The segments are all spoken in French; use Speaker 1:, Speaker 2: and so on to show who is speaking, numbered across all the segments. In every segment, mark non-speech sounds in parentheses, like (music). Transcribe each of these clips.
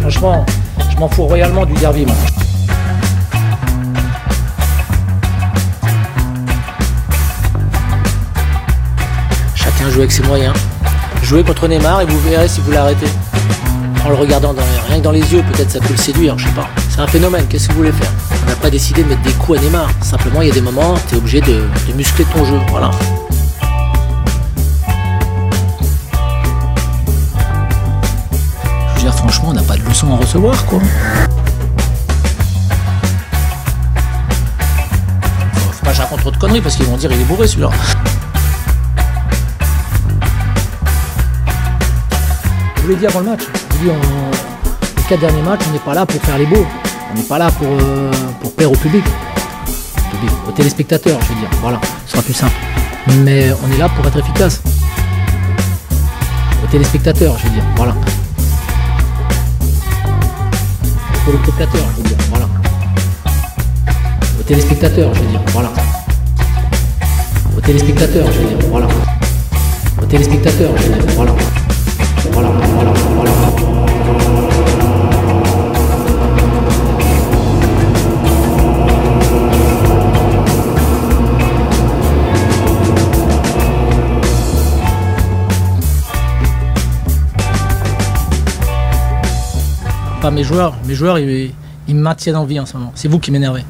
Speaker 1: franchement, je m'en fous royalement du derby, moi. Chacun joue avec ses moyens. Jouez contre Neymar et vous verrez si vous l'arrêtez. En le regardant dans, rien que dans les yeux, peut-être ça peut le séduire, je sais pas. C'est un phénomène, qu'est-ce que vous voulez faire On n'a pas décidé de mettre des coups à Neymar. Simplement, il y a des moments, tu es obligé de, de muscler ton jeu, voilà. Je veux dire, franchement, on n'a pas de leçon à recevoir, quoi. Bon, Faut pas que je raconte trop de conneries parce qu'ils vont dire il est bourré celui-là. Je vous l'ai dit avant le match. Je vous l'ai dit, on- les quatre derniers matchs, on n'est pas là pour faire les beaux. On n'est pas là pour, euh, pour plaire au public. Au public, aux téléspectateurs, je veux dire. Voilà, ce sera plus simple. Mais on est là pour être efficace. Aux téléspectateurs, je veux dire. Voilà. Aux téléspectateurs, je veux dire. Voilà. Aux téléspectateurs, je veux dire. Voilà. Aux téléspectateurs, je veux dire. Voilà. Aux téléspectateurs, je veux dire. Voilà. Voilà, voilà, voilà. Pas mes joueurs, mes joueurs ils, ils me maintiennent en vie en ce moment. C'est vous qui m'énervez.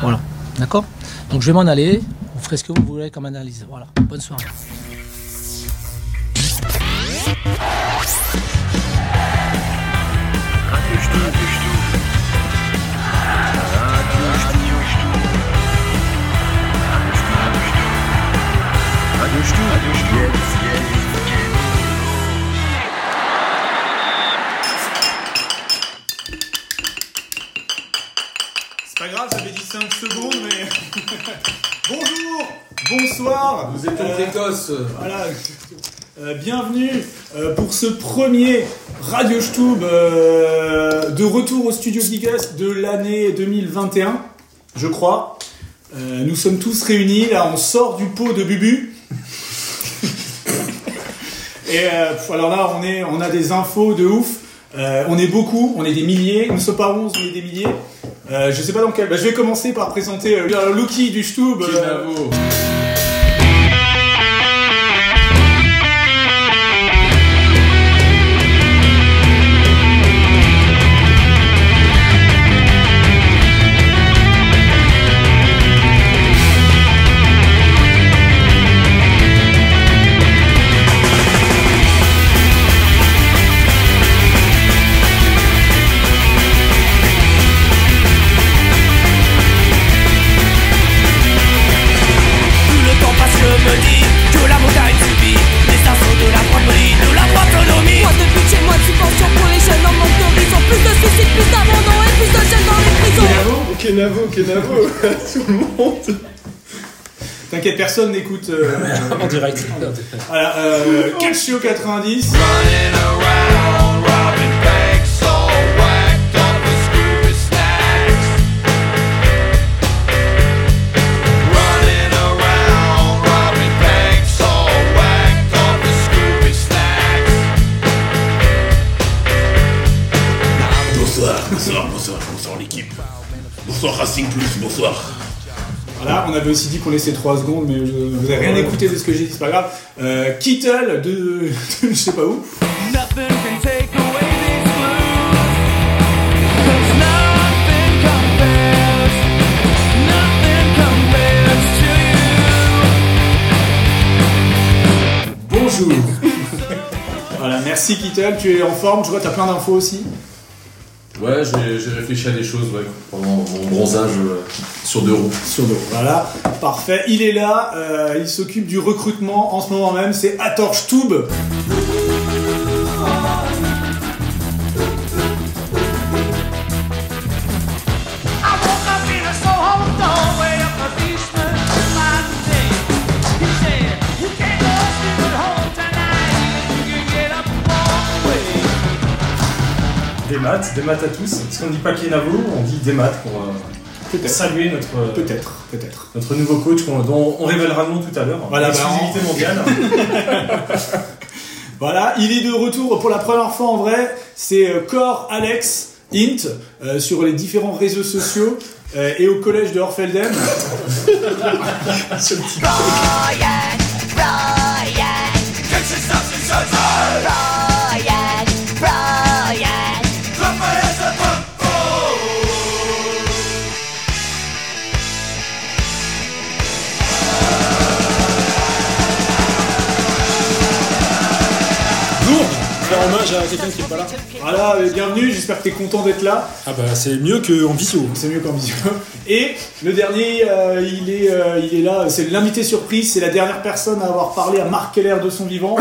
Speaker 1: Voilà. D'accord Donc je vais m'en aller, vous ferez ce que vous voulez comme analyse. Voilà. Bonne soirée.
Speaker 2: C'est pas grave, ça fait 5 secondes, mais. (laughs) Bonjour Bonsoir
Speaker 3: Vous êtes en
Speaker 2: Euh,
Speaker 3: Écosse.
Speaker 2: Voilà. Euh, bienvenue euh, pour ce premier Radio Stube de retour au studio Gigas de l'année 2021, je crois. Euh, nous sommes tous réunis, là on sort du pot de Bubu. (laughs) Et euh, alors là on, est, on a des infos de ouf. Euh, on est beaucoup, on est des milliers, nous ne sommes pas 11, on est des milliers. Euh, je sais pas dans quel. bah, je vais commencer par présenter euh, Lucky du Stube. euh,
Speaker 3: Bravo.
Speaker 4: Tout le temps passe, je me dis que la montagne subit les assauts de la tromperie, de la autonomie.
Speaker 5: Moi de budget, moi de subvention pour les jeunes en manque d'horizon Plus de suicides, plus d'abandon et plus de jeunes dans les prisons
Speaker 3: Kenavo, Kenavo,
Speaker 2: (laughs)
Speaker 3: tout le monde.
Speaker 2: T'inquiète, personne n'écoute. euh,
Speaker 1: En direct.
Speaker 2: Voilà, euh, Calcio 90.
Speaker 4: Running around, robbing banks, all whacked up with screw stacks. Running around, robbing banks, all whacked up with screw stacks.
Speaker 6: Bonsoir, bonsoir, bonsoir, bonsoir l'équipe. Bonsoir Racing Plus, bonsoir.
Speaker 2: Voilà, on avait aussi dit qu'on laissait 3 secondes, mais je- vous avez rien écouté de ce que j'ai dit, c'est pas grave. Euh, Kittle de, (laughs) de je sais pas où.
Speaker 4: Nothing can take away these blues. 'Cause nothing compares, nothing compares to you.
Speaker 2: Bonjour. voilà, merci Kittle, tu es en forme, je vois t'as plein d'infos aussi.
Speaker 3: Ouais, j'ai j'ai réfléchi à des choses ouais, pendant mon bronzage euh, sur deux roues.
Speaker 2: Sur nous. Voilà, parfait. Il est là, euh, il s'occupe du recrutement en ce moment même, c'est Hathor Stube.
Speaker 4: I woke up in a Soho doorway up a basement mountain day. He said, "You can't go sleep at home tonight. You can get up and walk away."
Speaker 7: Des maths, des maths à tous. Parce qu'on ne dit pas Kenavo, on dit des maths pour euh,
Speaker 2: Peut-être,
Speaker 7: saluer notre, euh,
Speaker 2: peut-être, peut-être.
Speaker 7: notre nouveau coach qu'on- dont on révélera le nom tout à l'heure.
Speaker 2: Voilà, bah,
Speaker 7: Exclusivité mondiale.
Speaker 2: Voilà, il est de retour pour la première fois en vrai, c'est euh, Cor Alex. Int euh, sur les différents réseaux sociaux euh, et au collège de Orfelden. Lourdes
Speaker 8: Faire hommage à quelqu'un qui est pas là.
Speaker 2: Voilà, euh, bienvenue, j'espère que t'es content d'être là.
Speaker 8: Ah bah c'est mieux qu'en visio.
Speaker 2: C'est mieux qu'en visio. Et le dernier, euh, il, est, euh, il est là, c'est l'invité surprise, c'est la dernière personne à avoir parlé à Marc Keller de son
Speaker 8: (laughs)
Speaker 2: vivant.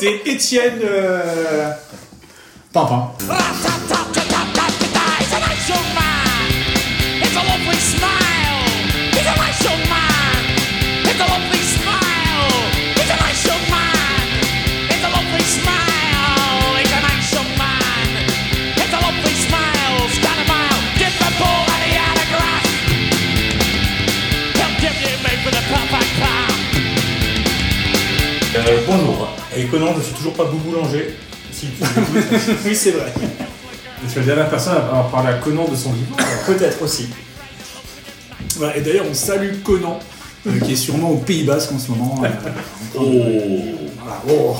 Speaker 2: c'est Étienne euh, Pimpin.
Speaker 7: Euh, bonjour. Et Conan, je suis toujours pas Boubou Langer. Si tu m'écoutes.
Speaker 2: Oui, c'est vrai.
Speaker 7: Parce que la dernière personne à avoir parlé à Conan de son vivant. Peut-être aussi.
Speaker 2: Voilà, et d'ailleurs, on salue Conan, euh, qui est sûrement au Pays Basque en ce moment. euh, en train de- Voilà, oh.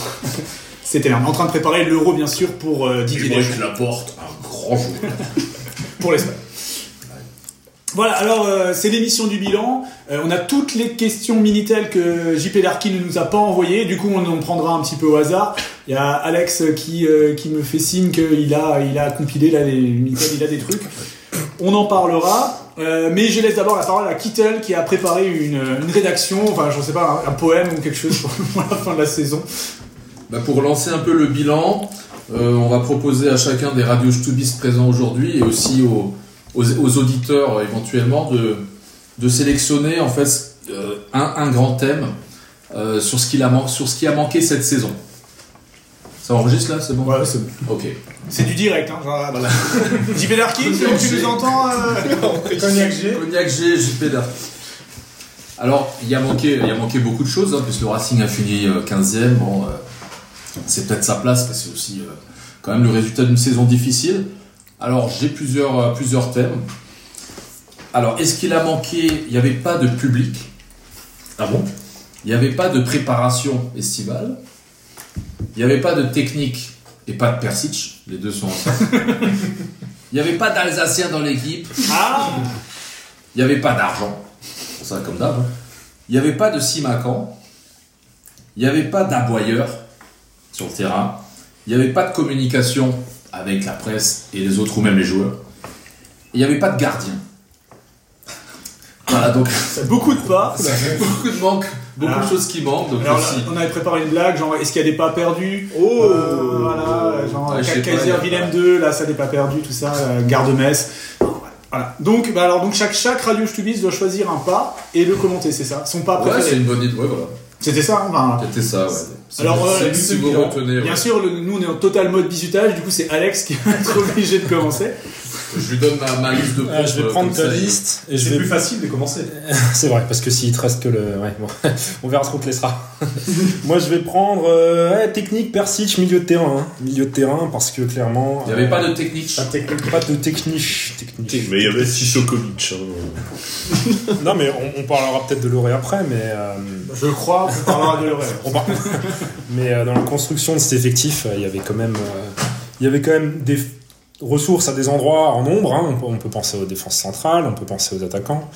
Speaker 2: C'était en train de préparer l'euro, bien sûr, pour euh,
Speaker 6: Et
Speaker 2: Didier
Speaker 6: moi,
Speaker 2: Deschamps.
Speaker 6: je l'apporte un grand joueur.
Speaker 2: pour l'Espagne. Voilà, alors euh, c'est l'émission du bilan. Euh, on a toutes les questions Minitel que JP Darky ne nous a pas envoyées. Du coup, on en prendra un petit peu au hasard. Il y a Alex qui, euh, qui me fait signe qu'il a, il a compilé là, les Minitel, il a des trucs. On en parlera. Euh, mais je laisse d'abord la parole à Kittel qui a préparé une, une rédaction, enfin je sais pas, un, un poème ou quelque chose pour, (laughs) la fin de la saison.
Speaker 3: Bah, pour lancer un peu le bilan, euh, on va proposer à chacun des radios Stubis présents aujourd'hui et aussi aux, aux, aux auditeurs euh, éventuellement de, de sélectionner en fait euh, un, un grand thème euh, sur, ce qu'il a man- sur ce qui a manqué cette saison. Ça enregistre là, c'est bon
Speaker 2: Voilà, c'est
Speaker 3: Ok.
Speaker 2: c'est du direct. Hein, genre, voilà. JP Darky, tu, tu nous entends euh
Speaker 7: Cognac G.
Speaker 3: Cognac G, JP Dark. Alors, il y, a manqué, il y a manqué beaucoup de choses, hein, puisque le Racing a fini euh, 15e. Bon, euh, c'est peut-être sa place, parce que c'est aussi euh, quand même le résultat d'une saison difficile. Alors, j'ai plusieurs, euh, plusieurs thèmes. Alors, est-ce qu'il a manqué Il n'y avait pas de public.
Speaker 6: Ah bon
Speaker 3: Il n'y avait pas de préparation estivale. Il n'y avait pas de technique et pas de Persic. Les deux sont ensemble. Il n'y avait pas d'Alsacien dans l'équipe.
Speaker 2: Ah
Speaker 3: Il n'y avait pas d'argent. Pour ça, comme d'hab. hein. Il n'y avait pas de simacan. Il n'y avait pas d'aboyeur sur le terrain. Il n'y avait pas de communication avec la presse et les autres ou même les joueurs. Et Il n'y avait pas de gardien. (laughs) Voilà, donc
Speaker 2: Beaucoup de pas.
Speaker 3: (laughs) beaucoup de manque, beaucoup
Speaker 2: Ah.
Speaker 3: de choses qui manquent. Donc
Speaker 2: Alors là,
Speaker 3: aussi-
Speaker 2: on avait préparé une blague, genre est-ce qu'il y a des pas perdus Oh Voilà, genre
Speaker 7: Ah,
Speaker 3: Ouais, je sais pas,
Speaker 2: Kaiser
Speaker 3: il y a
Speaker 2: Wilhelm
Speaker 3: pas.
Speaker 2: 2, là ça n'est pas perdu, tout ça, euh, garde-messe. Voilà. Donc, bah alors, donc chaque, chaque radio Stubis doit choisir un pas et le commenter, c'est ça Son pas
Speaker 3: Ouais, c'est
Speaker 2: préféré.
Speaker 3: une bonne idée. Ouais, voilà.
Speaker 2: C'était ça, hein, ben,
Speaker 3: C'était ça, ouais.
Speaker 2: Alors, euh,
Speaker 3: c'est lui
Speaker 2: ce
Speaker 3: si vous
Speaker 2: bilan,
Speaker 3: retenez. ouais.
Speaker 2: Bien sûr, le- nous on est en total mode bisutage, du coup c'est Alex qui (laughs) va être obligé de commencer.
Speaker 3: Je lui donne ma, ma liste de
Speaker 8: Ah, je vais
Speaker 3: propres,
Speaker 8: prendre
Speaker 3: comme
Speaker 8: ta
Speaker 3: ça, il-
Speaker 8: liste et je
Speaker 7: C'est
Speaker 8: vais.
Speaker 7: plus facile de commencer.
Speaker 8: C'est vrai, parce que s'il te reste que le. Ouais, bon. On verra ce qu'on te laissera. Moi, je vais prendre euh, ouais, technique Persic, milieu de terrain. hein. Milieu de terrain, parce que clairement.
Speaker 3: Il n'y avait
Speaker 8: euh,
Speaker 3: pas de technique.
Speaker 8: pas de technique. Pas de technique. technique.
Speaker 6: Mais il y avait Sissokovic. hein.
Speaker 8: non, mais on, on parlera peut-être de l'oré après, mais. euh,
Speaker 2: Je crois qu'on parlera de l'oreille.
Speaker 8: on par- mais euh, dans la construction de cet effectif, euh, il y avait quand même. euh, il y avait quand même des f- ressources à des endroits en nombre. hein. On, peut, on peut penser aux défenses centrales, on peut penser aux attaquants.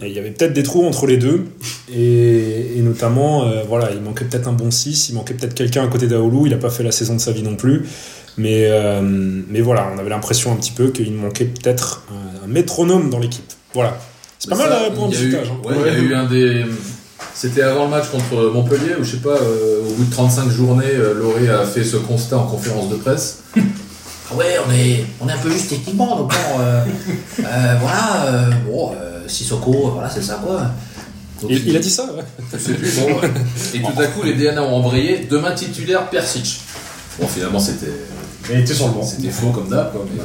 Speaker 8: Et il y avait peut-être des trous entre les deux. Et, et notamment, euh, voilà, il manquait peut-être un bon 6, il manquait peut-être quelqu'un à côté d'Aoulou. Il n'a pas fait la saison de sa vie non plus. Mais, euh, mais voilà, on avait l'impression un petit peu qu'il manquait peut-être euh, un métronome dans l'équipe. Voilà. C'est pas
Speaker 3: Bah,
Speaker 8: mal
Speaker 3: ça,
Speaker 8: euh, pour un
Speaker 3: il y a eu-
Speaker 8: visitage. hein.
Speaker 3: ouais, il y a eu un des. C'était avant le match contre Montpellier, où je sais pas, euh, au bout de 35 journées, euh, Lauré a fait ce constat en conférence de presse. Ah ouais, on est, on est un peu juste techniquement, donc bon, euh, euh, voilà, euh, bon, euh, Sissoko, euh, voilà, c'est ça quoi. Donc,
Speaker 8: Il, il a dit ça, ouais.
Speaker 3: je sais plus, bon, ouais. Et tout à coup, les DNA ont embrayé, demain titulaire Persic. Bon, finalement, c'était.
Speaker 7: Mais il était sur le banc.
Speaker 3: C'était faux comme d'hab, quoi, mais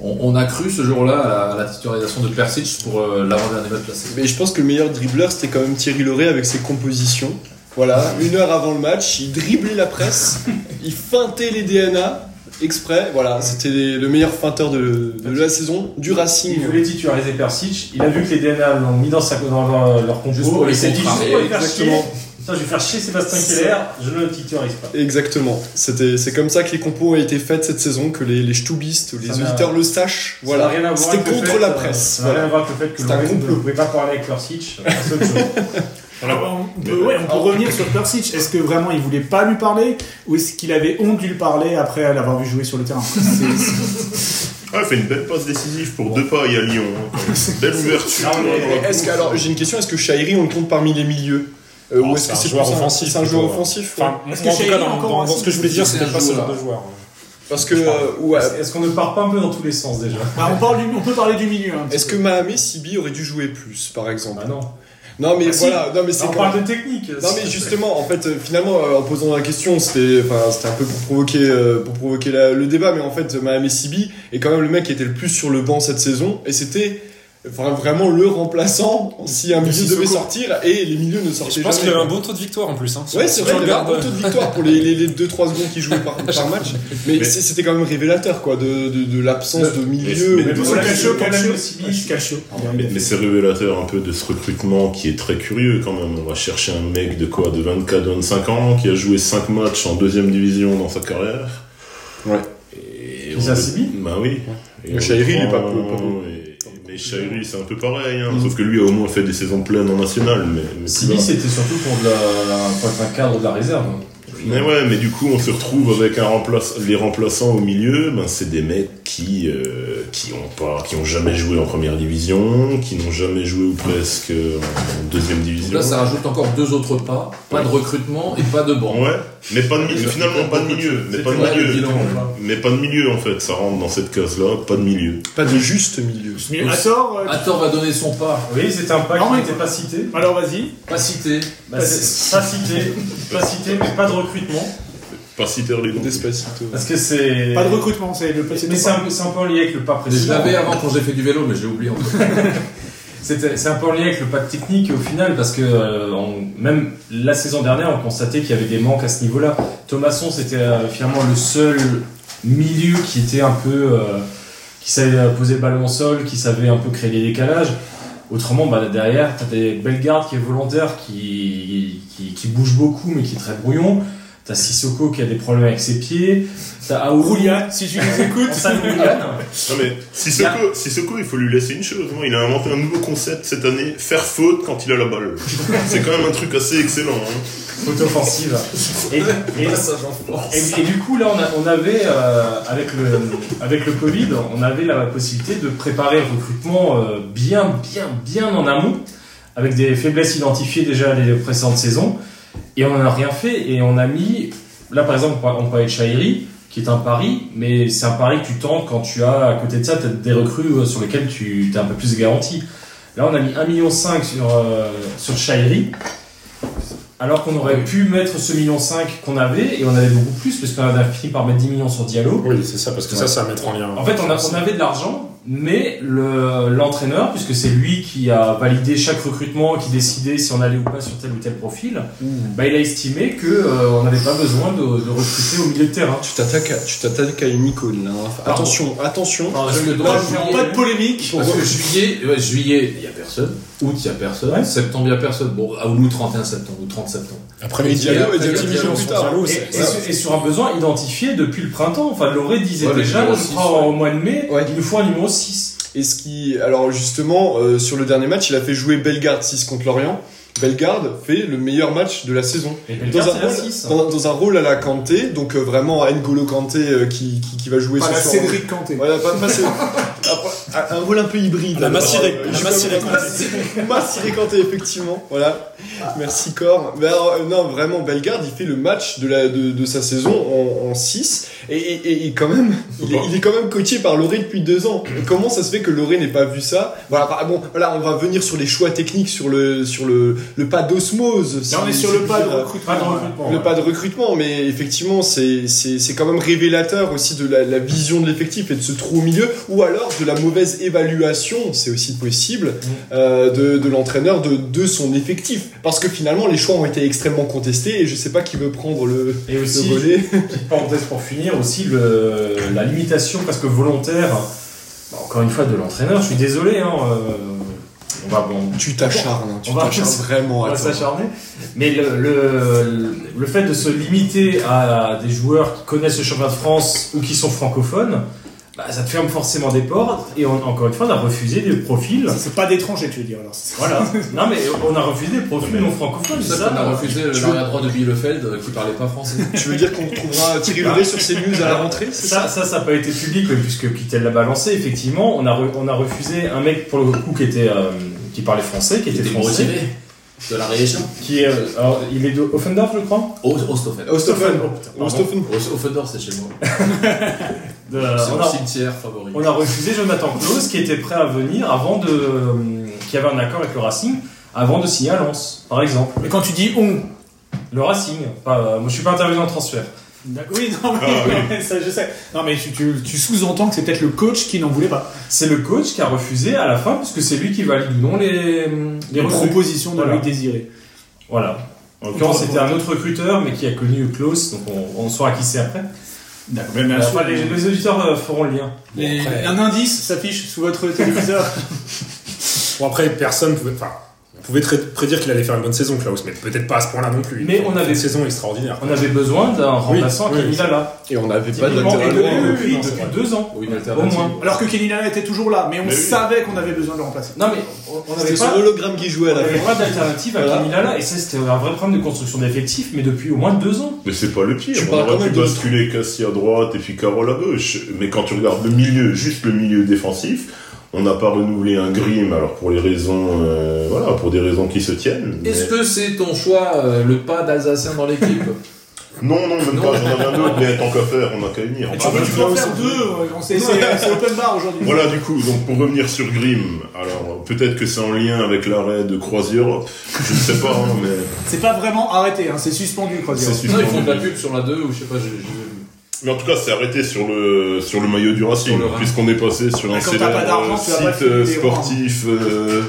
Speaker 3: on, on a cru ce jour-là à la, à la titularisation de Persic pour euh, l'avant-dernier match placé.
Speaker 9: Mais je pense que le meilleur dribbleur, c'était quand même Thierry Lauré avec ses compositions.
Speaker 8: (laughs)
Speaker 9: Voilà, une heure avant le match, il driblait la presse, il feintait les DNA, exprès. Voilà, c'était le meilleur feinteur de, de la saison, du
Speaker 2: Il
Speaker 9: Racing.
Speaker 2: voulait titulariser Persic, il a vu que les DNA l'ont mis dans, sa, dans leur, leur compo,
Speaker 3: Juste
Speaker 9: Oh,
Speaker 3: pour les
Speaker 2: il s'est dit
Speaker 3: contrarier,
Speaker 2: juste pour les faire
Speaker 9: exactement.
Speaker 2: chier. Putain, je vais faire chier Sébastien Keller, je ne le titularise pas.
Speaker 9: Exactement. C'était, c'est comme ça que les compos ont été faites cette saison, que les, les Stubistes, les
Speaker 2: Ça n'a-
Speaker 9: auditeurs le sachent. Voilà.
Speaker 2: Ça n'a rien à voir
Speaker 9: C'était
Speaker 2: avec le
Speaker 9: contre
Speaker 2: fait,
Speaker 9: la
Speaker 2: euh,
Speaker 9: presse.
Speaker 2: Ça n'a rien
Speaker 9: voilà.
Speaker 2: à voir avec le fait que
Speaker 9: C'est un
Speaker 2: Lorraine ne
Speaker 9: complot.
Speaker 2: pouvait pas parler avec Persic. c'est autre chose.
Speaker 10: (laughs) Alors, on peut, ouais, on peut revenir sur Persic. Est-ce que vraiment il voulait pas lui parler ou est-ce qu'il avait honte de lui parler après l'avoir vu jouer sur le terrain C'est- c'est-
Speaker 6: Ah, il fait une belle passe décisive pour deux pailles à Lyon.
Speaker 9: (laughs)
Speaker 6: hein, quand même. Belle ouverture.
Speaker 2: Non, mais-
Speaker 6: là, dans la
Speaker 9: Est-ce que, alors, j'ai une question. Est-ce que Shairi, on le compte parmi les milieux Euh,
Speaker 8: Non,
Speaker 9: Ou est-ce
Speaker 8: c'est
Speaker 9: que
Speaker 8: un
Speaker 9: c'est
Speaker 8: joueur
Speaker 9: plus
Speaker 8: offensif,
Speaker 3: hein,
Speaker 9: C'est un joueur
Speaker 3: euh,
Speaker 8: plutôt, ouais.
Speaker 9: offensif. ouais.
Speaker 8: Enfin, moi,
Speaker 10: Est-ce
Speaker 8: en
Speaker 10: que
Speaker 8: tout
Speaker 10: Shaheen
Speaker 8: cas,
Speaker 10: est
Speaker 8: dans,
Speaker 10: encore
Speaker 8: dans-
Speaker 10: en
Speaker 8: dans ce que je voulais dire, c'était
Speaker 3: C'est
Speaker 8: pas
Speaker 3: un
Speaker 8: ce
Speaker 3: joueur.
Speaker 8: genre de joueur.
Speaker 9: Parce que, euh, ouais.
Speaker 2: Est-ce- Est-ce qu'on ne part pas un peu dans tous les sens déjà
Speaker 10: Bah, on, parle du- on peut parler du milieu. hein, un petit
Speaker 9: Est-ce que
Speaker 10: peu.
Speaker 9: Mahamé Sibi aurait dû jouer plus, par exemple
Speaker 2: Bah non.
Speaker 9: Non, mais
Speaker 2: Ah, si.
Speaker 9: voilà. Non, mais c'est
Speaker 2: On
Speaker 9: quand-
Speaker 2: parle de technique.
Speaker 9: Non mais justement, en fait, euh, finalement, euh, en posant la question, c'était, enfin, c'était un peu pour provoquer, euh, pour provoquer la- le débat, mais en fait, Mahamé Sibi est quand même le mec qui était le plus sur le banc cette saison, et c'était enfin, vraiment le remplaçant si un milieu devait sortir, et les milieux ne sortaient
Speaker 8: Je pense qu'il
Speaker 9: jamais.
Speaker 8: avait un
Speaker 9: quoi.
Speaker 8: beau taux de victoire en plus. Hein.
Speaker 9: Ouais, c'est
Speaker 8: Si
Speaker 9: vrai,
Speaker 8: tu
Speaker 9: il avait un bon
Speaker 8: regardes-
Speaker 9: taux de victoire pour les, les, 2-3 secondes qu'il jouait par, par match, mais,
Speaker 6: Mais-
Speaker 9: c'est- c'était quand même révélateur, quoi, de, de, de l'absence de milieu.
Speaker 6: mais-
Speaker 9: ou
Speaker 6: mais
Speaker 9: de-
Speaker 6: pour
Speaker 10: Sur
Speaker 6: la-
Speaker 10: Calcio,
Speaker 2: Ouais,
Speaker 10: Calcio,
Speaker 2: Sibi.
Speaker 10: ouais, Calcio.
Speaker 6: Mais, mais c'est révélateur un peu de ce recrutement qui est très curieux quand même. On va chercher un mec de quoi De 24, 25 ans, qui a joué 5 matchs en deuxième division dans sa carrière.
Speaker 9: Ouais.
Speaker 6: Et
Speaker 2: Isa Sibi
Speaker 6: Bah oui. Et
Speaker 9: Mais
Speaker 6: on
Speaker 9: Shairi, il est
Speaker 6: prend-
Speaker 9: pas peu- Mm. pas peu.
Speaker 6: et- Mais Shairi, c'est un peu pareil. hein. Sauf que lui a au moins fait des saisons pleines en national. Mais, mais
Speaker 2: Sibi,
Speaker 6: plus bas.
Speaker 2: c'était surtout pour de la, pour être un cadre de la réserve.
Speaker 6: Mais ouais, mais du coup, on se retrouve avec un remplace... les remplaçants au milieu. Ben, c'est des mecs qui euh, qui ont pas, qui ont jamais joué en première division, qui n'ont jamais joué ou presque euh, en deuxième
Speaker 3: Donc
Speaker 6: division.
Speaker 3: là, ça rajoute encore deux autres pas. Pas de recrutement et pas de banc.
Speaker 6: Ouais, mais pas de milieu. Finalement, pas de milieu. Mais
Speaker 3: C'est
Speaker 6: pas de
Speaker 3: vrai, le
Speaker 6: milieu.
Speaker 3: bilan, là.
Speaker 6: Mais pas de milieu en fait. Ça rentre dans cette case-là. Pas de milieu.
Speaker 9: Pas de juste milieu.
Speaker 10: Mais Hathor, euh,
Speaker 3: Hathor va donner son pas.
Speaker 2: Oui, c'était un pas
Speaker 10: Non,
Speaker 2: qui
Speaker 10: mais-
Speaker 2: n'était pas cité.
Speaker 10: alors vas-y.
Speaker 3: Pas cité.
Speaker 2: Bah, c'est pas cité, pas cité, mais pas de recrutement.
Speaker 6: Pas citer les noms.
Speaker 9: Despacito.
Speaker 2: Parce que c'est.
Speaker 10: Pas de recrutement, c'est le petit.
Speaker 2: Mais c'est un, c'est un peu en lien avec le pas
Speaker 3: Je
Speaker 2: précédent.
Speaker 3: l'avais avant quand j'ai fait du vélo, mais je l'ai oublié. en fait.
Speaker 2: C'était- C'est un peu en lien avec le pas de technique au final, parce que euh, on- même la saison dernière, on constatait qu'il y avait des manques à ce niveau-là. Thomasson, c'était euh, finalement le seul milieu qui était un peu. euh, qui savait euh, poser le ballon au sol, qui savait un peu créer des décalages. Autrement, bah, derrière, t'as des belles gardes qui est volontaire, qui, qui, qui bouge beaucoup, mais qui est très brouillon. T'as Sissoko qui a des problèmes avec ses pieds. T'as Aourou.
Speaker 10: Roulian, si tu
Speaker 2: (laughs)
Speaker 10: nous écoutes.
Speaker 2: Roulian.
Speaker 6: Non mais Sissoko, Sissoko, il faut lui laisser une chose. hein. Il a inventé un nouveau concept cette année. Faire faute quand il a la balle. c'est quand même un truc assez excellent. hein.
Speaker 2: faute offensive. Et, et- et- et du coup, là, on, a- on avait, euh, avec, le, avec le Covid, on avait la possibilité de préparer le recrutement euh, bien, bien, bien en amont, avec des faiblesses identifiées déjà les précédentes saisons. Et on n'en a rien fait. Et on a mis, là, par exemple, on parlait de Chahiri, qui est un pari, mais c'est un pari que tu tentes quand tu as, à côté de ça, t'as des recrues euh, sur lesquelles tu es un peu plus garanti. Là, on a mis 1,5 million sur, euh, sur Chahiri. Alors qu'on aurait pu mettre ce million 5 qu'on avait, et on avait beaucoup plus, parce qu'on avait fini par mettre 10 millions sur Diallo.
Speaker 8: Oui, c'est ça, parce que
Speaker 2: Ouais.
Speaker 8: ça, ça va mettre en lien.
Speaker 2: En fait, on, a- on avait de l'argent, mais le- l'entraîneur, puisque c'est lui qui a validé chaque recrutement, qui décidait si on allait ou pas sur tel ou tel profil, bah, il a estimé que euh, on n'avait pas besoin de, de recruter au milieu de terrain.
Speaker 9: Tu t'attaques, à- tu t'attaques à une icône là. hein. Attention, attention.
Speaker 2: Ah,
Speaker 3: Parce que dans
Speaker 9: Là,
Speaker 3: le juillet-
Speaker 10: Pas de polémique.
Speaker 3: Parce que juillet, ouais, juillet, il n'y a personne. Août, il n'y a personne.
Speaker 2: Ouais.
Speaker 3: Septembre, il n'y a personne. Bon, ah, à août, 31 septembre ou 30 septembre.
Speaker 8: Après,
Speaker 9: Et Diallo est
Speaker 3: Diallo,
Speaker 9: dix millions
Speaker 3: Diallo,
Speaker 9: plus
Speaker 3: son
Speaker 9: tard.
Speaker 8: Diallo,
Speaker 2: Et,
Speaker 8: c'est-
Speaker 2: et sur- et sur un besoin identifié depuis le printemps. Enfin, Loré disait
Speaker 3: Ouais, le
Speaker 2: déjà,
Speaker 3: numéro
Speaker 2: on
Speaker 3: six,
Speaker 2: prend
Speaker 3: ouais.
Speaker 2: au mois de mai,
Speaker 9: Ouais.
Speaker 2: il nous faut un numéro 6.
Speaker 9: Et ce qui, alors justement, euh, sur le dernier match, il a fait jouer Bellegarde 6 contre Lorient. Bellegarde fait le meilleur match de la saison.
Speaker 2: Et
Speaker 9: Dans un,
Speaker 2: Bellegarde, c'est la
Speaker 9: rôle,
Speaker 8: hein.
Speaker 2: 6.
Speaker 9: dans, dans un rôle à la Kanté, donc euh, vraiment à N'Golo Kanté euh, qui, qui, qui va jouer
Speaker 10: Pas
Speaker 9: ce
Speaker 10: la
Speaker 9: soir.
Speaker 10: Cédric Kanté.
Speaker 9: Voilà, pas, pas (laughs) Cédric. Un- un- un rôle un peu hybride.
Speaker 8: La
Speaker 9: Alors,
Speaker 8: Massiré-
Speaker 9: euh,
Speaker 8: la
Speaker 9: je suis
Speaker 8: Massiré
Speaker 9: pas- (laughs) Massiré Kanté, effectivement. Voilà. Merci Cor. Mais alors, euh, non, vraiment, Bellegarde, il fait le match de, la, de, de sa saison en, 6. Et, et, et- et quand
Speaker 8: (laughs)
Speaker 9: même, il est, il est quand même coaché par Loré depuis deux ans. Et comment ça se fait que Loré n'ait pas vu ça Voilà, bah, bon, voilà, on va venir sur les choix techniques, sur le, sur le, le pas d'osmose. si-
Speaker 10: Non, mais sur
Speaker 9: si
Speaker 10: le
Speaker 9: je
Speaker 10: pas
Speaker 9: puis
Speaker 10: de
Speaker 9: dire.
Speaker 10: recrutement.
Speaker 2: Pas de
Speaker 10: voilà.
Speaker 2: recrutement.
Speaker 9: Le pas de recrutement, mais effectivement, c'est c'est- c'est quand même révélateur aussi de la, la vision de l'effectif et de ce trou au milieu, ou alors de de la mauvaise évaluation, c'est aussi possible,
Speaker 4: Mm.
Speaker 9: euh, de, de l'entraîneur de, de son effectif. Parce que finalement, les choix ont été extrêmement contestés et je sais pas qui veut prendre le,
Speaker 2: Et
Speaker 9: le
Speaker 2: aussi,
Speaker 9: volet.
Speaker 2: Petite parenthèse pour finir aussi, le- la limitation presque volontaire, bah, encore une fois, de l'entraîneur. Je suis désolé, hein, euh, on va, on-
Speaker 9: Tu t'acharnes, hein, tu
Speaker 2: On va-
Speaker 9: t'acharnes vraiment
Speaker 2: on
Speaker 9: à
Speaker 2: va
Speaker 9: ça.
Speaker 2: s'acharner. Mais le, le, le fait de se limiter à des joueurs qui connaissent le championnat de France ou qui sont francophones, bah, ça te ferme forcément des portes. Et on- encore une fois, on a refusé des profils.
Speaker 4: C'est pas d'étrangers, tu veux dire. Alors.
Speaker 2: Voilà. Non, mais on a refusé des profils non francophones.
Speaker 3: C'est
Speaker 2: c'est ça.
Speaker 3: ça qu'on a refusé l'arrière droit de Bielefeld euh, qui parlait
Speaker 2: (laughs)
Speaker 3: pas français.
Speaker 9: Tu veux dire qu'on retrouvera Thierry Levet sur ses news à la rentrée c'est
Speaker 2: Ça, ça, ça n'a pas été public, mais puisque Kittel l'a balancé, effectivement, on a, re- on a refusé un mec, pour le coup, qui, était, euh, qui parlait français, qui
Speaker 3: Il
Speaker 2: était
Speaker 3: était
Speaker 2: français,
Speaker 3: motivé de la région.
Speaker 2: qui est... euh, alors, il est de Offendorf, je crois
Speaker 3: Au- Osthofen.
Speaker 9: Ostofen,
Speaker 2: Oh, putain, pardon.
Speaker 9: Ostofen.
Speaker 3: Au- Offendorf, c'est chez moi.
Speaker 2: De- euh,
Speaker 3: C'est
Speaker 2: on,
Speaker 3: mon
Speaker 2: a,
Speaker 3: cimetière favori.
Speaker 2: on a refusé Jonathan Klaus, qui était prêt à venir avant de... euh, qui avait un accord avec le Racing, avant de signer à Lens, par exemple.
Speaker 4: Mais quand tu dis on,
Speaker 2: Le Racing, pas, euh, moi je suis pas intervenu en transfert.
Speaker 4: D'accord. Oui, non, mais (laughs) ça, je sais. Non, mais tu, tu- tu sous-entends que c'est peut-être le coach qui n'en voulait pas.
Speaker 2: C'est le coach qui a refusé à la fin, puisque c'est lui qui valide ou non les,
Speaker 4: Les
Speaker 2: recrues.
Speaker 4: propositions de
Speaker 2: Voilà.
Speaker 4: lui désirer.
Speaker 2: Voilà. En l'occurrence, c'était un autre recruteur, mais qui a connu Klaus, donc on, on saura qui c'est après.
Speaker 4: D'accord.
Speaker 2: Enfin, les, les auditeurs euh, feront le lien.
Speaker 4: Les-
Speaker 8: Bon, après-
Speaker 4: Un indice s'affiche sous votre téléviseur.
Speaker 8: Bon, après, personne pouvait. Enfin, on pouvait très- prédire qu'il allait faire une bonne saison, Klaus, mais peut-être pas à ce point-là non plus. Il
Speaker 2: Mais
Speaker 8: fait
Speaker 2: on
Speaker 8: une
Speaker 2: avait-
Speaker 8: saison extraordinaire.
Speaker 2: On avait besoin d'un
Speaker 8: Oui,
Speaker 2: remplaçant
Speaker 8: oui,
Speaker 2: à Kenny
Speaker 8: c'est-
Speaker 2: Lala.
Speaker 9: Et on n'avait pas de
Speaker 2: Typiquement,
Speaker 9: latéral
Speaker 2: et
Speaker 9: droit.
Speaker 2: depuis-
Speaker 4: oui, oui, non, c'est
Speaker 2: depuis deux ans.
Speaker 3: Oui, une
Speaker 2: Au
Speaker 3: alternative.
Speaker 2: moins.
Speaker 4: Alors que Kenny Lala était toujours là, mais on
Speaker 6: Mais oui.
Speaker 4: savait qu'on avait besoin de le remplacer.
Speaker 2: Non, mais on- on n'avait
Speaker 9: C'était son
Speaker 2: pas,
Speaker 9: hologramme qui jouait à
Speaker 2: on
Speaker 9: la
Speaker 2: n'avait
Speaker 9: fin.
Speaker 2: pas d'alternative à
Speaker 9: Voilà.
Speaker 2: Kenny Lala. Et ça, c'était un vrai problème de construction d'effectifs, mais depuis au moins deux ans.
Speaker 6: Mais c'est pas le pire.
Speaker 9: Tu
Speaker 6: On
Speaker 9: parles quand
Speaker 6: aurait
Speaker 9: même
Speaker 6: pu
Speaker 9: de-
Speaker 6: basculer Cassie à droite et puis Carole à gauche. Mais quand tu regardes le milieu, juste le milieu défensif, on n'a pas renouvelé un Grimm. Alors pour les raisons, euh, voilà, pour des raisons qui se tiennent. mais-
Speaker 3: Est-ce que c'est ton choix, euh, le pas d'Alsacien dans l'équipe
Speaker 6: Non, non, même
Speaker 3: Non.
Speaker 6: pas. J'en avais un autre, mais tant qu'à faire, on a qu'à venir.
Speaker 4: tu peux, tu peux en faire deux, euh, on s'est- c'est c'est open bar aujourd'hui.
Speaker 6: Voilà, du coup, donc pour revenir sur Grimm, alors peut-être que c'est en lien avec l'arrêt de Croisière, je ne sais pas, hein, mais
Speaker 4: C'est pas vraiment arrêté, hein, c'est suspendu, Crozier.
Speaker 6: c'est
Speaker 3: Non, ils font de la
Speaker 6: suspendu.
Speaker 3: pub sur la 2 ou je sais pas, j'ai j'ai vu.
Speaker 6: Mais en tout cas, c'est arrêté sur le, sur le maillot du Racing,
Speaker 3: Sur le Racing.
Speaker 6: puisqu'on est passé
Speaker 2: Ah,
Speaker 6: sur un
Speaker 4: quand t'as pas
Speaker 6: célèbre
Speaker 4: d'argent, tu vas pas
Speaker 6: site
Speaker 4: filer
Speaker 6: euh,
Speaker 4: des rois.
Speaker 6: sportif. euh,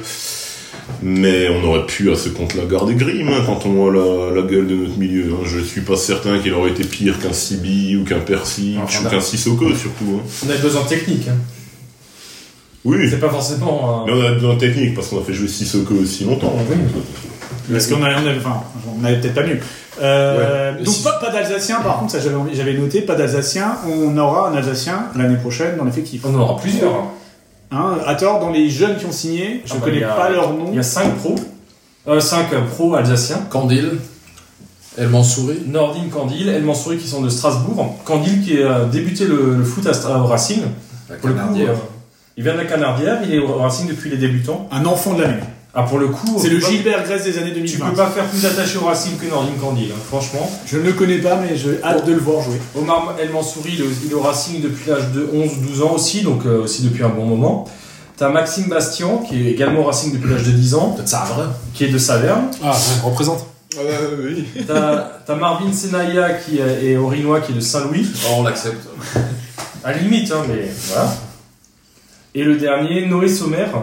Speaker 6: mais on aurait pu, à ce compte-là, garder Grimm, hein, quand on voit la, la gueule de notre milieu. hein. Je suis pas certain qu'il aurait été pire qu'un Sibi ou qu'un Persic
Speaker 2: Enfin,
Speaker 6: ou
Speaker 2: là.
Speaker 6: qu'un Sissoko, surtout. hein.
Speaker 2: Ah, On avait besoin de technique. hein.
Speaker 6: Oui,
Speaker 2: C'est pas forcément. euh,
Speaker 6: mais
Speaker 2: un-
Speaker 6: on a besoin de technique, parce qu'on a fait jouer Sissoko aussi longtemps.
Speaker 2: Oui, mais-
Speaker 4: Parce qu'on a- on avait, enfin, on avait peut-être pas mieux. Euh, donc pas, pas d'Alsacien, par contre, ça j'avais envie- j'avais noté, pas d'Alsacien. On aura un Alsacien l'année prochaine dans l'effectif.
Speaker 2: On en aura plusieurs. hein.
Speaker 4: Hein, à tort, dans les jeunes qui ont signé, je
Speaker 2: Ah
Speaker 4: ne
Speaker 2: bah,
Speaker 4: connais
Speaker 2: il y a-
Speaker 4: pas leur nom.
Speaker 2: Il y a 5 pros. 5 pros alsaciens.
Speaker 3: Candil, El Mansouri,
Speaker 2: Nordine Candil, El Mansouri qui sont de Strasbourg. Candil qui a débuté le, le foot à, Stra- au Racing.
Speaker 3: la
Speaker 2: Pour le coup,
Speaker 3: Canardière.
Speaker 2: euh, il vient de la Canardière, il est au Racing depuis les débutants.
Speaker 4: Un enfant de l'année.
Speaker 2: Ah, pour le coup,
Speaker 4: C'est
Speaker 2: tu
Speaker 4: le
Speaker 2: peux pas-
Speaker 4: Gilbert Grèce des années
Speaker 2: Tu
Speaker 4: 2020.
Speaker 2: peux pas faire plus attaché au Racing que Nordine Candil, hein, franchement.
Speaker 4: Je ne le connais pas, mais j'ai hâte de le voir jouer.
Speaker 2: Omar El Mansouri, le- il est au Racing depuis l'âge de 11-12 ans aussi, donc euh, aussi depuis un bon moment. T'as Maxime Bastian, qui est également au Racing depuis l'âge de 10 ans,
Speaker 3: Peut-être ça, vrai.
Speaker 2: qui est de Saverne.
Speaker 8: Ah, ouais, représente.
Speaker 9: Ah bah oui.
Speaker 2: T'as t'as Marvin Senaya, qui est est Orinois, qui est de Saint-Louis.
Speaker 3: Oh, on l'accepte.
Speaker 2: À la limite, hein, mais voilà. Et le dernier, Noé Sommer. Ah.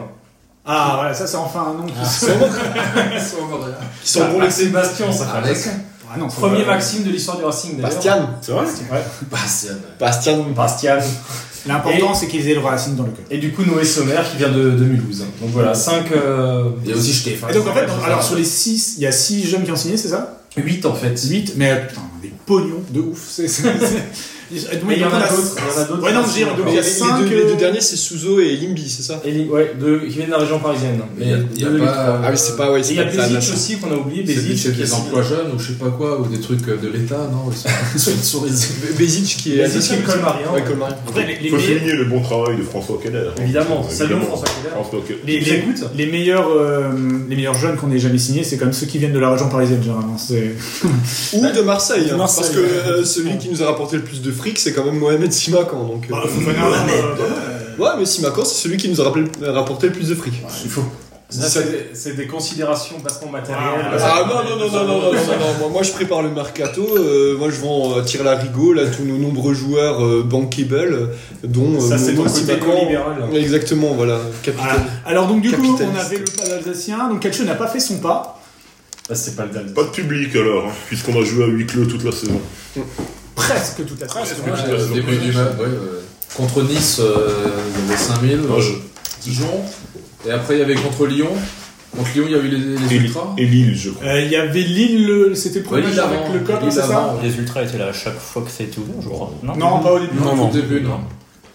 Speaker 4: Ah, voilà, ça c'est enfin un nom. qui se-
Speaker 9: Qui sont bons les
Speaker 2: Maxime Bastian, ça fait
Speaker 3: Avec.
Speaker 2: plaisir.
Speaker 4: Ah non, faut-
Speaker 2: Premier Maxime de l'histoire du Racing, d'ailleurs.
Speaker 9: Bastian.
Speaker 8: C'est vrai
Speaker 3: Bastien.
Speaker 9: Bastian.
Speaker 2: Bastian.
Speaker 4: L'important c'est qu'ils aient le Racing dans le cœur.
Speaker 2: Et du coup, Noé Sommer, qui vient de, de Mulhouse. Donc voilà, euh, 5...
Speaker 3: Il y a aussi Stéphane.
Speaker 4: Et donc en fait, dans- alors sur les 6, il y a 6 jeunes qui ont signé, c'est ça
Speaker 2: 8 en fait.
Speaker 4: 8, mais euh, putain, des pognons de ouf. c'est- c'est- c'est- Donc,
Speaker 2: Mais il y en
Speaker 4: on
Speaker 2: a d'autres, il y en a d'autres.
Speaker 4: Ouais, non, j'ai- donc,
Speaker 9: Il y
Speaker 4: j'ai-
Speaker 9: avait-
Speaker 4: Cinq,
Speaker 9: les, deux, les deux
Speaker 4: euh,
Speaker 9: derniers, c'est Souzo et Limbi, c'est ça
Speaker 2: Et les- ouais, de, qui viennent de la région parisienne.
Speaker 3: Mais il y a-
Speaker 2: De-
Speaker 3: il y a
Speaker 2: de-
Speaker 3: pas-
Speaker 9: Ah oui, c'est pas- ouais,
Speaker 2: Et
Speaker 9: c'est
Speaker 2: il y a
Speaker 9: pas de la
Speaker 2: Bézic
Speaker 9: nation.
Speaker 2: aussi qu'on a oublié,
Speaker 3: C'est
Speaker 2: Bézic.
Speaker 3: c'est
Speaker 2: qui
Speaker 3: des
Speaker 2: est-
Speaker 3: emplois jeunes ou je sais pas quoi, ou des trucs euh, de l'État, non Ils sont sponsorisés.
Speaker 9: Bézic qui est
Speaker 2: Bézic, c'est Colmari, hein.
Speaker 9: Ouais, Colmari.
Speaker 4: Après, les, les
Speaker 6: Faut
Speaker 4: meilleurs-
Speaker 6: souligner le bon travail de François Keller. hein.
Speaker 2: Évidemment, salut François Keller.
Speaker 6: François Keller.
Speaker 4: les-
Speaker 2: Ils
Speaker 4: les-
Speaker 2: écoutent.
Speaker 4: les meilleurs, euh, les meilleurs jeunes qu'on ait jamais signés, c'est quand même ceux qui viennent de la région parisienne, généralement. c'est-
Speaker 9: Ou de Marseille, hein,
Speaker 8: Marseille.
Speaker 9: parce que euh, celui qui nous a rapporté le plus de fric, c'est quand même Mohamed Simakan. Donc,
Speaker 7: Ah,
Speaker 9: euh,
Speaker 4: Fofana, euh,
Speaker 9: Ouais, mais Simakan, c'est celui qui nous a rappelé- rapporté le euh, plus de fric.
Speaker 2: Il faut
Speaker 7: Ça, c'est des- C'est des considérations bassement matérielles.
Speaker 9: Ah non, non, non, non, non, non, non, non, moi, moi, je prépare le mercato, euh, moi je vends euh, Tire Larigot, là tous nos nombreux joueurs euh, bankable, dont euh,
Speaker 7: Ça, c'est
Speaker 9: Momo
Speaker 7: ton côté
Speaker 9: Simakan.
Speaker 7: libéral.
Speaker 9: Exactement, voilà, capitaine.
Speaker 2: Alors donc du coup, on
Speaker 9: Capitaliste.
Speaker 2: avait le pas alsacien, donc Calcio n'a pas fait son pas.
Speaker 7: Bah, c'est pas le dernier.
Speaker 6: Pas de public alors, hein, puisqu'on a joué à huis clos toute la saison.
Speaker 2: Presque toute la presse.
Speaker 6: Ouais,
Speaker 3: Ouais, euh, début du match, ouais, ouais. Contre Nice, euh, il y avait 5000.
Speaker 6: Non, je-
Speaker 3: Dijon. Et après, il y avait contre Lyon. Contre Lyon, il y a eu les, les
Speaker 6: Et,
Speaker 3: Ultras.
Speaker 6: et Lille, je crois.
Speaker 2: Euh, Il y avait Lille, le- c'était le premier
Speaker 3: Ouais, Lille
Speaker 2: match avec
Speaker 3: avant,
Speaker 2: le cop,
Speaker 3: Lille
Speaker 2: c'est ça
Speaker 3: avant.
Speaker 11: Les ultras étaient là à chaque fois que ça a été ouvert, je crois. Non,
Speaker 2: Non, pas au début.
Speaker 3: Non,
Speaker 8: Non,
Speaker 3: tout début, non.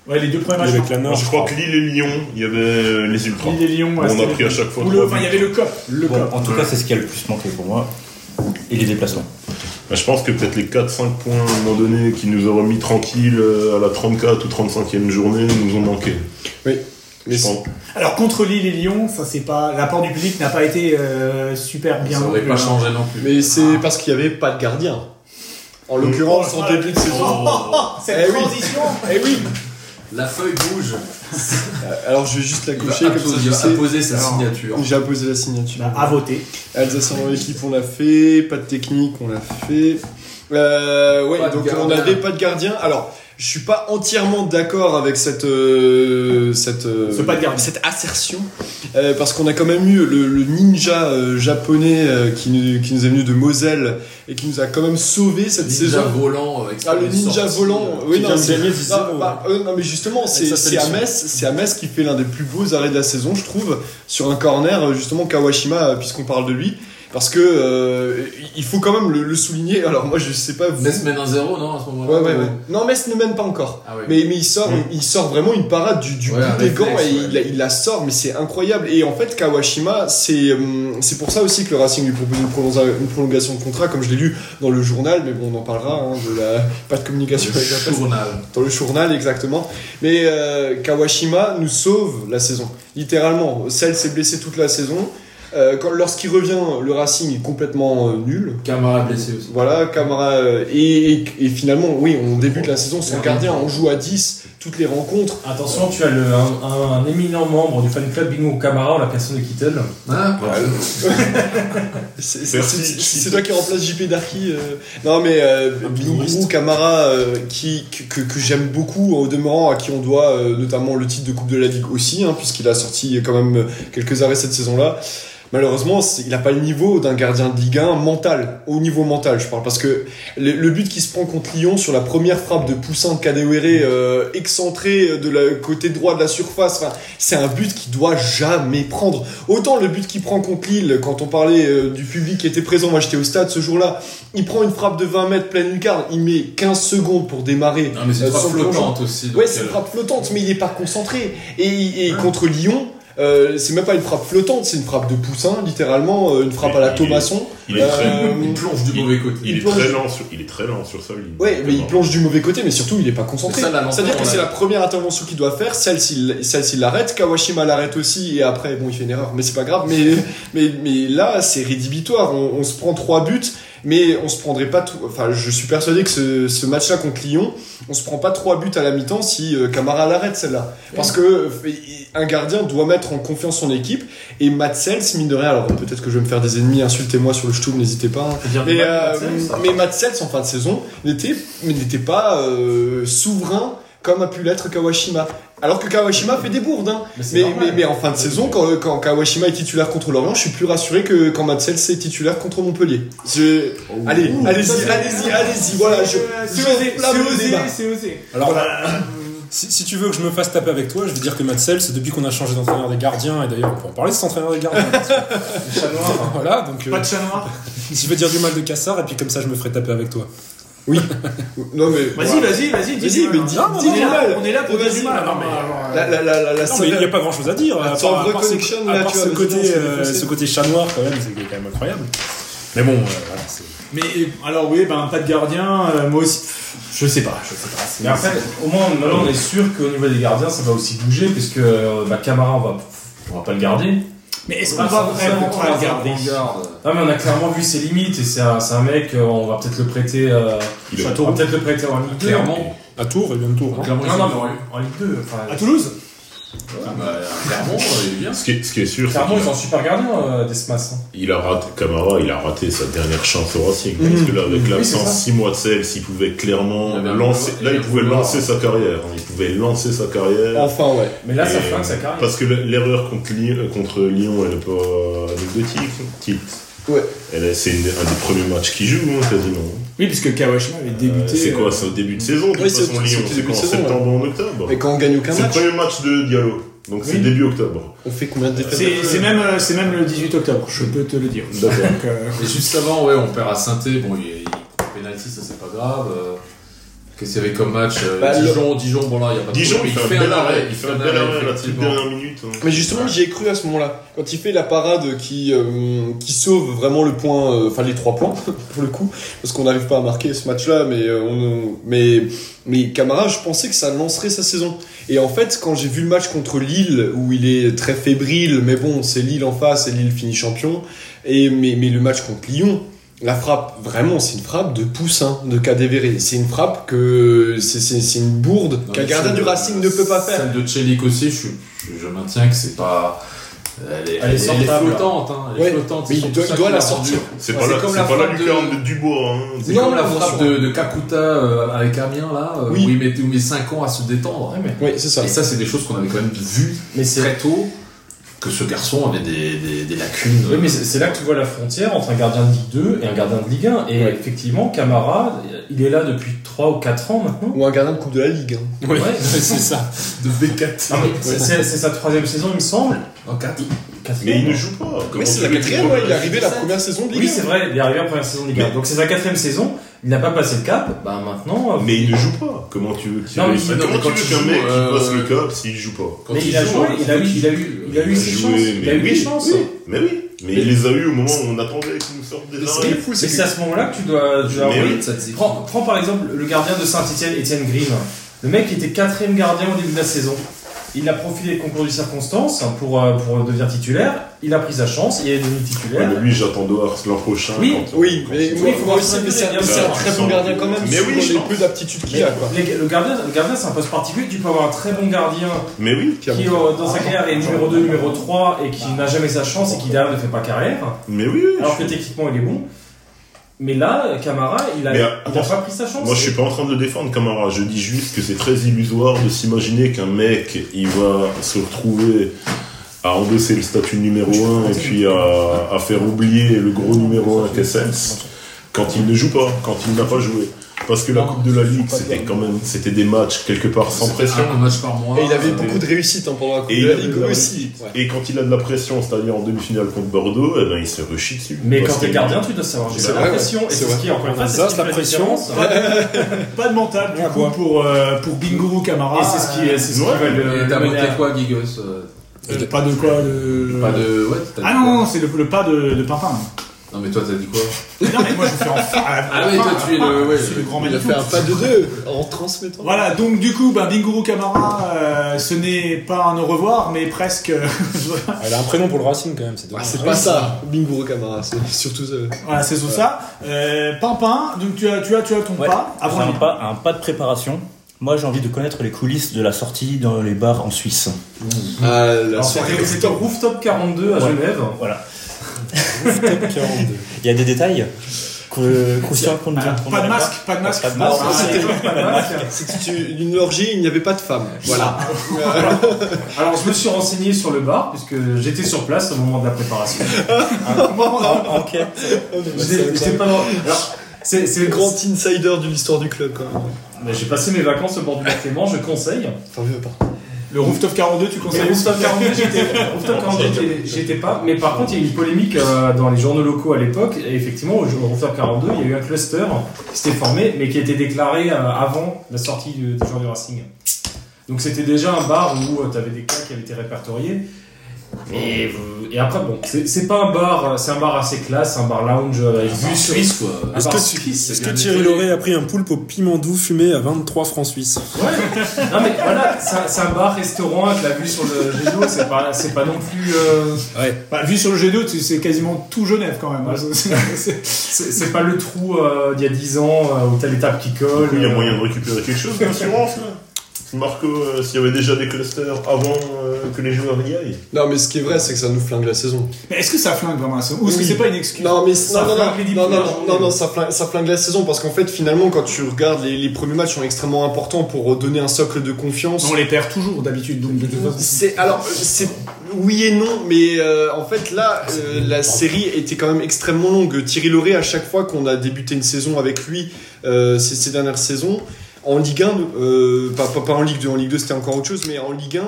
Speaker 2: Ouais, les deux premiers matchs.
Speaker 8: Avec la
Speaker 6: Moi,
Speaker 8: Nord,
Speaker 6: je crois que Lille et Lyon, il y avait euh, les ultras.
Speaker 2: Ah, Lille et Lyon. ouais,
Speaker 6: on a
Speaker 2: c'était-
Speaker 6: pris à chaque fois.
Speaker 2: Ou le-
Speaker 6: trois
Speaker 2: Enfin, il y
Speaker 6: buts.
Speaker 2: avait le cop. Le
Speaker 11: Bon,
Speaker 2: cop.
Speaker 11: en tout cas, c'est ce qui a le plus manqué pour moi. Et les déplacements.
Speaker 6: Bah, je pense que peut-être les 4-5 points à un moment donné qui nous ont remis tranquilles euh, à la 34 ou 35e journée nous ont manqué.
Speaker 9: Mais
Speaker 6: Je
Speaker 9: c'est-
Speaker 6: pense.
Speaker 2: Alors contre Lille et Lyon, ça c'est pas l'apport du public n'a pas été euh, super bien.
Speaker 3: Ça
Speaker 2: non
Speaker 3: n'aurait
Speaker 2: plus,
Speaker 3: pas
Speaker 2: hein.
Speaker 3: changé non plus.
Speaker 9: Mais c'est parce qu'il n'y avait pas de gardien. En l'occurrence, en début de saison.
Speaker 2: Oh, oh, oh, cette
Speaker 9: Eh oui.
Speaker 2: (laughs) transition.
Speaker 9: Eh oui
Speaker 3: La feuille
Speaker 9: (laughs)
Speaker 3: bouge.
Speaker 9: Alors je vais juste la
Speaker 3: Il va
Speaker 9: cocher comme ça
Speaker 3: apposer-
Speaker 9: je
Speaker 3: il va
Speaker 9: sais.
Speaker 3: apposer sa
Speaker 2: Alors,
Speaker 3: signature.
Speaker 9: J'ai apposé la signature.
Speaker 2: Bah, à voter.
Speaker 9: Alsacien dans l'équipe, on l'a fait. Pas de technique, on l'a fait. Euh, ouais,
Speaker 3: Pas de
Speaker 9: donc
Speaker 3: gardien.
Speaker 9: on avait pas de gardien. Alors, je suis pas entièrement d'accord avec cette euh, cette euh,
Speaker 2: Ce pas de gardien.
Speaker 9: cette assertion euh, parce qu'on a quand même eu le, le ninja euh, japonais euh, qui nous qui nous est venu de Moselle et qui nous a quand même sauvé cette
Speaker 3: Ninja
Speaker 9: saison.
Speaker 3: volant. euh, avec
Speaker 9: Ah le ninja
Speaker 3: sortie.
Speaker 9: volant, oui
Speaker 8: euh, Qui
Speaker 9: non,
Speaker 8: vient de
Speaker 9: c'est-
Speaker 8: gagner 10
Speaker 9: non,
Speaker 8: euros.
Speaker 9: bah, euh, non, mais justement c'est
Speaker 8: sa
Speaker 9: c'est à
Speaker 8: sélection.
Speaker 9: Metz, c'est à Metz qui fait l'un des plus beaux arrêts de la saison, je trouve, sur un corner euh, justement Kawashima euh, puisqu'on parle de lui, parce que euh, il faut quand même le, le souligner. Alors moi je sais pas vous.
Speaker 3: Metz mène 1-0, non, à ce
Speaker 9: Ouais,
Speaker 3: moment-là
Speaker 9: ouais, ouais. Non Metz ne mène pas encore.
Speaker 3: Ah ouais.
Speaker 9: Mais, mais il sort,
Speaker 6: Mm.
Speaker 9: il sort vraiment une parade du, du
Speaker 3: Ouais,
Speaker 9: bout
Speaker 3: un
Speaker 9: des gants
Speaker 3: réflexe,
Speaker 9: et
Speaker 3: ouais.
Speaker 9: il, la- il la sort, mais c'est incroyable. Et en fait, Kawashima, c'est hum, c'est pour ça aussi que le Racing lui propose une, prolonga- une prolongation de contrat, comme je l'ai lu dans le journal, mais bon, on en parlera, hein, de la pas de communication avec la
Speaker 3: Le
Speaker 9: presse.
Speaker 3: journal.
Speaker 9: Dans le journal, exactement. Mais euh, Kawashima nous sauve la saison, littéralement. Celle s'est blessé toute la saison. Euh, quand- Lorsqu'il revient, le Racing est complètement euh, nul.
Speaker 3: Camara blessé aussi.
Speaker 9: Voilà, Camara. euh, et, et- et finalement, oui, on débute la saison sans gardien. On joue à 10 toutes les rencontres.
Speaker 7: Attention, tu as le, un, un- un éminent membre du fan club Bingo Camara, la personne de Kittel.
Speaker 3: Hein
Speaker 9: C'est- c'est-
Speaker 6: Merci.
Speaker 9: C'est c'est toi qui remplace JP Darky. euh. Non, mais euh, Bingourou, Camara, euh, qui, que, que j'aime beaucoup, au demeurant, à qui on doit euh, notamment le titre de Coupe de la Ligue aussi, hein, puisqu'il a sorti quand même euh, quelques arrêts cette saison-là. Malheureusement, c'est- il n'a pas le niveau d'un gardien de Ligue 1 mental, au niveau mental, je parle, parce que le, le but qui se prend contre Lyon sur la première frappe de Poussin de Kadewere euh, excentré de la côté droit de la surface, enfin, c'est un but qui doit jamais prendre. Autant le but qu'il prend contre Lille, quand on parlait euh, du public qui était présent, moi j'étais au stade ce jour-là, il prend une frappe de 20 mètres pleine lucarne, il met 15 secondes pour démarrer.
Speaker 3: Non, mais c'est
Speaker 9: euh,
Speaker 3: une frappe
Speaker 9: sans plongeon.
Speaker 3: flottante aussi. donc,
Speaker 9: Ouais, c'est une
Speaker 3: euh,
Speaker 9: frappe flottante, mais il n'est pas concentré. Et, et contre Lyon, euh, c'est même pas une frappe flottante, c'est une frappe de poussin, littéralement, euh, une frappe à la
Speaker 6: Il est-
Speaker 9: Thomasson.
Speaker 6: Il est très,
Speaker 9: Euh,
Speaker 3: Il plonge du mauvais côté.
Speaker 6: il est
Speaker 9: plonge-
Speaker 6: très lent sur, il est très lent sur sa ligne.
Speaker 9: Ouais, mais il plonge du mauvais côté, mais surtout il est pas concentré.
Speaker 3: Mais ça, la lenteur,
Speaker 9: C'est-à-dire que
Speaker 3: on
Speaker 9: c'est
Speaker 3: l'a-
Speaker 9: la première intervention qu'il doit faire, celle s'il celle s'il l'arrête, Kawashima l'arrête aussi, et après, bon, il fait une erreur, mais c'est pas grave. Mais, mais, mais là, c'est rédhibitoire, on, on se prend trois buts, mais on se prendrait pas tout. Enfin, je suis persuadé que ce, ce match-là contre Lyon, on se prend pas trois buts à la mi-temps si euh, Camara l'arrête celle-là. Parce que euh, un gardien doit mettre en confiance son équipe, et Matsels, mine de rien, alors peut-être que je vais me faire des ennemis, insultez-moi sur le Stum, n'hésitez pas. hein. Mais, euh, mais Matsels en fin de saison n'était mais n'était pas euh, souverain comme a pu l'être Kawashima. Alors que Kawashima fait des bourdes. hein.
Speaker 7: Mais c'est
Speaker 9: Mais,
Speaker 7: normal.
Speaker 9: mais, mais en fin
Speaker 2: Euh,
Speaker 9: de saison, quand, quand Kawashima est titulaire contre Lorient, je suis plus rassuré que quand Matsels est titulaire contre Montpellier. Je- Allez,
Speaker 2: Ouh,
Speaker 9: allez-y,
Speaker 2: ça, c'est-
Speaker 9: allez-y, allez-y. Voilà, je,
Speaker 2: Euh, c'est
Speaker 9: je
Speaker 2: osé,
Speaker 9: enflamme
Speaker 2: c'est
Speaker 9: le
Speaker 2: osé,
Speaker 9: débat.
Speaker 2: c'est osé.
Speaker 8: Alors,
Speaker 2: Voilà.
Speaker 8: (coughs) si, si tu veux que je me fasse taper avec toi, je vais dire que Matsels, c'est depuis qu'on a changé d'entraîneur des gardiens, et d'ailleurs on peut en parler de cet entraîneur des (laughs) gardiens. parce que-
Speaker 7: Chat noir.
Speaker 8: voilà, donc euh,
Speaker 2: Pas de chat noir.
Speaker 8: je vais dire du mal de Cassard, et puis comme ça je me ferai taper avec toi. (laughs)
Speaker 9: Non mais
Speaker 2: Vas-y, vas-y, vas-y. dis
Speaker 9: Vas-y,
Speaker 2: du
Speaker 9: mais
Speaker 2: mal.
Speaker 9: dis-
Speaker 8: Non, non,
Speaker 2: On
Speaker 9: dis
Speaker 2: est
Speaker 9: du
Speaker 2: là-
Speaker 9: mal.
Speaker 2: On est là pour dire du
Speaker 9: Vas-y,
Speaker 2: mal.
Speaker 8: non,
Speaker 2: hein,
Speaker 8: mais-
Speaker 2: mais-
Speaker 9: La, la, la, la, la
Speaker 8: Non, mais il n'y a pas grand chose à dire. À
Speaker 9: Sans
Speaker 8: part, à part
Speaker 9: reconnexion,
Speaker 8: ce,
Speaker 9: là,
Speaker 8: à part
Speaker 9: tu vois,
Speaker 8: ce
Speaker 9: mais
Speaker 8: côté,
Speaker 9: sinon, c'est
Speaker 8: euh,
Speaker 9: défoncé.
Speaker 8: ce côté chat noir, quand même, c'est quand même incroyable. Mais bon, euh, voilà, c'est.
Speaker 2: Mais alors oui, ben pas de gardien. euh, moi aussi, pff, je sais pas, je sais pas. c'est-
Speaker 7: Mais après, au moins, maintenant, on est sûr qu'au niveau des gardiens, ça va aussi bouger, parce que euh, bah, Camara, on va, on va pas le garder.
Speaker 2: Mais est-ce qu'on
Speaker 7: Ah,
Speaker 2: va
Speaker 7: ça- ça fait
Speaker 2: vraiment pas
Speaker 7: trois
Speaker 2: le garder
Speaker 7: ans qu'on garde. Non, mais on a clairement vu ses limites, et c'est un, c'est un mec, euh, on va peut-être le prêter. euh,
Speaker 6: Il a-
Speaker 7: on va peut-être le prêter en Ligue 2.
Speaker 3: Clairement.
Speaker 8: À Tours, et bien de Tours. hein.
Speaker 3: Clairement,
Speaker 7: Non,
Speaker 3: ils
Speaker 7: non,
Speaker 3: ont-
Speaker 7: mais en, en Ligue 2. enfin,
Speaker 2: À Toulouse
Speaker 3: bah, Clermont, il est bien.
Speaker 6: Ce qui est, ce qui est sûr, c'est
Speaker 8: Clairement,
Speaker 6: qu'il
Speaker 8: ils
Speaker 6: a,
Speaker 8: ont super gardien, euh, Desmas. hein.
Speaker 6: il a raté, Camara, il a raté sa dernière chance au Racing.
Speaker 9: Mhm.
Speaker 6: Parce que là, avec
Speaker 8: c'est ça.
Speaker 6: l'absence 6 mois de sel, s'il pouvait clairement
Speaker 3: Il avait un
Speaker 6: lancer, là,
Speaker 3: vouloir- il
Speaker 6: il
Speaker 3: avait un
Speaker 6: pouvait
Speaker 3: vouloir.
Speaker 6: lancer sa carrière. Il pouvait lancer sa carrière.
Speaker 9: Enfin, ouais.
Speaker 8: Mais là, ça
Speaker 6: Et-
Speaker 8: flingue sa carrière.
Speaker 6: Parce que le- l'erreur contre, Li- euh, contre Lyon, elle est pas euh, anecdotique, petite.
Speaker 9: Ouais.
Speaker 6: Elle est- C'est une- un des premiers matchs qu'il joue, hein, quasiment.
Speaker 2: Oui, puisque Kawashima avait
Speaker 6: Euh,
Speaker 2: débuté.
Speaker 6: c'est quoi
Speaker 2: euh,
Speaker 6: C'est au début de saison,
Speaker 9: Oui,
Speaker 6: de toute
Speaker 9: c'est-
Speaker 6: façon, Lyon
Speaker 9: c'est au
Speaker 6: C'est
Speaker 9: début
Speaker 6: quoi, en
Speaker 9: de saison,
Speaker 6: septembre ou en octobre
Speaker 9: Mais quand on gagne aucun
Speaker 6: C'est le
Speaker 9: match,
Speaker 6: premier match de Diallo, donc c'est
Speaker 2: Oui.
Speaker 6: début
Speaker 9: (laughs)
Speaker 6: octobre.
Speaker 9: on fait combien de défaites
Speaker 2: C'est c'est même, euh, c'est même le 18 octobre, je peux te le dire.
Speaker 6: D'accord.
Speaker 2: Donc, euh,
Speaker 3: Et juste avant, ouais, on perd à Saint-Thé. Bon, il, il prend le penalty, ça c'est pas grave. Euh, Qu'est-ce qu'il y avait comme match euh,
Speaker 9: Bah, le-
Speaker 3: Dijon, Dijon, bon là, il y a pas de
Speaker 6: Dijon, il
Speaker 3: problème.
Speaker 6: fait un bel arrêt, il fait un bel arrêt à la toute
Speaker 3: effectivement.
Speaker 6: dernière minute. hein.
Speaker 9: Mais justement, j'y ai cru à ce moment-là. Quand il fait la parade qui, euh, qui sauve vraiment le point, euh, enfin les trois points, (laughs) pour le coup, parce qu'on n'arrive pas à marquer ce match-là, mais, euh, on- mais, mais Camara, je pensais que ça lancerait sa saison. Et en fait, quand j'ai vu le match contre Lille, où il est très fébrile, mais bon, c'est Lille en face et Lille finit champion, et, mais, mais le match contre Lyon, la frappe, vraiment, c'est une frappe de poussin, de Cadévéré. C'est une frappe que. C'est c'est- c'est une bourde
Speaker 3: Non,
Speaker 9: qu'un
Speaker 3: mais
Speaker 9: gardien
Speaker 3: celle
Speaker 9: du
Speaker 3: de-
Speaker 9: Racing ne peut pas faire.
Speaker 3: Celle de Chelik aussi, je, je, je maintiens que c'est pas. Elle est,
Speaker 8: Elle est sortable, là.
Speaker 3: flottante, hein, elle est
Speaker 9: Ouais,
Speaker 3: flottante.
Speaker 9: mais
Speaker 3: c'est
Speaker 9: il
Speaker 3: surtout
Speaker 9: doit-
Speaker 3: ça
Speaker 9: doit
Speaker 3: qui
Speaker 9: la
Speaker 3: l'a
Speaker 9: sortir.
Speaker 3: rendue.
Speaker 6: C'est
Speaker 3: Ouais,
Speaker 6: pas,
Speaker 3: c'est
Speaker 6: la-
Speaker 3: comme
Speaker 6: c'est
Speaker 3: la
Speaker 6: pas la
Speaker 3: frappe de-
Speaker 6: lucarne de... Dubois. Hein.
Speaker 3: C'est
Speaker 9: Non,
Speaker 3: comme la
Speaker 9: non,
Speaker 3: frappe
Speaker 9: bien
Speaker 3: de,
Speaker 9: sûr.
Speaker 3: de Kakuta euh, avec Amiens, là, euh,
Speaker 9: Oui.
Speaker 3: où il met, où il met 5 ans à se détendre.
Speaker 8: Ouais, mais-
Speaker 9: Oui, c'est ça.
Speaker 3: Et ça, c'est des choses qu'on avait quand même vues
Speaker 8: Mais c'est
Speaker 3: très tôt, que ce garçon avait des, des, des lacunes. euh,
Speaker 8: Oui, mais c'est c'est là que tu vois la frontière entre un gardien de Ligue 2 et un gardien de Ligue 1. Et
Speaker 9: Ouais.
Speaker 8: effectivement, Camara, il est là depuis 3 ou 4 ans maintenant.
Speaker 9: Ou un gardien de Coupe de la Ligue. hein.
Speaker 12: Oui,
Speaker 8: Ouais.
Speaker 12: c'est ça.
Speaker 3: de V4.
Speaker 8: Non, mais c'est c'est- c'est sa troisième saison, il me semble.
Speaker 3: En 4.
Speaker 8: Quatrième,
Speaker 6: Mais il ne
Speaker 8: hein.
Speaker 6: joue pas.
Speaker 9: Mais
Speaker 6: Comment
Speaker 9: c'est
Speaker 6: tu
Speaker 9: la
Speaker 6: veux qu'il
Speaker 9: quatrième,
Speaker 6: joue
Speaker 9: ouais, il est arrivé la première saison de Ligue
Speaker 8: Oui, c'est vrai, il est arrivé en première saison de Ligue 1.
Speaker 6: Mais-
Speaker 8: Donc c'est sa quatrième saison, il n'a pas passé le cap. Bah maintenant. euh,
Speaker 6: Mais il ne joue pas. Comment tu veux qu'il
Speaker 8: Non, mais
Speaker 6: réussisse
Speaker 3: il- non,
Speaker 6: Comment
Speaker 3: mais
Speaker 6: tu
Speaker 3: quand
Speaker 6: veux
Speaker 3: il
Speaker 6: qu'un
Speaker 3: joue,
Speaker 6: mec
Speaker 3: euh,
Speaker 6: qui passe le cap s'il joue pas
Speaker 3: Quand
Speaker 8: mais il, a
Speaker 3: joue,
Speaker 8: joué,
Speaker 3: hein,
Speaker 8: il a eu,
Speaker 3: quand
Speaker 8: il a eu, il a eu
Speaker 6: Il
Speaker 8: ses
Speaker 6: joué,
Speaker 8: chances.
Speaker 6: mais
Speaker 8: Il a eu
Speaker 6: oui,
Speaker 8: des chances.
Speaker 6: oui, Mais oui, hein. mais il les a eu au moment où on attendait qu'ils nous sortent des
Speaker 8: Mais
Speaker 9: Ce qui est
Speaker 6: arrêts.
Speaker 9: fou,
Speaker 8: Mais
Speaker 9: c'est
Speaker 8: c'est
Speaker 9: que
Speaker 8: à ce moment-là que tu dois. Tu dois
Speaker 6: Mais oui.
Speaker 8: envoyer- prends, prends par exemple le gardien de Saint-Etienne, Etienne Green. Le mec était quatrième gardien au début de la saison. Il a profité des concours de circonstances pour, euh, pour devenir titulaire. Il a pris sa chance, il est devenu
Speaker 6: Ouais,
Speaker 8: titulaire.
Speaker 6: mais lui, j'attends Dohars l'an prochain.
Speaker 8: Oui,
Speaker 6: quand-
Speaker 9: Oui,
Speaker 6: quand
Speaker 9: mais
Speaker 6: il
Speaker 9: oui,
Speaker 6: sera-
Speaker 9: faut
Speaker 8: faut
Speaker 9: voir aussi,
Speaker 8: voir
Speaker 9: mais c'est
Speaker 8: s'intégrer,
Speaker 9: c'est un
Speaker 6: bien
Speaker 9: très
Speaker 6: sûr.
Speaker 9: bon gardien quand même.
Speaker 6: Mais
Speaker 9: sur
Speaker 6: oui, je
Speaker 9: les
Speaker 6: pense.
Speaker 9: peu d'aptitudes qu'il a, quoi.
Speaker 8: Les- le gardien, le gardien c'est un poste particulier. Tu peux avoir un très bon gardien
Speaker 6: Mais oui,
Speaker 8: qui, euh, dans sa carrière, est numéro 2, numéro 3 et qui n'a jamais sa chance et qui derrière ne fait pas carrière. hein.
Speaker 6: mais oui. oui,
Speaker 8: Alors
Speaker 6: je-
Speaker 8: que techniquement, il est bon. Mais là, Camara, il a,
Speaker 6: Mais,
Speaker 8: il
Speaker 6: euh,
Speaker 8: a
Speaker 6: attention.
Speaker 8: pas pris sa chance.
Speaker 6: Moi, je suis pas en train de le défendre, Camara. Je dis juste que c'est très illusoire de s'imaginer qu'un mec, il va se retrouver à endosser le statut numéro 1 et puis à, à faire oublier le gros numéro 1 qu'est Sens quand il ne joue pas, quand il n'a pas joué. Parce que la Coupe de la Ligue, c'était quand même c'était des matchs quelque part sans pression.
Speaker 3: Un match par mois.
Speaker 9: Et il avait
Speaker 3: euh,
Speaker 9: beaucoup de réussite hein, pendant la Coupe de
Speaker 6: Et il
Speaker 9: la
Speaker 6: avait
Speaker 9: Ligue
Speaker 6: de la
Speaker 9: aussi. Ouais.
Speaker 6: Et quand il a de la pression, c'est-à-dire en demi-finale contre Bordeaux, eh ben, il s'est rushé dessus.
Speaker 8: Mais
Speaker 6: Parce
Speaker 8: quand t'es
Speaker 6: que-
Speaker 8: gardien, tu dois savoir
Speaker 9: C'est
Speaker 8: gérer la
Speaker 9: vrai,
Speaker 8: pression.
Speaker 9: ouais.
Speaker 8: Et
Speaker 9: C'est
Speaker 8: c'est ce
Speaker 9: vrai.
Speaker 8: qui, encore une fois, c'est
Speaker 12: Ça,
Speaker 8: ce qui
Speaker 12: la
Speaker 8: fait
Speaker 12: pression.
Speaker 8: différence.
Speaker 2: (laughs) pas de mental du
Speaker 12: Rien à
Speaker 2: coup
Speaker 12: voir.
Speaker 2: pour, euh, pour Bingourou Camara.
Speaker 8: Et c'est ce qui, c'est ce qui
Speaker 6: Ouais,
Speaker 8: va le,
Speaker 3: Et t'as
Speaker 8: le mener
Speaker 3: voté
Speaker 8: à-
Speaker 3: quoi, Gigos euh,
Speaker 2: Euh, Pas de quoi
Speaker 9: Euh,
Speaker 2: de.
Speaker 3: Pas de. Ouais, t'as dit
Speaker 2: Ah
Speaker 3: quoi
Speaker 2: non, non, c'est le, le pas de, de Pimpin.
Speaker 3: Non, mais toi, t'as dit quoi
Speaker 2: Non, mais moi je vous fais en
Speaker 3: Ah oui, toi, tu es le. Ouais,
Speaker 2: C'est le grand
Speaker 3: il a
Speaker 2: magnifique.
Speaker 3: fait un
Speaker 9: Pas de deux, en transmettant.
Speaker 2: Voilà, donc du coup, ben, Bingourou Camara, euh, ce n'est pas un au revoir, mais presque. (laughs)
Speaker 12: Elle a un prénom pour le Racing quand même, c'est
Speaker 8: Ah,
Speaker 12: dommage.
Speaker 9: Ah, C'est pas ça, Bingo Camara, c'est (laughs) surtout ça.
Speaker 2: voilà, c'est sur ça. Euh, Pimpin, donc tu as, tu as, tu as ton
Speaker 13: Ouais.
Speaker 2: pas
Speaker 13: C'est
Speaker 2: avant
Speaker 13: un
Speaker 2: le
Speaker 13: pas, un pas de préparation. Moi, j'ai envie de connaître les coulisses de la sortie dans les bars en Suisse.
Speaker 9: Ah, la
Speaker 8: Alors,
Speaker 9: soirée.
Speaker 8: C'était c'était au rooftop 42 à
Speaker 13: Ouais.
Speaker 8: Genève.
Speaker 12: Top 42.
Speaker 13: Il y a des
Speaker 8: (laughs)
Speaker 13: détails que Christian qu'on ne
Speaker 2: Ah,
Speaker 13: qu'on
Speaker 2: Pas de
Speaker 13: n'aurait
Speaker 2: masque, pas de masque.
Speaker 13: Pas de masque.
Speaker 2: Ah,
Speaker 8: C'était
Speaker 2: c'était-
Speaker 8: pas mal.
Speaker 9: C'était une orgie, il n'y avait pas de femmes. Voilà.
Speaker 8: Alors je me suis renseigné sur le bar puisque j'étais sur place au moment de la préparation.
Speaker 13: pas. Enquête.
Speaker 9: Ah,
Speaker 8: J'étais j'étais pas dans- Alors, c'est c'est
Speaker 9: C'est le grand insider de l'histoire du club, quand même.
Speaker 8: Mais J'ai passé mes vacances au bord du lac Léman, je conseille.
Speaker 9: T'en veux pas.
Speaker 2: Le rooftop 42, tu
Speaker 8: Mais
Speaker 2: conseilles
Speaker 8: Rooftop 42, j'étais- Rooftop 42, j'étais- j'étais pas. Mais par contre, il y a eu une polémique euh, dans les journaux locaux à l'époque. Et effectivement, au jour- au Rooftop 42, il y a eu un cluster qui s'était formé, mais qui était déclaré euh, avant la sortie du, du jour du Racing. Donc c'était déjà un bar où tu avais des cas qui avaient été répertoriés. Et, vous- et après, bon, c'est c'est pas un bar, euh, c'est un bar assez classe, un bar lounge euh, avec vue sur-
Speaker 3: suisse, quoi.
Speaker 8: Un
Speaker 12: Est-ce
Speaker 8: bar
Speaker 12: que,
Speaker 8: suisse,
Speaker 12: est-ce
Speaker 8: c'est
Speaker 12: que
Speaker 8: bien
Speaker 12: Thierry
Speaker 8: étoilé.
Speaker 12: Lauré a pris un poulpe au piment doux fumé à 23 francs suisses
Speaker 8: Ouais. (laughs) Non mais voilà, c'est un- c'est un bar restaurant avec la vue sur le jet d'eau, c'est pas, c'est pas non plus. euh,
Speaker 2: Bah, vu sur le G2, tu- c'est quasiment tout Genève quand même. hein. C'est- (laughs) c'est-
Speaker 8: c'est c'est pas le trou euh, d'il y a 10 ans euh, où t'as les tables qui collent.
Speaker 6: Du coup, il y a
Speaker 8: euh,
Speaker 6: moyen de récupérer quelque chose d'assurance là Marco, euh, s'il y avait déjà des clusters avant euh, que les joueurs y aillent.
Speaker 9: Non, mais ce qui est vrai, c'est que ça nous flingue la saison.
Speaker 2: Mais est-ce que ça flingue vraiment la saison Ou est-ce que
Speaker 9: Oui.
Speaker 2: c'est pas une excuse
Speaker 9: Non, mais
Speaker 2: Ça
Speaker 9: non, non,
Speaker 2: flingue les dix
Speaker 9: non, non, non,
Speaker 2: premières
Speaker 9: non,
Speaker 2: journées.
Speaker 9: non, non, ça flingue, ça flingue la saison parce qu'en fait, finalement, quand tu regardes, les, les premiers matchs sont extrêmement importants pour donner un socle de confiance.
Speaker 2: On les perd toujours d'habitude, donc de toute façon.
Speaker 9: C'est alors euh, c'est oui et non, mais euh, en fait là euh, la série était quand même extrêmement longue. Thierry Lauré à chaque fois qu'on a débuté une saison avec lui euh, ces, ces dernières saisons en Ligue 1, euh, pas, pas, pas en Ligue 2, en Ligue 2 c'était encore autre chose, mais en Ligue 1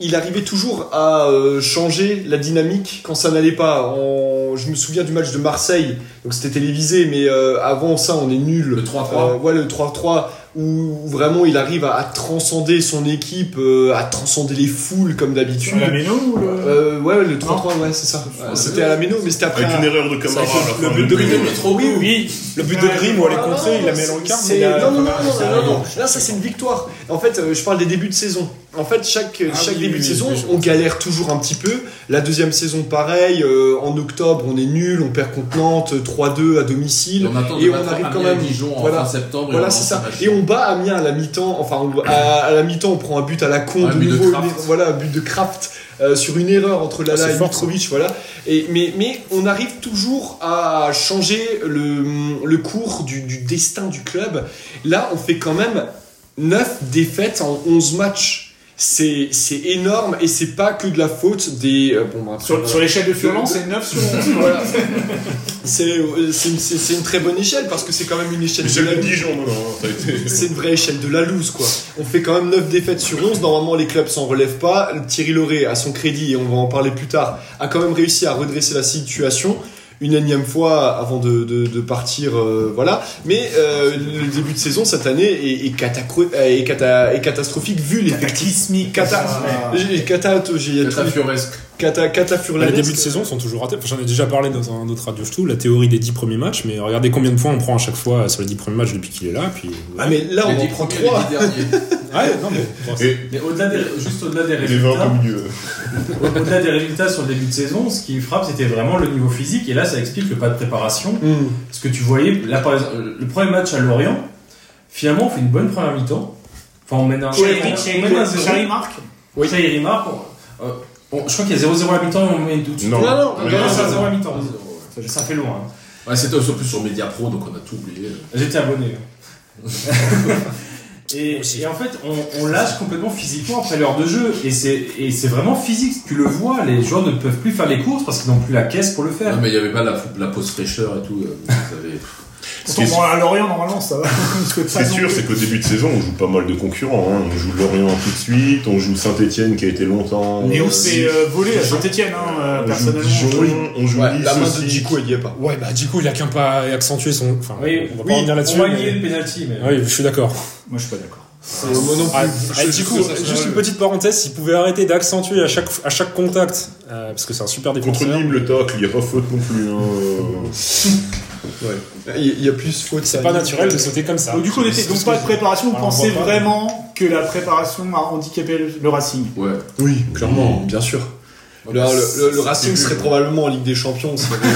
Speaker 9: il arrivait toujours à euh, changer la dynamique quand ça n'allait pas. En- Je me souviens du match de Marseille, donc c'était télévisé, mais euh, avant ça on est nul.
Speaker 3: Le 3-3.
Speaker 9: Euh, ouais, le 3-3, où vraiment il arrive à, à transcender son équipe, euh, à transcender les foules comme d'habitude.
Speaker 2: La méno ou le.
Speaker 9: Euh, ouais, ouais, le 3-3, ouais, c'est ça. Ouais, c'était à la Méno, mais c'était après.
Speaker 6: Avec une
Speaker 9: un-
Speaker 6: erreur de Camara
Speaker 9: Ah. Ça a été
Speaker 6: à la fin
Speaker 9: le but
Speaker 6: du
Speaker 9: de
Speaker 6: match.
Speaker 9: Grimm.
Speaker 3: Trop
Speaker 9: Oui, oui.
Speaker 8: Le but de Grimm, où elle est contrée, il la met dans le quart. mais
Speaker 9: C'est-
Speaker 8: la-
Speaker 9: Non, non, non, non,
Speaker 8: ça
Speaker 9: non,
Speaker 8: arrive.
Speaker 9: non, non. Là, ça, c'est une victoire. En fait, euh, je parle des débuts de saison. En fait, chaque,
Speaker 8: Ah
Speaker 9: chaque
Speaker 8: oui,
Speaker 9: début
Speaker 8: oui,
Speaker 9: de
Speaker 8: oui,
Speaker 9: saison,
Speaker 8: oui, je
Speaker 9: on galère toujours un petit peu. La deuxième saison, pareil. euh, en octobre, on est nul, on perd contre Nantes, 3-2 à
Speaker 3: Et
Speaker 9: domicile.
Speaker 3: on attend de
Speaker 9: Et on
Speaker 3: battre
Speaker 9: arrive
Speaker 3: Amiens
Speaker 9: quand
Speaker 3: et
Speaker 9: même.
Speaker 3: Dijon en
Speaker 9: Voilà.
Speaker 3: fin septembre.
Speaker 9: Voilà, c'est ça. Et
Speaker 3: Et
Speaker 9: on bat Amiens à la mi-temps. Enfin, on- à, à la mi-temps, on prend un but à la con,
Speaker 3: Ouais,
Speaker 9: de
Speaker 3: but de
Speaker 9: nouveau,
Speaker 3: Kraft.
Speaker 9: une- voilà, un but de Kraft euh, sur une erreur entre Lala
Speaker 8: Ah, c'est
Speaker 9: et
Speaker 8: fort,
Speaker 9: Mitrovic, voilà. Et mais mais on arrive toujours à changer le, le cours du, du destin du club. Là, on fait quand même 9 défaites en 11 matchs. C'est c'est énorme et c'est pas que de la faute des euh, bon bah, après,
Speaker 2: Sur,
Speaker 9: voilà.
Speaker 2: sur l'échelle de violence, c'est 9 sur 11.
Speaker 9: Voilà. (laughs) C'est euh, c'est une, c'est- c'est une très bonne échelle parce que c'est quand même une échelle
Speaker 6: Mais
Speaker 9: de
Speaker 6: c'est
Speaker 9: la
Speaker 6: le Dijon, non, non, ça a été.
Speaker 9: c'est une vraie échelle de la loose quoi. On fait quand même 9 défaites sur 11, normalement les clubs s'en relèvent pas. Thierry Lauré, à son crédit, et on va en parler plus tard, a quand même réussi à redresser la situation une énième fois avant de, de- de partir, euh, voilà. Mais euh, le début de saison cette année est, est catacro- euh, est cata- est catastrophique vu les
Speaker 2: Cataclysmique,
Speaker 9: Cata,
Speaker 2: catastrophe.
Speaker 9: j'ai- cata, j'ai-
Speaker 3: Catafioresque.
Speaker 9: cata, cata
Speaker 8: Les débuts de saison sont toujours ratés. Enfin, J'en ai déjà parlé dans un autre radio show, la théorie des 10 premiers matchs, mais regardez combien de points on prend à chaque fois sur les 10 premiers matchs depuis qu'il est là. Puis...
Speaker 9: Ah mais là
Speaker 3: Les
Speaker 9: on en
Speaker 3: dix
Speaker 9: prend
Speaker 3: premiers, les
Speaker 9: 3
Speaker 3: dix derniers.
Speaker 9: (laughs)
Speaker 8: Ouais, non, mais.
Speaker 7: Ah Mais au-delà des, juste au-delà
Speaker 8: Ah,
Speaker 7: des
Speaker 6: Il est 20
Speaker 7: résultats,
Speaker 6: au milieu.
Speaker 7: au-delà des résultats sur le début de saison, ce qui me frappe, c'était vraiment le niveau physique. Et là, ça explique le pas de préparation.
Speaker 9: Hmm.
Speaker 7: Parce que tu voyais, là, par exemple, le premier match à Lorient, finalement, on fait une bonne première mi-temps. Enfin, on mène un,
Speaker 2: Chahiri,
Speaker 7: on mène un zéro.
Speaker 2: Chahiri marque.
Speaker 9: Oui.
Speaker 7: Chahiri marque. on- euh, on- je crois qu'il y a 0-0 à la mi-temps et on met tout de suite.
Speaker 6: Non,
Speaker 9: non,
Speaker 7: On
Speaker 6: mais-
Speaker 7: gagne 0 à la mi-temps. Ça fait loin. hein.
Speaker 3: Ouais, c'était aussi en plus sur Media Pro, donc on a tout oublié.
Speaker 7: J'étais abonné. hein. et, et en fait, on, on lâche complètement physiquement après l'heure de jeu. Et c'est et c'est vraiment physique, tu le vois. Les joueurs ne peuvent plus faire les courses parce qu'ils n'ont plus la caisse pour le faire.
Speaker 3: Non, mais il n'y avait pas la, la pause fraîcheur et tout. euh, vous savez.
Speaker 6: Ce qui est-
Speaker 2: Bon, à Lorient, normalement,
Speaker 7: (laughs)
Speaker 2: ça va. Parce que de
Speaker 6: Ce qui est
Speaker 2: façon-
Speaker 6: sûr, c'est qu'au début de saison, on joue pas mal de concurrents. hein. On joue Lorient tout de suite, on joue Saint-Etienne qui a été longtemps.
Speaker 2: Et on
Speaker 6: euh,
Speaker 2: s'est euh, volé à Saint-Etienne, hein, euh,
Speaker 6: on joue
Speaker 2: personnellement.
Speaker 6: Dijon, on joue
Speaker 3: Ouais,
Speaker 6: Nice
Speaker 9: La main de
Speaker 6: aussi.
Speaker 9: Djikou, elle y est pas.
Speaker 8: Ouais, bah, du coup, il a qu'un pas accentué son. Enfin, on va pas revenir là-dessus.
Speaker 7: on va
Speaker 8: mais-
Speaker 7: nier le penalty, mais.
Speaker 8: Oui, je suis d'accord.
Speaker 2: Moi, je suis pas d'accord.
Speaker 9: Moi non
Speaker 8: Ah,
Speaker 9: plus.
Speaker 8: ah, du coup, juste une petite parenthèse, s'il pouvait arrêter d'accentuer à chaque, à chaque contact, euh, parce que c'est un super
Speaker 6: Contre
Speaker 8: défenseur.
Speaker 6: Nîmes, le tacle, il n'y a pas faute non plus. hein.
Speaker 9: Il y a plus faute.
Speaker 8: C'est pas naturel de sauter comme
Speaker 7: Ah,
Speaker 8: ça.
Speaker 2: Donc, du coup, on était donc pas de préparation. Vous
Speaker 8: Alors, on
Speaker 2: pensez
Speaker 8: voit pas,
Speaker 2: vraiment que la préparation a handicapé le le Racing
Speaker 3: Ouais.
Speaker 9: Oui, clairement, bien sûr. Le, le- le- le Racing
Speaker 3: C'est
Speaker 9: serait
Speaker 3: nul.
Speaker 9: probablement en Ligue des Champions s'il y avait, euh,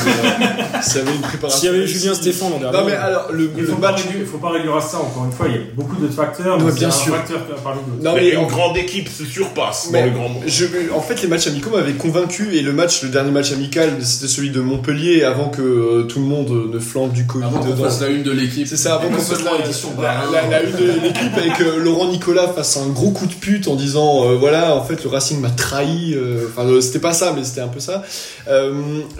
Speaker 9: s'il y avait une préparation.
Speaker 8: S'il y avait eu Julien Stéphane l'an dernier.
Speaker 9: Non mais alors le,
Speaker 7: Il
Speaker 9: le
Speaker 7: faut, pas
Speaker 9: match.
Speaker 7: réduire, faut pas réduire à ça, encore une fois. Il y a beaucoup d'autres facteurs.
Speaker 9: Ouais,
Speaker 7: mais
Speaker 9: bien
Speaker 7: c'est
Speaker 9: sûr.
Speaker 7: un facteur parmi d'autres.
Speaker 9: Non
Speaker 6: Mais
Speaker 9: mais en,
Speaker 6: une grande équipe se surpasse
Speaker 9: mais
Speaker 6: dans le grand monde.
Speaker 9: je- en fait les matchs amicaux m'avaient convaincu et le match le dernier match amical c'était celui de Montpellier avant que euh, tout le monde ne flambe du Covid
Speaker 3: Avant qu'on
Speaker 9: dedans.
Speaker 3: fasse la une de l'équipe.
Speaker 9: C'est ça, avant
Speaker 3: Et
Speaker 9: qu'on
Speaker 3: non
Speaker 9: fasse
Speaker 3: seulement
Speaker 9: la-
Speaker 3: édition
Speaker 9: La,
Speaker 3: Barin.
Speaker 9: la- la une de l'équipe avec euh, Laurent Nicolas face à un gros coup de pute en disant euh, voilà en fait le Racing m'a trahi euh, enfin euh, c'était pas ça mais c'était un peu ça Euh,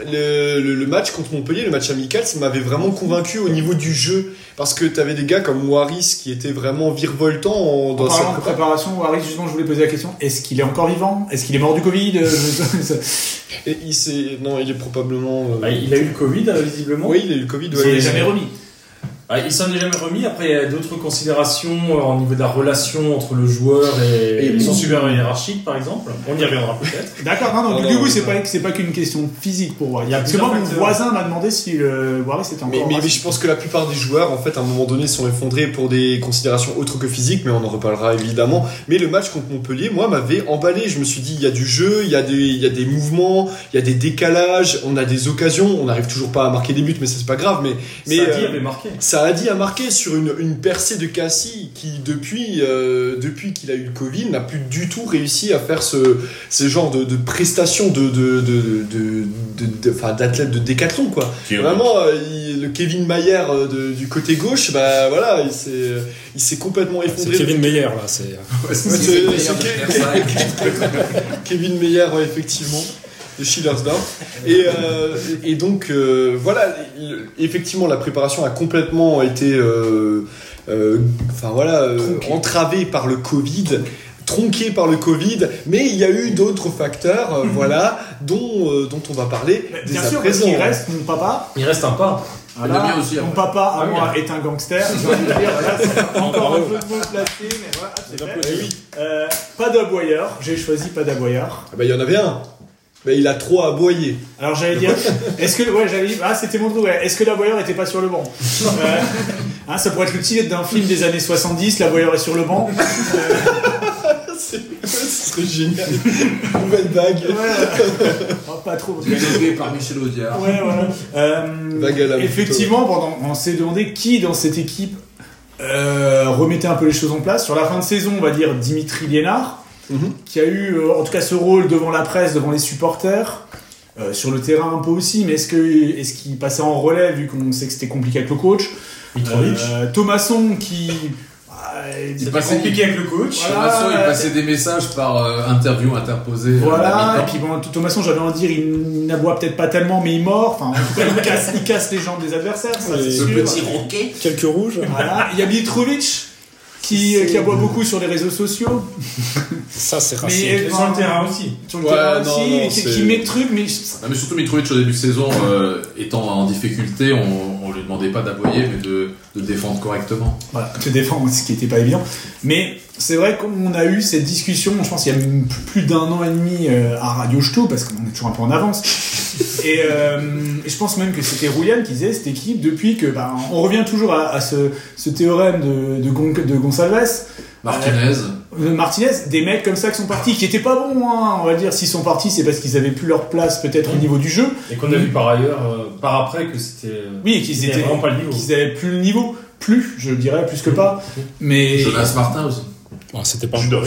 Speaker 9: le, le- le match contre Montpellier le match amical ça m'avait vraiment convaincu au niveau du jeu parce que t'avais des gars comme Waris qui était vraiment virevoltant en-
Speaker 2: En
Speaker 9: dans sa
Speaker 2: parlant de préparation, Harry, justement, je voulais poser la question est-ce qu'il est encore vivant Est-ce qu'il est mort du Covid Euh, je-
Speaker 9: et il s'est non il est probablement euh,
Speaker 7: Bah, il a eu le Covid, euh, visiblement.
Speaker 9: oui il a eu le Covid
Speaker 2: Ils
Speaker 9: ouais,
Speaker 2: s'en est
Speaker 9: il-
Speaker 2: jamais remis.
Speaker 7: Ah, il s'en est jamais remis. Après, il y a d'autres considérations euh, au niveau de la relation entre le joueur et,
Speaker 9: Et
Speaker 7: son
Speaker 9: lui.
Speaker 7: supérieur hiérarchique, par exemple. On y reviendra peut-être.
Speaker 2: D'accord, non, non,
Speaker 9: Non,
Speaker 2: du
Speaker 9: non,
Speaker 2: coup,
Speaker 9: non,
Speaker 2: c'est
Speaker 9: non.
Speaker 2: pas, c'est pas qu'une question physique pour voir.
Speaker 7: Il y a
Speaker 2: Parce que moi,
Speaker 7: plusieurs
Speaker 2: mon
Speaker 7: facteurs.
Speaker 2: voisin m'a demandé si le Warris était
Speaker 9: euh, Mais,
Speaker 2: encore.
Speaker 9: mais- mais
Speaker 2: Racing.
Speaker 9: je pense que la plupart des joueurs, en fait, à un moment donné, sont effondrés pour des considérations autres que physiques, mais on en reparlera évidemment. Mais le match contre Montpellier, moi, m'avait emballé. Je me suis dit, il y a du jeu, il y, a des- il y a des mouvements, il y a des décalages, on a des occasions, on n'arrive toujours pas à marquer des buts, mais ça, c'est pas grave. Mais, mais
Speaker 7: Sadie
Speaker 9: euh,
Speaker 7: avait marqué.
Speaker 9: ça Saadi a marqué sur une, une percée de Cassie qui, depuis, euh, depuis qu'il a eu le Covid, n'a plus du tout réussi à faire ce, ce genre de, de prestations de, de, de, de, de- de- enfin, d'athlète de décathlon, quoi.
Speaker 6: Qui est-
Speaker 9: Vraiment, euh, il- le Kevin Mayer euh, de- du côté gauche, bah voilà, il s'est, il s'est complètement
Speaker 8: C'est
Speaker 9: effondré.
Speaker 8: Kevin Meyer là, c'est. euh,
Speaker 9: Ouais, c'est- c'est- Kevin Meyer, ouais, effectivement, de Schiller's Down. Et, euh, et donc, euh, voilà, le- effectivement, la préparation a complètement été euh, euh, enfin, voilà, euh, entravée par le Covid tronquée par le Covid, mais il y a eu d'autres facteurs, euh, voilà, dont, euh, dont on va parler
Speaker 2: Bah,
Speaker 9: dès
Speaker 2: Mhm. Bien
Speaker 9: à
Speaker 2: sûr, parce
Speaker 9: présent.
Speaker 2: qu'il reste mon papa.
Speaker 7: Il reste un pas.
Speaker 2: Voilà.
Speaker 3: le mien aussi,
Speaker 2: mon
Speaker 3: après.
Speaker 2: papa à
Speaker 7: Ah oui,
Speaker 2: moi
Speaker 7: hein.
Speaker 2: est un
Speaker 7: (laughs)
Speaker 2: gangster. J'ai envie de dire, voilà, c'est encore un peu de mots placés, mais voilà, c'est
Speaker 9: Eh
Speaker 2: fait. Euh, Pas d'aboyeur, j'ai choisi pas d'aboyeur.
Speaker 9: Ah bah, il y en avait un, mais il a trop
Speaker 2: (laughs)
Speaker 9: aboyé.
Speaker 2: Alors j'allais dire, est-ce que ouais j'allais dire, ah c'était mon trou, ouais. est-ce que l'aboyeur était pas sur le banc Euh, hein, Ça pourrait être le titre d'un film des années 70, l'aboyeur est sur le banc.
Speaker 9: C'est- Ce serait génial. Nouvelle vague.
Speaker 2: Ouais. (laughs) Oh, pas trop. parce que-
Speaker 3: Dénommé par Michel Audiard.
Speaker 2: Ouais, voilà. Euh,
Speaker 9: Vague à la moto.
Speaker 2: effectivement, pendant, on s'est demandé qui dans cette équipe euh, remettait un peu les choses en place. Sur la fin de saison, on va dire Dimitri Liénard,
Speaker 9: Mhm.
Speaker 2: qui a eu euh, en tout cas ce rôle devant la presse, devant les supporters, euh, sur le terrain un peu aussi, mais est-ce que est-ce qu'il passait en relais vu qu'on sait que c'était compliqué avec le coach
Speaker 7: Mitrovic.
Speaker 2: Euh, Thomasson qui. euh,
Speaker 3: Il passait
Speaker 7: Compliqué avec le coach.
Speaker 2: Voilà.
Speaker 3: Thomasso, il passait des messages par euh, interview interposée. euh,
Speaker 2: Voilà, et puis bon, de toute façon, j'avais envie de dire, il n'aboie peut-être pas tellement, mais il mord, enfin, en tout cas, il casse, il casse les jambes des adversaires, ça, c'est
Speaker 8: Oui.
Speaker 3: ce
Speaker 2: sûr.
Speaker 3: petit roquet.
Speaker 8: Quelques rouges.
Speaker 2: Voilà, il y a Mitrovic, qui, euh, qui aboie beaucoup sur les réseaux sociaux,
Speaker 8: Ça, c'est raciste.
Speaker 2: mais
Speaker 7: Et sur le terrain aussi.
Speaker 2: sur le
Speaker 3: Ouais,
Speaker 2: terrain
Speaker 3: non,
Speaker 2: aussi,
Speaker 3: non,
Speaker 2: et qui,
Speaker 3: c'est-
Speaker 2: qui met le truc, mais je-
Speaker 3: Ah, mais surtout Mitrovic au début de saison, euh, étant en difficulté, on, on lui demandait pas d'aboyer mais de, de défendre correctement.
Speaker 2: voilà, te défendre, ce qui n'était pas évident. Mais c'est vrai qu'on a eu cette discussion, je pense, il y a même plus d'un an et demi euh, à Radio Jetou, parce qu'on est toujours un peu en avance. et, euh, et je pense même que c'était Roulian qui disait cette équipe, depuis que. bah, on revient toujours à, à ce, ce théorème de, de, Gon- de Gonsalves,
Speaker 3: Martinez,
Speaker 2: de Martinez, des mecs comme ça qui sont partis, qui étaient pas bons, hein, on va dire, s'ils sont partis, c'est parce qu'ils avaient plus leur place peut-être au niveau du jeu.
Speaker 7: Et qu'on a vu par ailleurs, euh, par après, que c'était. euh,
Speaker 2: Oui, et qu'ils
Speaker 7: c'était
Speaker 2: étaient.
Speaker 7: vraiment pas le niveau.
Speaker 2: qu'ils avaient plus le niveau. Plus, je dirais, plus que pas. Mais.
Speaker 3: Jonas Martin aussi.
Speaker 8: Ah, C'était pas.
Speaker 6: Junior.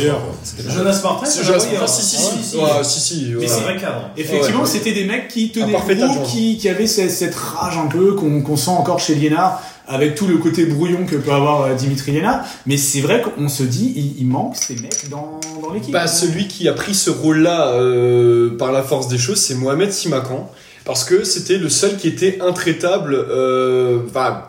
Speaker 7: Jonas Martin,
Speaker 9: C'est
Speaker 7: c'est
Speaker 9: Jasper.
Speaker 2: hein.
Speaker 7: un-
Speaker 9: Ah, si, si,
Speaker 7: Ah,
Speaker 9: si.
Speaker 7: si.
Speaker 9: Ouais, si, si,
Speaker 7: Mais
Speaker 9: voilà.
Speaker 7: c'est vrai cadre.
Speaker 2: Effectivement,
Speaker 9: Ouais.
Speaker 2: c'était des mecs qui
Speaker 9: Un
Speaker 2: tenaient
Speaker 9: parfait
Speaker 2: le groupe,
Speaker 9: agent.
Speaker 2: qui, qui avaient cette, cette rage un peu qu'on qu'on sent encore chez Liénard, avec tout le côté brouillon que peut avoir euh, Dimitri Liénard. Mais c'est vrai qu'on se dit, il, il manque ces mecs dans, dans l'équipe.
Speaker 9: Bah, celui qui a pris ce rôle-là euh, par la force des choses, c'est Mohamed Simakan. Parce que c'était le seul qui était intraitable. euh, Enfin,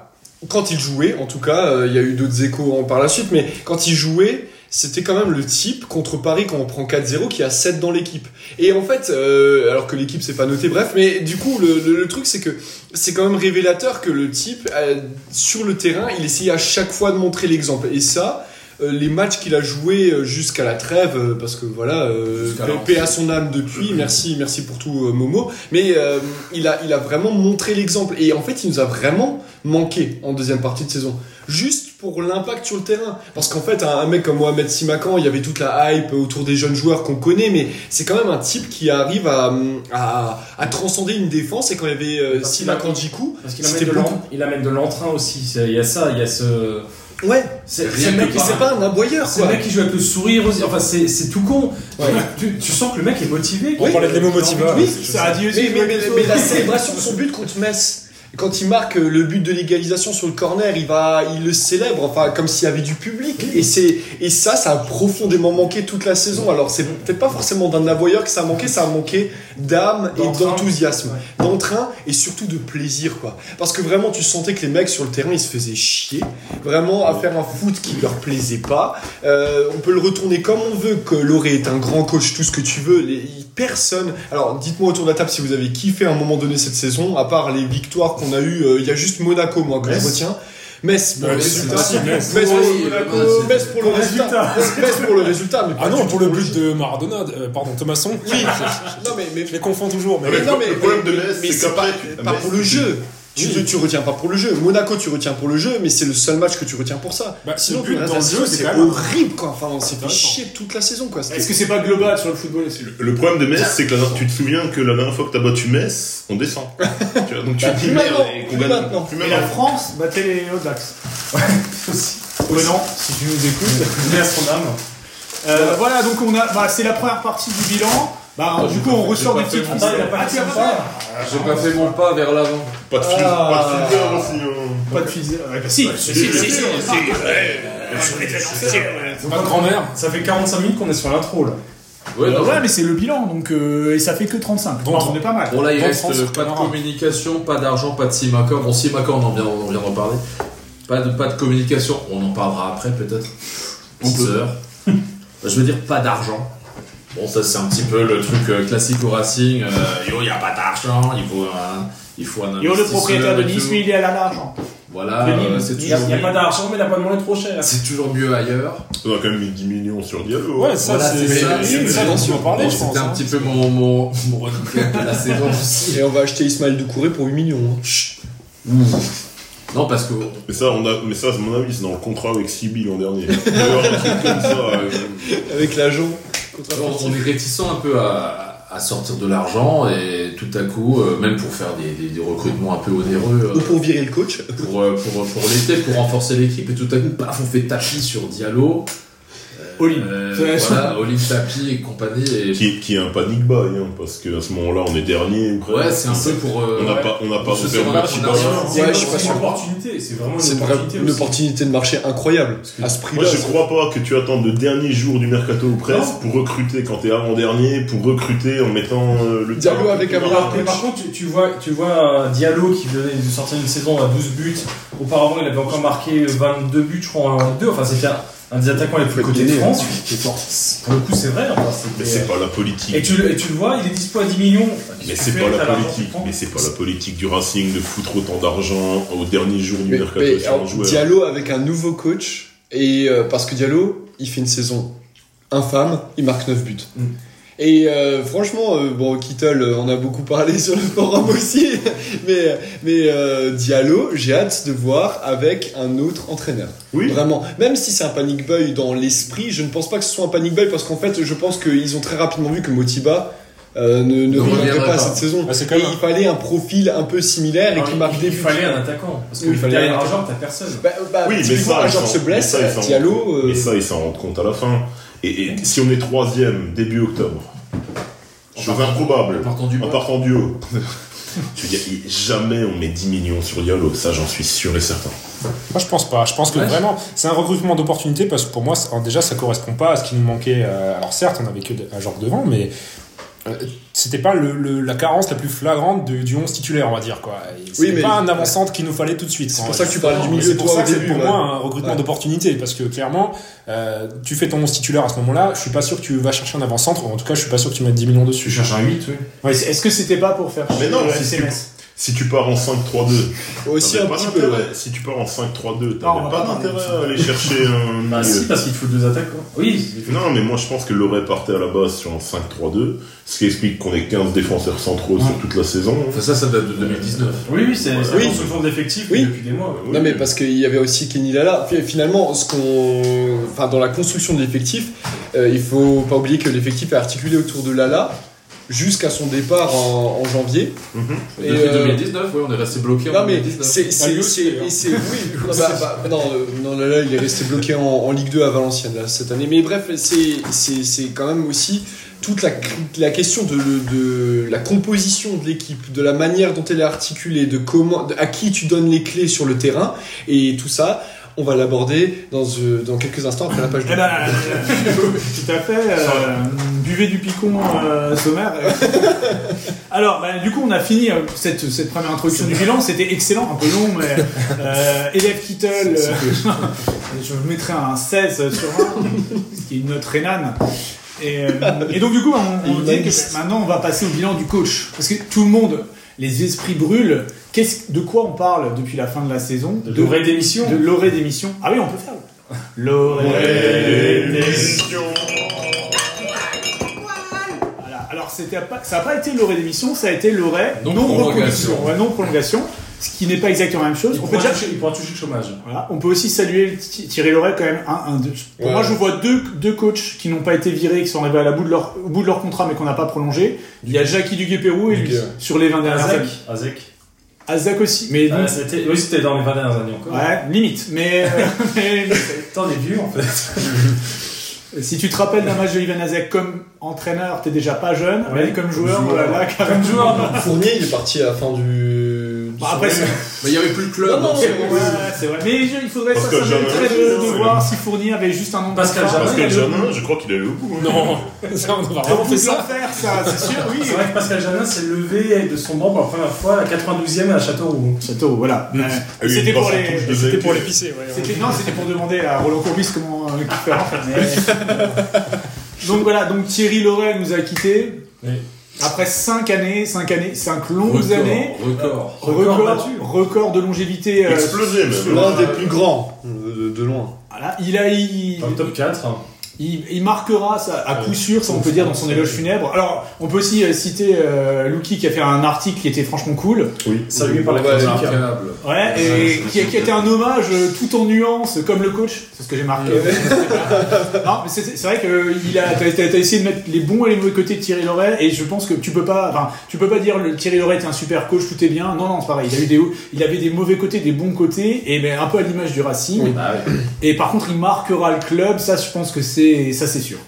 Speaker 9: quand il jouait, en tout cas, euh, il y a eu d'autres échos en- par la suite, mais quand il jouait, c'était quand même le type contre Paris quand on prend 4-0 qui a 7 dans l'équipe. Et en fait, euh, alors que l'équipe s'est pas notée, bref, mais du coup, le, le- le truc c'est que c'est quand même révélateur que le type, euh, sur le terrain, il essayait à chaque fois de montrer l'exemple. Et ça, euh, les matchs qu'il a joués euh, jusqu'à la trêve, euh, parce que voilà, euh,
Speaker 3: Jusqu'à
Speaker 9: paix-
Speaker 3: Lens.
Speaker 9: paix à son âme depuis, merci, merci pour tout euh, Momo, mais euh, il, a, il a vraiment montré l'exemple, et en fait il nous a vraiment manqué en deuxième partie de saison, juste pour l'impact sur le terrain, parce qu'en fait un, un mec comme Mohamed Simakan, il y avait toute la hype autour des jeunes joueurs qu'on connaît, mais c'est quand même un type qui arrive à, hum, à, à transcender une défense, et quand il y avait euh,
Speaker 7: Parce qu'il a-
Speaker 9: Simakan Djikou,
Speaker 7: Parce qu'il
Speaker 9: c'était
Speaker 7: amène, de
Speaker 9: beaucoup...
Speaker 7: l'en- il amène de l'entrain aussi. c'est- Il y a ça, il y a ce.
Speaker 9: Ouais,
Speaker 7: C'est
Speaker 3: Rien
Speaker 7: c'est le
Speaker 3: que
Speaker 7: mec qui
Speaker 3: par-
Speaker 9: c'est pas un aboyeur
Speaker 7: C'est
Speaker 9: quoi
Speaker 7: le mec qui joue avec le sourire aussi. Enfin, c'est c'est tout con.
Speaker 9: Ouais.
Speaker 7: Tu, tu sens que le mec est motivé.
Speaker 9: Oui.
Speaker 8: On parlait de l'émo motiva.
Speaker 9: Oui,
Speaker 2: ça a dit aussi.
Speaker 9: Mais, mais- mais-
Speaker 2: quelque
Speaker 9: mais
Speaker 2: chose.
Speaker 9: la célébration de son but contre Metz, quand il marque euh, le but de l'égalisation sur le corner, il, va, il le célèbre enfin, comme s'il y avait du public. Et, c'est, et ça, ça a profondément manqué toute la saison. Alors, c'est peut-être pas forcément d'un avoyeur que ça a manqué, ça a manqué d'âme et
Speaker 7: D'entrain.
Speaker 9: d'enthousiasme, d'entrain et surtout de plaisir. quoi. Parce que vraiment, tu sentais que les mecs sur le terrain, ils se faisaient chier vraiment à faire un foot qui leur plaisait pas. Euh, on peut le retourner comme on veut, que Loré est un grand coach, tout ce que tu veux. Les- personne. Alors, dites-moi autour de la table si vous avez kiffé à un moment donné cette saison, à part les victoires qu'on a eues. euh, Il y a juste Monaco, moi, que
Speaker 7: Metz.
Speaker 9: je retiens. Metz, bon,
Speaker 8: Ouais,
Speaker 9: résultat.
Speaker 8: c'est pas si,
Speaker 9: Metz pour-
Speaker 3: Oui, Monaco.
Speaker 9: Metz pour le résultat. Metz pour le résultat. mais pas
Speaker 8: Ah
Speaker 9: du
Speaker 8: non,
Speaker 9: tout
Speaker 8: pour le but de Maradona, euh, pardon, Thomasson.
Speaker 9: Oui, non, mais, mais
Speaker 8: Je les confonds toujours, mais.
Speaker 6: Mais
Speaker 9: non, mais-
Speaker 6: le problème de
Speaker 9: mais-
Speaker 6: Metz,
Speaker 9: mais
Speaker 6: c'est
Speaker 9: c'est
Speaker 6: qu'après,
Speaker 9: pas, pas
Speaker 6: Metz,
Speaker 9: pour le jeu. Tu,
Speaker 8: Oui.
Speaker 9: tu retiens pas pour le jeu. Monaco, tu retiens pour le jeu, mais c'est le seul match que tu retiens pour ça.
Speaker 8: Bah,
Speaker 9: Sinon,
Speaker 8: le but
Speaker 9: tout le
Speaker 8: dans le
Speaker 9: reste de la
Speaker 8: jeu,
Speaker 9: saison,
Speaker 8: c'est
Speaker 9: c'est
Speaker 8: quand même-
Speaker 9: horrible, quoi. Enfin, on s'est fait
Speaker 8: Intéressant.
Speaker 9: chier toute la saison, quoi. C'était-
Speaker 2: Est-ce que c'est pas global sur le football aussi
Speaker 6: Le problème de Metz, c'est que la- tu te souviens que la dernière fois que t'as battu Metz, on descend. tu vois, donc tu te dis,
Speaker 9: Non,
Speaker 6: merde,
Speaker 9: non,
Speaker 6: et
Speaker 2: plus
Speaker 9: gagne.
Speaker 2: maintenant.
Speaker 9: Plus
Speaker 2: Et
Speaker 9: maintenant.
Speaker 2: la France battait les All Blacks. Ouais, non.
Speaker 9: Si tu nous écoutes,
Speaker 7: Mais à son âme.
Speaker 2: Euh, voilà, donc on a, bah, c'est la première partie du bilan. Bah,
Speaker 3: Ah,
Speaker 2: du
Speaker 3: j'ai
Speaker 2: coup,
Speaker 3: pas
Speaker 2: on
Speaker 3: fait-
Speaker 2: ressort
Speaker 3: j'ai
Speaker 2: des
Speaker 3: pas
Speaker 2: petites
Speaker 3: fait mon
Speaker 2: ficelles.
Speaker 7: pas
Speaker 2: Ah, tu as
Speaker 7: fait
Speaker 2: pas
Speaker 7: mon
Speaker 2: fait
Speaker 3: J'ai pas fait mon pas vers l'avant.
Speaker 6: Pas de fil, pas de fil vert aussi. hein.
Speaker 2: Pas de ficelles. Ouais, bah, si, si, si, si, si.
Speaker 7: Ma grand-mère. Ça fait 45 minutes qu'on est sur l'intro là.
Speaker 3: Ouais, non,
Speaker 2: Ouais, mais c'est le bilan, donc euh, et ça fait que 35. Donc on est pas
Speaker 7: Ah,
Speaker 2: mal.
Speaker 3: Bon là il
Speaker 8: Bon
Speaker 3: reste
Speaker 8: sens,
Speaker 3: euh,
Speaker 8: c'est
Speaker 3: pas de
Speaker 8: marrant.
Speaker 3: communication, pas d'argent, pas de Simacore. Bon Simacore on en vient, on vient d'en parler. Pas de, pas de communication, on en parlera après peut-être. On Je veux dire pas d'argent. Bon ça c'est un petit peu le truc euh, classique au Racing. euh, yo y a pas d'argent, il faut un, il faut un
Speaker 2: Yo, le
Speaker 3: investisseur
Speaker 2: propriétaire de
Speaker 3: et euh, tout.
Speaker 2: Nice, lui, il est à la hein. l'argent.
Speaker 3: Voilà,
Speaker 7: Nîmes.
Speaker 3: euh, c'est
Speaker 7: Il n'y a,
Speaker 3: toujours
Speaker 7: il y a
Speaker 3: mieux-
Speaker 7: pas d'argent, mais l'abonnement est trop cher.
Speaker 3: C'est toujours mieux ailleurs.
Speaker 6: On a quand même mis 10 millions sur Diallo. hein.
Speaker 8: Ouais, ça,
Speaker 3: Voilà,
Speaker 8: c'est
Speaker 3: c'est
Speaker 8: ça,
Speaker 3: ça.
Speaker 8: c'est ça dont tu veux parler,
Speaker 3: Bon,
Speaker 8: je pense.
Speaker 3: C'était un
Speaker 8: hein.
Speaker 3: petit peu mon mon, mon recap de la saison aussi.
Speaker 9: et on va acheter Ismaël Doucouré pour 8 millions. hein.
Speaker 3: Non parce que
Speaker 6: Mais ça, on a, mais ça, à mon avis, c'est dans le contrat avec Sibi l'an dernier. (laughs) Il doit y avoir un truc comme ça, euh,
Speaker 9: Avec l'agent.
Speaker 3: Alors, on est réticent un peu à, à sortir de l'argent et tout à coup, euh, même pour faire des, des- des recrutements un peu onéreux
Speaker 9: Ou
Speaker 3: euh,
Speaker 9: pour virer le coach.
Speaker 3: pour, euh, pour, pour l'été, pour renforcer l'équipe, et tout à coup, paf, on fait tapis sur Diallo. Euh,
Speaker 2: Olim.
Speaker 3: euh, voilà, Olim tapis et compagnie. Et...
Speaker 6: qui, qui est un panic buy, hein, parce qu'à ce moment-là, on est dernier ou
Speaker 3: Ouais,
Speaker 6: presque.
Speaker 3: c'est un peu pour. euh,
Speaker 6: On n'a
Speaker 3: ouais.
Speaker 6: pas, on n'a pas
Speaker 3: Ce
Speaker 6: ouvert le
Speaker 3: soir-là,
Speaker 6: petit
Speaker 3: on a
Speaker 6: ballon.
Speaker 3: rien.
Speaker 9: Ouais, je suis pas
Speaker 7: c'est
Speaker 9: sûr.
Speaker 7: une opportunité. C'est vraiment
Speaker 9: C'est
Speaker 7: une
Speaker 9: vraiment
Speaker 7: opportunité.
Speaker 9: une
Speaker 7: aussi.
Speaker 9: opportunité de marché incroyable. À ce prix-là.
Speaker 6: Moi, je crois pas que tu attends le dernier jour du mercato ou presque pour recruter quand t'es avant-dernier, pour recruter en mettant euh, le
Speaker 9: Diallo
Speaker 6: talent
Speaker 9: avec
Speaker 6: que tu
Speaker 9: un
Speaker 6: as.
Speaker 9: milliard.
Speaker 7: Mais par contre, tu, tu vois, tu vois euh, Diallo qui venait de sortir une saison à 12 buts. Auparavant, il avait encore marqué 22 buts, je crois, en Ligue 2. Enfin, c'était un, un des attaquants les plus
Speaker 9: Faut être
Speaker 7: cotés de
Speaker 9: gainé,
Speaker 7: France. Pour le coup, c'est vrai. enfin, c'était- euh,
Speaker 6: Mais c'est pas la
Speaker 7: et,
Speaker 6: politique.
Speaker 7: tu, le- et tu le vois, il est dispo à 10 millions.
Speaker 6: Mais
Speaker 7: Tu
Speaker 6: c'est
Speaker 7: fais,
Speaker 6: pas la
Speaker 7: t'as l'argent, tu
Speaker 6: politique.
Speaker 7: prends.
Speaker 6: Mais c'est pas la politique du Racing de foutre autant d'argent au dernier jour du
Speaker 9: Mais-
Speaker 6: mercato
Speaker 9: mais,
Speaker 6: sur
Speaker 9: alors,
Speaker 6: un joueur.
Speaker 9: Diallo avec un nouveau coach, et euh, parce que Diallo, il fait une saison infâme, il marque 9 buts.
Speaker 7: Mm.
Speaker 9: Et euh, franchement, euh, bon, Kittel, euh, on a beaucoup parlé (laughs) sur le forum aussi, mais, mais euh, Diallo, j'ai hâte de voir avec un autre entraîneur.
Speaker 6: Oui.
Speaker 9: Vraiment. Même si c'est un panic boy dans l'esprit, je ne pense pas que ce soit un panic boy parce qu'en fait, je pense qu'ils ont très rapidement vu que Motiba euh, ne, ne
Speaker 3: Ne
Speaker 9: reviendrait
Speaker 3: reviendra
Speaker 9: pas,
Speaker 3: pas.
Speaker 9: cette saison.
Speaker 8: Bah, c'est quand
Speaker 9: Et
Speaker 8: même
Speaker 9: il fallait un profil un peu similaire et qui marque des
Speaker 7: il
Speaker 9: buts.
Speaker 7: fallait un attaquant. Parce que
Speaker 9: Oui, il fallait
Speaker 7: derrière
Speaker 9: un
Speaker 7: l'argent, t'as personne.
Speaker 9: Bah, bah,
Speaker 6: Oui, mais
Speaker 9: typiquement,
Speaker 6: ça,
Speaker 9: un
Speaker 6: ils
Speaker 9: joueur
Speaker 6: s'en-
Speaker 9: se blesse,
Speaker 6: mais ça, ils s'en-
Speaker 9: Diallo. euh,
Speaker 6: Mais ça, ils s'en rendent compte à la fin. Et, et si on est troisième début octobre, chose improbable,
Speaker 3: En partant du
Speaker 6: en
Speaker 3: bas.
Speaker 6: partant du haut, (laughs) je veux dire, il- jamais on met 10 millions sur Diallo, ça j'en suis sûr et certain.
Speaker 8: Moi, je pense pas. Je pense que vraiment, c'est un recrutement d'opportunité parce que pour moi, c'est- alors, déjà, ça correspond pas à ce qui nous manquait. euh, Alors, certes, on avait que de- un genre devant, mais euh, c'était pas le, le- la carence la plus flagrante du, du 11 titulaire, on va dire. quoi. Et C'était
Speaker 9: Oui, mais-
Speaker 8: pas un avant-centre qu'il nous fallait tout de suite.
Speaker 9: C'est
Speaker 8: Quand-
Speaker 9: pour ça que tu parlais du
Speaker 8: Mais
Speaker 9: milieu,
Speaker 8: C'est pour
Speaker 9: toi,
Speaker 8: ça
Speaker 9: au
Speaker 8: que c'est
Speaker 9: début,
Speaker 8: pour
Speaker 9: ouais.
Speaker 8: moi un recrutement
Speaker 9: Ouais.
Speaker 8: d'opportunité parce que clairement, euh, tu fais ton 11 titulaire à ce moment-là, je suis pas sûr que tu vas chercher un avant-centre, ou en tout cas, je suis pas sûr que tu mettes 10 millions
Speaker 7: Tu
Speaker 8: dessus.
Speaker 7: cherches un 8, oui.
Speaker 2: Ouais, c'est- Est-ce que c'était pas pour faire
Speaker 6: Mais non,
Speaker 2: chier, euh,
Speaker 6: si tu-
Speaker 2: SMS?
Speaker 6: Si tu pars en 5-3-2,
Speaker 9: Aussi
Speaker 6: t'avais
Speaker 9: un
Speaker 6: pas
Speaker 9: petit peu,
Speaker 6: d'intérêt.
Speaker 9: ouais.
Speaker 6: Si tu pars en 5-3-2,
Speaker 2: on va
Speaker 6: t'avais pas
Speaker 2: pas
Speaker 6: d'intérêt à aller chercher un
Speaker 7: Bah,
Speaker 6: milieu.
Speaker 7: si, parce qu'il te faut deux attaquants. Oui, il faut-
Speaker 6: Non, mais moi je pense que l'aurait partait à la base sur un 5-3-2, ce qui explique qu'on est 15 défenseurs centraux sur toute la saison.
Speaker 3: Enfin, ça, ça date de 2019.
Speaker 7: oui, oui, c'est c'est
Speaker 9: Oui.
Speaker 7: la construction d'effectifs
Speaker 9: Oui.
Speaker 7: depuis des mois.
Speaker 6: Oui,
Speaker 9: Non mais parce qu'il y avait aussi Kenny Lala. Fi- Finalement, ce qu'on, enfin dans la construction de l'effectif, euh, il faut pas oublier que l'effectif est articulé autour de Lala jusqu'à son départ en, en janvier.
Speaker 6: Mhm.
Speaker 9: Et,
Speaker 3: Depuis
Speaker 9: euh,
Speaker 3: 2019, ouais, on est resté bloqué
Speaker 9: Non
Speaker 3: en
Speaker 9: mais
Speaker 3: 2019.
Speaker 9: c'est
Speaker 8: Ah, lui
Speaker 9: c'est
Speaker 8: aussi,
Speaker 9: c'est
Speaker 8: d'ailleurs.
Speaker 9: et c'est- oui. Ah, bah, bah, non euh, non là, là, il est resté bloqué en, en Ligue 2 à Valenciennes là, cette année. Mais bref c'est c'est c'est quand même aussi toute la la question de, le- de la composition de l'équipe, de la manière dont elle est articulée, de comment de- à qui tu donnes les clés sur le terrain et tout ça. On va l'aborder dans, euh, dans quelques instants après la page
Speaker 2: Eh
Speaker 9: de.
Speaker 2: ben, euh, (laughs) tout à fait. euh, buvez du picon euh, sommaire. (laughs) Alors, ben, du coup, on a fini euh, cette, cette première introduction du bilan. C'était excellent, un peu long, mais euh, élève Kittle, euh, (laughs) je mettrais un 16 sur 20, ce qui est une note rénane. Et, euh, et donc, du coup, on, on dit que maintenant, on va passer au bilan du coach. Parce que tout le monde, les esprits brûlent. Qu'est-ce, de quoi on parle depuis la fin de la saison
Speaker 7: De vraies démissions.
Speaker 2: de l'orée d'émission. Ah oui, on peut faire. (laughs) L'orée d'émission. Voilà. Alors, c'était pas, ça n'a pas été l'orée d'émission, ça a été l'orée
Speaker 3: Non
Speaker 2: non-prolongation.
Speaker 3: prolongation.
Speaker 2: Ouais, non-prolongation, ce qui n'est pas exactement la même chose.
Speaker 7: Il
Speaker 2: On peut,
Speaker 7: pourra
Speaker 2: dire,
Speaker 7: toucher- il pourra toucher le chômage.
Speaker 2: voilà. on peut aussi saluer le- Thierry Loret quand même. Un, un, deux. Pour
Speaker 9: Ouais.
Speaker 2: moi, je vois deux, deux coachs qui n'ont pas été virés, qui sont arrivés à la bout de leur, au bout de leur contrat, mais qu'on n'a pas prolongé. Il y a Jackie Duguay-Pérou et lui,
Speaker 9: Duguay, ouais.
Speaker 2: sur les 20 dernières années.
Speaker 7: Azek. Azek.
Speaker 2: Alzac aussi.
Speaker 7: Mais donc, c'était, oui, c'était dans les 20 dernières années encore.
Speaker 2: Ouais, limite. Mais,
Speaker 7: (laughs)
Speaker 2: euh, mais-
Speaker 7: T'en es vieux en fait.
Speaker 2: mais (laughs) si tu te rappelles d'un match de Ivan Alzac comme entraîneur, t'es déjà pas jeune,
Speaker 7: Ouais.
Speaker 2: mais comme joueur,
Speaker 7: Comme joueur.
Speaker 2: voilà, quand même.
Speaker 7: Comme joueur, non.
Speaker 9: Fournier, il est parti à la fin du.
Speaker 2: Bon, Bah, après, c'est
Speaker 3: il n'y avait plus le club.
Speaker 9: Non, non,
Speaker 2: c'est vrai, c'est vrai. Mais je- il faudrait ça,
Speaker 6: Parce
Speaker 2: ça
Speaker 6: que
Speaker 2: me
Speaker 6: Germain,
Speaker 2: très de, de
Speaker 6: c'est-
Speaker 2: voir si Fournier avait juste un nom de
Speaker 7: Pascal
Speaker 2: contrat.
Speaker 7: Germain.
Speaker 6: Parce que Jamin, je crois qu'il allait au bout. hein.
Speaker 8: Non, ça, on va
Speaker 2: On
Speaker 8: vraiment
Speaker 2: peut
Speaker 8: fait ça.
Speaker 2: s'en faire, ça, c'est sûr, oui.
Speaker 7: C'est vrai que Pascal Janin s'est levé de son banc pour la première fois à 92e à Châteauroux.
Speaker 2: Château, voilà. Ouais.
Speaker 6: Ah oui,
Speaker 2: C'était
Speaker 6: dans
Speaker 2: pour
Speaker 6: sa
Speaker 2: les.
Speaker 6: touche de
Speaker 8: C'était
Speaker 6: Zeke.
Speaker 8: pour les pisser, ouais.
Speaker 2: C'était- non, c'était pour demander à Roland Courbis comment euh, qu'il faire. Mais- (laughs) donc voilà, donc Thierry Laurel nous a quittés.
Speaker 7: Oui.
Speaker 2: Après 5 années, 5 années, 5 longues années.
Speaker 3: record.
Speaker 2: Record,
Speaker 7: battu.
Speaker 2: record de longévité. euh,
Speaker 6: Explosé même. hein.
Speaker 9: L'un des plus grands, de, de loin.
Speaker 2: voilà. Il, a, il,
Speaker 7: Dans le top 4.
Speaker 2: il, il marquera ça à coup sûr, hein. ça on peut dire, dans son éloge funèbre. Alors, on peut aussi euh, citer euh, Lucky qui a fait un article qui était franchement cool.
Speaker 6: Oui.
Speaker 7: Salué par la
Speaker 9: Ouais,
Speaker 7: critique.
Speaker 3: Incroyable.
Speaker 2: Ouais, et qui, qui était un hommage euh, tout en nuances, comme le coach, c'est ce que j'ai marqué. (laughs) non, mais c'est c'est vrai que euh, il a, t'as, t'as- t'as essayé de mettre les bons et les mauvais côtés de Thierry Loret, et je pense que tu peux pas, enfin, tu peux pas dire le Thierry Loret est un super coach, tout est bien. Non, non, c'est pareil. Il a eu des hauts, il avait des mauvais côtés, des bons côtés, et ben un peu à l'image du Racing.
Speaker 7: Ah ouais.
Speaker 2: Et par contre, il marquera le club, ça, je pense que c'est, ça, c'est sûr.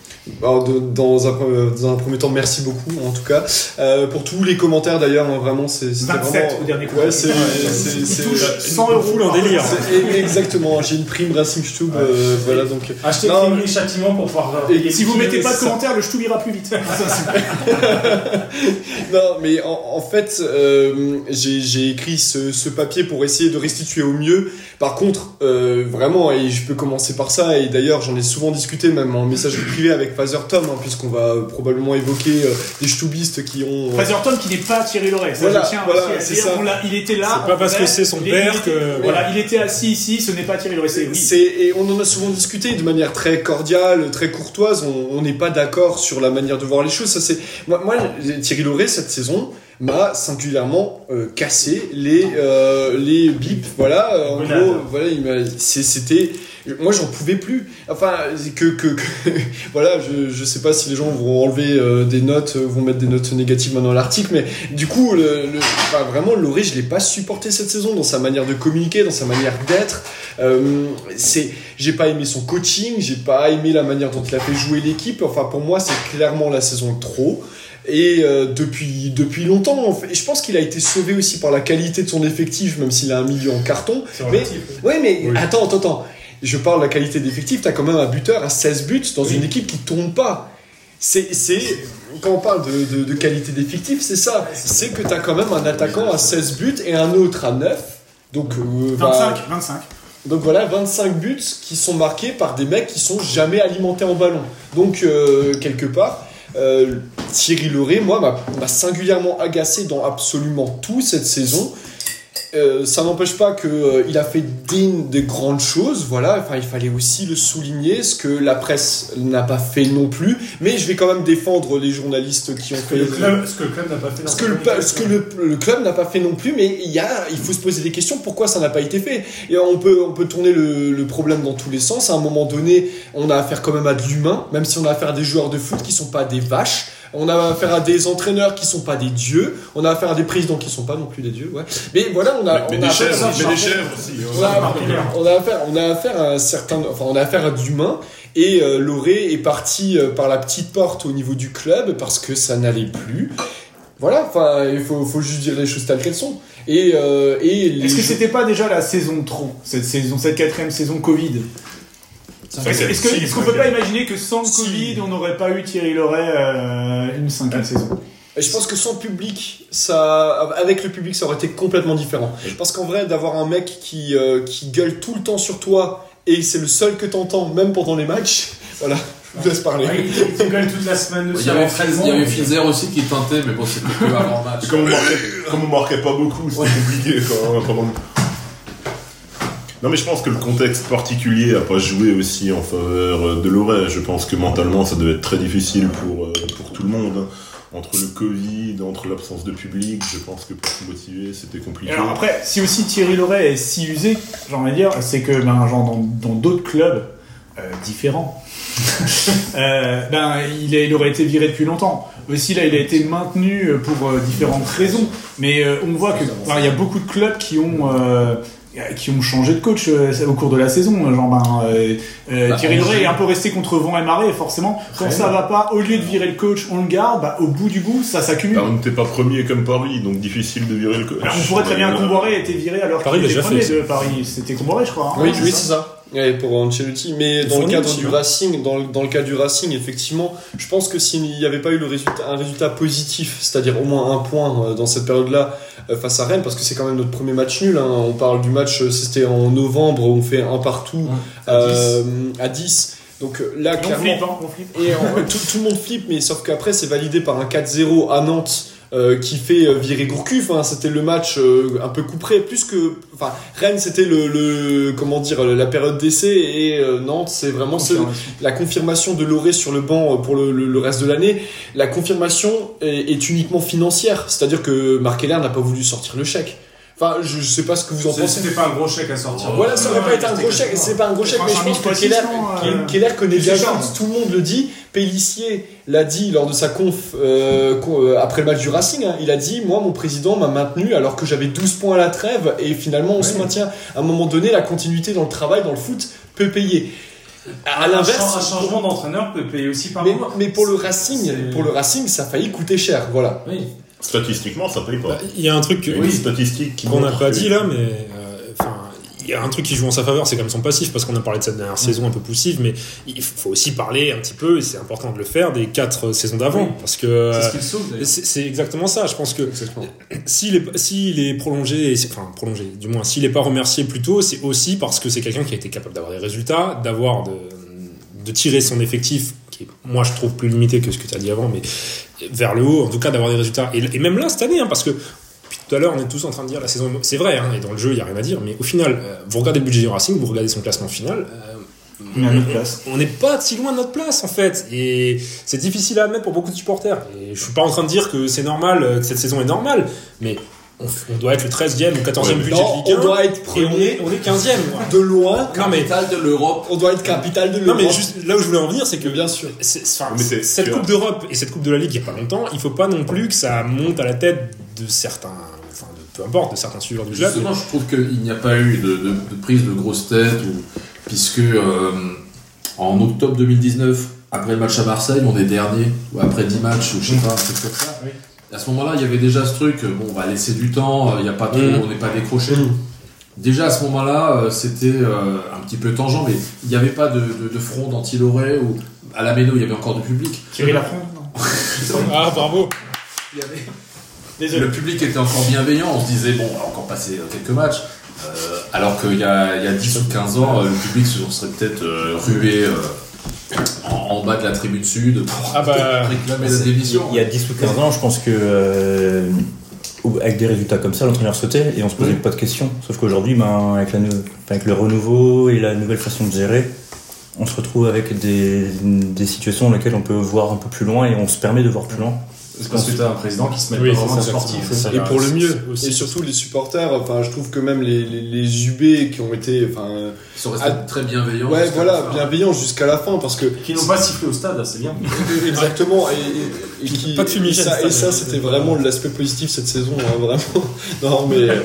Speaker 9: Alors, de- dans, un, pre- dans un premier temps, merci beaucoup, en tout cas. Euh, pour tous les commentaires, d'ailleurs, hein, vraiment, c'est- c'était
Speaker 2: 27
Speaker 9: vraiment...
Speaker 2: au dernier coup.
Speaker 9: Ouais, c'est...
Speaker 2: Ouais.
Speaker 9: c'est-
Speaker 2: Il
Speaker 9: c'est-
Speaker 2: touche 100 euros.
Speaker 8: foule en
Speaker 2: par
Speaker 8: délire.
Speaker 2: mois.
Speaker 9: c'est- e-, Exactement, hein, j'ai une prime Racing Stube, euh, voilà, donc...
Speaker 7: Achetez
Speaker 9: Non,
Speaker 7: Clémy et Châtiment pour euh, pouvoir.
Speaker 9: Et
Speaker 2: Si vous mettez pas de
Speaker 9: Ça-
Speaker 2: commentaires, le ch'tou ira plus
Speaker 7: (laughs)
Speaker 2: vite. Ça, c'est-
Speaker 9: Non, mais en, en fait, euh, j'ai j'ai écrit ce, ce papier pour essayer de restituer au mieux. Par contre, euh, vraiment, et je peux commencer par ça, et d'ailleurs, j'en ai souvent discuté, même en message privé avec Father Tom, hein, puisqu'on va euh, probablement évoquer euh, des ch'toubistes qui ont. euh,
Speaker 2: Fraser Tom qui n'est pas Thierry Loret, ça
Speaker 9: Voilà,
Speaker 2: je tiens
Speaker 9: voilà,
Speaker 2: aussi à le
Speaker 9: c'est
Speaker 2: dire.
Speaker 9: ça.
Speaker 2: On l'a- il était là.
Speaker 8: C'est pas
Speaker 2: on
Speaker 8: parce
Speaker 2: voulait-
Speaker 8: que c'est son
Speaker 2: il-
Speaker 8: père
Speaker 2: il était-
Speaker 8: que-
Speaker 2: Voilà, il était assis ici, ce n'est pas Thierry Loret, c'est oui.
Speaker 9: C'est- et on en a souvent discuté de manière très cordiale, très courtoise. On on n'est pas d'accord sur la manière de voir les choses. Ça c'est moi, moi, Thierry Lauré cette saison m'a singulièrement euh, cassé les euh, les bips. Voilà, euh, en
Speaker 7: Grenade.
Speaker 9: gros, voilà, il m'a- c'est- c'était. Moi, j'en pouvais plus. Enfin, que, que, (laughs) que- voilà, je, je sais pas si les gens vont enlever euh, des notes, euh, vont mettre des notes négatives maintenant à l'article, mais du coup, le, le- enfin, vraiment, Lauré, je l'ai pas supporté cette saison dans sa manière de communiquer, dans sa manière d'être. Euh, c'est, j'ai pas aimé son coaching, j'ai pas aimé la manière dont il a fait jouer l'équipe. Enfin, pour moi, c'est clairement la saison de trop. Et euh, depuis, depuis longtemps, en fait. Et je pense qu'il a été sauvé aussi par la qualité de son effectif, même s'il a un milieu en carton.
Speaker 7: C'est
Speaker 9: Mais-
Speaker 7: relatif. hein.
Speaker 9: Oui, mais attends, attends, attends. Je parle de la qualité d'effectif. T'as quand même un buteur à 16 buts dans une équipe qui tourne pas. C'est, c'est, quand on parle de, de- de qualité d'effectif, c'est ça. C'est que t'as quand même un attaquant à 16 buts et un autre à 9. Donc, euh, bah,
Speaker 2: 25, 25.
Speaker 9: donc voilà, 25 buts qui sont marqués par des mecs qui sont jamais alimentés en ballon. Donc euh, quelque part, euh, Thierry Leray, moi, m'a- m'a singulièrement agacé dans absolument tout cette saison. Euh, ça n'empêche pas que euh, il a fait des, des grandes choses, voilà. Enfin, il fallait aussi le souligner, ce que la presse n'a pas fait non plus. Mais je vais quand même défendre les journalistes qui ont
Speaker 7: Ce
Speaker 9: fait.
Speaker 7: que le club- ce que le club n'a pas fait dans
Speaker 9: Ce
Speaker 7: sa
Speaker 9: que, le, pa- ce
Speaker 7: communication.
Speaker 9: que le, le club n'a pas fait non plus, mais il, y a, il faut se poser des questions pourquoi ça n'a pas été fait. Et on peut, on peut tourner le, le problème dans tous les sens. À un moment donné, on a affaire quand même à de l'humain, même si on a affaire à des joueurs de foot qui sont pas des vaches. On a affaire à des entraîneurs qui sont pas des dieux. On a affaire à des présidents qui sont pas non plus des dieux. Ouais. Mais voilà, on a,
Speaker 6: Mais
Speaker 9: on
Speaker 6: des
Speaker 9: a affaire à-
Speaker 6: chèvres, mais des chèvres aussi.
Speaker 9: on a, on a affaire, on a affaire à un certain, enfin, on a affaire à d'humains. Et euh, Loré est parti euh, par la petite porte au niveau du club parce que ça n'allait plus. Voilà, enfin, il faut, faut juste dire les choses telles qu'elles sont. Et, euh, et les
Speaker 2: Est-ce que
Speaker 9: gens-
Speaker 2: c'était pas déjà la saison trop cette saison, cette quatrième saison Covid Est-ce est-ce que- est-ce qu'on peut pas imaginer que sans le
Speaker 9: Si.
Speaker 2: Covid, on n'aurait pas eu Thierry Loret euh, une cinquième saison
Speaker 9: Je pense que sans public, ça, avec le public, ça aurait été complètement différent. Parce qu'en vrai, d'avoir un mec qui, euh, qui gueule tout le temps sur toi et c'est le seul que t'entends, même pendant les matchs, (laughs) voilà, je vous laisse parler.
Speaker 7: Ouais, il- il te gueule toute la semaine
Speaker 3: Il
Speaker 7: aussi.
Speaker 3: y
Speaker 7: à
Speaker 3: avait,
Speaker 7: l'entraînement.
Speaker 3: il y avait Finzer aussi qui tentait, mais bon, c'était que avant le match.
Speaker 6: (laughs) Comme on marquait, comme on marquait pas beaucoup, c'était compliqué quand même, pendant le- Non mais je pense que le contexte particulier a pas joué aussi en faveur euh, de Loret. Je pense que mentalement ça devait être très difficile pour, euh, pour tout le monde. Entre le Covid, entre l'absence de public, je pense que pour se motiver c'était
Speaker 2: Et
Speaker 6: compliqué.
Speaker 2: Alors après, si aussi Thierry Loret est
Speaker 6: (laughs)
Speaker 2: si usé, j'ai envie de dire, c'est que ben genre dans dans d'autres clubs euh, différents, euh, ben, il, a- il aurait été viré depuis longtemps. Aussi, là, il a été maintenu euh, pour euh, différentes raisons. Mais euh, on voit que enfin, il y a beaucoup de clubs qui ont. euh, qui ont changé de coach euh, au cours de la saison, genre ben, euh, euh,
Speaker 3: Bah,
Speaker 2: Thierry
Speaker 3: Angers.
Speaker 2: Loret est un peu resté contre vent et marée, forcément. Quand
Speaker 3: Très
Speaker 2: ça va pas, au lieu de virer le coach, on le garde. Bah, au bout du bout, ça s'accumule.
Speaker 6: Bah, on n'était pas premier comme Paris, donc difficile de virer le coach.
Speaker 2: Alors, on pourrait très bien
Speaker 6: Euh,
Speaker 2: Comboiré a été viré alors
Speaker 8: Paris
Speaker 2: qu'il
Speaker 8: l'a
Speaker 2: était
Speaker 8: déjà
Speaker 2: premier
Speaker 8: fait,
Speaker 2: de Paris. C'était Comboiré, je crois. hein.
Speaker 9: Oui,
Speaker 2: Ouais,
Speaker 9: oui
Speaker 2: c'est
Speaker 9: c'est ça. Ouais, pour Ancelotti. Mais dans le
Speaker 8: fournit
Speaker 9: cadre
Speaker 8: aussi,
Speaker 9: du
Speaker 8: hein.
Speaker 9: Racing, dans le, dans le cas du Racing, effectivement, je pense que s'il n'y avait pas eu le résultat, un résultat positif, c'est-à-dire au moins un point euh, dans cette période-là euh, face à Rennes, parce que c'est quand même notre premier match nul. hein. On parle du match, euh, c'était en novembre, on fait un partout
Speaker 7: à
Speaker 9: euh, à 10. Donc euh, là,
Speaker 2: ça. Et On
Speaker 9: clairement,
Speaker 2: flippe, hein, on flippe.
Speaker 9: et en- tout, tout le monde flippe, mais sauf qu'après, c'est validé par un 4-0 à Nantes. euh, qui fait euh, virer Gourcuff, hein. c'était le match euh, un peu couperé, plus que, enfin, Rennes c'était le, le- comment dire, la période d'essai et euh, Nantes c'est vraiment ce- la confirmation de Loré sur le banc euh, pour le, le- le reste de l'année. La confirmation est, est uniquement financière, c'est-à-dire que Marc Heller n'a pas voulu sortir le chèque. Enfin, je, je sais pas ce que vous en
Speaker 7: C'est-
Speaker 9: pensez.
Speaker 7: C'était pas un gros chèque à sortir.
Speaker 9: Voilà, ça aurait
Speaker 7: Ouais,
Speaker 9: pas été un gros
Speaker 7: c'était
Speaker 9: chèque, c'est pas un gros chèque, mais je
Speaker 2: 35
Speaker 9: pense que
Speaker 2: 600,
Speaker 9: Keller,
Speaker 2: euh,
Speaker 9: Keller connaît
Speaker 7: c'est
Speaker 9: bien
Speaker 7: cher,
Speaker 9: Nantes, tout le monde le dit. Pélissier l'a dit lors de sa conf euh, co- euh, après le match du Racing, hein. il a dit Moi, mon président m'a maintenu alors que j'avais 12 points à la trêve et finalement on se maintient. À un moment donné, la continuité dans le travail, dans le foot, peut payer. À
Speaker 7: Un, chan- un
Speaker 9: l'inverse,
Speaker 7: changement d'entraîneur peut payer aussi par
Speaker 9: mais,
Speaker 7: mois.
Speaker 9: mais pour le
Speaker 7: C'est-
Speaker 9: Racing, pour le Racing, ça a failli coûter cher. Voilà.
Speaker 7: Oui.
Speaker 6: Statistiquement, ça paye pas.
Speaker 8: Bah, Il y a un truc que-
Speaker 6: Il y a une statistique qui
Speaker 8: qu'on n'a
Speaker 6: montre
Speaker 8: pas
Speaker 6: que-
Speaker 8: dit là, mais euh, enfin, il y a un truc qui joue en sa faveur, c'est quand même son passif, parce qu'on a parlé de cette
Speaker 7: Mm.
Speaker 8: dernière saison un peu poussive, mais il faut aussi parler un petit peu, et c'est important de le faire, des quatre saisons d'avant,
Speaker 7: Oui.
Speaker 8: parce que euh,
Speaker 7: C'est ce qu'il sauve d'ailleurs.
Speaker 8: c'est c'est exactement ça. Je pense que s'il est, s'il est prolongé, et c'est- enfin prolongé, du moins s'il n'est pas remercié plus tôt, c'est aussi parce que c'est quelqu'un qui a été capable d'avoir des résultats, d'avoir de, de tirer son effectif, qui est, moi je trouve plus limité que ce que tu as dit avant, mais vers le haut, en tout cas d'avoir des résultats. Et, et même là cette année, hein, parce que puis tout à l'heure on est tous en train de dire la saison, est mo- c'est vrai, hein, et dans le jeu il n'y a rien à dire, mais au final, euh, vous regardez le budget du Racing, vous regardez son classement final. euh,
Speaker 2: On est à notre place.
Speaker 8: on n'est pas si loin de notre place en fait et c'est difficile à admettre pour beaucoup de supporters et je suis pas en train de dire que c'est normal euh, que cette saison est normale mais on, f- on doit être le 13e ou 14e budget
Speaker 9: Non,
Speaker 8: de Ligue 1
Speaker 9: on doit être
Speaker 8: et on est,
Speaker 9: premier
Speaker 8: on est 15e voilà.
Speaker 9: de loin,
Speaker 8: non mais,
Speaker 3: Capitale de l'Europe.
Speaker 9: on doit être capital de
Speaker 8: non,
Speaker 9: l'Europe.
Speaker 8: mais juste là où je voulais en venir c'est que
Speaker 9: bien sûr.
Speaker 8: c'est- c'est- enfin,
Speaker 6: Mais c'est-
Speaker 8: cette
Speaker 6: tu
Speaker 8: Coupe
Speaker 6: vois.
Speaker 8: d'Europe et cette Coupe de la Ligue il y a pas longtemps il faut pas non plus que ça monte à la tête de certains enfin de, peu importe de certains suiveurs du club
Speaker 3: Justement, je trouve qu'il n'y a pas eu de, de- de prise de grosse tête, ou- puisque euh, en octobre 2019, après le match à Marseille, on est dernier, ou après 10 matchs, ou je sais pas, un truc comme ça.
Speaker 7: Oui.
Speaker 3: À ce moment-là, il y avait déjà ce truc, euh, bon, on va laisser du temps, euh, il n'y a pas trop,
Speaker 8: Mm.
Speaker 3: on n'est pas décroché. Déjà à ce moment-là, euh, c'était euh, un petit peu tangent, mais il n'y avait pas de, de, de front d'anti-Loré, ou à la Méno, il y avait encore du public.
Speaker 2: Thierry Lafronde, non
Speaker 8: ah bravo
Speaker 3: Il y avait-
Speaker 2: Désolé.
Speaker 3: Le public était encore bienveillant, on se disait, bon, on va encore passer euh, quelques matchs. Euh, alors qu'il y a, il y a 10 ou 15 ans, euh, le public se serait peut-être euh, rué euh, en, en bas de la tribune sud pour
Speaker 8: Ah bah,
Speaker 3: (laughs) réclamer la démission.
Speaker 11: Il y a 10 ou 15 ans, je pense que euh, avec des résultats comme ça, l'entraîneur sautait et on se posait pas de questions. Sauf qu'aujourd'hui, ben, avec, la nou- enfin, avec le renouveau et la nouvelle façon de gérer, on se retrouve avec des, des situations dans lesquelles on peut voir un peu plus loin et on se permet de voir plus loin.
Speaker 7: C'est parce que t'as un président qui se met
Speaker 8: Oui,
Speaker 7: pas
Speaker 8: c'est
Speaker 7: vraiment
Speaker 8: ça,
Speaker 7: sportif.
Speaker 8: exactement.
Speaker 9: Et pour le mieux.
Speaker 8: aussi.
Speaker 9: Bah, Et surtout les supporters, enfin je trouve que même les, les, les UB qui ont été, enfin,
Speaker 3: Ils sont restés
Speaker 9: Ah,
Speaker 3: très bienveillants.
Speaker 9: ouais
Speaker 3: jusqu'à la
Speaker 9: voilà,
Speaker 3: fin.
Speaker 9: bienveillants jusqu'à la fin parce que
Speaker 7: Qui n'ont pas sifflé au stade, c'est bien.
Speaker 9: exactement et, et- et qui
Speaker 8: Pas de fumigène,
Speaker 9: et ça,
Speaker 8: ça,
Speaker 9: et ça,
Speaker 8: mais-
Speaker 9: c'était vraiment l'aspect positif cette saison hein, (laughs) vraiment. Non mais euh,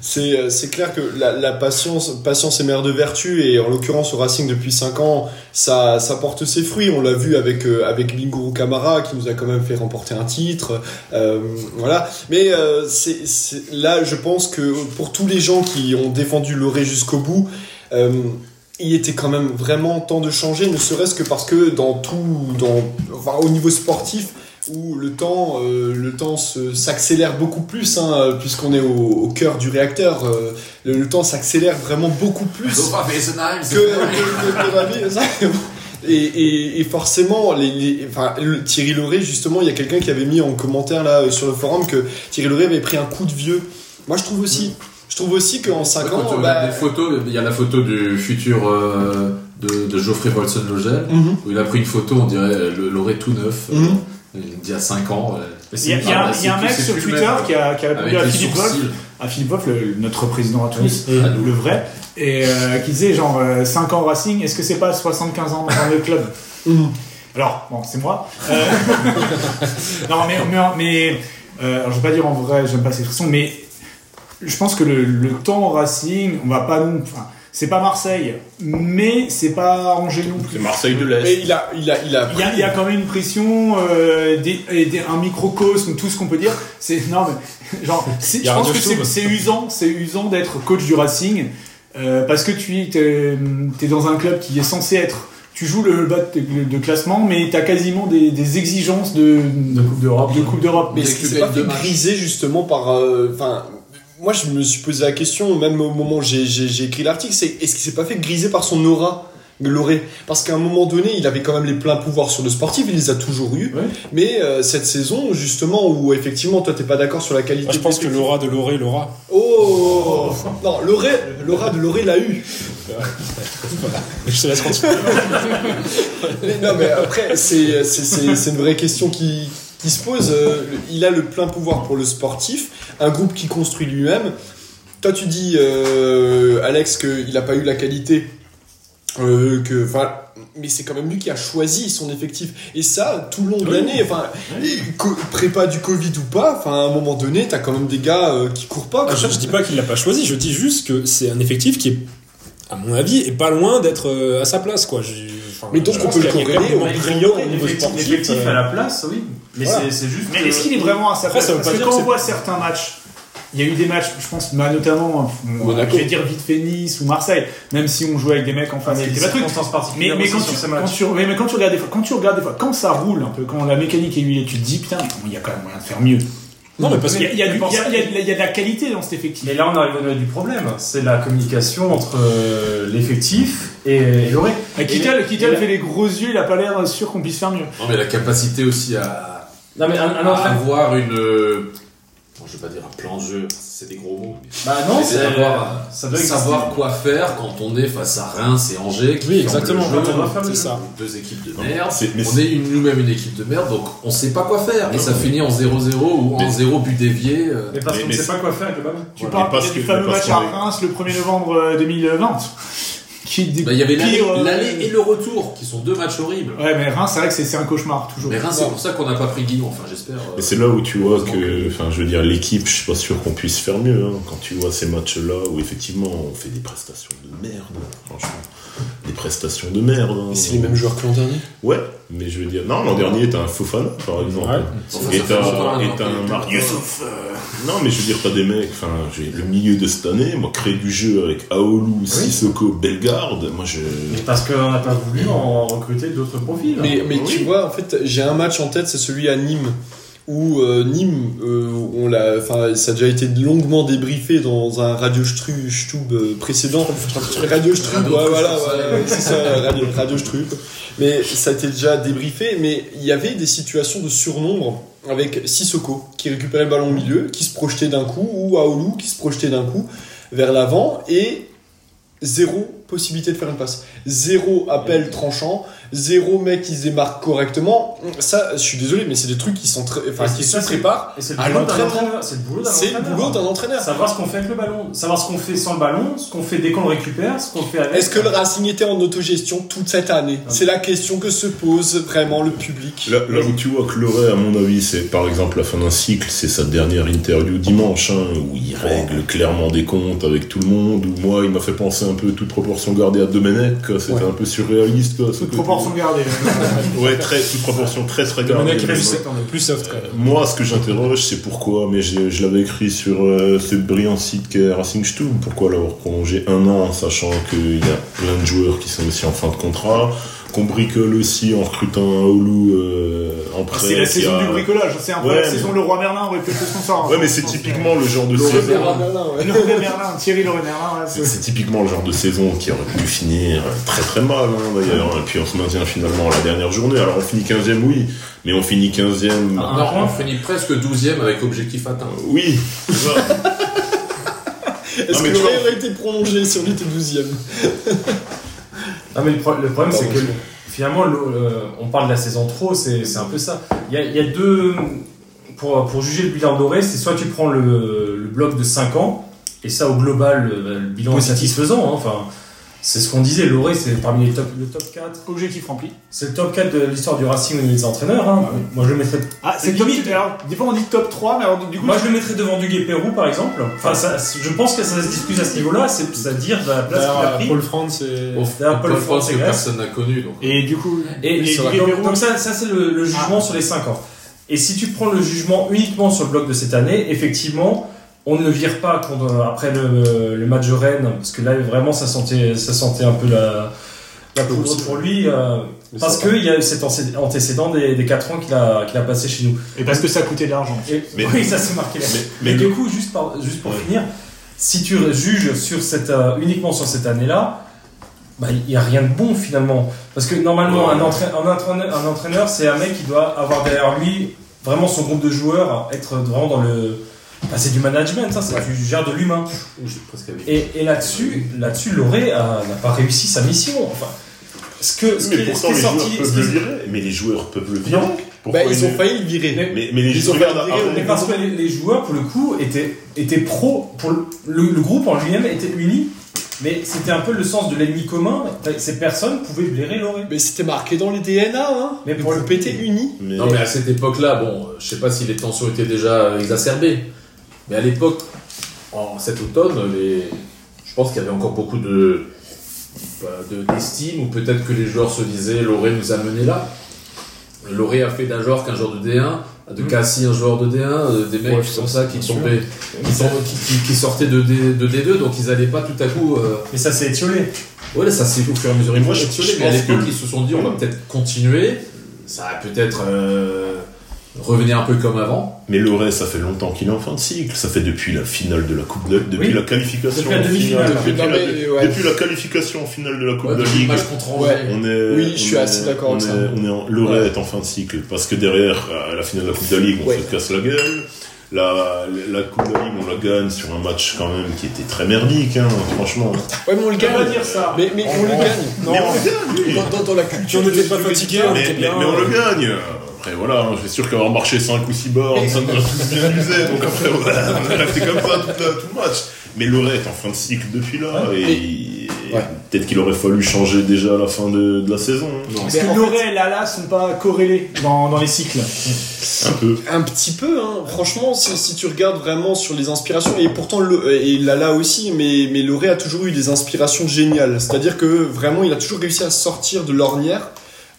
Speaker 9: c'est euh, c'est clair que la, la patience patience est mère de vertu et en l'occurrence au Racing depuis 5 ans ça, ça porte ses fruits. On l'a vu avec, euh, avec Bingourou Kamara qui nous a quand même fait remporter un titre. Euh, voilà. Mais euh, c'est, c'est- là, je pense que pour tous les gens qui ont défendu Loré jusqu'au bout, euh, il était quand même vraiment temps de changer, ne serait-ce que parce que dans tout, dans, enfin, au niveau sportif, où le temps, euh, le temps se- s'accélère beaucoup plus, hein, euh, puisqu'on est au, au cœur du réacteur, euh, le, le temps s'accélère vraiment beaucoup plus
Speaker 3: Ils ont pas fait Eisenheim,
Speaker 9: que,
Speaker 3: c'est-
Speaker 9: que- que- que la vie, ça. Et, et, et forcément, les, les- enfin, le- Thierry Loré, justement, il y a quelqu'un qui avait mis en commentaire là euh, sur le forum que Thierry Loré avait pris un coup de vieux. Moi, je trouve aussi, je trouve aussi qu'en 5
Speaker 3: Quand tu
Speaker 9: ans,
Speaker 3: regardes
Speaker 9: bah,
Speaker 3: les photos, il y a la photo du futur euh, de, de Geoffrey Bolson Logel,
Speaker 9: Mhm.
Speaker 3: où il a pris une photo, on dirait euh, le l'aurait tout neuf, euh,
Speaker 9: Mhm.
Speaker 3: il y a 5 ans. euh,
Speaker 2: Il y a, il y a- il y a un mec
Speaker 3: c'est
Speaker 2: sur
Speaker 3: plus le
Speaker 2: Twitter
Speaker 3: même,
Speaker 2: qui a, qui a répondu
Speaker 3: avec
Speaker 2: à
Speaker 3: les
Speaker 2: Philippe Wolff,
Speaker 3: sourcils.
Speaker 2: à Philippe Wolff, le- notre président à tous,
Speaker 3: Oui, à nous.
Speaker 2: le vrai, et euh, qui disait genre euh, 5 ans Racing, est-ce que c'est pas 75 ans dans le club Alors, bon, c'est moi. Euh, (laughs) non, mais, mais, mais, euh, alors, je vais pas dire en vrai, j'aime pas ces expressions, mais je pense que le, le temps au Racing, on va pas non. Enfin, c'est pas Marseille, mais c'est pas Angers non plus.
Speaker 6: C'est Marseille de l'Est.
Speaker 9: Mais il a, il a, il a.
Speaker 2: Il y, a, il y a quand même une pression, euh, des- et des- un microcosme, tout ce qu'on peut dire. C'est énorme. (laughs) Genre, c'est-
Speaker 8: Il y
Speaker 2: je
Speaker 8: a
Speaker 2: pense
Speaker 8: Radio
Speaker 2: que c'est
Speaker 8: Scoop.
Speaker 2: c'est usant, c'est usant d'être coach du Racing euh, parce que tu es, dans un club qui est censé être. Tu joues le bas de, de classement, mais t'as quasiment des, des exigences de,
Speaker 7: de Coupe d'Europe.
Speaker 2: de Coupe d'Europe.
Speaker 9: Mais
Speaker 3: Dès
Speaker 9: est-ce
Speaker 3: que
Speaker 9: qu'il
Speaker 3: tu
Speaker 9: s'est pas
Speaker 3: gagnes
Speaker 9: fait
Speaker 3: deux matchs.
Speaker 9: griser justement par. euh, Enfin, moi je me suis posé la question, même au moment où j'ai- j'ai j'ai écrit l'article, c'est est-ce qu'il s'est pas fait griser par son aura Loré Parce qu'à un moment donné, il avait quand même les pleins pouvoirs sur le sportif, il les a toujours eu.
Speaker 7: Ouais.
Speaker 9: Mais euh, cette saison, justement, où effectivement, toi t'es pas d'accord sur la qualité.
Speaker 8: Moi, Bah, je pense que
Speaker 9: d'effectif.
Speaker 8: l'aura de Loré, l'aura. (laughs)
Speaker 9: Oh Non, Loré, l'aura de Loré l'a eu.
Speaker 8: Je te laisse continuer.
Speaker 9: Mais non, mais après, c'est c'est- c'est- c'est une vraie question qui, qui se pose. Euh, Il a le plein pouvoir pour le sportif, un groupe qui construit lui-même. Toi, tu dis, euh, Alex, qu'il n'a pas eu la qualité. euh, que, enfin, mais c'est quand même lui qui a choisi son effectif. Et ça, tout le long de l'année, enfin, co- prépa du Covid ou pas, enfin, à un moment donné, t'as quand même des gars euh, qui courent pas. quoi.
Speaker 8: Ah, Je, je dis pas qu'il l'a pas choisi, je dis juste que c'est un effectif qui est, à mon avis, est pas loin d'être euh, à sa place, quoi. J'ai- enfin,
Speaker 9: Mais donc,
Speaker 8: je
Speaker 9: on
Speaker 8: pense
Speaker 9: peut le
Speaker 8: qu'il y a
Speaker 9: corréler
Speaker 8: quand même
Speaker 9: au
Speaker 8: un
Speaker 9: brillant
Speaker 8: brillant au niveau
Speaker 7: L'effectif
Speaker 8: sportif,
Speaker 7: l'effectif
Speaker 8: euh,
Speaker 7: à la place, oui. Mais
Speaker 8: voilà.
Speaker 7: c'est c'est juste.
Speaker 2: Mais
Speaker 7: que-
Speaker 2: est-ce qu'il est vraiment à sa
Speaker 8: Après,
Speaker 2: place
Speaker 8: ça veut
Speaker 2: Parce
Speaker 8: pas
Speaker 2: que
Speaker 8: dire
Speaker 2: quand
Speaker 8: que
Speaker 2: on
Speaker 8: c'est-
Speaker 2: voit certains matchs, il y a eu des matchs, je pense, bah, notamment, euh,
Speaker 6: Monaco.
Speaker 2: je vais dire vite fait Nice ou Marseille, même si on jouait avec des mecs en
Speaker 7: Enfin,
Speaker 2: face,
Speaker 7: c'est
Speaker 2: qui
Speaker 7: Ah, des
Speaker 2: étaient pas trucs.
Speaker 7: circonstances
Speaker 2: Mais,
Speaker 7: particulières
Speaker 2: mais,
Speaker 7: aussi
Speaker 2: quand,
Speaker 7: sur
Speaker 2: tu,
Speaker 7: ces
Speaker 2: quand
Speaker 7: matchs.
Speaker 2: tu- mais- mais quand tu regardes des fois, quand tu regardes des fois, quand ça roule un peu, quand la mécanique est huilée, tu te dis putain, il y a quand même moyen de faire mieux.
Speaker 8: Non, mais parce
Speaker 2: Il y a,
Speaker 8: que.
Speaker 2: il y a du-
Speaker 7: Mais
Speaker 2: il y a- il y a de la- il y a de la qualité dans cet effectif.
Speaker 7: Mais là, on arrive au nœud du problème. C'est la communication entre euh, l'effectif et, et Loré.
Speaker 2: Et Ah, Kittel, Kittel
Speaker 7: et-
Speaker 2: fait les gros yeux, il a pas l'air sûr qu'on puisse faire mieux.
Speaker 3: Non, mais la capacité aussi à,
Speaker 7: Non, mais un, un
Speaker 3: à
Speaker 7: entraîneur.
Speaker 3: avoir une. euh, bon, je vais pas dire un plan de jeu, c'est des gros mots. mais
Speaker 7: Bah non,
Speaker 3: Mais
Speaker 7: c'est.
Speaker 3: d'avoir-
Speaker 7: Ça doit exister.
Speaker 3: Savoir quoi faire quand on est face à Reims et Angers qui
Speaker 8: Oui,
Speaker 3: ferment
Speaker 8: exactement.
Speaker 3: le jeu.
Speaker 7: on va faire le
Speaker 8: C'est
Speaker 7: jeu.
Speaker 8: ça.
Speaker 3: deux équipes de merde.
Speaker 6: C'est- mais
Speaker 3: on
Speaker 6: c'est-
Speaker 3: est une- nous-mêmes une équipe de merde, donc on sait pas quoi faire. Et ça finit en 0-0 ou en
Speaker 6: Mais-
Speaker 3: 0 but dévié. euh.
Speaker 7: Mais parce
Speaker 6: Mais-
Speaker 7: qu'on ne
Speaker 6: mais
Speaker 7: sait pas quoi faire avec le ballon.
Speaker 2: Tu
Speaker 6: Ouais, mais
Speaker 2: parles
Speaker 6: parce
Speaker 2: peut-être du
Speaker 6: que-
Speaker 2: fameux
Speaker 6: mais parce
Speaker 2: match à
Speaker 6: qu'on est-
Speaker 2: Reims le 1er novembre euh, 2020, (laughs) qui est des
Speaker 3: Bah, Il y avait l'aller
Speaker 2: pires, euh,
Speaker 3: l'aller et le retour, qui sont deux matchs horribles.
Speaker 7: Ah,
Speaker 2: Ouais, mais Reims, c'est vrai que c'est- c'est un cauchemar, toujours.
Speaker 3: Mais Reims, c'est pour ça qu'on n'a pas pris Guillaume, enfin j'espère. euh.
Speaker 6: Mais c'est là où tu vois
Speaker 8: euh,
Speaker 6: que, enfin, je veux dire, l'équipe, je suis pas sûr qu'on puisse faire mieux. hein. Quand tu vois ces matchs-là où effectivement on fait des prestations de merde, hein, franchement, des prestations de merde. hein.
Speaker 9: Mais c'est les mêmes joueurs que l'an dernier.
Speaker 6: Ouais, mais je veux dire, non, l'an dernier t'as un Fofana par exemple.
Speaker 8: Ouais.
Speaker 3: Enfin,
Speaker 6: Et
Speaker 3: ça fait longtemps,
Speaker 6: t'as
Speaker 3: hein,
Speaker 6: et
Speaker 3: donc,
Speaker 6: t'as un
Speaker 3: euh,
Speaker 6: Marius. Non, mais je veux dire, t'as des mecs, enfin, j'ai le milieu de cette année, moi, créer du jeu avec Aoulou, Sissoko, Bellegarde, moi je.
Speaker 7: Mais parce qu'on n'a pas voulu en recruter d'autres profils. hein. Bah
Speaker 9: Mais, mais tu
Speaker 6: Oui.
Speaker 9: vois, en fait, j'ai un match en tête, c'est celui à Nîmes. Où euh, Nîmes, euh, on l'a, enfin, ça a déjà été longuement débriefé dans un Radio Stru- Stub euh, précédent. Radio Stub,
Speaker 3: Radio
Speaker 9: ouais, voilà,
Speaker 3: Stub,
Speaker 9: ouais, ouais, Ah, c'est ça, Radio, Radio Stub. Mais ça a été déjà débriefé, mais il y avait des situations de surnombre avec Sissoko qui récupérait le ballon au milieu, qui se projetait d'un coup, ou Aoulou qui se projetait d'un coup vers l'avant et zéro possibilité de faire une passe. Zéro appel tranchant, zéro mec qui se démarque correctement. Ça, je suis désolé, mais c'est des trucs qui sont très, enfin,
Speaker 7: Parce
Speaker 9: qui
Speaker 7: que
Speaker 9: se
Speaker 7: ça, c'est-
Speaker 9: préparent.
Speaker 7: Et c'est
Speaker 9: à
Speaker 7: le boulot d'un
Speaker 9: l'entraînement.
Speaker 7: entraîneur. C'est hein. le boulot d'un
Speaker 9: C'est le
Speaker 7: entraîneur.
Speaker 9: boulot d'un entraîneur.
Speaker 7: Savoir ce qu'on fait avec le ballon, savoir ce qu'on fait sans le ballon, ce qu'on fait dès qu'on le récupère, ce qu'on fait avec.
Speaker 9: Est-ce que le Racing était en autogestion toute cette année C'est la question que se pose vraiment le public.
Speaker 6: Là, là où tu vois que Loret, à mon avis, c'est par exemple la fin d'un cycle, c'est sa dernière interview dimanche, hein, où il règle clairement des comptes avec tout le monde, où moi, il m'a fait penser un peu toute proportion gardée à Domenech, quoi, c'était un peu surréaliste. Quoi, ce
Speaker 2: Toute
Speaker 6: côté-
Speaker 2: proportion gardée. euh,
Speaker 6: Ouais, très, toute proportion très très
Speaker 8: Le
Speaker 6: gardée.
Speaker 8: mec, il
Speaker 6: Mais-
Speaker 8: est plus- on est plus soft quand même.
Speaker 6: Moi, ce que j'interroge, c'est pourquoi, mais je, je l'avais écrit sur euh, ce brillant site qu'est Racing Stube, pourquoi l'avoir prolongé un an, sachant qu'il y a plein de joueurs qui sont aussi en fin de contrat, qu'on bricole aussi en recrutant un Oulu euh, en prêt.
Speaker 2: Ah, C'est la
Speaker 6: qui
Speaker 2: saison
Speaker 6: a-
Speaker 2: du bricolage, c'est un peu
Speaker 6: Ouais,
Speaker 2: la
Speaker 6: mais-
Speaker 2: saison Le Roi Merlin aurait pu être sponsor.
Speaker 6: Ouais, mais c'est typiquement le genre de saison.
Speaker 9: Ah, là, là, ouais.
Speaker 2: Le Roi Merlin, Thierry Le Roi Merlin, ouais,
Speaker 6: C'est
Speaker 2: c'est-
Speaker 6: c'est typiquement le genre de saison qui aurait pu finir très très mal hein, d'ailleurs. Et puis on se maintient finalement à la dernière journée. Alors on finit 15 e oui, mais on finit 15 e
Speaker 2: Ah.
Speaker 7: Un
Speaker 3: Non,
Speaker 7: point.
Speaker 3: on finit presque 12ème avec objectif atteint.
Speaker 6: Oui, c'est ça.
Speaker 9: Est-ce
Speaker 6: mais
Speaker 9: que
Speaker 6: tu
Speaker 9: l'aurait
Speaker 6: vois-
Speaker 9: aurait été prolongé si on était 12
Speaker 7: Non mais le, pro- le problème c'est que finalement le- euh, on parle de la saison trop, c'est c'est un peu ça. Il y a, il y a deux... Pour, pour juger le bilan doré, c'est soit tu prends euh, bah, le, le bloc de 5 ans, et ça au global le, le bilan est satisfaisant, hein, enfin, C'est ce qu'on disait, Loré, c'est parmi les top, le top 4.
Speaker 2: Objectif rempli.
Speaker 7: C'est le top 4 de l'histoire du Racing au niveau des entraîneurs. hein.
Speaker 2: Ah oui.
Speaker 7: Moi, je le mettrais.
Speaker 2: Ah, c'est
Speaker 7: C'est
Speaker 2: top.
Speaker 7: limite.
Speaker 2: Alors, des fois on dit top 3, mais alors du coup.
Speaker 7: Moi, je le mettrais devant Duguay Pérou, par exemple. Enfin, ça- je pense que ça se discute à ce niveau-là, c'est- c'est-à-dire de la place qu'il a
Speaker 8: D'ailleurs,
Speaker 7: pris.
Speaker 8: Paul France et.
Speaker 3: Bon,
Speaker 7: C'est un peu le
Speaker 3: Paul France que
Speaker 7: Français.
Speaker 3: personne n'a connu, donc.
Speaker 2: Et du coup.
Speaker 7: Et, et-
Speaker 2: sur la-
Speaker 7: donc, donc ça, ça c'est le, le jugement sur les 5 ans. Et si tu prends le jugement uniquement sur le bloc de cette année, effectivement, on ne le vire pas quand, euh, après le, le match de Rennes, parce que là, vraiment, ça sentait, ça sentait un peu la, la poudre pour lui, euh, parce qu'il y a cet ancé- antécédent des, des 4 ans qu'il a, qu'il a passé chez nous.
Speaker 2: Et parce que ça coûtait de l'argent.
Speaker 7: Et,
Speaker 6: Mais-
Speaker 7: oui, ça c'est marqué là.
Speaker 6: mais-
Speaker 7: Mais,
Speaker 6: mais-
Speaker 7: du coup, juste, par- juste pour finir, si tu juges sur cette, euh, uniquement sur cette année-là, bah, il n'y a rien de bon finalement. Parce que normalement,
Speaker 6: Ouais.
Speaker 7: un, entra- un entraîneur, un entraîneur, c'est un mec qui doit avoir derrière lui vraiment son groupe de joueurs, être vraiment dans le. bah, c'est du management, ça, c'est du gère de l'humain. Et, et là-dessus, là-dessus, Loré euh, n'a pas réussi sa mission. Enfin, ce que ce qui
Speaker 6: Mais
Speaker 7: est- ce
Speaker 6: pourtant,
Speaker 7: qui est
Speaker 6: les
Speaker 7: sorti,
Speaker 6: joueurs
Speaker 7: ce
Speaker 6: peuvent
Speaker 7: qui
Speaker 6: le
Speaker 7: est-
Speaker 6: virer. Mais les joueurs peuvent le virer.
Speaker 7: Non.
Speaker 6: Pourquoi
Speaker 9: Bah, ils
Speaker 6: ne-
Speaker 9: ont failli le virer.
Speaker 7: Mais-
Speaker 6: Mais, mais les
Speaker 9: Ils ont
Speaker 6: joueurs,
Speaker 9: failli le virer,
Speaker 7: Mais
Speaker 6: après,
Speaker 7: parce que les, les joueurs, pour le coup, étaient, étaient pro. Pour le, le- le groupe en lui-même était uni, mais c'était un peu le sens de l'ennemi commun. Ces personnes pouvaient blairer Loré.
Speaker 9: Mais c'était marqué dans les DNA, hein
Speaker 7: Mais
Speaker 9: De
Speaker 7: pour le-
Speaker 9: vous péter uni.
Speaker 6: mais-
Speaker 3: Non, mais à cette époque-là, bon, euh, je sais pas si les tensions étaient déjà euh, exacerbées, mais à l'époque, en cet automne, les... je pense qu'il y avait encore beaucoup de bah, de- d'estime, ou peut-être que les joueurs se disaient Loré nous a menés là. Loré a fait d'un joueur qu'un joueur de D1, de Cassis un joueur de D1, euh, des mecs
Speaker 8: Mm. Ouais,
Speaker 3: comme ça qui,
Speaker 8: bien sûr.
Speaker 3: tombaient, qui, sont- qui- qui- qui sortaient de, D, de D2, donc ils n'allaient pas tout à coup. euh,
Speaker 7: Mais ça s'est étiolé.
Speaker 3: Ouais, là, ça s'est fait au fur et à mesure.
Speaker 6: Mais moi, je-
Speaker 3: évoluer,
Speaker 6: je
Speaker 3: mais à
Speaker 6: pense
Speaker 3: l'époque,
Speaker 6: que-
Speaker 3: ils se sont dit, on va peut-être continuer. Ça va peut-être euh, revenir un peu comme avant.
Speaker 6: Mais Loré, ça fait longtemps qu'il est en fin de cycle. Ça fait depuis la finale de la Coupe de depuis
Speaker 7: Oui.
Speaker 6: la qualification
Speaker 7: Depuis la
Speaker 6: en
Speaker 7: demi-finale.
Speaker 6: finale- depuis
Speaker 9: Non,
Speaker 6: la-
Speaker 9: mais, ouais.
Speaker 6: depuis la qualification en finale de la Coupe
Speaker 3: Ouais,
Speaker 6: de
Speaker 3: depuis le
Speaker 6: Ligue.
Speaker 3: match contre Angers.
Speaker 9: Ouais.
Speaker 6: On est,
Speaker 9: Oui, je
Speaker 6: on
Speaker 9: suis
Speaker 6: est-
Speaker 9: assez d'accord
Speaker 6: on
Speaker 9: avec
Speaker 6: est-
Speaker 9: ça.
Speaker 6: On est en, Loré
Speaker 3: Ouais.
Speaker 6: est en fin de cycle parce que derrière, à la finale de la Coupe de la Ligue, on
Speaker 9: Ouais.
Speaker 6: se casse la gueule. La, la Coupe de la Ligue, on la gagne sur un match quand même qui était très merdique, hein, franchement.
Speaker 9: Ouais, mais on le
Speaker 2: On va
Speaker 9: gagne.
Speaker 2: dire ça.
Speaker 9: Mais, mais on le gagne.
Speaker 8: Non,
Speaker 6: Mais on le gagne, oui.
Speaker 9: Dans, dans- dans la culture.
Speaker 8: on n'était
Speaker 9: du-
Speaker 8: pas
Speaker 9: du-
Speaker 8: fatigué, on
Speaker 6: mais,
Speaker 8: était
Speaker 6: mais-
Speaker 8: bien.
Speaker 6: mais on le gagne. Après, voilà, hein, je suis sûr qu'avoir marché 5 ou 6 bornes, ça nous a tous bien usé. Donc après, voilà, on a resté comme ça tout, le- tout le match. Mais Loret est en fin de cycle depuis là. Et, et
Speaker 9: Ouais.
Speaker 6: peut-être qu'il aurait fallu changer déjà à la fin de, de la saison. hein.
Speaker 2: Parce que
Speaker 9: Mais en
Speaker 2: Loré et Lala sont pas corrélés dans, dans les cycles.
Speaker 6: Un peu.
Speaker 9: Un petit peu, hein. franchement, si, si tu regardes vraiment sur les inspirations, et pourtant, le, euh, et Lala aussi, mais, mais Loré a toujours eu des inspirations géniales. C'est-à-dire que vraiment, il a toujours réussi à sortir de l'ornière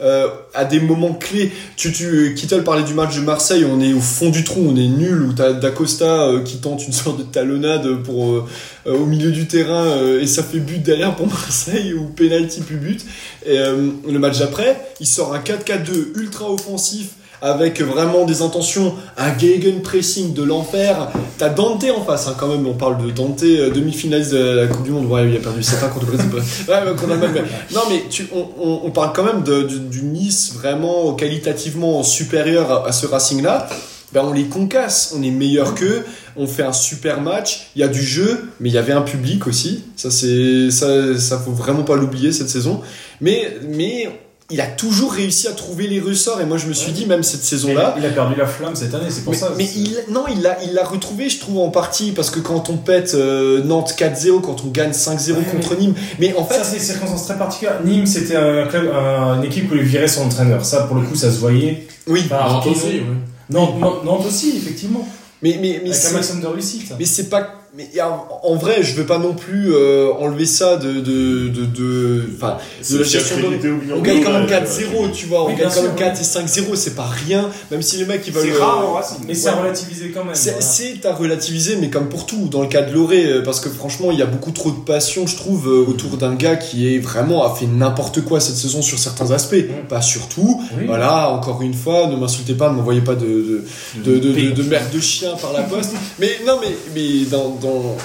Speaker 9: euh, à des moments clés. Tu, tu, Kittel parlait du match de Marseille, on est au fond du trou, on est nul, où t'as Dacosta euh, qui tente une sorte de talonnade pour, euh, euh, au milieu du terrain, euh, et ça fait but derrière pour (laughs) Marseille, ou penalty plus but. Et, euh, le match d'après, il sort un 4-4-2 ultra offensif avec vraiment des intentions, un gegenpressing de l'enfer. T'as Dante en face, hein, quand même, on parle de Dante, euh, demi-finaliste de la Coupe du Monde, ouais, il a perdu 7 contre le Brésil. (laughs) Ouais, ouais, qu'on a mal, mais- Non, mais tu, on, on- on parle quand même de- du, du Nice vraiment qualitativement supérieur à, à ce Racing-là. Ben, on les concasse, on est meilleur qu'eux, on fait un super match, il y a du jeu, mais il y avait un public aussi, ça c'est ça, ça faut vraiment pas l'oublier cette saison. Mais, mais il a toujours réussi à trouver les ressorts, et moi je me suis dit, même cette
Speaker 7: Mais
Speaker 9: saison-là,
Speaker 7: Il a perdu la flamme cette année, c'est pour
Speaker 9: mais,
Speaker 7: ça.
Speaker 9: mais
Speaker 7: C'est-
Speaker 9: il, non, il l'a il l'a retrouvé, je trouve, en partie, parce que quand on pète euh, Nantes 4-0, quand on gagne 5-0
Speaker 7: Ouais,
Speaker 9: contre Nîmes, mais en
Speaker 7: Ça,
Speaker 9: fait,
Speaker 7: c'est des circonstances très particulières. Nîmes, c'était un club, un- une équipe où il virait son entraîneur. Ça, pour le coup, ça se voyait.
Speaker 9: oui,
Speaker 7: Par
Speaker 3: Ah, Nantes
Speaker 7: Arnaud.
Speaker 3: aussi, oui.
Speaker 7: Nantes, Nantes- Nantes aussi, effectivement.
Speaker 9: mais, mais, mais
Speaker 7: Avec un
Speaker 9: c'est-
Speaker 7: maximum de réussite.
Speaker 9: Mais c'est pas. Mais en, en vrai, je veux pas non plus euh, enlever ça de. de, de, de- enfin, de la
Speaker 6: C'est
Speaker 9: gestion de-
Speaker 6: crédité au bilan
Speaker 9: On gagne quand
Speaker 6: global,
Speaker 9: même
Speaker 6: ouais.
Speaker 9: 4-0, tu vois. On
Speaker 7: Oui, bien
Speaker 9: gagne quand
Speaker 7: sûr,
Speaker 9: même 4 et 5-0, c'est pas rien. Même si les mecs ils veulent.
Speaker 2: C'est
Speaker 9: euh,
Speaker 2: rare au Racing.
Speaker 7: Mais c'est à
Speaker 9: Ouais.
Speaker 7: relativiser quand même.
Speaker 9: C'est
Speaker 7: voilà.
Speaker 9: c'est à relativiser, mais comme pour tout, dans le cas de Loré, euh, parce que franchement, il y a beaucoup trop de passion, je trouve, euh, autour d'un gars qui est vraiment a fait n'importe quoi cette saison sur certains aspects.
Speaker 7: Mm.
Speaker 9: Pas surtout.
Speaker 7: Oui.
Speaker 9: Voilà, encore une fois, ne m'insultez pas, ne m'envoyez pas de, de, de, de, de- de merde de chien par la poste. (laughs) Mais non, mais, mais dans, dans-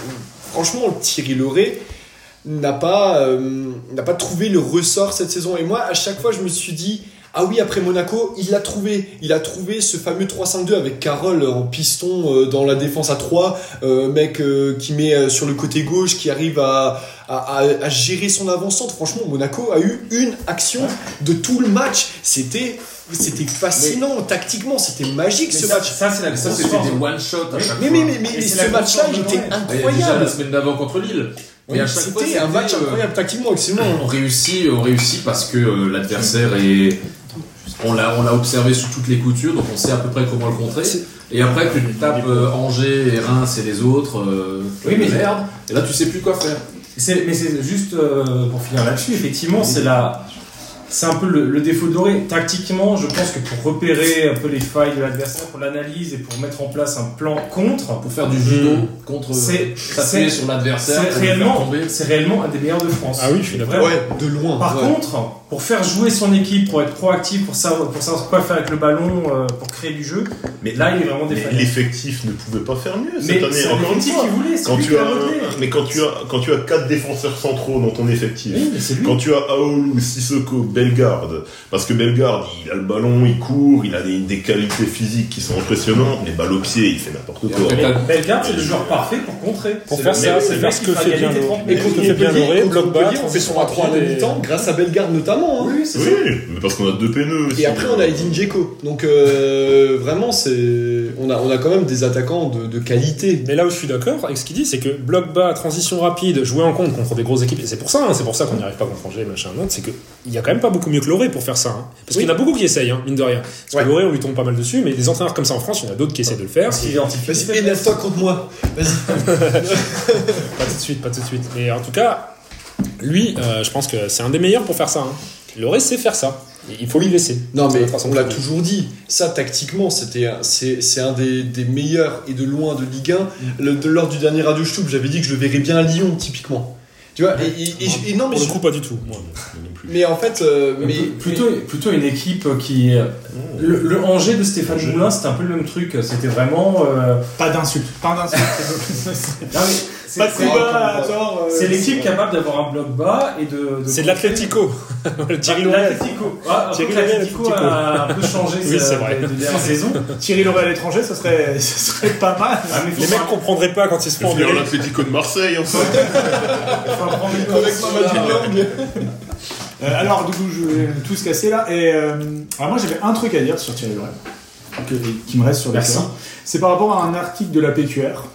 Speaker 9: franchement, Thierry Loré n'a pas, euh, n'a pas trouvé le ressort cette saison. Et moi, à chaque fois, je me suis dit, ah oui, après Monaco, il l'a trouvé. Il a trouvé ce fameux 3-5-2 avec Carole en piston euh, dans la défense à 3. euh, mec euh, qui met euh, sur le côté gauche, qui arrive à, à, à- à gérer son avant-centre. Franchement, Monaco a eu une action de tout le match. C'était c'était fascinant tactiquement, c'était magique
Speaker 7: Mais
Speaker 9: ce
Speaker 7: ça-
Speaker 9: match.
Speaker 7: Ça, c'est la
Speaker 3: Ça,
Speaker 7: grosse
Speaker 3: c'était
Speaker 7: force.
Speaker 3: des one-shot à chaque
Speaker 9: Mais,
Speaker 3: fois.
Speaker 9: mais, mais, mais,
Speaker 7: Et c'est
Speaker 9: ce
Speaker 7: la
Speaker 9: match-là,
Speaker 7: confiance
Speaker 9: il
Speaker 7: de
Speaker 9: était
Speaker 7: Lorraine.
Speaker 3: Ah, il y a déjà
Speaker 9: incroyable.
Speaker 3: la semaine d'avant contre Lille. Mais à chaque fois,
Speaker 9: C'était un match
Speaker 3: euh,
Speaker 9: incroyable tactiquement, excellent.
Speaker 3: on réussit, on réussit parce que euh, l'adversaire est. On l'a, on l'a observé sous toutes les coutures, donc on sait à peu près comment le contrer. Et après, tu te tapes euh, Angers et Reims et les autres. euh,
Speaker 7: Oui, mais-
Speaker 3: merde. Et là, tu sais plus quoi faire.
Speaker 7: C'est- mais c'est juste euh, pour finir là-dessus, effectivement, c'est la. C'est un peu le, le défaut de Doré. Tactiquement, je pense que pour repérer un peu les failles de l'adversaire, pour l'analyse et pour mettre en place un plan contre,
Speaker 3: Pour faire du judo contre.
Speaker 7: Hmm. c'est
Speaker 3: S'appuyer
Speaker 7: c'est-
Speaker 3: sur
Speaker 7: c'est
Speaker 3: l'adversaire. pour le faire
Speaker 7: réellement,
Speaker 3: tomber.
Speaker 7: c'est réellement un des meilleurs de France.
Speaker 8: Ah oui, je suis d'accord.
Speaker 7: Vraiment.
Speaker 9: Ouais, de loin.
Speaker 7: Par
Speaker 9: ouais.
Speaker 7: contre, pour faire jouer son équipe, pour être proactif, pour savoir, pour savoir quoi faire avec le ballon, euh, pour créer du jeu,
Speaker 6: Mais
Speaker 7: là, il est vraiment
Speaker 6: mais
Speaker 7: défaillant.
Speaker 6: l'effectif ne pouvait pas faire mieux
Speaker 7: Mais
Speaker 6: cette année.
Speaker 7: c'est
Speaker 6: Encore une
Speaker 7: l'effectif
Speaker 6: fois.
Speaker 7: qu'il voulait, c'est
Speaker 6: Quand
Speaker 7: lui qui
Speaker 6: tu,
Speaker 7: l'a
Speaker 6: as,
Speaker 7: modelé.
Speaker 6: un- mais quand tu as quand tu as quatre défenseurs centraux dans ton effectif,
Speaker 7: Oui, mais c'est lui.
Speaker 6: Quand tu as Aoulou, Sissoko, Bellegarde, parce que Bellegarde, il a le ballon, il court, il a des, des qualités physiques qui sont impressionnantes, mais balle au pied, il fait n'importe quoi.
Speaker 3: après,
Speaker 7: Mais
Speaker 3: t'as-
Speaker 7: Bellegarde, c'est le joueur parfait pour contrer.
Speaker 8: Pour
Speaker 7: C'est
Speaker 8: faire
Speaker 7: le-
Speaker 8: ça,
Speaker 7: mais
Speaker 8: c'est
Speaker 7: le
Speaker 8: faire
Speaker 7: mec
Speaker 8: ce
Speaker 7: qui
Speaker 8: que
Speaker 7: fera
Speaker 8: fait bien
Speaker 7: gagner tes
Speaker 8: Doré.
Speaker 7: trente
Speaker 8: Et
Speaker 7: points.
Speaker 8: contre Montpellier, bloc bas,
Speaker 9: on fait son à 3
Speaker 8: des-
Speaker 9: mi-temps grâce à Bellegarde notamment. hein.
Speaker 7: Oui, c'est
Speaker 6: Oui,
Speaker 7: ça.
Speaker 6: mais parce qu'on a deux pneus aussi.
Speaker 9: Et après, on a Edin Dzeko. Donc, euh, vraiment, c'est on a, on a quand même des attaquants de, de qualité.
Speaker 8: Mais là où je suis d'accord avec ce qu'il dit, c'est que bloc bas, transition rapide, jouer en compte contre des grosses équipes, et c'est pour ça, hein, c'est pour ça qu'on n'y arrive pas contre Angers, machin, non, c'est qu'il n'y a quand même pas beaucoup mieux que Loré pour faire ça. hein. Parce
Speaker 9: Oui.
Speaker 8: qu'il y en a beaucoup qui essayent, hein, mine de rien. Parce
Speaker 9: Ouais.
Speaker 8: que Loré, on lui tombe pas mal dessus, mais des entraîneurs comme ça en France, il y en a d'autres qui essaient de le faire.
Speaker 7: Parce qu'il identifie.
Speaker 9: Vas-y, énerve-toi contre moi.
Speaker 8: Pas tout de suite, pas tout de suite. Mais en tout cas, lui, euh, je pense que c'est un des meilleurs pour faire ça. hein. Loré sait faire ça. Et Il faut lui laisser.
Speaker 9: Non,
Speaker 8: C'est
Speaker 9: mais
Speaker 8: la façon
Speaker 9: on l'a
Speaker 8: de faire.
Speaker 9: toujours dit. Ça, tactiquement, c'était un- c'est c'est un des, des meilleurs et de loin de Ligue 1.
Speaker 8: Mm.
Speaker 9: Le- de- lors du dernier Radio Stoup, j'avais dit que je le verrais bien à Lyon, typiquement. Tu vois, et, et- et- et non, mais,
Speaker 8: Pour le
Speaker 9: je-
Speaker 8: coup, pas du tout. moi.
Speaker 9: mais en fait, euh, mais,
Speaker 7: plutôt, plutôt une équipe qui. euh, Le, le Angers de Stéphane Moulin, c'était un peu le même truc. C'était vraiment. euh,
Speaker 2: Pas
Speaker 7: (laughs)
Speaker 2: d'insultes, pas (laughs) d'insultes.
Speaker 7: non, mais c'est-
Speaker 2: pas de
Speaker 7: c'est-
Speaker 2: combat à tort. euh,
Speaker 7: C'est l'équipe capable d'avoir un bloc bas et de.
Speaker 8: C'est de
Speaker 9: (laughs)
Speaker 8: l'Atletico. Le Thierry
Speaker 2: Bah,
Speaker 8: Loré.
Speaker 7: L'Atletico. Ah,
Speaker 8: Thierry Loret,
Speaker 7: L'Atletico
Speaker 8: l'Atletico.
Speaker 7: a un peu changé
Speaker 8: Oui, c'est
Speaker 7: ces
Speaker 8: vrai.
Speaker 7: dernières saisons.
Speaker 2: Thierry Loret à l'étranger, ça serait, (laughs) ça serait pas mal.
Speaker 7: Ah, mais faut
Speaker 8: Les
Speaker 7: pas-
Speaker 8: mecs comprendraient pas quand ils se font
Speaker 6: Venir
Speaker 8: engueuler.
Speaker 6: l'Atlético de Marseille, hein. enfin.
Speaker 7: faut apprendre une
Speaker 9: avec
Speaker 7: leçon,
Speaker 9: ma
Speaker 7: là.
Speaker 9: Madrid langue.
Speaker 2: Euh, alors, du coup, je vais tout se casser là. Et euh, alors moi, j'avais un truc à dire sur Thierry Loret, que- qui me reste sur le
Speaker 7: Merci.
Speaker 2: cœur. C'est par rapport à un article de la PQR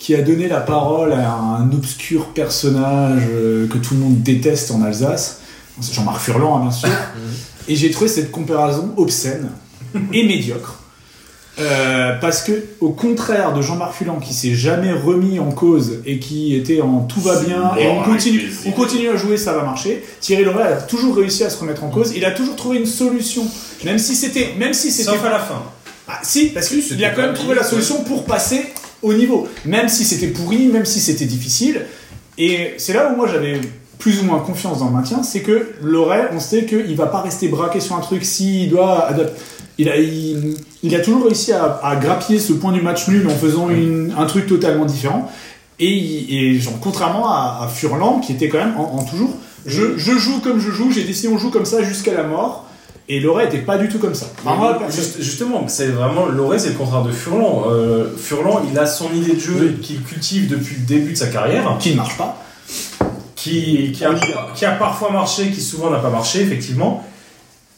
Speaker 2: qui a donné la parole à un obscur personnage euh, que tout le monde déteste en Alsace. C'est Jean-Marc Furlan, hein, bien
Speaker 7: (laughs)
Speaker 2: sûr.
Speaker 7: Mhm.
Speaker 2: et j'ai trouvé cette comparaison obscène et médiocre. Euh, parce que, au contraire de Jean-Marc Furlan, qui s'est jamais remis en cause et qui était en tout va bien, et
Speaker 6: Bon,
Speaker 2: on
Speaker 6: avec
Speaker 2: continue,
Speaker 6: plaisir.
Speaker 2: on continue à jouer, ça va marcher. Thierry Loret a toujours réussi à se remettre en cause. Il a toujours trouvé une solution, même si c'était, même si c'était
Speaker 7: Sauf à la fin.
Speaker 2: ah, si, parce
Speaker 3: Si,
Speaker 2: qu'il
Speaker 3: c'était
Speaker 2: a quand même
Speaker 3: pas
Speaker 2: trouvé la
Speaker 3: minime,
Speaker 2: solution pour passer au niveau. Même si c'était pourri, même si c'était difficile. Et c'est là où moi j'avais plus ou moins confiance dans le maintien, c'est que Loret, on sait qu'il va pas rester braqué sur un truc s'il doit adapter. Il a, il, il a toujours réussi à, à grappiller ce point du match nul en faisant une- un truc totalement différent. Et, il- et genre, contrairement à, à Furlan, qui était quand même en, en toujours, je, je joue comme je joue, j'ai décidé on joue comme ça jusqu'à la mort. Et Loret était pas du tout comme ça. Enfin, moi,
Speaker 7: Mais
Speaker 2: perso-
Speaker 7: juste- justement, c'est vraiment Loré, c'est le contraire de Furlan. Euh, Furlan, il a son idée de jeu qu'il cultive depuis le début de sa carrière,
Speaker 2: qui ne marche pas.
Speaker 7: qui, qui, a, qui a parfois marché, qui souvent n'a pas marché, effectivement.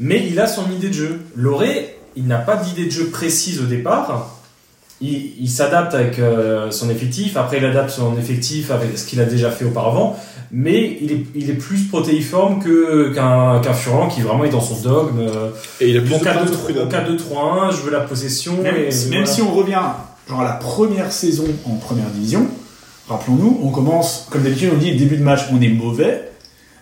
Speaker 7: Mais il a son idée de jeu. Loré, il n'a pas d'idée de jeu précise au départ. Il, il s'adapte avec euh, son effectif. Après, il adapte son effectif avec ce qu'il a déjà fait auparavant. Mais il est, il est plus protéiforme que- qu'un qu'un Furlan qui vraiment est dans son dogme. euh,
Speaker 9: Et il a plus
Speaker 7: mon
Speaker 9: de plainte au
Speaker 7: 4-2-3-1,
Speaker 9: prud'homme.
Speaker 7: je veux la possession.
Speaker 2: Même,
Speaker 7: et
Speaker 2: même
Speaker 7: voilà.
Speaker 2: si on revient genre à la première saison en première division, rappelons-nous, on commence, comme d'habitude, on dit début de match, on est mauvais.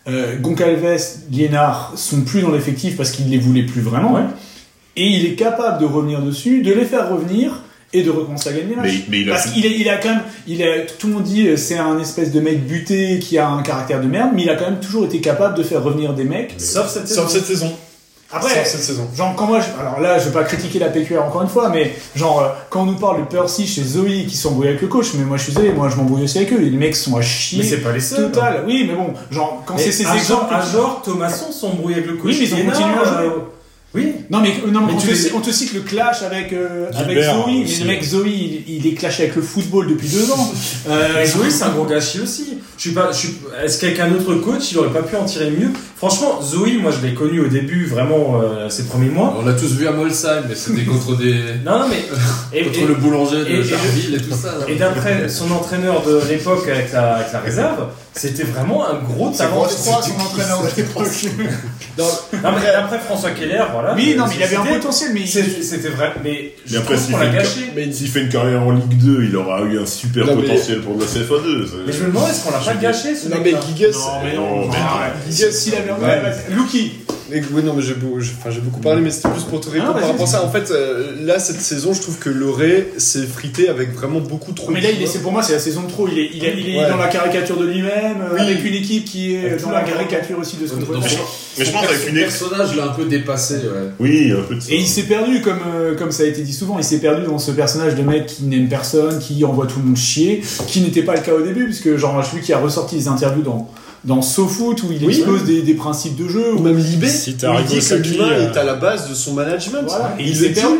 Speaker 2: Euh, Goncalves, Liénard sont plus dans l'effectif parce qu'il ne les voulait plus vraiment.
Speaker 7: Ouais.
Speaker 2: Et il est capable de revenir dessus, de les faire revenir et de recommencer à gagner le match.
Speaker 6: Mais, mais il a
Speaker 2: Parce qu'il est- il a quand même, il a, tout le monde dit euh, c'est un espèce de mec buté qui a un caractère de merde, mais il a quand même toujours été capable de faire revenir des mecs.
Speaker 7: Sauf cette saison.
Speaker 9: Sauf cette saison.
Speaker 2: Après,
Speaker 9: Sauf cette saison.
Speaker 2: Genre quand moi, je- alors là je vais pas critiquer la PQR encore une fois, mais genre euh, quand on nous parle de Percy chez Zoé qui s'embrouille avec le coach, mais moi je suis désolé, moi je m'embrouille aussi avec eux, et les mecs sont à
Speaker 7: Mais
Speaker 2: chier
Speaker 7: c'est pas les seuls. hein.
Speaker 2: total. Oui mais bon, genre quand
Speaker 7: Mais
Speaker 2: c'est ces
Speaker 7: à genre-
Speaker 2: exemples,
Speaker 7: À genre, Thomasson s'embrouille avec le coach.
Speaker 2: Oui, mais ils ont
Speaker 7: Liénard,
Speaker 2: continué à jouer.
Speaker 7: euh, Oui.
Speaker 2: Non, mais, euh, non, mais
Speaker 7: Mais
Speaker 2: on,
Speaker 7: tu
Speaker 2: te,
Speaker 7: les-
Speaker 2: ci- on te cite le clash avec, euh, avec
Speaker 8: Gilbert,
Speaker 2: Zoé. Mais
Speaker 8: aussi.
Speaker 2: le mec Zoé, il, il est clashé avec le football depuis deux ans. Euh,
Speaker 7: (laughs) Euh, Zoé, c'est un gros gâchis aussi. Je suis pas. je suis- Est-ce qu'avec un autre coach, il aurait pas pu en tirer mieux Franchement, Zoé, moi, je l'ai connu au début, vraiment, euh, ses premiers mois.
Speaker 3: On l'a tous vu à Molsheim,
Speaker 7: (laughs)
Speaker 3: mais c'était contre des.
Speaker 7: Non, non, mais. et-
Speaker 3: contre
Speaker 7: et-
Speaker 3: le boulanger
Speaker 7: et-
Speaker 3: de
Speaker 7: et-
Speaker 3: Jarville et, tout ça. là.
Speaker 7: Et d'après son entraîneur de l'époque avec la, avec la réserve, c'était vraiment un gros talent.
Speaker 14: France 3, son entraîneur de l'époque.
Speaker 7: Non, mais après François Keller, voilà.
Speaker 2: oui, non, mais il avait un
Speaker 7: C'était-
Speaker 2: potentiel, mais il-
Speaker 7: c'est- C'était vrai, mais je
Speaker 6: Mais après,
Speaker 7: trouve
Speaker 6: s'il
Speaker 7: qu'on
Speaker 6: fait,
Speaker 7: l'a
Speaker 6: une
Speaker 7: gâché.
Speaker 6: car- mais s'il fait une carrière en Ligue 2, il aura eu un super
Speaker 9: Non, mais-
Speaker 6: potentiel pour de la CFA2. c'est-
Speaker 7: Mais je me demande, est-ce qu'on l'a pas gâché ce
Speaker 9: Non, mais
Speaker 7: mec-là
Speaker 9: Gigas.
Speaker 2: Non, mais
Speaker 6: Oh,
Speaker 2: non,
Speaker 6: mais-
Speaker 2: arrête. S'il s'il avait
Speaker 9: Ouais.
Speaker 2: ouais. Lucky,
Speaker 9: Mais oui, non, mais j'ai beau- j'ai- enfin, j'ai beaucoup parlé, mais c'était plus pour te
Speaker 2: Ah,
Speaker 9: répondre
Speaker 2: vas-y,
Speaker 9: par rapport à
Speaker 2: vas-y.
Speaker 9: ça. En fait, euh, là, cette saison, je trouve que Loré s'est frité avec vraiment beaucoup trop
Speaker 2: Mais là,
Speaker 9: de
Speaker 2: il est,
Speaker 9: joueurs.
Speaker 2: c'est pour moi, c'est la saison de trop. Il est, il est, il est
Speaker 9: Ouais. Ah,
Speaker 2: dans la caricature de lui-même, euh,
Speaker 9: Oui.
Speaker 2: avec une équipe qui est
Speaker 7: Avec
Speaker 2: dans
Speaker 7: tout
Speaker 2: la
Speaker 7: le monde.
Speaker 2: caricature aussi de son
Speaker 3: Donc,
Speaker 2: côté.
Speaker 3: je-
Speaker 6: Mais je pense avec
Speaker 3: Son
Speaker 6: une ex.
Speaker 3: personnage l'a un peu dépassé, ouais.
Speaker 6: Oui, un peu de ça.
Speaker 2: Et il s'est perdu, comme, euh, comme ça a été dit souvent, il s'est perdu dans ce personnage de mec qui n'aime personne, qui envoie tout le monde chier, qui n'était pas le cas au début, puisque genre, je suis qui a ressorti les interviews dans, dans SoFoot, où il
Speaker 9: Oui.
Speaker 2: expose des, des principes de jeu.
Speaker 9: Ou
Speaker 2: où-
Speaker 9: même Libé,
Speaker 8: Si
Speaker 9: où
Speaker 8: t'as
Speaker 9: il
Speaker 8: Arrigo
Speaker 9: dit que
Speaker 8: Sacchi,
Speaker 9: l'humain
Speaker 8: euh,
Speaker 9: est à la base de son management.
Speaker 2: Voilà. Et il
Speaker 9: le
Speaker 2: s'est
Speaker 9: dit.
Speaker 2: perdu.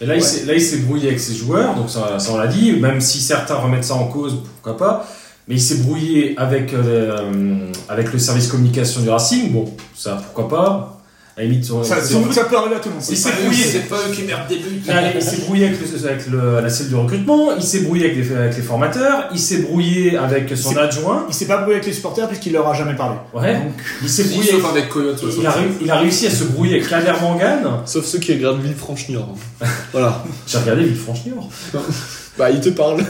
Speaker 7: Et là, il s'est- là, il s'est brouillé avec ses joueurs, donc ça, ça, on l'a dit, même si certains remettent ça en cause, pourquoi pas. Mais il s'est brouillé avec, euh, avec le service communication du Racing, bon, ça, pourquoi pas. À la limite, on-
Speaker 2: Ça,
Speaker 7: c'est-
Speaker 2: sans doute, ça peut arriver à tout le monde.
Speaker 7: Il s'est
Speaker 3: Pas eux,
Speaker 7: brouillé.
Speaker 3: C'est pas eux qui merdent des buts.
Speaker 7: Mais allez, il s'est brouillé avec, le- avec le- la cellule de recrutement, il s'est brouillé avec les, avec les formateurs, il s'est brouillé avec son
Speaker 2: C'est-
Speaker 7: adjoint,
Speaker 2: Il s'est pas brouillé avec les supporters, puisqu'il leur a jamais parlé.
Speaker 7: ouais. il s'est
Speaker 3: Oui,
Speaker 7: brouillé.
Speaker 3: sauf avec Coyote.
Speaker 7: Il a, réu- il a réussi à se brouiller avec Kader Mangan.
Speaker 9: Sauf ceux qui regardent Villefranche-Niort. (laughs) voilà.
Speaker 7: J'ai regardé Villefranche Niort.
Speaker 9: Bah, il te parle.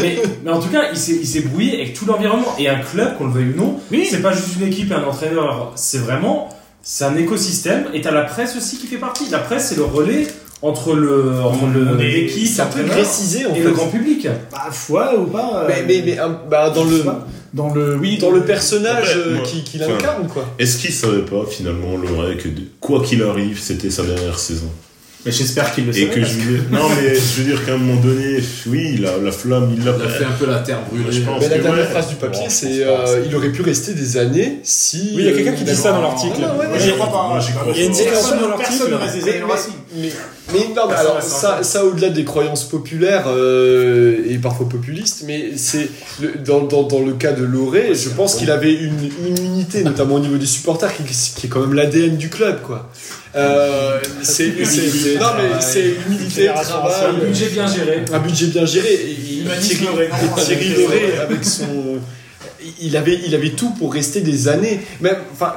Speaker 7: Mais, mais en tout cas, il s'est il s'est brouillé avec tout l'environnement. Et un club, qu'on le veuille ou non,
Speaker 2: Oui.
Speaker 7: c'est pas juste une équipe et un entraîneur. C'est vraiment. C'est un écosystème. Et t'as la presse aussi qui fait partie. La presse, c'est le relais entre le entre le-
Speaker 2: On est-
Speaker 7: l'équipe,
Speaker 2: ça
Speaker 7: l'entraîneur
Speaker 9: Précisé, en
Speaker 7: et
Speaker 9: fait.
Speaker 7: le grand public.
Speaker 2: Bah, foi ou pas. euh,
Speaker 9: Mais, mais, mais, hein, bah, dans
Speaker 2: je sais
Speaker 9: le.
Speaker 2: pas. dans le, oui,
Speaker 9: Dans le personnage
Speaker 6: Après,
Speaker 9: euh,
Speaker 6: moi,
Speaker 9: qui, qui
Speaker 6: enfin,
Speaker 9: l'incarne, quoi.
Speaker 6: Est-ce qu'il savait pas finalement Loret que de- quoi qu'il arrive, c'était sa dernière saison
Speaker 2: Mais j'espère qu'il le
Speaker 6: Et
Speaker 2: savait.
Speaker 6: que je veux dire, non mais je veux dire qu'à un moment donné, oui, la, la flamme, il l'a
Speaker 3: Il a fait un peu la terre brûlée.
Speaker 6: Je pense
Speaker 9: Mais la
Speaker 6: que
Speaker 9: dernière
Speaker 6: ouais.
Speaker 9: phrase du papier,
Speaker 8: Bon,
Speaker 9: c'est
Speaker 8: je pense pas,
Speaker 9: euh, il aurait pu rester des années si.
Speaker 8: Oui, il y a quelqu'un qui
Speaker 9: euh,
Speaker 8: dit ça dans l'article.
Speaker 9: Ah, ouais,
Speaker 2: Moi,
Speaker 9: ouais,
Speaker 2: j'y
Speaker 9: ouais.
Speaker 2: crois pas.
Speaker 6: Moi, j'y crois
Speaker 8: Il y a une
Speaker 6: pas.
Speaker 8: séquence dans
Speaker 2: Personne,
Speaker 8: l'article.
Speaker 2: personne ne reste des
Speaker 9: Mais,
Speaker 2: années au
Speaker 9: mais-
Speaker 2: Racing.
Speaker 9: mais- mais non, mais alors ça, ça au-delà des croyances populaires euh, et parfois populistes, mais c'est le- dans, dans, dans le cas de Loré, je pense qu'il avait une, une unité, notamment au niveau des supporters, qui, qui est quand même l'ADN du club, quoi. Euh, c'est c'est- c'est- non mais c'est humilité,
Speaker 8: Fédération
Speaker 9: travail,
Speaker 7: Un budget bien géré.
Speaker 9: un budget bien géré. Et, et-
Speaker 2: Humanisme
Speaker 9: Thierry-
Speaker 2: Loré, non,
Speaker 9: et Thierry
Speaker 2: avec-
Speaker 9: Loré avec son. Il avait, il avait tout pour rester des années. Même, enfin,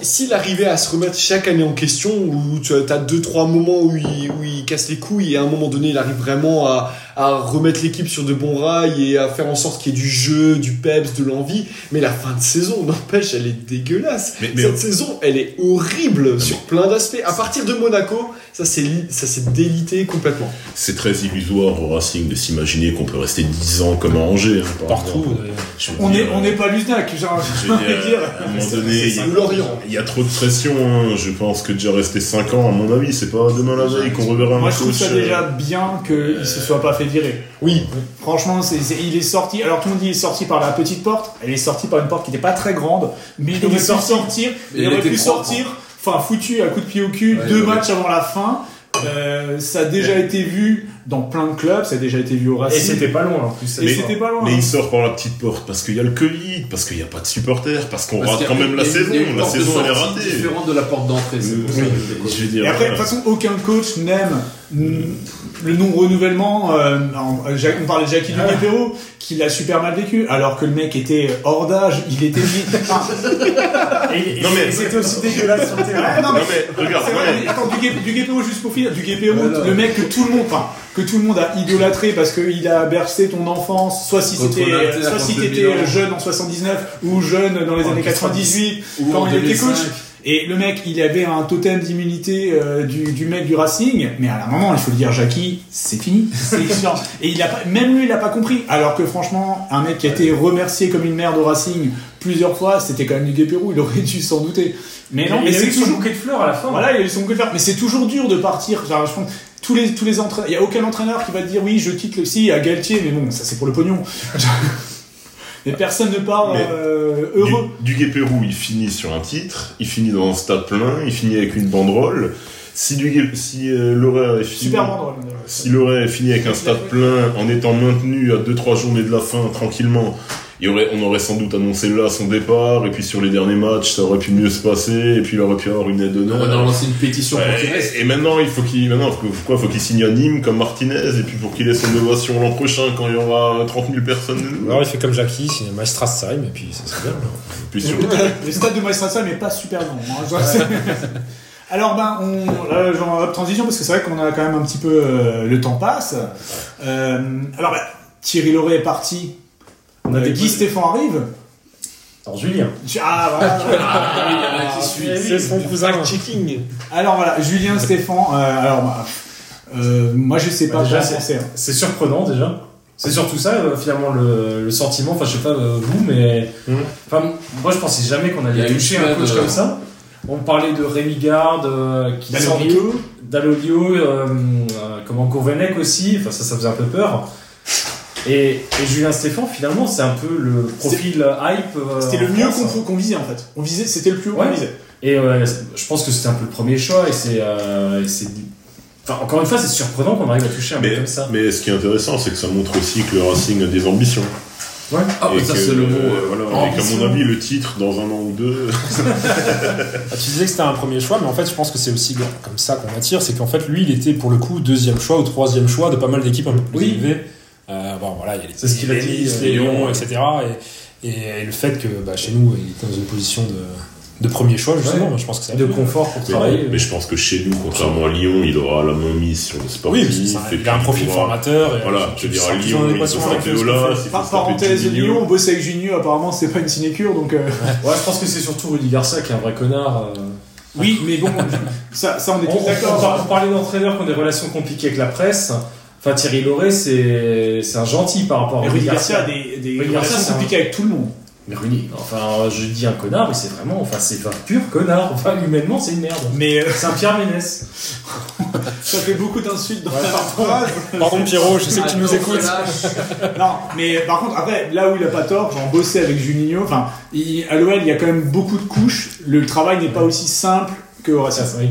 Speaker 9: s'il arrivait à se remettre chaque année en question, où tu as deux, trois moments où il, où il casse les couilles, et à un moment donné, il arrive vraiment à, à remettre l'équipe sur de bons rails et à faire en sorte qu'il y ait du jeu, du peps, de l'envie. Mais la fin de saison, (laughs) n'empêche, elle est dégueulasse.
Speaker 6: Mais- mais- Ah,
Speaker 9: Cette saison, elle est horrible sur plein d'aspects. À partir de Monaco, ça s'est li- ça s'est délité complètement.
Speaker 6: C'est très illusoire au Racing de s'imaginer qu'on peut rester 10 ans comme à Angers. hein, par
Speaker 8: Partout.
Speaker 6: exemple. Je veux
Speaker 2: On
Speaker 6: dire,
Speaker 2: n'est on est pas Luznac, genre,
Speaker 6: je
Speaker 2: j'ai
Speaker 6: veux
Speaker 2: envie de
Speaker 6: dire, euh,
Speaker 2: dire.
Speaker 6: à un moment donné, il y a-
Speaker 9: Ou Lorient.
Speaker 6: il y a trop de pression. hein. Je pense que déjà rester 5 ans, à mon avis, c'est pas demain la veille qu'on reverra un
Speaker 2: Moi,
Speaker 6: coach.
Speaker 2: je trouve ça
Speaker 6: euh,
Speaker 2: déjà bien qu'il se soit pas fait virer.
Speaker 9: Oui,
Speaker 2: Franchement, c'est c'est- il est sorti. Alors, tout le monde dit il est sorti par la petite porte. Il est sorti par une porte qui n'était pas très grande, mais il
Speaker 7: Il
Speaker 2: aurait
Speaker 7: est
Speaker 2: pu
Speaker 7: sorti.
Speaker 2: sortir.
Speaker 3: Mais
Speaker 2: Il,
Speaker 3: il
Speaker 2: aurait
Speaker 3: était
Speaker 2: pu
Speaker 3: propre.
Speaker 2: sortir, enfin, foutu à coup de pied au cul,
Speaker 3: Ouais,
Speaker 2: deux
Speaker 3: ouais.
Speaker 2: matchs avant la fin. Euh, ça a déjà été vu dans plein de clubs, ça a déjà été vu au
Speaker 7: Et
Speaker 2: Racing.
Speaker 7: c'était pas loin en plus. ça
Speaker 2: Et
Speaker 7: dépend.
Speaker 2: c'était pas loin.
Speaker 6: Mais il sort par la petite porte parce qu'il y a le Covid, parce qu'il n'y a pas de supporters, parce qu'on
Speaker 3: Parce
Speaker 6: rate
Speaker 3: qu'il y a
Speaker 6: quand même
Speaker 3: une-
Speaker 6: la
Speaker 3: il y a une-
Speaker 6: saison.
Speaker 3: il y a une
Speaker 6: La
Speaker 3: porte de
Speaker 6: saison, elle est
Speaker 3: sortie
Speaker 6: ratée. Hmm.
Speaker 3: différente de la porte d'entrée. c'est pour ça que je
Speaker 6: Oui,
Speaker 3: découvre.
Speaker 6: je veux dire,
Speaker 2: Et après, de
Speaker 6: voilà.
Speaker 2: toute façon, aucun coach n'aime mm, le non-renouvellement. euh, non, euh, Jacques- on parlait de Jackie Di Perrault, qui l'a super mal vécu, alors que le mec était hors d'âge, il était... (laughs) Enfin,
Speaker 7: Et, et-
Speaker 6: Non, mais-
Speaker 7: et c'était aussi dégueulasse sur le terrain.
Speaker 2: non, mais
Speaker 6: Non mais regarde,
Speaker 2: C'est vrai,
Speaker 6: ouais.
Speaker 2: mais attends, du, Gué- du Guépéro, juste pour finir, du Guépéro, le mec que tout le monde, enfin, que tout le monde a idolâtré parce qu'il a bercé ton enfance, soit si
Speaker 3: Contre
Speaker 2: c'était,
Speaker 3: l'Inter,
Speaker 2: soit si
Speaker 3: contre
Speaker 2: t'étais
Speaker 3: Milan.
Speaker 2: jeune en 79 ou jeune dans les
Speaker 3: En
Speaker 7: Oh,
Speaker 2: années
Speaker 3: 98,
Speaker 2: 98,
Speaker 3: Ou
Speaker 2: quand
Speaker 3: en
Speaker 2: il était
Speaker 3: 2005.
Speaker 2: coach. Et le mec, il avait un totem d'immunité euh, du, du mec du Racing, mais à un moment, il faut le dire, Jackie, c'est fini,
Speaker 7: (laughs)
Speaker 2: c'est genre- Et il a pas, même lui, il a pas compris. Alors que franchement, un mec qui a été remercié comme une merde au Racing plusieurs fois, c'était quand même du Guépéro, il aurait dû s'en douter. Mais
Speaker 7: Et
Speaker 2: non,
Speaker 7: il
Speaker 2: mais
Speaker 7: a
Speaker 2: c'est
Speaker 7: eu son
Speaker 2: toujours
Speaker 7: bouquet de fleurs à la fin.
Speaker 2: voilà, il y a eu son coup de faire. Mais c'est toujours dur de partir. Genre, je pense, tous les, tous les entraîneurs, il n'y a aucun entraîneur qui va te dire oui, je quitte le si à Galtier, mais bon, ça c'est pour le pognon. (laughs) Mais personne ne part
Speaker 6: Mais-
Speaker 2: euh, heureux.
Speaker 6: Du Guépérou, il finit sur un titre, il finit dans un stade plein, il finit avec une banderole. Si, Duguay- si euh, Laura avait fini,
Speaker 2: Super banderole,
Speaker 7: Euh,
Speaker 6: si Laura avait fini avec un stade plein en étant maintenu à 2-3 journées de la fin tranquillement, il y aurait, on aurait sans doute annoncé là son départ, et puis sur les derniers matchs ça aurait pu mieux se passer, et puis il aurait pu avoir une aide d'honneur.
Speaker 3: On aurait lancé une pétition pour
Speaker 6: Ouais,
Speaker 3: qu'il reste.
Speaker 6: Et maintenant, il faut qu'il maintenant, faut, que- quoi, faut qu'il signe à Nîmes comme Martinez, et puis pour qu'il ait son ovation l'an prochain quand il y aura 30 000 personnes.
Speaker 8: Alors Bah il fait comme Jackie, c'est Maestrasheim, et puis ça serait bien.
Speaker 6: Puis
Speaker 2: (laughs) le stade de Maestrasa n'est pas super long. hein,
Speaker 7: (laughs)
Speaker 2: je dois- Alors ben, on, là, genre, hop, transition parce que c'est vrai qu'on a quand même un petit peu euh, le temps passe. Euh, alors ben, Thierry Lauré est parti. On a Guy Stéphane arrive.
Speaker 7: Alors Julien.
Speaker 2: Ah voilà.
Speaker 7: (laughs) Ah, il y en a qui
Speaker 8: Eh
Speaker 7: suit.
Speaker 2: C'est son cousin.
Speaker 9: Checking.
Speaker 2: Alors voilà,
Speaker 7: (laughs)
Speaker 2: Julien Stéphane. euh, alors bah, euh, moi je sais pas.
Speaker 7: Bah, déjà,
Speaker 2: quoi en
Speaker 7: c'est-
Speaker 2: penser, hein.
Speaker 7: C'est surprenant déjà. C'est surtout ça euh, finalement le, le sentiment. Enfin, je sais pas euh, vous, mais enfin, moi je pensais jamais qu'on
Speaker 3: Il y a
Speaker 7: allait
Speaker 3: une
Speaker 7: toucher un
Speaker 3: semaine,
Speaker 7: coach
Speaker 3: euh,
Speaker 7: comme ça. On parlait de Rémi Garde, euh, qui
Speaker 2: Dalloglio.
Speaker 7: sort- Dalloglio, euh, euh, comment Gourvenec aussi. Enfin, ça, ça faisait un peu peur. Et, et Julien Stéphane, finalement, c'est un peu le profil hype. euh,
Speaker 2: C'était le
Speaker 7: en
Speaker 2: mieux
Speaker 7: France,
Speaker 2: qu'on qu'on visait en fait. On visait, c'était le plus haut
Speaker 7: Ouais.
Speaker 2: qu'on visait.
Speaker 7: et euh, je pense que c'était un peu le premier choix et c'est. euh, et c'est- enfin, encore une fois, c'est surprenant qu'on arrive à toucher un mec comme ça.
Speaker 6: Mais ce qui est intéressant, c'est que ça montre aussi que le Racing a des ambitions.
Speaker 7: Ouais.
Speaker 3: Ah,
Speaker 6: Et
Speaker 3: bah, ça,
Speaker 6: que,
Speaker 3: c'est le mot.
Speaker 6: euh,
Speaker 3: euh,
Speaker 6: voilà, et qu'à
Speaker 3: ambition.
Speaker 6: mon avis, le titre, dans un an ou deux.
Speaker 8: Ah, tu disais que c'était un premier choix, mais en fait, je pense que c'est aussi comme ça qu'on attire. C'est qu'en fait, lui, il était pour le coup deuxième choix ou troisième choix de pas mal d'équipes un peu plus
Speaker 7: Oui.
Speaker 8: élevées. Euh, bon, voilà, il y a les,
Speaker 7: C'est ce qu'il a
Speaker 8: les
Speaker 7: dit,
Speaker 8: Nice,
Speaker 7: euh,
Speaker 8: les
Speaker 7: Lyon,
Speaker 8: Lions,
Speaker 7: ouais.
Speaker 8: etc. Et, et le fait que bah, chez nous, il était dans une position de, de premier choix, justement,
Speaker 7: Ouais.
Speaker 8: je pense que ça a
Speaker 7: de
Speaker 8: plu.
Speaker 7: confort pour
Speaker 6: (laughs) Mais,
Speaker 7: travailler.
Speaker 6: mais je pense que chez nous, contrairement à Lyon, il aura la main mise sur le sportif.
Speaker 8: Oui, parce que c'est un-
Speaker 6: et
Speaker 8: il a un
Speaker 6: puis
Speaker 8: profil
Speaker 6: pourra-
Speaker 8: formateur. et euh,
Speaker 6: Voilà, je
Speaker 8: tu-
Speaker 6: veux
Speaker 8: tu
Speaker 6: dire, à
Speaker 8: seras toujours en
Speaker 6: Lyon, il
Speaker 8: équation
Speaker 6: faut
Speaker 8: avec
Speaker 6: taper
Speaker 8: ce que
Speaker 6: Ola,
Speaker 8: fait.
Speaker 6: s'il faut
Speaker 2: Par
Speaker 6: se taper
Speaker 2: parenthèse,
Speaker 6: Juninho.
Speaker 2: Lyon, on bosse avec Junio, apparemment c'est pas une sinecure donc.
Speaker 7: (laughs)
Speaker 2: euh,
Speaker 7: Ouais, je pense que c'est surtout Rudy Garcia qui est un vrai connard. euh.
Speaker 2: Oui, mais bon, ça, ça on est
Speaker 7: On,
Speaker 2: tous
Speaker 7: on par- on
Speaker 2: d'accord.
Speaker 7: parlait d'entraîneurs qui ont des relations compliquées avec la presse. Enfin, Thierry Lauré, c'est c'est un gentil par rapport
Speaker 2: Mais
Speaker 7: à
Speaker 2: Rudy Garcia a des, des
Speaker 7: Rudy Garcia, c'est
Speaker 2: relations
Speaker 7: un-
Speaker 2: compliquées avec tout le monde.
Speaker 7: Mais Rudy, enfin, euh, je dis un connard, mais c'est vraiment, enfin, c'est un pur connard. Enfin, humainement, c'est une merde.
Speaker 2: Mais euh,
Speaker 7: C'est un Pierre Ménès.
Speaker 2: (laughs) ça fait beaucoup d'insultes dans la phrase.
Speaker 8: Pardon, Pierrot, je sais que tu nous
Speaker 3: Attends,
Speaker 8: écoutes.
Speaker 3: relâche.
Speaker 2: Non, mais euh, par contre, après, là où il a pas tort, j'en bossais avec Juninho. Enfin, il- à l'OL, il y a quand même beaucoup de couches. Le travail n'est pas aussi simple que au Racing.
Speaker 7: Oui.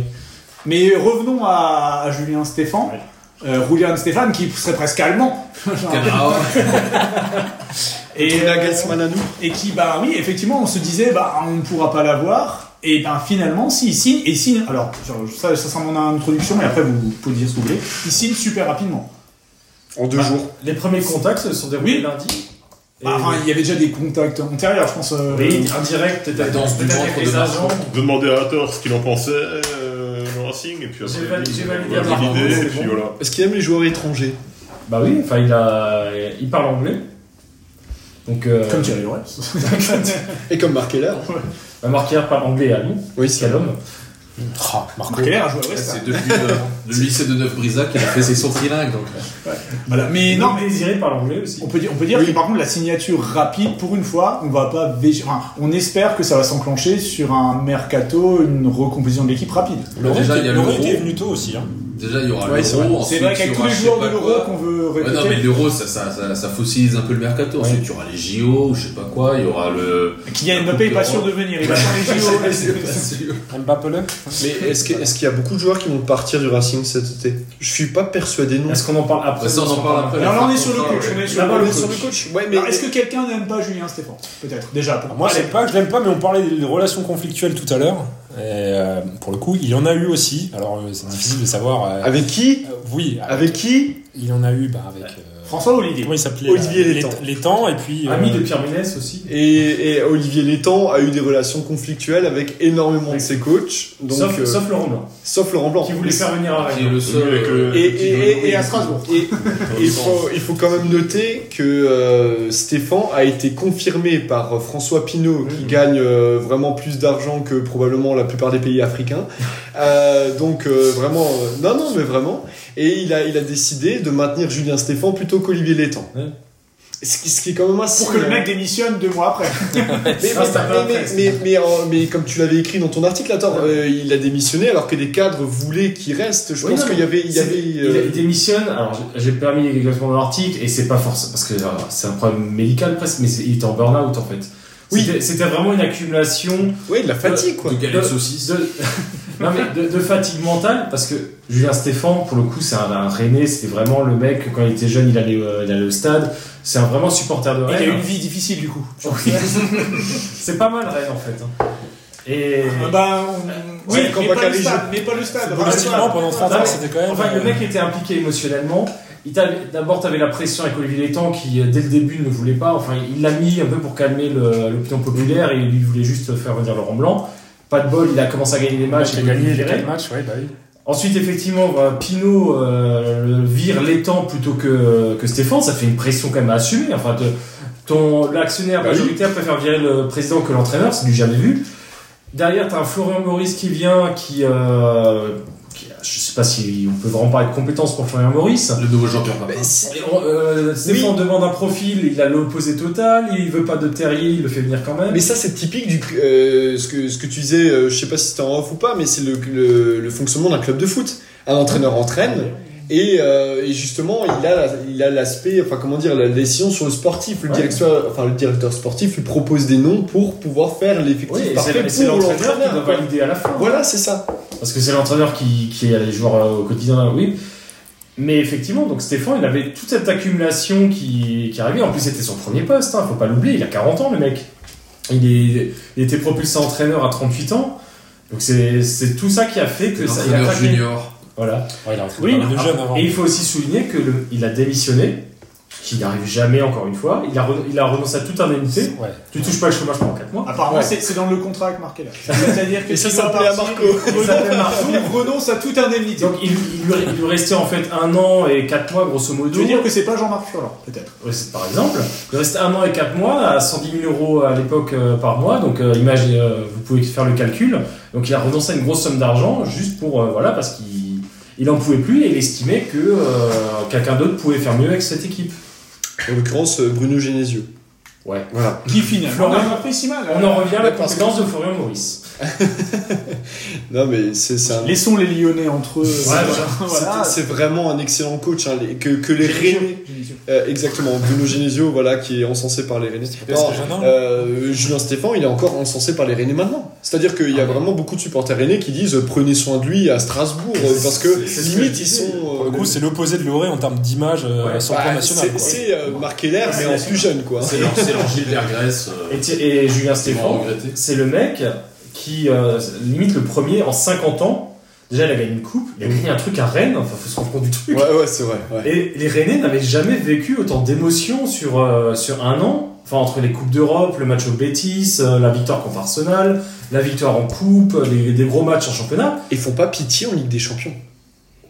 Speaker 2: Mais euh, revenons à, à Julien Stéphane.
Speaker 7: Ouais.
Speaker 2: Euh, Julian Stéphane, qui serait presque allemand. (laughs) Genre,
Speaker 3: Ah, ouais.
Speaker 2: et, euh,
Speaker 9: la Gassman à nous.
Speaker 2: et qui, bah oui, effectivement, on se disait, bah on ne pourra pas l'avoir. Et ben finalement, si, il signe, et il signe, alors genre, ça, ça sera mon introduction, et après vous pouvez dire ce que vous voulez, il signe super rapidement.
Speaker 9: En deux jours.
Speaker 7: Les premiers contacts se sont déroulés
Speaker 2: Oui.
Speaker 7: lundi. Et-
Speaker 2: Bah, enfin, il y avait déjà des contacts antérieurs, je pense. euh,
Speaker 7: oui, indirect, peut-être
Speaker 3: La danse du
Speaker 7: peut-être
Speaker 3: ventre
Speaker 7: avec
Speaker 3: de
Speaker 7: les
Speaker 3: Marco.
Speaker 7: agents.
Speaker 6: Vous demandez à Hathor ce qu'il en pensait, euh, le Racing, et puis après,
Speaker 7: J'ai validé- j'ai validé
Speaker 6: on va
Speaker 7: à
Speaker 6: valider,
Speaker 7: Marco,
Speaker 6: et
Speaker 7: c'est
Speaker 6: puis
Speaker 7: bon.
Speaker 6: voilà.
Speaker 9: Est-ce qu'il aime les joueurs étrangers
Speaker 7: Bah oui, enfin, il, a... il parle anglais. Donc, euh,
Speaker 2: Comme Thierry Loret.
Speaker 9: Et comme Marc Heller.
Speaker 7: bah, Marquer parle anglais et allemand.
Speaker 9: Oui,
Speaker 7: Quel homme.
Speaker 8: Ah, Marco.
Speaker 2: Quel a joué à West Ham.
Speaker 3: C'est depuis euh, (laughs) le, le lycée de Neuf-Brisac qu'il a fait ses sauts trilingues. Donc. euh,
Speaker 2: Voilà. Mais non, mais
Speaker 7: désiré par l'anglais aussi.
Speaker 2: on peut dire, on peut dire que par contre la signature rapide, pour une fois, on va pas vég- enfin, on espère que ça va s'enclencher sur un mercato, une recomposition de l'équipe rapide.
Speaker 8: Laurent
Speaker 3: Déjà,
Speaker 8: était-
Speaker 3: il y a
Speaker 8: Laurent
Speaker 3: l'Euro.
Speaker 8: était venu tôt aussi. hein.
Speaker 3: Déjà, il y aura
Speaker 9: Ouais, c'est vrai.
Speaker 3: l'euro.
Speaker 2: C'est
Speaker 3: ensuite,
Speaker 2: vrai
Speaker 3: il
Speaker 2: qu'avec
Speaker 3: y
Speaker 2: tous
Speaker 3: aura
Speaker 2: les
Speaker 3: je sais
Speaker 2: joueurs
Speaker 3: pas
Speaker 2: de l'euro
Speaker 3: quoi.
Speaker 2: qu'on veut
Speaker 3: Ouais, non,
Speaker 2: répéter,
Speaker 3: mais l'euro, ça, ça, ça, ça fossilise un peu le mercato. Ensuite, il y aura les JO, je sais pas quoi, il y aura le.
Speaker 2: Kylian Mbappé est pas sûr de venir, il va faire les JO.
Speaker 3: (laughs)
Speaker 8: Mbappé le
Speaker 9: Mais est-ce que- est-ce qu'il y a beaucoup de joueurs qui vont partir du Racing cet été Je suis pas persuadé non.
Speaker 7: Est-ce qu'on en parle après
Speaker 3: Bah, ça, on en parle après.
Speaker 2: Alors là on est sur le coach, on est sur
Speaker 7: Là-bas,
Speaker 2: le
Speaker 7: le
Speaker 2: coach.
Speaker 7: coach.
Speaker 9: coach Ouais, mais
Speaker 2: Alors, Est-ce que quelqu'un n'aime pas Julien Stéphane Peut-être, déjà. Pour...
Speaker 8: Moi,
Speaker 2: Allez.
Speaker 8: c'est pas que je l'aime pas, mais on parlait des relations conflictuelles tout à l'heure. Et euh, pour le coup, il y en a eu aussi. Alors, euh, c'est difficile de savoir. euh,
Speaker 9: avec qui
Speaker 8: euh, oui,
Speaker 9: Avec qui
Speaker 8: il y en a eu bah, avec. euh,
Speaker 2: François Olivier.
Speaker 8: comment il s'appelait
Speaker 9: Olivier
Speaker 8: là,
Speaker 9: Létang.
Speaker 8: Létang, et puis. euh,
Speaker 7: Ami de Pierre Ménès aussi.
Speaker 9: et, et Olivier Létang a eu des relations conflictuelles avec énormément de ses coachs, donc
Speaker 7: sauf,
Speaker 9: euh,
Speaker 7: sauf Laurent Blanc,
Speaker 9: sauf Laurent
Speaker 2: oh,
Speaker 9: Blanc.
Speaker 7: qui voulait faire venir à
Speaker 3: Qui est
Speaker 7: Rennes.
Speaker 3: le seul avec
Speaker 2: euh,
Speaker 3: le.
Speaker 9: Et,
Speaker 3: petit
Speaker 9: et-
Speaker 3: Renaud,
Speaker 9: et- et-
Speaker 3: il-
Speaker 9: Et,
Speaker 3: dans le
Speaker 9: il,
Speaker 3: sens.
Speaker 9: faut, il faut quand même noter que euh, Stéphane a été confirmé par euh, François Pinault, qui gagne euh, vraiment plus d'argent que probablement la plupart des pays africains. Euh, donc euh, vraiment, euh, non, non, mais vraiment. Et il a, il a décidé de maintenir Julien Stéphane plutôt qu'Olivier Létang.
Speaker 7: Ouais.
Speaker 9: Ce qui, ce qui est quand même assez.
Speaker 15: Pour que le mec démissionne deux mois après.
Speaker 9: mais, mais- mais- mais- mais- en- mais comme tu l'avais écrit dans ton article, attends, euh, il a démissionné alors que les cadres voulaient qu'il reste. Je
Speaker 2: Oui,
Speaker 9: pense
Speaker 2: non,
Speaker 9: qu'il y
Speaker 2: mais
Speaker 9: avait. Il y
Speaker 2: c'est-
Speaker 9: avait
Speaker 2: il
Speaker 9: euh,
Speaker 2: il démissionne. Alors, j'ai- j'ai permis exactement l'article, et c'est pas forcément parce que euh, c'est un problème médical presque, mais c'est- il était en burn-out en fait. Oui, c'était vraiment une accumulation.
Speaker 9: Oui, de la fatigue,
Speaker 2: quoi. De galette saucisse. non, mais de, de fatigue mentale, parce que Julien Stéphan, pour le coup, c'est un, un René, c'était vraiment le mec, quand il était jeune, il allait, euh, il allait au stade. C'est un vraiment supporter de
Speaker 15: Il
Speaker 2: Rennes.
Speaker 15: a eu une
Speaker 2: hein.
Speaker 15: vie difficile du coup.
Speaker 8: (laughs)
Speaker 2: Oui. c'est pas mal Rennes en fait. hein. Et.
Speaker 15: Ah bah, on- oui,
Speaker 2: Ouais, quand
Speaker 15: mais,
Speaker 2: on va
Speaker 15: pas le
Speaker 2: caler
Speaker 15: stade,
Speaker 2: jeu.
Speaker 15: mais pas le stade.
Speaker 2: Politiquement, pendant 30 ans,
Speaker 15: Ah,
Speaker 2: c'était quand même. Enfin,
Speaker 8: euh,
Speaker 2: le mec était impliqué émotionnellement. Il t'avait- D'abord, t'avais la pression avec Olivier Létang qui, euh, dès le début, ne voulait pas. Enfin, il l'a mis un peu pour calmer le- l'opinion populaire et lui, il voulait juste faire venir Laurent Blanc. Pas de bol, il a commencé à gagner des matchs.
Speaker 8: Il a
Speaker 2: il
Speaker 8: gagné
Speaker 2: voulait
Speaker 8: les
Speaker 2: virer.
Speaker 8: 4 matchs, ouais, bah oui.
Speaker 2: Ensuite, effectivement, voilà, Pinot euh, vire Létang plutôt que, que Stéphane. Ça fait une pression quand même à assumer. Enfin, te- ton l'actionnaire
Speaker 9: Bah oui.
Speaker 2: majoritaire préfère virer le président que l'entraîneur, c'est du jamais vu. Derrière, t'as un Florian Maurice qui vient, qui, euh, qui- je sais pas si on peut vraiment parler de compétences pour Florian Maurice.
Speaker 3: Le nouveau Jean-Pierre
Speaker 9: Bah,
Speaker 3: Papin.
Speaker 2: Et on- euh, Stéphane demande un profil, il a l'opposé total, il veut pas de Terrier, il le fait venir quand même.
Speaker 9: Mais ça, c'est typique du euh, ce que ce que tu disais. euh, je sais pas si c'était en off ou pas, mais c'est le, le, le fonctionnement d'un club de foot. Un entraîneur entraîne. Et, euh, et justement, il a, la- il a l'aspect, enfin comment dire, la décision sur le sportif. Le
Speaker 2: Ouais.
Speaker 9: directeur, enfin le directeur sportif lui propose des noms pour pouvoir faire l'effectif
Speaker 2: Oui, et
Speaker 9: parfait
Speaker 2: c'est- et c'est
Speaker 9: pour
Speaker 2: l'entraîneur
Speaker 9: l'entraîneur.
Speaker 2: qui doit
Speaker 9: quoi.
Speaker 2: valider à la fin.
Speaker 9: Voilà, c'est ça.
Speaker 2: Parce que c'est l'entraîneur qui, qui a les joueurs euh, au quotidien, oui. Mais effectivement, donc Stéphane, il avait toute cette accumulation qui, qui arrivait. En plus, c'était son premier poste, hein, faut pas l'oublier. Il a 40 ans, le mec. Il, est, il était propulsé entraîneur à 38 ans. Donc c'est c'est tout ça qui a fait que ça. il a
Speaker 3: Entraîneur
Speaker 2: craqué.
Speaker 3: junior.
Speaker 2: Voilà.
Speaker 8: Ouais, il a
Speaker 2: Oui,
Speaker 8: entraîné pas mal de
Speaker 2: ah,
Speaker 8: jeunes avant.
Speaker 2: et il faut aussi souligner que le- il a démissionné, qu'il n'arrive jamais encore une fois. Il a, re- il a renoncé à toute indemnité.
Speaker 8: Ouais.
Speaker 2: Tu touches pas le chômage pendant 4 mois.
Speaker 15: Apparemment, c'est c'est dans le contrat avec
Speaker 2: (laughs)
Speaker 15: Marquez. C'est-à-dire que
Speaker 9: Et ça,
Speaker 15: s'il
Speaker 9: ça
Speaker 15: doit
Speaker 9: plaît à
Speaker 15: partir,
Speaker 9: Marco.
Speaker 15: il
Speaker 2: Ça plaît à Marco.
Speaker 15: renonce- Il renonce à toute indemnité.
Speaker 2: Donc il, il lui, il lui restait en fait un an et 4 mois, grosso modo.
Speaker 15: Je veux dire que c'est pas Jean-Marc Furlan, peut-être.
Speaker 2: Ouais, c'est- par exemple, il reste un an et 4 mois à 110 000 euros à l'époque euh, par mois, donc euh, imaginez, euh, vous pouvez faire le calcul. Donc il a renoncé à une grosse somme d'argent juste pour, euh, voilà, parce qu'il il en pouvait plus et il estimait que euh, quelqu'un d'autre pouvait faire mieux avec cette équipe.
Speaker 9: En l'occurrence, euh, Bruno Genesio.
Speaker 2: Ouais.
Speaker 9: Voilà.
Speaker 15: Qui finalement
Speaker 2: Florent-
Speaker 15: n'a pas pris si mal.
Speaker 2: On en revient à la
Speaker 9: Ouais, parce que-
Speaker 2: compétence de Florian Maurice.
Speaker 9: Non, mais c'est ça.
Speaker 15: Laissons les Lyonnais entre eux.
Speaker 2: voilà.
Speaker 15: (laughs) voilà.
Speaker 9: C'est vraiment un excellent coach. hein, les- que, que les Rennais. Euh, exactement, Bruno Genesio, voilà, qui est encensé par les Rennais. Non,
Speaker 8: gênant.
Speaker 9: euh, Julien Stéphan, il est encore encensé par les Rennais maintenant. C'est-à-dire qu'il y a vraiment beaucoup de supporters Rennais qui disent euh, prenez soin de lui à Strasbourg, euh, parce que
Speaker 2: c'est ce que
Speaker 9: limite
Speaker 2: je
Speaker 9: ils
Speaker 2: disais.
Speaker 9: sont.
Speaker 8: Pour
Speaker 9: euh,
Speaker 8: le coup, c'est l'opposé de Loré en termes d'image euh,
Speaker 2: Ouais,
Speaker 8: sur le
Speaker 9: bah,
Speaker 8: plan national.
Speaker 9: c'est-
Speaker 8: quoi.
Speaker 9: C'est euh, Marc Heller, mais en plus jeune, quoi.
Speaker 3: C'est leur- c'est leur Gilbert Grèce. euh,
Speaker 2: Et, Thi- et Julien
Speaker 3: C'est
Speaker 2: Stéphane,
Speaker 3: vraiment regretté.
Speaker 2: c'est le mec qui, euh, limite le premier en 50 ans, déjà il a gagné une coupe, il a gagné un truc à Rennes, enfin faut se rendre compte du truc.
Speaker 9: Ouais, ouais, c'est vrai. ouais.
Speaker 2: Et les Rennais n'avaient jamais vécu autant d'émotions sur, euh, sur un an. Enfin, entre les Coupes d'Europe, le match au Betis, euh, la victoire contre Arsenal, la victoire en Coupe, les- des gros matchs en championnat.
Speaker 9: Ils font pas pitié en Ligue des Champions.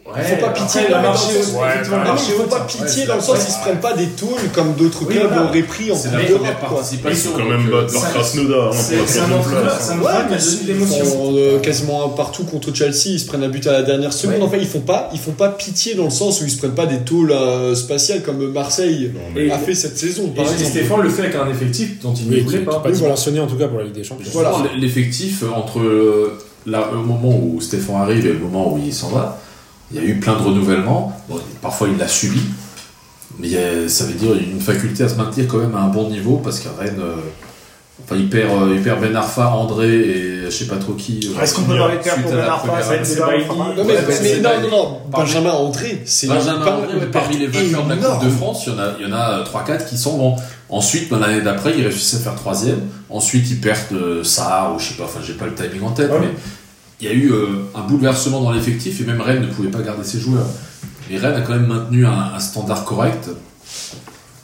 Speaker 2: Ouais,
Speaker 9: Ils font pas
Speaker 2: après,
Speaker 9: pitié
Speaker 2: la
Speaker 9: dans le
Speaker 2: marche-
Speaker 9: sens-
Speaker 2: ouais,
Speaker 9: effectivement,
Speaker 2: la
Speaker 9: Ah non, mais
Speaker 2: marche
Speaker 9: ils font
Speaker 2: haute.
Speaker 9: pas
Speaker 3: Ouais,
Speaker 9: pitié
Speaker 3: c'est
Speaker 9: dans le
Speaker 3: la-
Speaker 9: sens ils se prennent pas des tôles comme d'autres
Speaker 2: Oui,
Speaker 9: clubs
Speaker 2: voilà.
Speaker 9: auraient pris en
Speaker 3: C'est
Speaker 9: Coupe
Speaker 3: la
Speaker 9: d'Europe,
Speaker 3: première
Speaker 9: quoi.
Speaker 3: participation.
Speaker 6: Ils sont quand
Speaker 3: donc,
Speaker 6: même
Speaker 3: euh,
Speaker 6: battre leur
Speaker 2: ça-
Speaker 6: Krasnodar hein, pour
Speaker 2: C'est
Speaker 6: la
Speaker 2: c'est un
Speaker 6: troisième
Speaker 2: entraîneur,
Speaker 6: place.
Speaker 2: c'est un
Speaker 9: Ouais,
Speaker 2: entraîneur qui a
Speaker 9: mais
Speaker 2: donné de
Speaker 9: ils
Speaker 2: l'émotion.
Speaker 9: font, euh, quasiment partout contre Chelsea, ils se prennent un but à la dernière seconde.
Speaker 2: Ouais.
Speaker 9: Enfin, ils font pas, ils font pas pitié dans le sens où ils se prennent pas des tôles euh, spatiales comme Marseille
Speaker 6: Non, mais-
Speaker 2: Et-
Speaker 9: a fait cette saison.
Speaker 2: Et
Speaker 9: Par
Speaker 2: Gilles
Speaker 9: exemple.
Speaker 2: Stéphane le fait avec un effectif dont il ne
Speaker 8: Oui, qui
Speaker 2: voulait
Speaker 8: n'est
Speaker 2: pas.
Speaker 8: pas
Speaker 9: Oui, voilà.
Speaker 8: dimensionné en tout cas pour la Ligue des Champions.
Speaker 9: Voilà.
Speaker 3: Justement, L'effectif euh, entre euh, là, le moment où Stéphane arrive et le moment où il s'en va, il y a eu plein de renouvellements. Bon, parfois il l'a subi, mais il y a- ça veut dire une faculté à se maintenir quand même à un bon niveau parce qu'à Rennes, euh, enfin, il, perd, euh, il perd Ben Arfa, André et je sais pas trop qui. euh,
Speaker 15: Est-ce qu'on peut parler de terre
Speaker 3: suite
Speaker 15: pour
Speaker 3: à la
Speaker 15: Ben Arfa
Speaker 3: première
Speaker 15: ça va être
Speaker 2: c'est
Speaker 15: débat,
Speaker 2: Bailly.
Speaker 15: on fera pas.
Speaker 9: Non, mais,
Speaker 3: Ouais,
Speaker 9: mais-
Speaker 3: c'est
Speaker 9: non,
Speaker 3: pas-
Speaker 9: non, non, Benjamin André, c'est
Speaker 3: Benjamin
Speaker 9: par-
Speaker 3: André, parmi les vainqueurs de la Coupe de France, il y en a, il y en a 3-4 qui s'en vont. Ensuite, ben, l'année d'après, ils réussissent à faire troisième. Ensuite, ils perdent euh, Sarr ou je sais pas, enfin, j'ai pas le timing en tête,
Speaker 2: Ouais.
Speaker 3: mais il y a eu euh, un bouleversement dans l'effectif et même Rennes ne pouvait pas garder ses joueurs. Et Rennes a quand même maintenu un, un standard correct.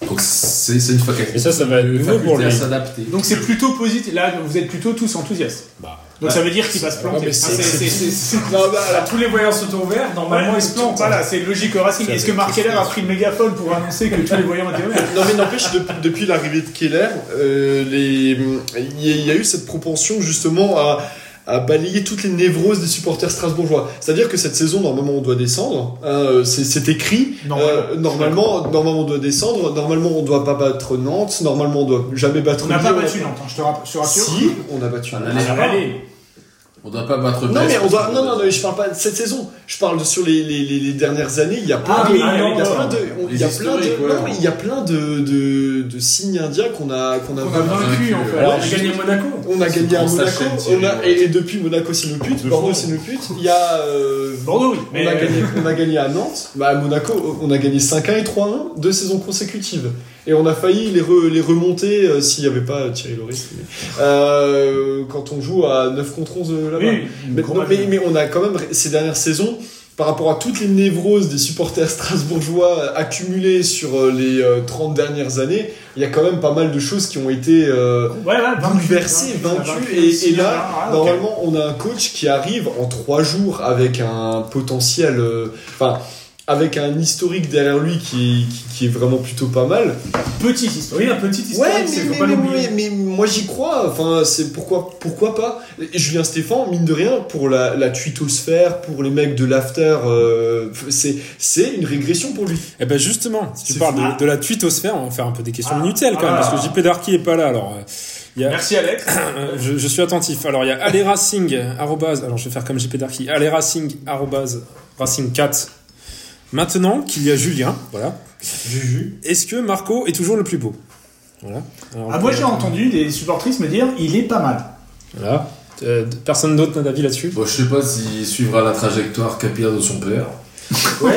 Speaker 3: Donc, c'est c'est une faculté.
Speaker 8: Et ça, ça va être
Speaker 3: une
Speaker 8: nouveau pour
Speaker 3: faculté à
Speaker 8: lui.
Speaker 3: s'adapter.
Speaker 15: Donc c'est plutôt positif. Là, vous êtes plutôt tous enthousiastes.
Speaker 8: Bah,
Speaker 15: Donc ça veut dire qu'il va se
Speaker 8: Non,
Speaker 15: planter.
Speaker 8: mais
Speaker 15: Ah, c'est-
Speaker 8: c'est
Speaker 15: c'est- c'est- c'est-
Speaker 9: Non, bah, alors,
Speaker 2: Tous les voyants sont au vert, normalement
Speaker 15: Normalement,
Speaker 2: ils
Speaker 15: il
Speaker 2: se
Speaker 15: se
Speaker 2: plantent.
Speaker 15: plante. Voilà, c'est logique au Racing. Est-ce que Marc Heller a pris le mégaphone pour annoncer que tous les voyants étaient verts
Speaker 9: Non mais n'empêche, depuis, depuis l'arrivée de Keller, euh, les- il y, a- il y a eu cette propension justement à, à balayer toutes les névroses des supporters strasbourgeois. C'est-à-dire que cette saison, normalement, on doit descendre. hein, euh, c'est- c'est écrit. Euh, normalement, normalement, on doit descendre. Normalement, on doit pas battre Nantes. Normalement, on doit jamais battre
Speaker 16: On n'a
Speaker 9: Lille,
Speaker 16: pas
Speaker 9: on a-
Speaker 16: battu Nantes, hein, je te rapp- je te rassure.
Speaker 9: Si, on a battu Nantes.
Speaker 16: allait- allait.
Speaker 3: On doit pas battre
Speaker 9: Non,
Speaker 3: Brest,
Speaker 9: mais on
Speaker 3: parce
Speaker 9: doit.
Speaker 3: que-
Speaker 9: Non, non, non, je parle pas de cette saison. Je parle de- sur les, les, les, les dernières années. Il y a plein
Speaker 3: Ah
Speaker 9: de.
Speaker 3: oui,
Speaker 9: il y a
Speaker 3: non, non,
Speaker 9: plein de.
Speaker 3: non.
Speaker 9: Il y a
Speaker 3: Les
Speaker 9: plein de.
Speaker 3: historiques, ouais.
Speaker 9: non, mais il y a plein de, de, de signes indiens qu'on a qu'on a,
Speaker 2: Qu'on a vaincus, en fait. Alors, on a gagné Monaco.
Speaker 9: On a gagné à
Speaker 2: Parce qu'on
Speaker 9: Monaco.
Speaker 2: s'achète,
Speaker 9: On
Speaker 2: Thierry,
Speaker 9: a, et, et depuis Monaco c'est nos putes. Bordeaux c'est nos putes. Il y a. euh,
Speaker 4: Bordeaux oui.
Speaker 9: On a, gagné, on a gagné à Nantes, bah à Monaco, on a gagné 5-1 et 3-1, deux saisons consécutives. Et on a failli les, re- les remonter euh, s'il n'y avait pas Thierry Loris. mais, euh, quand on joue à 9 contre 11 euh, là-bas.
Speaker 4: Oui,
Speaker 9: mais,
Speaker 4: gros
Speaker 9: non,
Speaker 4: match.
Speaker 9: mais- mais on a quand même, ces dernières saisons, par rapport à toutes les névroses des supporters (laughs) strasbourgeois euh, accumulées sur euh, les euh, 30 dernières années, il y a quand même pas mal de choses qui ont été euh,
Speaker 4: Ouais, ouais, vaincu,
Speaker 9: bouleversées,
Speaker 4: vaincu,
Speaker 9: vaincues.
Speaker 4: vaincu,
Speaker 9: Et, et
Speaker 4: si,
Speaker 9: là,
Speaker 4: ah, ok.
Speaker 9: normalement, on a un coach qui arrive en trois jours avec un potentiel, euh, enfin, avec un historique derrière lui qui, qui, qui est vraiment plutôt pas mal.
Speaker 4: Petit historique. Oui, un petit
Speaker 9: Ouais,
Speaker 4: historique, c'est-
Speaker 9: mais,
Speaker 4: faut
Speaker 9: mais-
Speaker 4: pas
Speaker 9: mais-
Speaker 4: l'oublier.
Speaker 9: mais- mais moi j'y crois. Enfin, c'est pourquoi, pourquoi pas. Et Julien Stéphan, mine de rien, pour la, la tweetosphère, pour les mecs de l'after, euh, c'est c'est une régression pour lui.
Speaker 8: Eh ben justement, si tu parles de, de la tweetosphère, on va faire un peu des questions minutielles quand même,
Speaker 9: ah.
Speaker 8: parce que JP Darky est pas là. Alors, euh, il y a-
Speaker 4: Merci Alex.
Speaker 8: je, je suis attentif. Alors il y a Allez Racing, arrobase, alors je vais faire comme JP Darky, Allez Racing, arrobase, Racing 4. Maintenant qu'il y a Julien, voilà. Est-ce que Marco est toujours le plus beau Voilà. Alors, euh,
Speaker 4: Ah, moi j'ai entendu des supportrices me dire il est pas mal.
Speaker 8: Voilà. Euh, personne d'autre n'a d'avis là-dessus
Speaker 3: Bon, je sais pas s'il suivra la trajectoire capillaire de son père.
Speaker 2: Ouais,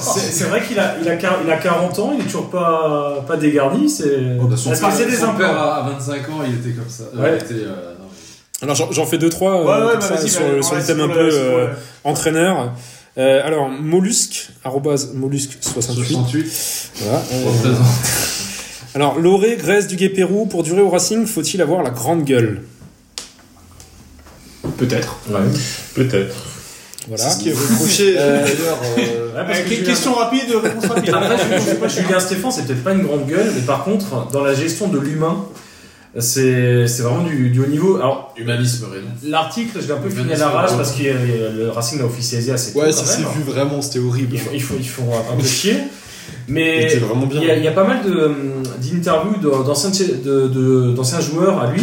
Speaker 2: c'est- c'est c'est vrai qu'il a, il a, quar- il a 40 ans, il est toujours pas, pas dégarni. C'est
Speaker 4: Oh, bah,
Speaker 3: Son
Speaker 2: parce que
Speaker 3: père,
Speaker 2: c'est des
Speaker 3: son père
Speaker 2: implants.
Speaker 3: à 25 ans, il était comme ça. Euh,
Speaker 2: Ouais.
Speaker 3: il était, euh, non, mais-
Speaker 8: Alors j'en j'en fais deux trois euh,
Speaker 4: Ouais, ouais,
Speaker 8: comme
Speaker 4: bah,
Speaker 8: ça,
Speaker 4: vas-y,
Speaker 8: sur,
Speaker 4: bah,
Speaker 8: le-
Speaker 4: on
Speaker 8: sur le
Speaker 4: reste
Speaker 8: thème un
Speaker 4: sur
Speaker 8: peu
Speaker 4: le- sur
Speaker 8: euh,
Speaker 4: le-
Speaker 8: entraîneur. Euh, alors mollusque arrobase mollusque 68.
Speaker 3: 68.
Speaker 8: Voilà. Euh,
Speaker 3: Représente.
Speaker 8: alors Loré Grèce du Guépérou pour durer au Racing faut-il avoir la grande gueule
Speaker 4: Peut-être.
Speaker 6: Peut-être.
Speaker 8: Voilà.
Speaker 9: C'est ce qui est reproché
Speaker 8: Euh,
Speaker 9: d'ailleurs. euh,
Speaker 2: Ouais, parce
Speaker 4: Euh,
Speaker 2: que
Speaker 4: que-
Speaker 2: Julien-
Speaker 4: question rapide, réponse rapide.
Speaker 2: Après, je- je sais pas, Julien Stéphane, c'est peut-être pas une grande gueule, mais par contre, dans la gestion de l'humain, c'est c'est vraiment du, du haut niveau. Alors,
Speaker 3: Humanisme, Raymond.
Speaker 2: l'article, je l'ai un peu fini à l'arrache parce que euh, le Racing l'a officialisé assez tôt
Speaker 9: Ouais,
Speaker 2: quand
Speaker 9: ça s'est
Speaker 2: même.
Speaker 9: vu Ah, vraiment, c'était horrible.
Speaker 2: Ils font, ils font- ils font un peu chier. Mais
Speaker 9: C'était vraiment bien.
Speaker 2: il y, a- il y a pas mal de, hum, d'interviews de- d'anciens de- de- d'anciens joueurs à lui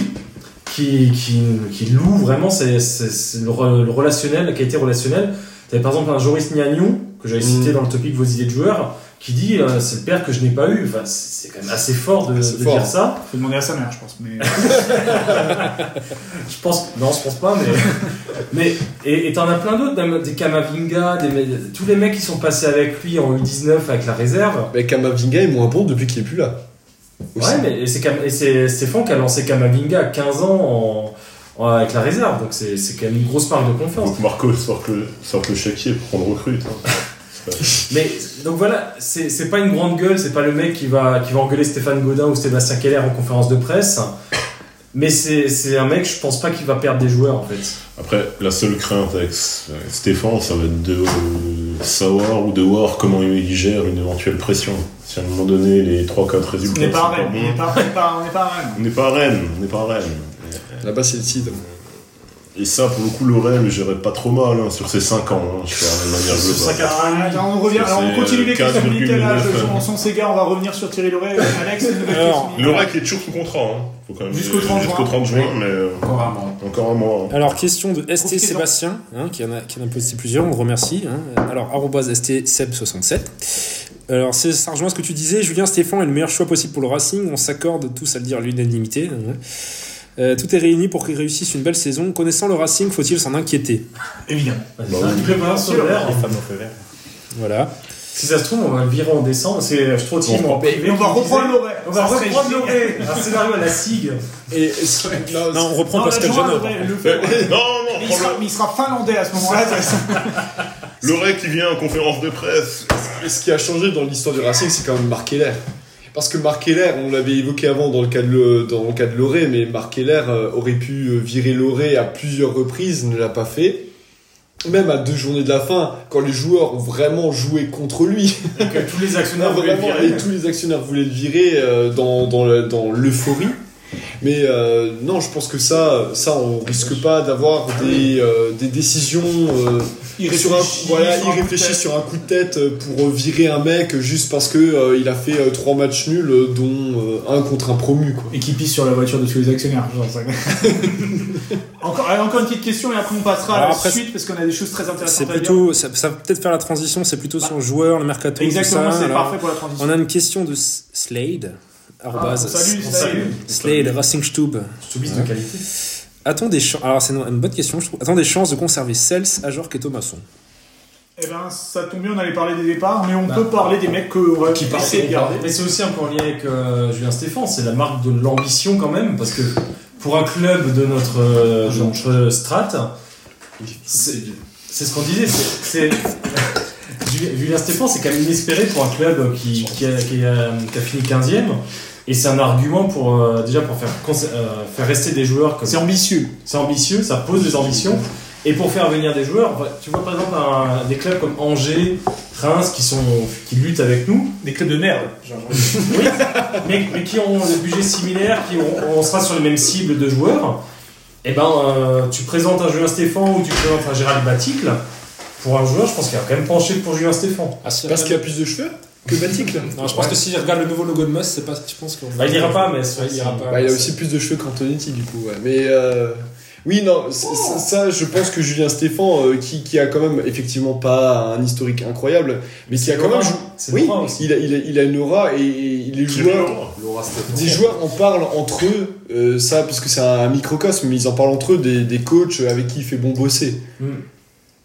Speaker 2: qui, qui, qui louent vraiment ses- ses- ses- le, re- le relationnel, la qualité relationnelle. T'avais par exemple un Joris Niagnon que j'avais cité
Speaker 9: Mm.
Speaker 2: dans le topic Vos idées de joueurs qui dit euh, c'est le père que je n'ai pas eu. Enfin, c'est c'est quand même assez fort de,
Speaker 9: Assez
Speaker 2: de
Speaker 9: fort.
Speaker 2: dire ça.
Speaker 4: Faut demander à sa mère, je pense. Mais...
Speaker 2: Je pense, non, je pense pas, mais.
Speaker 9: (laughs)
Speaker 2: mais et et t'en as plein d'autres, des- des Kamavinga, des, me- tous les mecs qui sont passés avec lui en U19 avec la réserve.
Speaker 9: Mais Kamavinga est moins bon depuis qu'il est plus là. Aussi.
Speaker 2: Ouais, mais et c'est Kam- et c'est Stéphane qui a lancé Kamavinga à 15 ans en, en- avec la réserve, donc c'est c'est quand même une grosse marque de confiance.
Speaker 6: Donc Marco sort le, sort le chéquier pour qu'on le recrute. hein.
Speaker 2: Mais donc voilà, c'est c'est pas une grande gueule, c'est pas le mec qui va, qui va engueuler Stéphane Godin ou Sébastien Keller en conférence de presse. Mais c'est c'est un mec, je pense pas qu'il va perdre des joueurs en fait.
Speaker 6: Après, la seule crainte avec S- avec Stéphane, ça va être de euh, savoir ou de voir comment il gère une éventuelle pression. Si à un moment donné, les 3-4
Speaker 4: On
Speaker 6: résultats.
Speaker 4: n'est pas à
Speaker 6: sont
Speaker 4: Rennes, on n'est
Speaker 6: bons,
Speaker 4: pas- on n'est pas- on n'est pas à Rennes.
Speaker 6: on n'est pas à Rennes. On n'est pas à Rennes.
Speaker 9: Là-bas, c'est le CID.
Speaker 6: Et ça, pour le coup, Lorel le gérait pas trop mal hein, sur ses 5 ans, hein, je parle de manière
Speaker 2: Sur cinq
Speaker 6: globale.
Speaker 4: Ah, alors on revient, alors on
Speaker 6: C'est,
Speaker 4: continue les
Speaker 6: euh,
Speaker 4: questions
Speaker 6: 4,9.
Speaker 4: militaires. là, je- sans- Sans ces gars, on va revenir sur Thierry Loret. Euh, Alex, une nouvelle
Speaker 8: Alors,
Speaker 4: question.
Speaker 6: Lorel qui est toujours sous contrat, hein. Faut quand même-
Speaker 4: Jusqu'au 30
Speaker 6: jusqu'au 30 juin, mais euh,
Speaker 3: Encore un
Speaker 2: Bah,
Speaker 3: mois.
Speaker 6: encore un
Speaker 8: (laughs)
Speaker 6: mois. hein.
Speaker 8: Alors, question de ST
Speaker 4: qu'ils ont-
Speaker 8: Sébastien, hein, qui, en a, qui en a posté plusieurs, on le remercie. hein. Alors, arrobase ST Seb67. Alors, c'est- ça rejoint ce que tu disais, Julien Stéphane est le meilleur choix possible pour le Racing, on s'accorde tous à le dire à l'unanimité. hein. Euh, tout est réuni pour qu'il réussisse une belle saison. Connaissant le Racing, faut-il s'en inquiéter
Speaker 4: Évidemment.
Speaker 2: Il prépare son verre.
Speaker 8: Voilà.
Speaker 2: Si ça se trouve, on va le virer en décembre. C'est, je trouve, Tim en privé.
Speaker 4: Et on va reprendre Loret.
Speaker 2: On va
Speaker 4: Ça serait
Speaker 2: reprendre
Speaker 4: génial.
Speaker 2: l'orée. Un scénario à la SIG.
Speaker 9: Et c'est- non,
Speaker 8: Non, on reprend
Speaker 4: Non,
Speaker 8: Pascal
Speaker 4: l'adjoint
Speaker 8: Jeannot.
Speaker 4: devrait le
Speaker 6: Euh,
Speaker 4: faire.
Speaker 6: non,
Speaker 4: Mais
Speaker 6: non,
Speaker 4: il, sera, mais il sera finlandais à ce moment-là.
Speaker 6: Lorel qui vient en conférence de presse.
Speaker 9: c'est- ce qui a changé dans l'histoire du Racing, c'est quand même Marc Keller. Parce que Marc Keller, on l'avait évoqué avant dans le cas de le- dans le cas de Loré, mais Marc Keller euh, aurait pu euh, virer Loré à plusieurs reprises, ne l'a pas fait. Même à deux journées de la fin, quand les joueurs ont vraiment joué contre lui,
Speaker 2: Et que tous les
Speaker 9: Non,
Speaker 2: actionnaires voulaient le
Speaker 9: vraiment,
Speaker 2: virer.
Speaker 9: et tous les actionnaires voulaient le virer euh, dans, dans, le- dans l'euphorie. Mais euh, non, je pense que ça, ça on risque pas d'avoir
Speaker 2: Ah
Speaker 9: des, euh, des décisions euh, sur un, voilà, irréfléchies sur un coup de tête euh, pour virer un mec juste parce que euh, il a fait euh, trois matchs nuls, euh, dont euh, un contre un promu. Quoi.
Speaker 2: Et qui pisse sur la voiture de tous les actionnaires. Genre, ça. (laughs) encore, allez, encore une petite question et après on passera à la
Speaker 8: Alors après,
Speaker 2: suite parce qu'on a des choses très
Speaker 8: C'est
Speaker 2: intéressantes à dire.
Speaker 8: plutôt, ça, ça va peut-être faire la transition, c'est plutôt sur le joueur, le mercato,
Speaker 2: Exactement,
Speaker 8: tout ça.
Speaker 2: c'est
Speaker 8: Alors,
Speaker 2: parfait pour la transition.
Speaker 8: On a une question de S- Slade. arrobase-
Speaker 2: Ah, salut,
Speaker 8: on
Speaker 2: Slade.
Speaker 8: salue. Slade, Racing Stube.
Speaker 7: Stubis de qualité.
Speaker 8: A-t-on des chances Alors c'est une une bonne question, je trouve. A-t-on des chances de conserver Cels, Ajorc et Thomasson
Speaker 2: Eh ben, ça tombe bien, on allait parler des départs, mais on peut parler des mecs que, ouais,
Speaker 7: Bah. qui part
Speaker 2: essayer de garder.
Speaker 7: Mais c'est aussi un peu en lien avec euh, Julien Stéphane, c'est la marque de l'ambition quand même, parce que pour un club de notre, euh, de notre strate, c'est c'est ce qu'on disait, c'est. (laughs) c'est- Julien- Julien Stéphane, c'est quand même inespéré pour un club qui, qui, a, qui a- qui a fini 15ème. Et c'est un argument pour euh, déjà pour faire, cons- euh, faire rester des joueurs comme. C'est
Speaker 2: ambitieux.
Speaker 7: C'est ambitieux, ça pose des ambitions. Et pour faire venir des joueurs, bah, tu vois par exemple un- des clubs comme Angers, Reims qui, sont, qui luttent avec nous.
Speaker 2: Des clubs de merde.
Speaker 7: oui, mais, mais qui ont des budgets similaires, qui ont- on sera sur les mêmes cibles de joueurs. Et ben, euh, tu présentes un Julien Stéphane ou tu présentes un Gérald Baticle. Pour un joueur, je pense qu'il a quand même penché pour Julien Stéphane.
Speaker 8: Ah, Parce qu'il
Speaker 9: a plus de cheveux que Baticle
Speaker 8: Non, je pense que si je regarde le nouveau logo de Moss, c'est pas. Tu penses qu'on.
Speaker 7: Bah, il ira pas, mais ça,
Speaker 8: Ouais, il ira pas.
Speaker 9: Bah, il a aussi plus de cheveux qu'Antonetti, du coup. ouais. Mais euh, oui, non,
Speaker 7: Oh.
Speaker 9: c- c- ça, je pense que Julien Stéphane, euh, qui, qui a quand même effectivement pas un historique incroyable, mais qui a quand
Speaker 7: l'aura.
Speaker 9: même. jou-
Speaker 7: C'est
Speaker 9: Oui,
Speaker 7: l'aura
Speaker 9: il a, il, a, il a une aura et, et les joueurs.
Speaker 7: Laura Stéphane.
Speaker 9: Des joueurs en parlent entre eux, euh, ça parce que c'est un microcosme, mais ils en parlent entre eux des, des coachs avec qui il fait bon bosser.
Speaker 7: Hmm.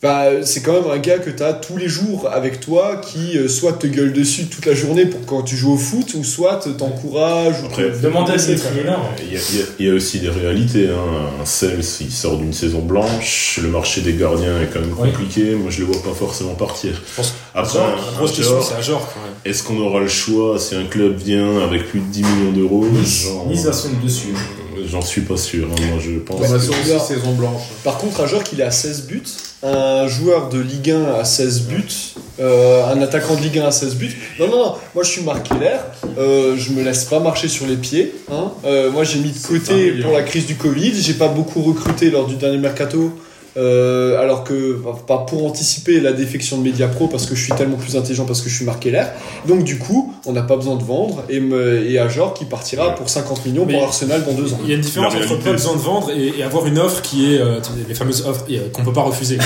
Speaker 9: Bah, c'est quand même un gars que t'as tous les jours avec toi qui euh, soit te gueule dessus toute la journée pour quand tu joues au foot, ou soit t'encourage. ou
Speaker 6: Après,
Speaker 9: te-
Speaker 7: Demande à Dimitri Hénin.
Speaker 6: Il y, a, il y a- il y a aussi des réalités. Hein. Un Sels, il sort d'une saison blanche. Le marché des gardiens est quand même
Speaker 7: Ouais.
Speaker 6: compliqué. Moi, je le vois pas forcément partir.
Speaker 8: pense-
Speaker 6: Après,
Speaker 8: Ajorc,
Speaker 6: un-
Speaker 8: la grosse
Speaker 6: un
Speaker 8: question,
Speaker 6: Ajorc,
Speaker 8: c'est Ajorc, ouais.
Speaker 6: est-ce qu'on aura le choix si un club vient avec plus de 10 millions d'euros J'en-
Speaker 7: Nice va se mettre dessus.
Speaker 6: J'en suis pas sûr. hein. Moi, je pense.
Speaker 9: Ouais, c'est bizarre.
Speaker 3: saison blanche.
Speaker 9: Par contre, un joueur qui est à 16 buts, un joueur de Ligue 1 à 16 buts, euh, un attaquant de Ligue 1 à 16 buts. Non, non, non, moi je suis Marc Keller, euh, je me laisse pas marcher sur les pieds. hein. Euh, moi j'ai mis de côté
Speaker 3: pas
Speaker 9: pour la crise du Covid, j'ai pas beaucoup recruté lors du dernier mercato. euh, alors que, enfin, pas pour anticiper la défection de Media Pro parce que je suis tellement plus intelligent parce que je suis Marc Keller. Donc, du coup, on n'a pas besoin de vendre et, me, et Ajor qui partira pour 50 millions
Speaker 8: Mais-
Speaker 9: pour Arsenal dans deux ans.
Speaker 8: Il y a une différence
Speaker 6: La
Speaker 8: entre
Speaker 6: réalité.
Speaker 8: pas besoin de vendre et, et avoir une offre qui est. euh, tu sais, les fameuses offres euh, qu'on peut pas refuser. quoi.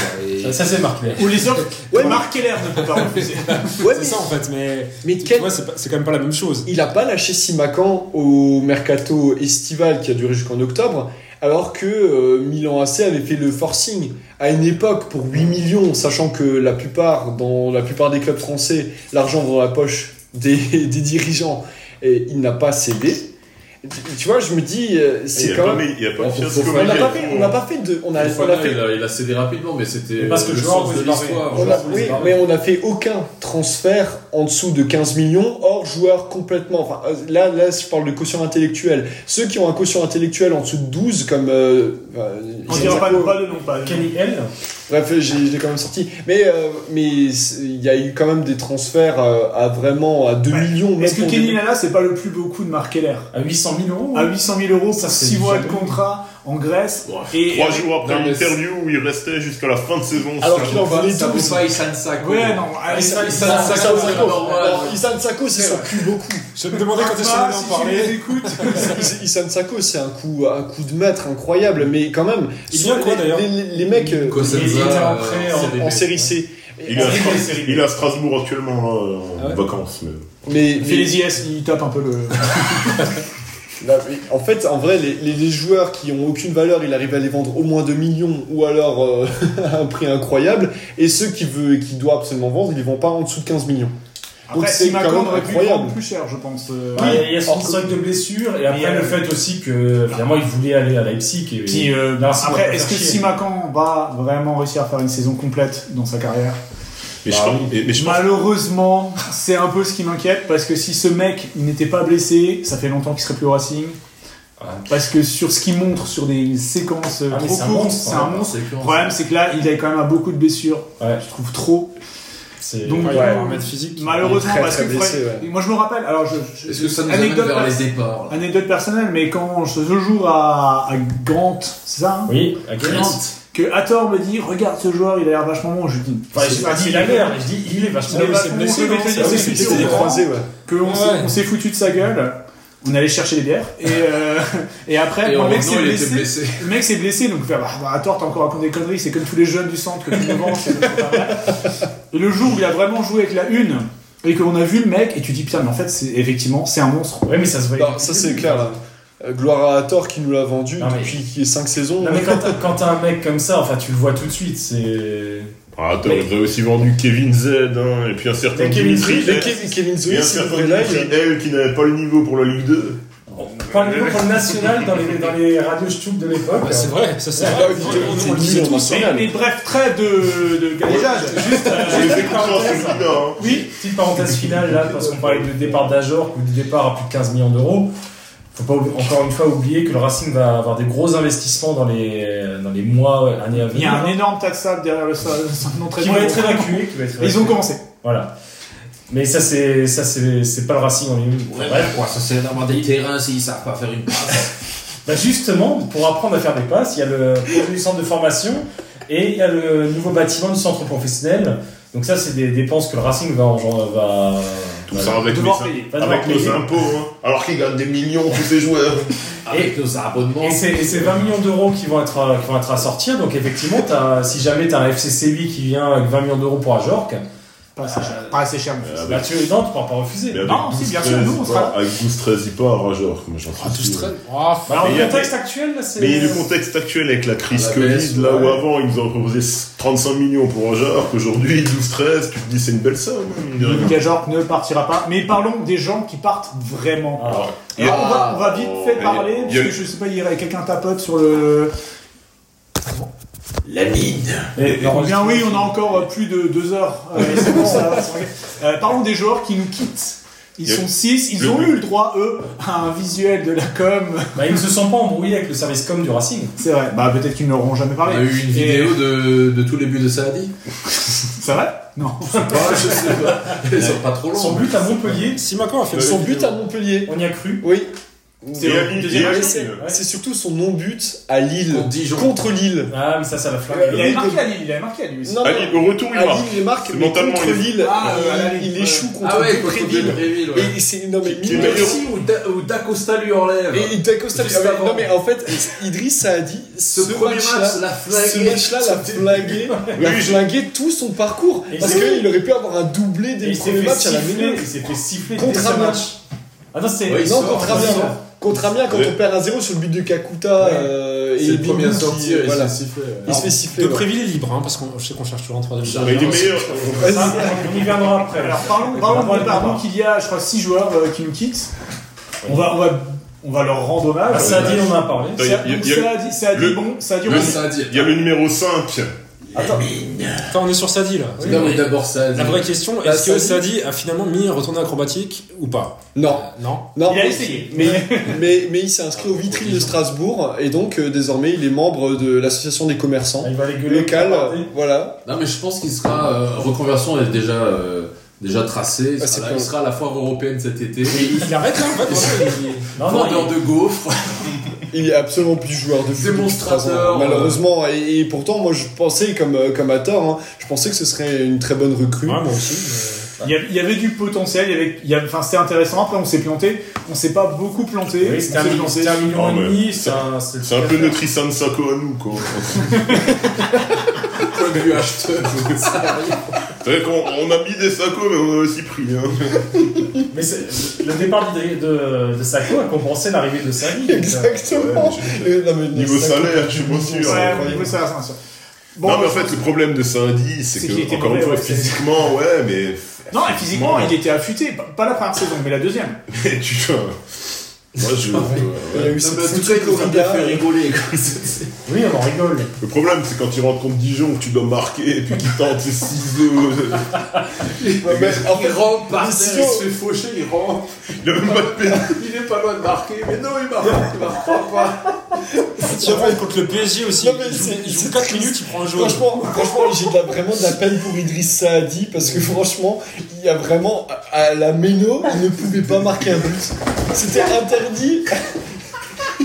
Speaker 8: Et-
Speaker 7: Ça, c'est marqué.
Speaker 2: Ou les autres,
Speaker 9: Ouais,
Speaker 2: Marc Keller ne peut pas refuser.
Speaker 9: Ouais,
Speaker 8: c'est
Speaker 9: mais-
Speaker 8: ça en fait, mais.
Speaker 9: mais
Speaker 8: Tu
Speaker 9: quel-
Speaker 8: vois, c'est pas- c'est quand même pas la même chose.
Speaker 9: Il a pas lâché Simacan au mercato estival qui a duré jusqu'en octobre, alors que euh, Milan AC avait fait le forcing à une époque pour 8 millions, sachant que la plupart, dans la plupart des clubs français, l'argent va dans la poche des, (laughs) des dirigeants et il n'a pas cédé. Tu, tu vois, je me dis, euh,
Speaker 6: Il y
Speaker 9: c'est
Speaker 6: a
Speaker 9: quand
Speaker 6: pas
Speaker 9: même.
Speaker 6: mes- il y a pas
Speaker 9: On
Speaker 6: de fiasco, mais il y
Speaker 9: n'a
Speaker 6: a-
Speaker 9: pas fait, on n'a pas fait de, on a,
Speaker 3: Une fois
Speaker 9: on a
Speaker 3: là,
Speaker 9: fait
Speaker 3: il, a, il a cédé rapidement, mais c'était
Speaker 7: Mais parce que
Speaker 3: euh, le
Speaker 7: Joueur
Speaker 3: sens
Speaker 7: voulait
Speaker 3: de
Speaker 7: se barrer.
Speaker 3: l'histoire.
Speaker 9: On
Speaker 3: Joueur
Speaker 9: a-
Speaker 3: voulait
Speaker 9: oui,
Speaker 3: se barrer.
Speaker 9: mais on n'a fait aucun transfert en dessous de 15 millions, hors joueurs complètement. Enfin, euh, là, là, je parle de quotient intellectuel. Ceux qui ont un quotient intellectuel en dessous de 12, comme. euh, euh,
Speaker 2: On dira pas, pas de nom, pas de nom.
Speaker 7: Kenny L.
Speaker 9: Bref, euh, j'ai- je l'ai quand même sorti. Mais euh, mais c'est- il y a eu quand même des transferts euh, à vraiment à 2
Speaker 2: Ouais.
Speaker 9: millions. même
Speaker 2: Est-ce que
Speaker 9: pour
Speaker 2: Kenny
Speaker 9: des-
Speaker 2: Lala, c'est pas le plus beau coup de Marc Keller
Speaker 7: À 800 000 euros.
Speaker 2: À 800 000 euros
Speaker 7: Ça,
Speaker 2: pour
Speaker 7: c'est
Speaker 2: 6 mois de
Speaker 7: jamais.
Speaker 2: contrat en Grèce. Et-
Speaker 6: Trois jours
Speaker 3: Non,
Speaker 6: après
Speaker 3: mais
Speaker 6: l'interview où il restait jusqu'à la fin de saison.
Speaker 9: Alors
Speaker 6: c'est
Speaker 9: qu'il en
Speaker 6: un-
Speaker 9: voulait
Speaker 3: Ça vaut
Speaker 9: tous.
Speaker 3: pas Issan Sako.
Speaker 2: Ouais, non,
Speaker 7: Ah,
Speaker 2: allez,
Speaker 3: Issan
Speaker 2: ça-
Speaker 3: Issan
Speaker 9: Issan
Speaker 3: Sako, c'est
Speaker 9: Sako.
Speaker 3: normal.
Speaker 9: Alors, Issam Sako, c'est son cul beaucoup.
Speaker 8: Je me demandais quand est-ce qu'on
Speaker 2: Akma,
Speaker 8: allait en
Speaker 2: si tu
Speaker 8: parler.
Speaker 2: les écoutes.
Speaker 9: Issam Sako, c'est un coup, un coup de maître incroyable, mais quand même.
Speaker 8: Il
Speaker 9: sur
Speaker 8: vient quoi,
Speaker 9: les-
Speaker 8: d'ailleurs
Speaker 9: les, les- les mecs. euh,
Speaker 3: Cosenza,
Speaker 7: Il était en
Speaker 3: euh,
Speaker 7: prêt,
Speaker 3: en
Speaker 7: en-
Speaker 3: CDB.
Speaker 9: en série C.
Speaker 6: Il est à Stras- il est à Strasbourg actuellement, là, en
Speaker 8: Ah ouais
Speaker 6: vacances. mais-
Speaker 9: Mais,
Speaker 2: Fais les IS, il tape un peu le.
Speaker 9: mais- là, mais en fait, en vrai, les, les- les joueurs qui ont aucune valeur, il arrive à les vendre au moins 2 millions ou alors euh, (laughs) à un prix incroyable. Et ceux qui veut, qui doit absolument vendre, ils les vendent pas en dessous de 15 millions.
Speaker 2: Après,
Speaker 9: c'est
Speaker 2: si
Speaker 9: quand
Speaker 2: Macron
Speaker 9: même
Speaker 2: aurait pu
Speaker 9: incroyable.
Speaker 2: vendre plus cher, je pense. euh,
Speaker 7: Bah, il y a son
Speaker 9: Or-
Speaker 7: historique de blessure et après
Speaker 2: Mais,
Speaker 7: le
Speaker 2: euh,
Speaker 7: fait aussi que finalement il voulait aller à Leipzig. Et,
Speaker 2: Puis, euh,
Speaker 7: Là, c'est pas
Speaker 2: après, est-ce que
Speaker 7: faire chier.
Speaker 2: Simakan va vraiment réussir à faire une saison complète dans sa carrière
Speaker 6: Mais je pense- mais- mais je pense
Speaker 2: Malheureusement, c'est un peu ce qui m'inquiète parce que si ce mec il n'était pas blessé, ça fait longtemps qu'il serait plus au Racing.
Speaker 7: Ouais.
Speaker 2: Parce que sur ce qu'il montre, sur des séquences euh,
Speaker 7: Ah, mais
Speaker 2: trop
Speaker 7: c'est un
Speaker 2: courtes,
Speaker 7: monstre,
Speaker 2: c'est
Speaker 7: hein.
Speaker 2: un monstre.
Speaker 3: C'est clair.
Speaker 2: Le problème, c'est que là, il avait quand même à beaucoup de blessures.
Speaker 7: Ouais.
Speaker 2: Je trouve trop.
Speaker 9: C'est
Speaker 2: Donc,
Speaker 9: Ouais,
Speaker 2: du coup,
Speaker 9: un remède physique. Il
Speaker 2: Malheureusement,
Speaker 9: est très,
Speaker 2: parce
Speaker 9: très
Speaker 2: que
Speaker 9: blessé,
Speaker 2: Freud- moi je me rappelle, alors je, je-
Speaker 3: Est-ce que ça nous
Speaker 2: anecdote
Speaker 3: amène vers
Speaker 2: perso-
Speaker 3: les départs
Speaker 2: Anecdote personnelle, mais quand je joue à, à Gant, c'est ça hein
Speaker 7: Oui, à Gant.
Speaker 2: Que Hathor me dit, regarde ce joueur, il a l'air vachement bon. Je lui dis,
Speaker 7: Enfin, j'ai pas dit la merde, mais je dis, il est vachement
Speaker 2: Il est
Speaker 7: bon.
Speaker 2: vachement
Speaker 7: Il s'est
Speaker 2: bon, je
Speaker 7: blessé,
Speaker 2: vais te
Speaker 7: non
Speaker 2: le dire,
Speaker 7: Ah oui,
Speaker 2: c'est
Speaker 7: c'était
Speaker 2: au
Speaker 7: des
Speaker 2: courant
Speaker 7: croisés, ouais.
Speaker 2: Que on s'est- on s'est foutu de sa gueule. On allait chercher les bières et, euh, (laughs) et après
Speaker 3: Et
Speaker 2: bon,
Speaker 3: en
Speaker 2: le mec
Speaker 3: revenant,
Speaker 2: s'est
Speaker 3: il était
Speaker 2: blessé,
Speaker 3: blessé.
Speaker 2: Le mec s'est blessé donc il fait, bah, bah, à tort t'as encore raconté des conneries c'est comme tous les jeunes du centre que tu me vends, c'est pas vrai. Et le jour où il a vraiment joué avec la une et qu'on a vu le mec et tu dis putain mais en fait c'est effectivement c'est un monstre.
Speaker 7: Ouais mais ça se voyait.
Speaker 9: Non, ça c'est clair là. Euh, Gloire à Hathor qui nous l'a vendu
Speaker 7: Non, mais-
Speaker 9: depuis 5 saisons.
Speaker 7: Non mais quand t'as- quand t'as un mec comme ça, enfin tu le vois tout de suite, c'est.
Speaker 6: Ah, t'aurais aussi vendu Kevin Z, hein, et puis un certain
Speaker 9: Et Kevin
Speaker 6: Dimitri
Speaker 9: Smith, (laughs) et
Speaker 6: L,
Speaker 9: Kevin- Kevin Smith,
Speaker 6: et un
Speaker 9: c'est
Speaker 6: certain
Speaker 9: vrai, là,
Speaker 6: Dimitri L qui n'avait pas le niveau pour la Ligue 2.
Speaker 7: Pas le niveau pour le national dans les, dans les radios Stub de l'époque.
Speaker 2: Ah bah,
Speaker 8: Bah, c'est vrai, ça, c'est vrai.
Speaker 7: Ah On le disait tous.
Speaker 2: Mais, mais bref trait de, de galéjade juste. euh,
Speaker 7: Petite
Speaker 2: juste
Speaker 7: parenthèse.
Speaker 2: parenthèse.
Speaker 6: hein.
Speaker 7: Oui, petite parenthèse finale là, parce qu'on parlait de départ d'Ajor, ou du départ à plus de 15 millions d'euros. Faut pas oub- encore une fois oublier que le Racing va avoir des gros investissements dans les, dans les mois, ouais, années à
Speaker 2: Il y
Speaker 7: venir.
Speaker 2: a un énorme tas de sable derrière le sol, (laughs) son
Speaker 7: qui
Speaker 2: entraînement.
Speaker 7: va être évacué. qui va être
Speaker 2: Ils ont
Speaker 7: évacué.
Speaker 2: commencé.
Speaker 7: Voilà. Mais ça, c'est ça c'est c'est pas le Racing en lui-même.
Speaker 3: Ouais,
Speaker 7: Bref.
Speaker 3: mais quoi, ça sert d'avoir des terrains s'ils savent pas faire une passe.
Speaker 7: Bah justement, pour apprendre à faire des passes, il y a le projet du centre de formation et il y a le nouveau bâtiment du centre professionnel. Donc ça, c'est des dépenses que le Racing va... engendre- va
Speaker 6: Tout
Speaker 7: va-
Speaker 6: ça avec,
Speaker 2: Devoir
Speaker 6: les-
Speaker 2: payer.
Speaker 7: va devoir
Speaker 6: avec nos
Speaker 7: payer.
Speaker 6: impôts, hein. Alors qu'ils gagnent des millions, tous ces joueurs.
Speaker 3: Avec nos abonnements.
Speaker 7: Et c'est et c'est 20 millions d'euros qui, vont être à- qui vont être à sortir. Donc effectivement, t'as- si jamais tu as un FCCB qui vient avec 20 millions d'euros pour Ajorc,
Speaker 2: Pas assez cher. Pas assez cher mon fils.
Speaker 7: bah tu non, tu pourras pas refuser.
Speaker 6: Euh, Mais avec
Speaker 2: Non, si,
Speaker 6: Goose
Speaker 2: bien sûr,
Speaker 6: 13,
Speaker 2: nous, on sera-
Speaker 6: Avec 12 13, il part, hein, genre, moi j'en suis sûr.
Speaker 7: Bah, alors,
Speaker 6: Mais il y
Speaker 7: le
Speaker 6: a-
Speaker 7: contexte actuel, là, c'est...
Speaker 6: Mais il y a le contexte actuel avec la crise
Speaker 3: Ah, la
Speaker 6: Covid,
Speaker 3: baisse,
Speaker 6: là
Speaker 3: ouais.
Speaker 6: où avant ils nous ont proposé 35 millions pour un genre, qu'aujourd'hui 12-13, tu te dis c'est une belle somme. hein, mine de rien.
Speaker 2: Lucas Jork ne partira pas. Mais parlons des gens qui partent vraiment.
Speaker 7: Ah.
Speaker 2: Et on, va, on va vite
Speaker 6: Oh,
Speaker 2: fait
Speaker 6: mais
Speaker 2: parler,
Speaker 6: il y a-
Speaker 2: parce que je sais pas, il y a quelqu'un tapote sur le.
Speaker 3: La mine.
Speaker 7: Et- et-
Speaker 2: Eh bien oui, on a encore euh, plus de deux heures. Euh, et c'est bon, ça va, c'est vrai. Euh, parlons des joueurs qui nous quittent. Ils
Speaker 6: Il y a-
Speaker 2: sont six, ils
Speaker 6: le-
Speaker 2: ont eu le droit, eux, à un visuel de la com.
Speaker 7: Bah, ils ne se sont pas embrouillés avec le service com du Racing.
Speaker 2: C'est vrai, bah peut-être qu'ils n'auront jamais
Speaker 3: On
Speaker 2: parlé.
Speaker 3: a eu une
Speaker 2: Et-
Speaker 3: vidéo de, de tous les buts de Saadi.
Speaker 2: C'est vrai Non.
Speaker 3: je sais pas. Ils sont pas trop
Speaker 7: (laughs)
Speaker 3: longs.
Speaker 7: Son but à Montpellier,
Speaker 8: Si Macron a fait
Speaker 9: Son but à Montpellier.
Speaker 7: on y a cru.
Speaker 9: Oui.
Speaker 2: C'est
Speaker 9: Et-
Speaker 2: le
Speaker 9: et-
Speaker 2: deuxième
Speaker 9: et-
Speaker 2: match,
Speaker 9: c'est-
Speaker 7: ouais.
Speaker 9: C'est surtout son non-but à Lille.
Speaker 3: Contre Dijon.
Speaker 9: Contre Lille.
Speaker 7: Ah, mais ça, ça la flamme.
Speaker 2: Il avait marqué à Lille, il avait marqué à Lille aussi.
Speaker 9: Non,
Speaker 6: Ah,
Speaker 9: non,
Speaker 6: il- au retour, il
Speaker 9: à
Speaker 6: marque.
Speaker 9: Lille, il marque,
Speaker 6: C'est
Speaker 9: mais
Speaker 6: mentalement,
Speaker 9: contre
Speaker 6: il-
Speaker 9: Lille,
Speaker 2: Ah, euh, à la
Speaker 9: il,
Speaker 2: Lille,
Speaker 9: il
Speaker 2: ouais.
Speaker 9: échoue contre
Speaker 3: Ah ouais, contre
Speaker 9: Dupréville.
Speaker 3: Dupréville. ouais.
Speaker 9: Et c'est non mais
Speaker 6: Qui-
Speaker 9: mine de
Speaker 6: qui-
Speaker 9: rien-
Speaker 3: Merci, ou Da- ou Da Costa oh, lui enlève.
Speaker 9: Et il t'accoste
Speaker 3: Juste
Speaker 9: ah ouais,
Speaker 3: avant.
Speaker 9: Non mais en fait, Idriss a dit
Speaker 3: ce,
Speaker 9: ce,
Speaker 3: premier match,
Speaker 9: match-là,
Speaker 3: la
Speaker 9: ce
Speaker 3: flingue.
Speaker 9: match-là l'a flingué, l'a
Speaker 6: Oui, je-
Speaker 9: flingué tout son parcours.
Speaker 7: Et
Speaker 9: Parce
Speaker 7: c'est-
Speaker 9: qu'il aurait pu avoir un doublé
Speaker 7: Et
Speaker 9: dès
Speaker 7: il
Speaker 9: le
Speaker 7: s'est
Speaker 9: premier
Speaker 7: fait
Speaker 9: match à la
Speaker 7: siffler,
Speaker 9: minute.
Speaker 7: il s'est fait siffler
Speaker 9: Contre
Speaker 7: dès ce
Speaker 9: Amiens.
Speaker 7: match. Ah non, c'est...
Speaker 3: Ouais, il
Speaker 9: Non,
Speaker 3: sort,
Speaker 9: contre
Speaker 3: il
Speaker 9: Amiens.
Speaker 3: sort.
Speaker 9: Contre Amiens, quand
Speaker 6: Ouais.
Speaker 9: on perd à 0 sur le but de Kakuta
Speaker 7: Ouais.
Speaker 9: euh, et
Speaker 3: C'est le
Speaker 9: Bigou
Speaker 3: premier à
Speaker 9: qui-
Speaker 3: sortir et
Speaker 9: voilà.
Speaker 3: c'est sifflé. ouais.
Speaker 9: Il se fait
Speaker 8: De
Speaker 9: siffler. ouais.
Speaker 8: Préville est libre, hein, parce qu'on je sais qu'on cherche toujours un troisième
Speaker 6: Mais il est
Speaker 8: gardien.
Speaker 6: meilleur.
Speaker 7: Ça,
Speaker 3: Ah.
Speaker 7: on y viendra après.
Speaker 2: Alors parlons, parlons, parlons qu'il y a, je crois, six joueurs euh, qui nous quittent. On va, on va, on va leur rendre hommage.
Speaker 7: Ah, ça dit, on en a parlé.
Speaker 6: Attends, il y a- il y a-
Speaker 2: Donc,
Speaker 6: il y a-
Speaker 2: ça a dit, ça a dit
Speaker 6: le-
Speaker 2: bon, ça a dit
Speaker 3: Le
Speaker 2: bon.
Speaker 3: Saadi.
Speaker 6: Il y a le numéro 5.
Speaker 8: Attends. Attends, on est sur Sadi là.
Speaker 3: Non, mais d'abord Saadi.
Speaker 8: oh, La vraie question,
Speaker 3: Bah,
Speaker 8: est-ce que
Speaker 3: Sadi-
Speaker 8: Sadi a finalement mis un retourné acrobatique ou pas Euh,
Speaker 9: Non,
Speaker 8: Non.
Speaker 9: non.
Speaker 2: Il a essayé.
Speaker 9: Mais, mais, mais il s'est inscrit aux vitrines de Strasbourg et donc euh, désormais il est membre de l'association des commerçants
Speaker 2: Ah,
Speaker 7: Il va les gueuler.
Speaker 9: locale. euh, Voilà.
Speaker 3: Non, mais je pense qu'il sera. euh, reconversion est déjà, euh, déjà tracée. Il,
Speaker 9: Ah, c'est
Speaker 3: sera là-
Speaker 9: cool.
Speaker 3: il sera à la foire européenne cet été.
Speaker 8: Il arrête là en fait. voilà, il-
Speaker 7: Non, non,
Speaker 3: Vendeur de gaufres.
Speaker 9: Il est absolument plus joueur de foot depuis
Speaker 3: Démonstrateur,
Speaker 9: trois ans,
Speaker 3: euh.
Speaker 9: malheureusement. Et, et pourtant, moi, je pensais, comme, euh, comme à tort, hein, je pensais que ce serait une très bonne recrue.
Speaker 8: Ouais, moi aussi.
Speaker 2: Il y avait, il y avait du potentiel, il y avait, il y avait- enfin, c'était intéressant. Après, on s'est planté, on s'est pas beaucoup planté.
Speaker 7: Oui, c'était
Speaker 2: On
Speaker 7: un
Speaker 2: s'est
Speaker 7: million,
Speaker 2: planté.
Speaker 7: c'était un million
Speaker 6: Ah,
Speaker 7: et
Speaker 6: mais-
Speaker 7: demi. C'est un, c'est
Speaker 6: C'est un peu notre Issan Sako à nous, quoi.
Speaker 3: Quoi du acheteur. ça arrive.
Speaker 6: C'est vrai qu'on on a mis des Sako, mais on a aussi pris. Hein.
Speaker 7: Mais c'est- le départ d'Idri- de, de Sako a compensé l'arrivée de Sadi. donc, euh,
Speaker 9: Exactement. Et non, mais-
Speaker 6: Niveau
Speaker 9: ça-
Speaker 6: salaire, je suis pas sûr. hein.
Speaker 2: Ouais, au niveau salaire, c'est un sûr. Bon,
Speaker 6: non, mais en fait, le problème de Saint-Denis,
Speaker 2: C'est
Speaker 6: c'est
Speaker 2: qu'il
Speaker 6: que,
Speaker 2: était
Speaker 6: encore une
Speaker 2: mauvais,
Speaker 6: fois,
Speaker 2: ouais, c'est-
Speaker 6: physiquement, ouais, mais. (laughs)
Speaker 2: non, et physiquement, il était affûté. Pas- Pas la première saison, mais la deuxième.
Speaker 6: Mais tu vois. Moi, je.
Speaker 9: Il
Speaker 6: euh,
Speaker 9: y a eu
Speaker 3: Non,
Speaker 9: cette
Speaker 3: mais en tout
Speaker 9: foutue
Speaker 3: cas, il nous a bien
Speaker 9: corrida.
Speaker 3: fait rigoler. quoi. C'est- c'est-
Speaker 7: Oui, on en rigole.
Speaker 6: Le problème, c'est quand tu rentres contre Dijon, que tu dois marquer, et puis qu'ils tentent
Speaker 9: (laughs)
Speaker 6: les ciseaux.
Speaker 9: Ouais, mais en fait,
Speaker 3: Il rentre par
Speaker 9: mais
Speaker 3: terre,
Speaker 9: sinon-
Speaker 3: il se fait faucher, il rentre.
Speaker 6: Il a même pas de pénal.
Speaker 3: Il est pas loin de marquer, mais non, il marque pas, il marquera pas.
Speaker 9: Tiens, contre le PSG aussi. Non, mais c'est- c'est 4 minutes, il prend un jaune. Franchement, franchement j'ai de la- vraiment de la peine pour Idriss Saadi parce que franchement, il y a vraiment. À à la méno, il ne pouvait pas marquer un but. C'était interdit. (laughs)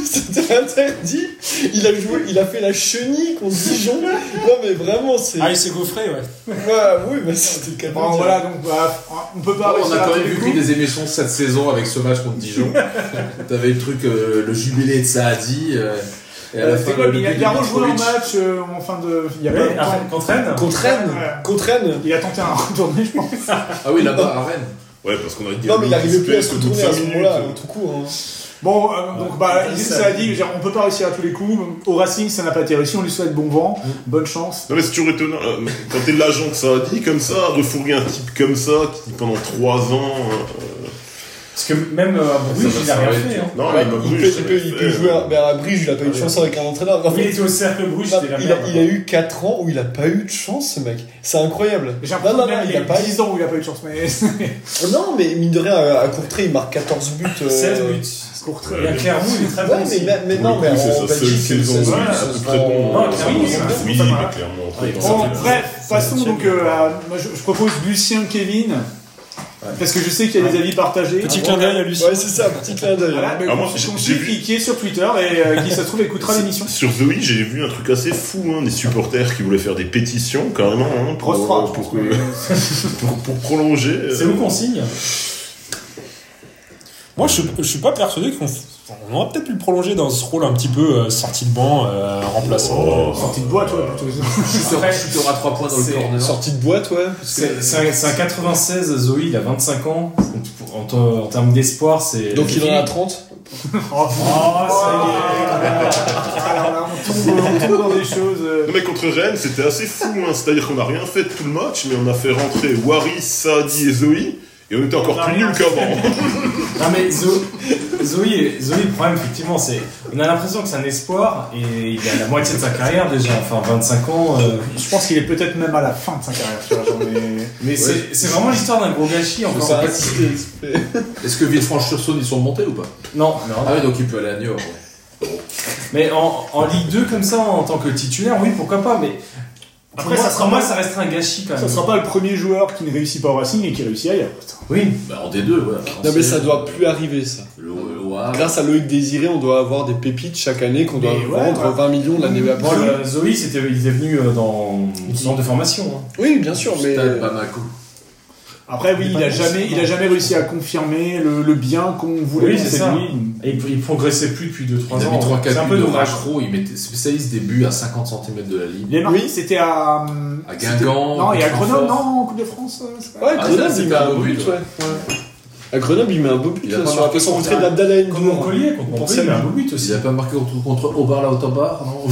Speaker 9: C'était interdit. Il a joué, il a fait la chenille contre Dijon. Non, mais vraiment, c'est.
Speaker 2: Ah, il s'est gaufré, ouais.
Speaker 9: Ouais, oui, mais c'était quand même.
Speaker 2: Bon, voilà, donc bah, on peut pas.
Speaker 3: on
Speaker 2: réussir
Speaker 3: a
Speaker 2: à
Speaker 3: quand même
Speaker 2: tous les
Speaker 3: vu
Speaker 2: coups.
Speaker 3: pris des émissions cette saison avec ce match contre Dijon. T'avais le truc, euh, le jubilé de Saadi. euh, et à la
Speaker 2: Euh,
Speaker 3: fin,
Speaker 2: C'est quoi
Speaker 3: le
Speaker 2: Il a,
Speaker 3: but
Speaker 2: il a
Speaker 3: de
Speaker 2: rejoué un
Speaker 3: Mitrovic.
Speaker 2: match euh, en fin de. Il y a
Speaker 7: Ouais,
Speaker 2: pas
Speaker 7: à- contre Rennes
Speaker 9: Contre Rennes
Speaker 2: Ouais.
Speaker 9: Contre Rennes
Speaker 2: Il a tenté un (laughs) retourné, je pense.
Speaker 3: Ah oui, là-bas, à Rennes.
Speaker 6: Ouais, parce qu'on a dit
Speaker 9: Non, mais il arrivait plus à se
Speaker 6: au bout de
Speaker 9: retourner à
Speaker 6: 5
Speaker 9: ce
Speaker 6: minutes.
Speaker 9: moment-là, tout court. hein.
Speaker 2: Bon, euh, donc bah, Idriss
Speaker 9: ça-
Speaker 2: Saadi, genre, on peut pas réussir à tous les coups. Au Racing, ça n'a pas été réussi. On lui souhaite bon vent, bonne chance.
Speaker 6: Non mais c'est toujours étonnant, euh, quand t'es l'agent que ça a dit comme ça, refourguer un type comme ça qui pendant 3 ans... euh,
Speaker 7: Parce que même euh, à Bruges, il a rien fait. hein.
Speaker 6: Non
Speaker 9: Ouais,
Speaker 6: mais
Speaker 9: il,
Speaker 6: Bruges,
Speaker 9: peut,
Speaker 6: ça
Speaker 9: il
Speaker 6: l'a
Speaker 9: peut- il
Speaker 6: fait,
Speaker 9: peut jouer à, mais à Bruges, il a pas eu de chance avec un entraîneur. En
Speaker 7: Il
Speaker 9: fait,
Speaker 7: était au cercle Bruges,
Speaker 9: non,
Speaker 7: c'était la
Speaker 9: il, a,
Speaker 7: merde.
Speaker 9: il a eu 4 ans où il a pas eu de chance, ce mec. C'est incroyable.
Speaker 2: J'ai
Speaker 9: Non,
Speaker 2: l'impression
Speaker 9: non,
Speaker 2: qu'il
Speaker 9: non,
Speaker 2: a-
Speaker 9: il
Speaker 2: il
Speaker 9: a
Speaker 2: a
Speaker 9: pas
Speaker 2: 10 ans où il a pas eu de chance, mais
Speaker 9: Non, mais mine de rien, euh, à à Courtrai, il marque 14 buts. euh,
Speaker 7: 16 buts.
Speaker 2: c'est court
Speaker 7: Il y a Clermont, il est très
Speaker 9: Ouais,
Speaker 7: bon.
Speaker 9: mais,
Speaker 7: aussi.
Speaker 9: là- mais
Speaker 6: Pour
Speaker 9: non,
Speaker 6: le
Speaker 9: mais
Speaker 6: coup, c'est
Speaker 9: en
Speaker 6: sa seule
Speaker 9: Belgique,
Speaker 6: saison
Speaker 9: c'est-
Speaker 6: de
Speaker 9: c'est-
Speaker 6: vie,
Speaker 9: c'est-
Speaker 6: c'est très bon.
Speaker 7: Non,
Speaker 6: euh,
Speaker 7: Clermont,
Speaker 6: c'est-
Speaker 7: c'est-
Speaker 6: Oui,
Speaker 7: c'est pas
Speaker 6: mais
Speaker 7: mal.
Speaker 6: clairement. en
Speaker 7: Ouais,
Speaker 6: fait,
Speaker 2: Bon,
Speaker 6: hein,
Speaker 2: bref, passons donc euh, à. moi, je, je propose Lucien, Kevin. Parce que je sais qu'il y a des avis partagés. Ah,
Speaker 8: Petit clin d'œil à Lucie.
Speaker 9: Ouais, c'est ça, petit clin d'œil. hein.
Speaker 2: Voilà, mais
Speaker 6: Ah, moi,
Speaker 2: qu'on-
Speaker 6: j'ai-
Speaker 2: qu'on
Speaker 6: j'ai
Speaker 2: sait
Speaker 6: vu.
Speaker 2: qui, qui est sur Twitter et euh, qui, ça se trouve, écoutera l'émission.
Speaker 6: Sur Zoé, j'ai vu un truc assez fou, hein, des supporters qui voulaient faire des pétitions, carrément, hein, pour,
Speaker 2: Grosse frappe, je
Speaker 6: pour,
Speaker 2: pense, mais-
Speaker 6: (laughs) pour- pour prolonger. euh,
Speaker 7: C'est où qu'on signe
Speaker 8: Moi, je, je suis pas persuadé qu'on f- on aurait peut-être pu le prolonger dans ce rôle un petit peu euh, sorti de banc, euh, remplaçant.
Speaker 6: Oh.
Speaker 2: Sortie de bois, toi, plutôt.
Speaker 7: Après,
Speaker 3: Tu auras 3 points dans le
Speaker 7: c'est-
Speaker 3: corner.
Speaker 9: Sortie de boîte, ouais.
Speaker 7: C'est c'est un, c'est un 96, Zoé, il a 25 ans. Donc, pour- En, te- en termes d'espoir, c'est.
Speaker 9: Donc il en a 30.
Speaker 2: Oh,
Speaker 7: Oh, ça y est
Speaker 2: alors là, on
Speaker 7: (laughs)
Speaker 2: tombe, on tombe dans des choses. euh,
Speaker 6: Non mais contre Rennes, c'était assez fou, hein, c'est-à-dire qu'on n'a rien fait de tout le match, mais on a fait rentrer Waris, Saadi et Zoé, et on était encore plus nuls qu'avant.
Speaker 2: Ah,
Speaker 7: Non mais Zo- Zoé, Zoé, le problème effectivement c'est, on a l'impression que c'est un espoir et il a la moitié de sa carrière déjà, enfin 25 ans. euh,
Speaker 2: Je pense qu'il est peut-être même à la fin de sa carrière. tu vois, j'en ai-
Speaker 7: mais c'est- c'est vraiment l'histoire d'un gros gâchis encore. hein.
Speaker 9: Ça reste-
Speaker 3: Est-ce que Villefranche-sur-Saône, ils sont montés ou pas
Speaker 7: Non, non.
Speaker 3: Ah oui, donc il peut aller à Niort.
Speaker 7: Mais en, en Ligue 2 comme ça, en tant que titulaire, oui pourquoi pas. Mais
Speaker 2: Après,
Speaker 7: pour moi,
Speaker 2: ça sera
Speaker 7: pour moi
Speaker 2: pas-
Speaker 7: ça restera un gâchis quand même.
Speaker 2: Ça sera pas le premier joueur qui ne réussit pas au Racing et qui réussit ailleurs. putain.
Speaker 7: Oui.
Speaker 3: Bah, en D2, ouais.
Speaker 9: Non, mais ça doit plus arriver, ça.
Speaker 3: Le, le Loire.
Speaker 9: Grâce à Loïc Désiré, on doit avoir des pépites chaque année qu'on doit
Speaker 2: Mais ouais,
Speaker 9: vendre
Speaker 2: ouais.
Speaker 9: 20 millions l'année
Speaker 2: Bah,
Speaker 7: Bon,
Speaker 9: après.
Speaker 7: le- Zoé c'était, il était venu euh, dans une centre de formation. hein.
Speaker 9: Oui, bien sûr, mais.
Speaker 3: Stade Bamako.
Speaker 2: Après,
Speaker 9: Il est
Speaker 2: oui,
Speaker 9: pas
Speaker 2: il a,
Speaker 9: conscient,
Speaker 2: jamais, il a
Speaker 9: non.
Speaker 2: jamais réussi à confirmer le, le bien qu'on voulait
Speaker 7: Oui,
Speaker 2: penser
Speaker 7: c'est
Speaker 2: de
Speaker 7: ça.
Speaker 2: lui.
Speaker 7: Et il, il progressait plus depuis 2-3 ans.
Speaker 3: Il a mis 3-4
Speaker 7: c'est un peu
Speaker 3: buts de
Speaker 7: dommage.
Speaker 3: macro, il mettait spécialiste des buts à 50 cm de la ligne.
Speaker 2: Il est marqué, c'était à. euh,
Speaker 3: À
Speaker 2: c'était-
Speaker 3: Guingamp.
Speaker 2: Non, et à
Speaker 3: Francfort.
Speaker 2: Grenoble, non, en Coupe de France. euh, c'est pas-
Speaker 9: Ouais,
Speaker 3: Ah,
Speaker 9: Grenoble,
Speaker 3: ça,
Speaker 9: il
Speaker 3: c'était
Speaker 9: met
Speaker 3: un
Speaker 9: un
Speaker 3: beau
Speaker 9: beau but,
Speaker 3: but,
Speaker 9: ouais. À Grenoble, il met un beau but,
Speaker 3: Il a
Speaker 9: là,
Speaker 3: pas
Speaker 9: sur la
Speaker 3: marqué
Speaker 9: façon
Speaker 3: son
Speaker 9: d'entrée
Speaker 3: tir.
Speaker 9: d'Abdallah
Speaker 7: Comme mon
Speaker 9: Ndour.
Speaker 7: collier, contre
Speaker 9: Pour
Speaker 7: Montpellier,
Speaker 9: ça,
Speaker 7: il met un beau but aussi.
Speaker 2: Ah,
Speaker 3: Il a pas marqué contre, contre Obar Lautambar, non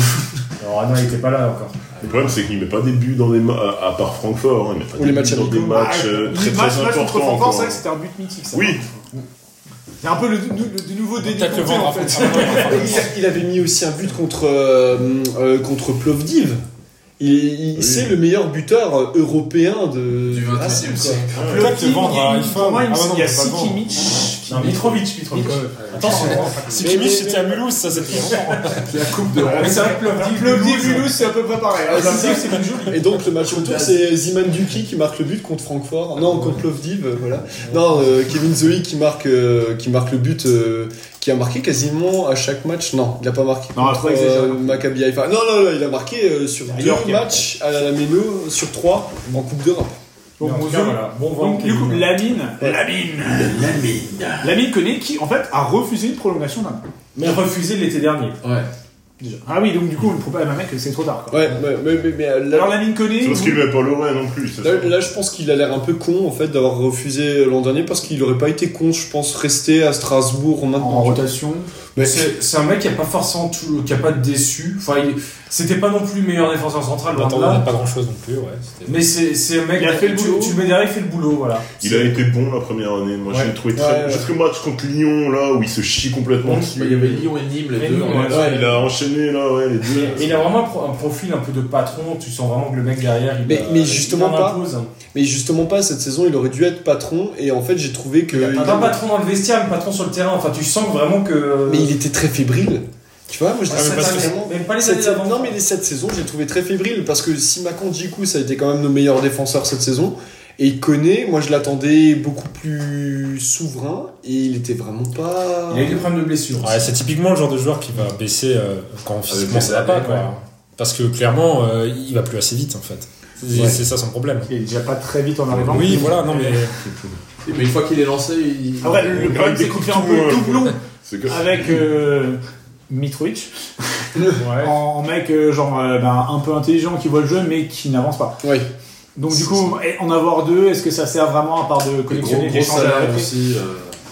Speaker 7: Alors, ah non, il était pas là encore.
Speaker 6: Le problème, c'est qu'il met pas des buts dans des ma- à, à part Francfort, hein, il met pas
Speaker 9: Ou
Speaker 6: des
Speaker 9: les
Speaker 6: buts
Speaker 9: matchs
Speaker 6: dans des
Speaker 9: amicaux.
Speaker 6: matchs euh,
Speaker 2: Le
Speaker 6: très
Speaker 2: match,
Speaker 6: très
Speaker 2: match contre Francfort,
Speaker 6: importants.
Speaker 2: c'est
Speaker 6: encore.
Speaker 2: vrai que c'était un but mythique. Ça.
Speaker 6: Oui,
Speaker 2: C'est un peu le, le- le nouveau délit
Speaker 8: Peut-être le
Speaker 2: Comté,
Speaker 8: vendre
Speaker 2: en (laughs)
Speaker 8: à
Speaker 2: fait.
Speaker 9: Il, a- il avait mis aussi un but contre, euh, euh, contre Plovdiv. Il, il-
Speaker 6: Oui.
Speaker 9: C'est le meilleur buteur euh, européen de,
Speaker 3: Du 21e
Speaker 9: Ah, c'est-
Speaker 3: siècle.
Speaker 2: Le
Speaker 8: Peut-être le
Speaker 2: team,
Speaker 8: vendre à
Speaker 2: il-
Speaker 8: iPhone.
Speaker 2: Pour moi, il me
Speaker 8: Ah
Speaker 2: semble
Speaker 8: non,
Speaker 2: qu'il y a
Speaker 8: c'est pas le vendre.
Speaker 2: Sikimic.
Speaker 7: Non, Mitrovic, Mitrovic. Attention.
Speaker 8: Si
Speaker 9: Mais-
Speaker 8: Kimmich
Speaker 9: mais-
Speaker 8: c'était à Mulhouse, ça c'était
Speaker 3: La Coupe de
Speaker 7: Mais c'est vrai que Plovdiv,
Speaker 2: Le
Speaker 7: Mulhouse,
Speaker 2: début, c'est à peu près pareil.
Speaker 9: Ah, c'est ça.
Speaker 2: c'est plus joli.
Speaker 9: Et donc le match retour, c'est Ziman Duki qui marque le but contre Francfort. Non, contre Plovdiv, euh, voilà. Non, euh, Kevin Zoe qui marque, euh, qui marque le but, euh, qui a marqué quasiment à chaque match. Non, il n'a pas marqué.
Speaker 2: Non,
Speaker 9: contre,
Speaker 2: après, il exagère.
Speaker 9: Maccabi Haïfa. Non, non, non, il a marqué euh, sur deux
Speaker 2: York, hein.
Speaker 9: matchs à la Méno, sur trois en Coupe d'Europe.
Speaker 7: Mais
Speaker 2: Donc,
Speaker 7: en tout
Speaker 2: on
Speaker 7: cas,
Speaker 2: se-
Speaker 7: voilà. Bon vent,
Speaker 2: Donc, du coup,
Speaker 7: Kevin.
Speaker 2: Lamine, Lamine, Lamine, Lamine connaît qui, en fait, a refusé une prolongation d'un.
Speaker 7: Mais refusé l'été dernier.
Speaker 3: Ouais.
Speaker 2: Déjà. Ah oui, donc du coup, on ne peut pas un mec, c'est trop tard. Quoi.
Speaker 9: Ouais, mais, mais, mais- mais, euh, là,
Speaker 2: Alors, Lamine connaît.
Speaker 6: c'est parce qu'il met pas le Rennes non plus. c'est ça.
Speaker 9: là- là, je pense qu'il a l'air un peu con en fait d'avoir refusé l'an dernier parce qu'il aurait pas été con, je pense, rester à Strasbourg
Speaker 2: en
Speaker 9: maintenant.
Speaker 2: rotation.
Speaker 9: Mais-
Speaker 7: C'est c'est un mec qui a pas forcément tout, qui a pas déçu. Enfin, il- c'était pas non plus le meilleur défenseur central loin de
Speaker 8: On n'a
Speaker 7: là.
Speaker 8: pas grand chose non plus, ouais. c'était-
Speaker 7: Mais c'est c'est un mec.
Speaker 2: Il a fait le
Speaker 7: tu-
Speaker 2: boulot.
Speaker 7: Tu le mets derrière, il fait le boulot, voilà.
Speaker 6: Il a été bon la première année, moi je l'ai trouvé très
Speaker 9: Ouais,
Speaker 6: bon.
Speaker 9: ouais.
Speaker 6: Jusqu'au match contre Lyon, là, où il se chie complètement
Speaker 7: Bon,
Speaker 6: dessus.
Speaker 3: Il y avait Lyon et Nîmes, les
Speaker 7: Et
Speaker 3: deux.
Speaker 7: Nîmes,
Speaker 3: ouais.
Speaker 7: ouais.
Speaker 6: Ouais, il a enchaîné, là, ouais, les deux.
Speaker 7: Mais il a vraiment un, pro- un profil un peu de patron. Tu sens vraiment que le mec derrière, il
Speaker 9: Mais-
Speaker 7: a-
Speaker 9: mais
Speaker 7: il
Speaker 9: justement
Speaker 7: en
Speaker 9: pas.
Speaker 7: impose.
Speaker 9: Mais justement pas cette saison, il aurait dû être patron et en fait j'ai trouvé que.
Speaker 7: Pas patron dans le vestiaire, mais patron sur le terrain. Enfin, tu sens vraiment que.
Speaker 9: Mais il était très fébrile. Tu vois, moi je
Speaker 8: Ouais,
Speaker 9: dis
Speaker 8: mais
Speaker 9: ça
Speaker 8: parce que-
Speaker 9: vraiment.
Speaker 8: même pas les
Speaker 9: Cette-
Speaker 8: années d'avant.
Speaker 9: Non, mais les 7 saisons, j'ai trouvé très fébrile parce que si Makan Djikou, ça a été quand même nos meilleurs défenseurs cette saison. Et il connaît, moi je l'attendais beaucoup plus souverain et il était vraiment pas.
Speaker 17: Il a eu des
Speaker 8: problèmes de blessure.
Speaker 17: Ouais, c'est typiquement le genre de joueur qui va baisser euh, quand physiquement ça va pas,
Speaker 9: Mbappé,
Speaker 17: quoi.
Speaker 9: ouais.
Speaker 17: Parce que clairement, euh, il va plus assez vite, en fait. C'est
Speaker 2: Ouais.
Speaker 17: c'est ça son problème.
Speaker 2: Il est déjà pas très vite en arrivant.
Speaker 17: Oui, voilà, non, mais.
Speaker 3: Mais une fois qu'il est lancé, il.
Speaker 2: Ah ouais, le problème c'est qu'il fait un
Speaker 7: euh,
Speaker 2: peu doublon avec euh, Mitrovic en, en mec euh, genre euh, ben, un peu intelligent qui voit le jeu mais qui n'avance pas. Donc du coup, et en avoir deux, est-ce que ça sert vraiment à part de collectionner des chances à la retraite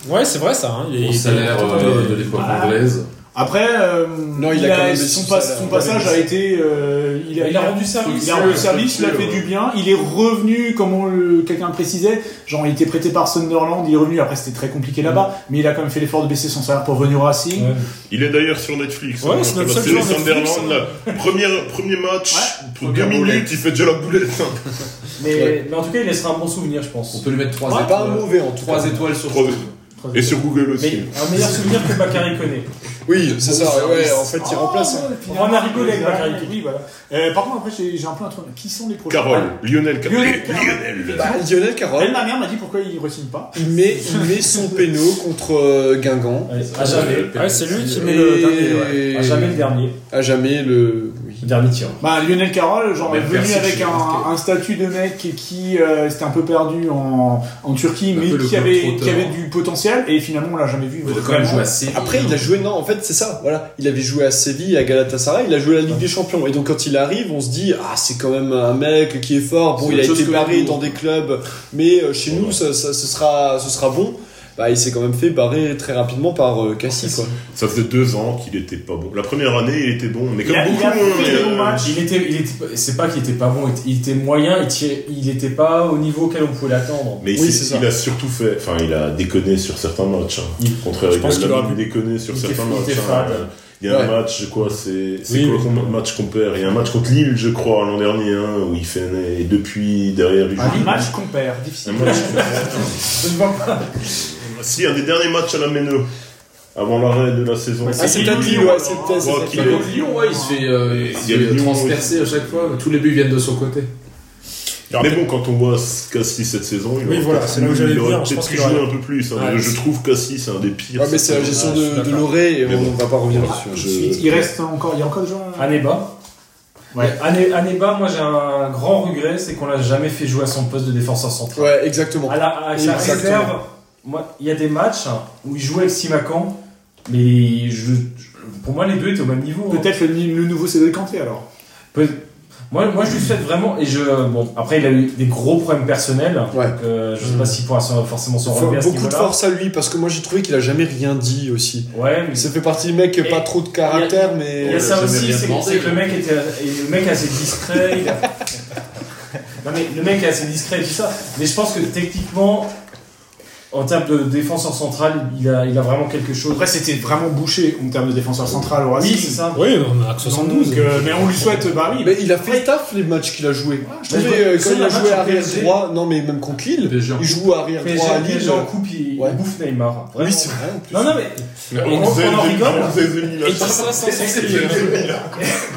Speaker 17: Ouais, c'est vrai ça. Hein. Il
Speaker 3: Gros
Speaker 17: il-
Speaker 3: euh, salaire,
Speaker 17: il-
Speaker 3: euh, de l'époque
Speaker 17: Voilà.
Speaker 3: anglaise.
Speaker 2: Après, euh,
Speaker 17: il
Speaker 2: il
Speaker 17: a quand
Speaker 2: a-
Speaker 17: même des
Speaker 2: son,
Speaker 17: sous
Speaker 2: pas-
Speaker 17: salaires.
Speaker 2: son passage a été, euh, il, a,
Speaker 8: Il a rendu service.
Speaker 2: il a rendu service, il a fait du bien. Il est revenu, comme on le- quelqu'un le précisait, genre il était prêté par Sunderland, il est revenu. Après, c'était très compliqué là-bas, mais il a quand même fait l'effort de baisser son salaire pour venir au Racing.
Speaker 6: Il est d'ailleurs sur Netflix.
Speaker 2: Ouais,
Speaker 6: hein,
Speaker 2: c'est
Speaker 6: donc,
Speaker 2: notre
Speaker 6: la
Speaker 2: seul
Speaker 6: série
Speaker 2: joueur Netflix,
Speaker 6: Sunderland, là. Première- Premier match, pour deux
Speaker 8: Première
Speaker 6: minutes,
Speaker 8: boulette.
Speaker 6: il fait déjà la boulette. hein.
Speaker 8: Mais,
Speaker 6: Ouais.
Speaker 8: mais en tout cas, il laissera un bon souvenir, je pense. On
Speaker 3: peut lui mettre
Speaker 6: trois Ouais, étoiles. pas un mauvais, en tout
Speaker 8: Trois
Speaker 6: cas.
Speaker 8: étoiles sur
Speaker 6: Trois-
Speaker 8: Steam.
Speaker 6: Et sur Google aussi.
Speaker 8: Mais un meilleur souvenir que Bakary connaît.
Speaker 9: Oui, c'est
Speaker 8: Bon
Speaker 9: ça, ouais,
Speaker 8: service.
Speaker 9: en fait, il remplace.
Speaker 2: Ah, ouais, puis
Speaker 8: On en a rigolé avec
Speaker 2: Ouais,
Speaker 8: Bakary.
Speaker 2: oui, voilà. Euh, par contre, après, j'ai j'ai un peu un truc. Qui sont les prochains
Speaker 6: Carole, Lionel Carole.
Speaker 2: Lionel Carole.
Speaker 6: Lionel.
Speaker 9: Bah, Lionel Carole.
Speaker 2: Même ma mère m'a dit pourquoi il ne signe pas.
Speaker 9: Il met, il met son péno contre euh, Guingamp.
Speaker 8: à jamais. Ouais, c'est lui qui met le dernier, ouais. À jamais le dernier.
Speaker 9: À jamais le. oui.
Speaker 8: Dernier tir.
Speaker 2: Bah, Lionel Carroll, genre, est
Speaker 9: Même
Speaker 2: venu
Speaker 9: Percy,
Speaker 2: avec
Speaker 9: j'ai
Speaker 2: un, un statut de mec qui, qui, euh, s'était un peu perdu en, en Turquie, mais
Speaker 9: peu le
Speaker 2: qui avait,
Speaker 9: globe-trotteur.
Speaker 2: qui avait du potentiel, et finalement, on l'a jamais vu. vraiment.
Speaker 9: Après, il a joué, non, en fait, c'est ça, voilà. Il avait joué à Séville, à Galatasaray, il a joué à la Ligue des Champions. Et donc, quand il arrive, on se dit, ah, c'est quand même un mec qui est fort. Bon,
Speaker 2: C'est
Speaker 9: il a
Speaker 2: autre
Speaker 9: été
Speaker 2: chose que
Speaker 9: barré
Speaker 2: nous.
Speaker 9: dans des clubs, mais euh, chez nous, ça, ça- ce, sera, ce sera bon. Bah, il s'est quand même fait barrer très rapidement par euh,
Speaker 6: Ah,
Speaker 9: Cassis, quoi.
Speaker 6: Ça faisait deux ans qu'il était pas bon. La première année, il était bon, mais comme beaucoup. on est, euh,
Speaker 8: Il était, il était, pas- c'est pas qu'il était pas bon, il était- il était moyen, il, tirait- il était pas au niveau auquel on pouvait l'attendre.
Speaker 6: Mais il, s'est- il a surtout fait, enfin, il a déconné sur certains matchs. hein. Contraire,
Speaker 8: je pense
Speaker 6: il
Speaker 8: qu'il
Speaker 6: a
Speaker 8: aurait pu-
Speaker 6: déconné sur
Speaker 8: il était-
Speaker 6: certains
Speaker 8: il
Speaker 6: matchs.
Speaker 8: était
Speaker 6: hein.
Speaker 8: fade.
Speaker 6: Il y a
Speaker 8: Ouais.
Speaker 6: un match, je crois, c'est c'est
Speaker 8: Oui,
Speaker 6: quoi le com- match qu'on perd Il y a un match contre Lille, je crois, l'an dernier, hein, où il fait et depuis derrière il
Speaker 2: Un
Speaker 6: joue.
Speaker 2: Ah, match qu'on perd, difficile.
Speaker 6: Un match qu'on Si, un des derniers matchs à la Méno, avant l'arrêt de la saison.
Speaker 3: Ouais, c'est Ah, c'est Lille ou peut-être Lyon, Lyon, ouais, c'est peut-être- c'est peut-être
Speaker 6: qu'il
Speaker 3: Lyon.
Speaker 6: est-
Speaker 3: Bah, Lyon, ouais, il se fait, euh, il se
Speaker 6: y a
Speaker 3: fait
Speaker 6: Lyon,
Speaker 3: transpercer
Speaker 6: ouais.
Speaker 3: à chaque fois. Tous les buts viennent de son côté.
Speaker 6: Mais bon, quand on voit ce Cassis cette saison, il
Speaker 3: Oui,
Speaker 6: aurait
Speaker 3: voilà,
Speaker 6: peut-être
Speaker 3: c'est là où
Speaker 6: pu-
Speaker 3: j'allais
Speaker 6: il aurait
Speaker 3: venir, je
Speaker 6: peut-être
Speaker 3: pense
Speaker 6: pu
Speaker 3: qu'il
Speaker 6: jouer
Speaker 3: aurait-
Speaker 6: un peu plus. hein.
Speaker 3: Ouais.
Speaker 6: Je trouve Cassis c'est un des pires.
Speaker 9: Ouais, mais c'est la gestion
Speaker 6: Ah, je suis
Speaker 9: de, de
Speaker 6: d'accord.
Speaker 9: Loré, et
Speaker 6: Mais
Speaker 9: on
Speaker 6: bon. Ah,
Speaker 9: va pas revenir dessus. hein,
Speaker 6: Je-
Speaker 2: Il reste encore, il y a encore des gens. à-
Speaker 8: Aneba. Ouais. Ane- Aneba, moi j'ai un grand regret, c'est qu'on l'a jamais fait jouer à son poste de défenseur central.
Speaker 9: Ouais, exactement.
Speaker 8: À la, à la
Speaker 9: Exactement.
Speaker 8: réserve, moi, il y a des matchs hein, où il jouait avec Simakan, mais je, je- pour moi les deux étaient au même niveau. hein.
Speaker 2: Peut-être le, le nouveau Cédric Kanté alors.
Speaker 8: Peu- Moi, moi, je lui souhaite vraiment. Et je, bon, après, il a eu des gros problèmes personnels. Donc, euh, je sais
Speaker 2: Mm.
Speaker 8: pas s'il pourra se- forcément s'en
Speaker 9: Faut
Speaker 8: relever à ce
Speaker 9: beaucoup de
Speaker 8: niveau-là.
Speaker 9: force à lui parce que moi j'ai trouvé qu'il a jamais rien dit aussi.
Speaker 8: Ouais, mais
Speaker 9: ça fait partie des mecs pas trop de caractère, mais.
Speaker 2: Euh,
Speaker 9: euh,
Speaker 8: Il y a ça aussi, c'est c'est que le mec était, et le mec est assez discret. il a- (laughs) non mais le mec est assez discret et tout ça. Mais je pense que techniquement, en termes de défenseur central, il a, il a vraiment quelque chose.
Speaker 2: Après, c'était vraiment bouché en termes de défenseur central au Racing.
Speaker 8: Oui, c'est ça.
Speaker 17: Oui, on a
Speaker 2: Donc, euh, mais on lui souhaite, bah oui.
Speaker 9: Mais il a fait le taf les matchs qu'il a joué.
Speaker 2: je
Speaker 9: Mais,
Speaker 2: trouve que
Speaker 9: euh,
Speaker 2: c'est
Speaker 9: quand il
Speaker 2: un
Speaker 9: a
Speaker 2: match
Speaker 9: joué
Speaker 2: au
Speaker 9: arrière
Speaker 2: PSG.
Speaker 9: droit, non mais même contre Lille, il joue arrière
Speaker 8: PSG,
Speaker 9: droit à Lille.
Speaker 8: PSG en coupe, il il bouffe Neymar.
Speaker 9: Oui,
Speaker 8: Vraiment.
Speaker 9: c'est vrai. en plus.
Speaker 8: Non, non, mais.
Speaker 9: Mais
Speaker 8: on,
Speaker 9: on
Speaker 8: on
Speaker 9: faisait
Speaker 8: en
Speaker 9: des-
Speaker 8: rigole.
Speaker 9: on faisait des mille à
Speaker 8: Et tout
Speaker 9: chaque
Speaker 8: ça
Speaker 9: fois.
Speaker 8: sans s'excuser.
Speaker 9: C'était des mille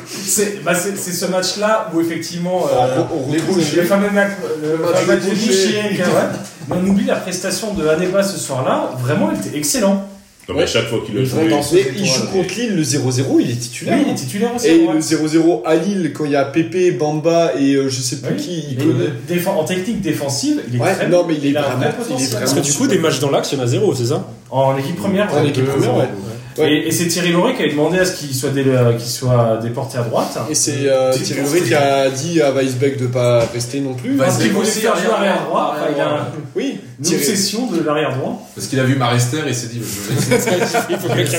Speaker 8: C'est bah, c'est- c'est ce match-là où effectivement.
Speaker 3: Ah,
Speaker 8: euh,
Speaker 9: on retrouve
Speaker 8: les rouges-
Speaker 9: Gaucher.
Speaker 8: le fameux match. Le
Speaker 9: match
Speaker 8: fameux match
Speaker 9: de
Speaker 8: de
Speaker 9: Gaucher.
Speaker 2: (laughs)
Speaker 8: Michel, qui a- ouais. Mais on oublie la prestation euh, de Aneba ce soir-là. Ah, Vraiment, il était excellent.
Speaker 6: Non, mais à chaque fois qu'il a
Speaker 9: Mais
Speaker 6: joué.
Speaker 9: il joue contre Lille le 0-0, il est titulaire.
Speaker 8: Oui, il est titulaire aussi,
Speaker 9: Et
Speaker 8: ouais.
Speaker 9: le 0-0 à Lille, quand il y a Pépé, Bamba et euh, je sais plus qui, il
Speaker 8: Mais
Speaker 9: connaît.
Speaker 8: défe- en technique défensive, il est
Speaker 9: Ouais,
Speaker 8: très
Speaker 9: non,
Speaker 8: bon.
Speaker 9: mais il est
Speaker 8: a un vrai
Speaker 9: vraiment- il est
Speaker 8: potentiel.
Speaker 9: vraiment
Speaker 17: Parce que du coup, des matchs dans l'axe, il y en a zéro, c'est ça
Speaker 8: En équipe première,
Speaker 9: En équipe
Speaker 8: Euh,
Speaker 9: première, ouais. Ouais.
Speaker 8: Et, et c'est Thierry Lauré qui avait demandé à ce qu'il soit, dé- euh, qu'il soit déporté à droite.
Speaker 9: Et c'est euh, Thierry Henry qui a dit à Weisbeck de pas rester non plus.
Speaker 8: Parce qu'il voulait faire jouer arrière droit. Enfin, il a un-
Speaker 9: Oui,
Speaker 8: une
Speaker 9: Thierry-
Speaker 8: obsession de l'arrière droit.
Speaker 3: Parce qu'il a vu Marister et il s'est dit je
Speaker 8: (laughs)
Speaker 3: vais
Speaker 17: Il faut que quelqu'un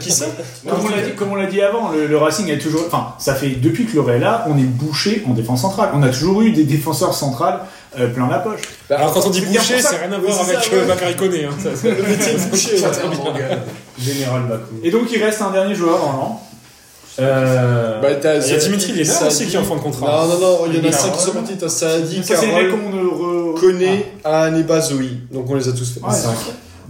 Speaker 9: Qui ça
Speaker 2: Comme on l'a dit, comme on l'a dit avant, le, le Racing a toujours. Enfin, ça fait depuis que Loré est là, on est bouché en défense centrale. On a toujours eu des défenseurs centrales euh, plein la poche.
Speaker 9: Bah,
Speaker 17: Alors, quand on dit boucher, ça n'a rien à voir avec euh, Bakary Koné, hein. Ça, c'est-
Speaker 9: (laughs)
Speaker 17: Ça, c'est bien.
Speaker 8: Général Bakou.
Speaker 2: Et donc il reste un dernier joueur en
Speaker 8: Euh...
Speaker 9: Bah, t'as-
Speaker 17: Il y a Dimitri Lénard aussi
Speaker 9: Saadi.
Speaker 17: qui est en fin de contrat.
Speaker 9: Non, non, non, il y en a
Speaker 17: Lénard.
Speaker 9: 5 qui sont partis. T'as Saadi,
Speaker 2: Ça, c'est les mecs
Speaker 9: Carole,
Speaker 2: qu'on ne re-
Speaker 9: Ah.
Speaker 2: Ah,
Speaker 9: Koné, Aneba, Zoé. Donc on les a tous fait.
Speaker 2: Ouais,
Speaker 9: Cinq.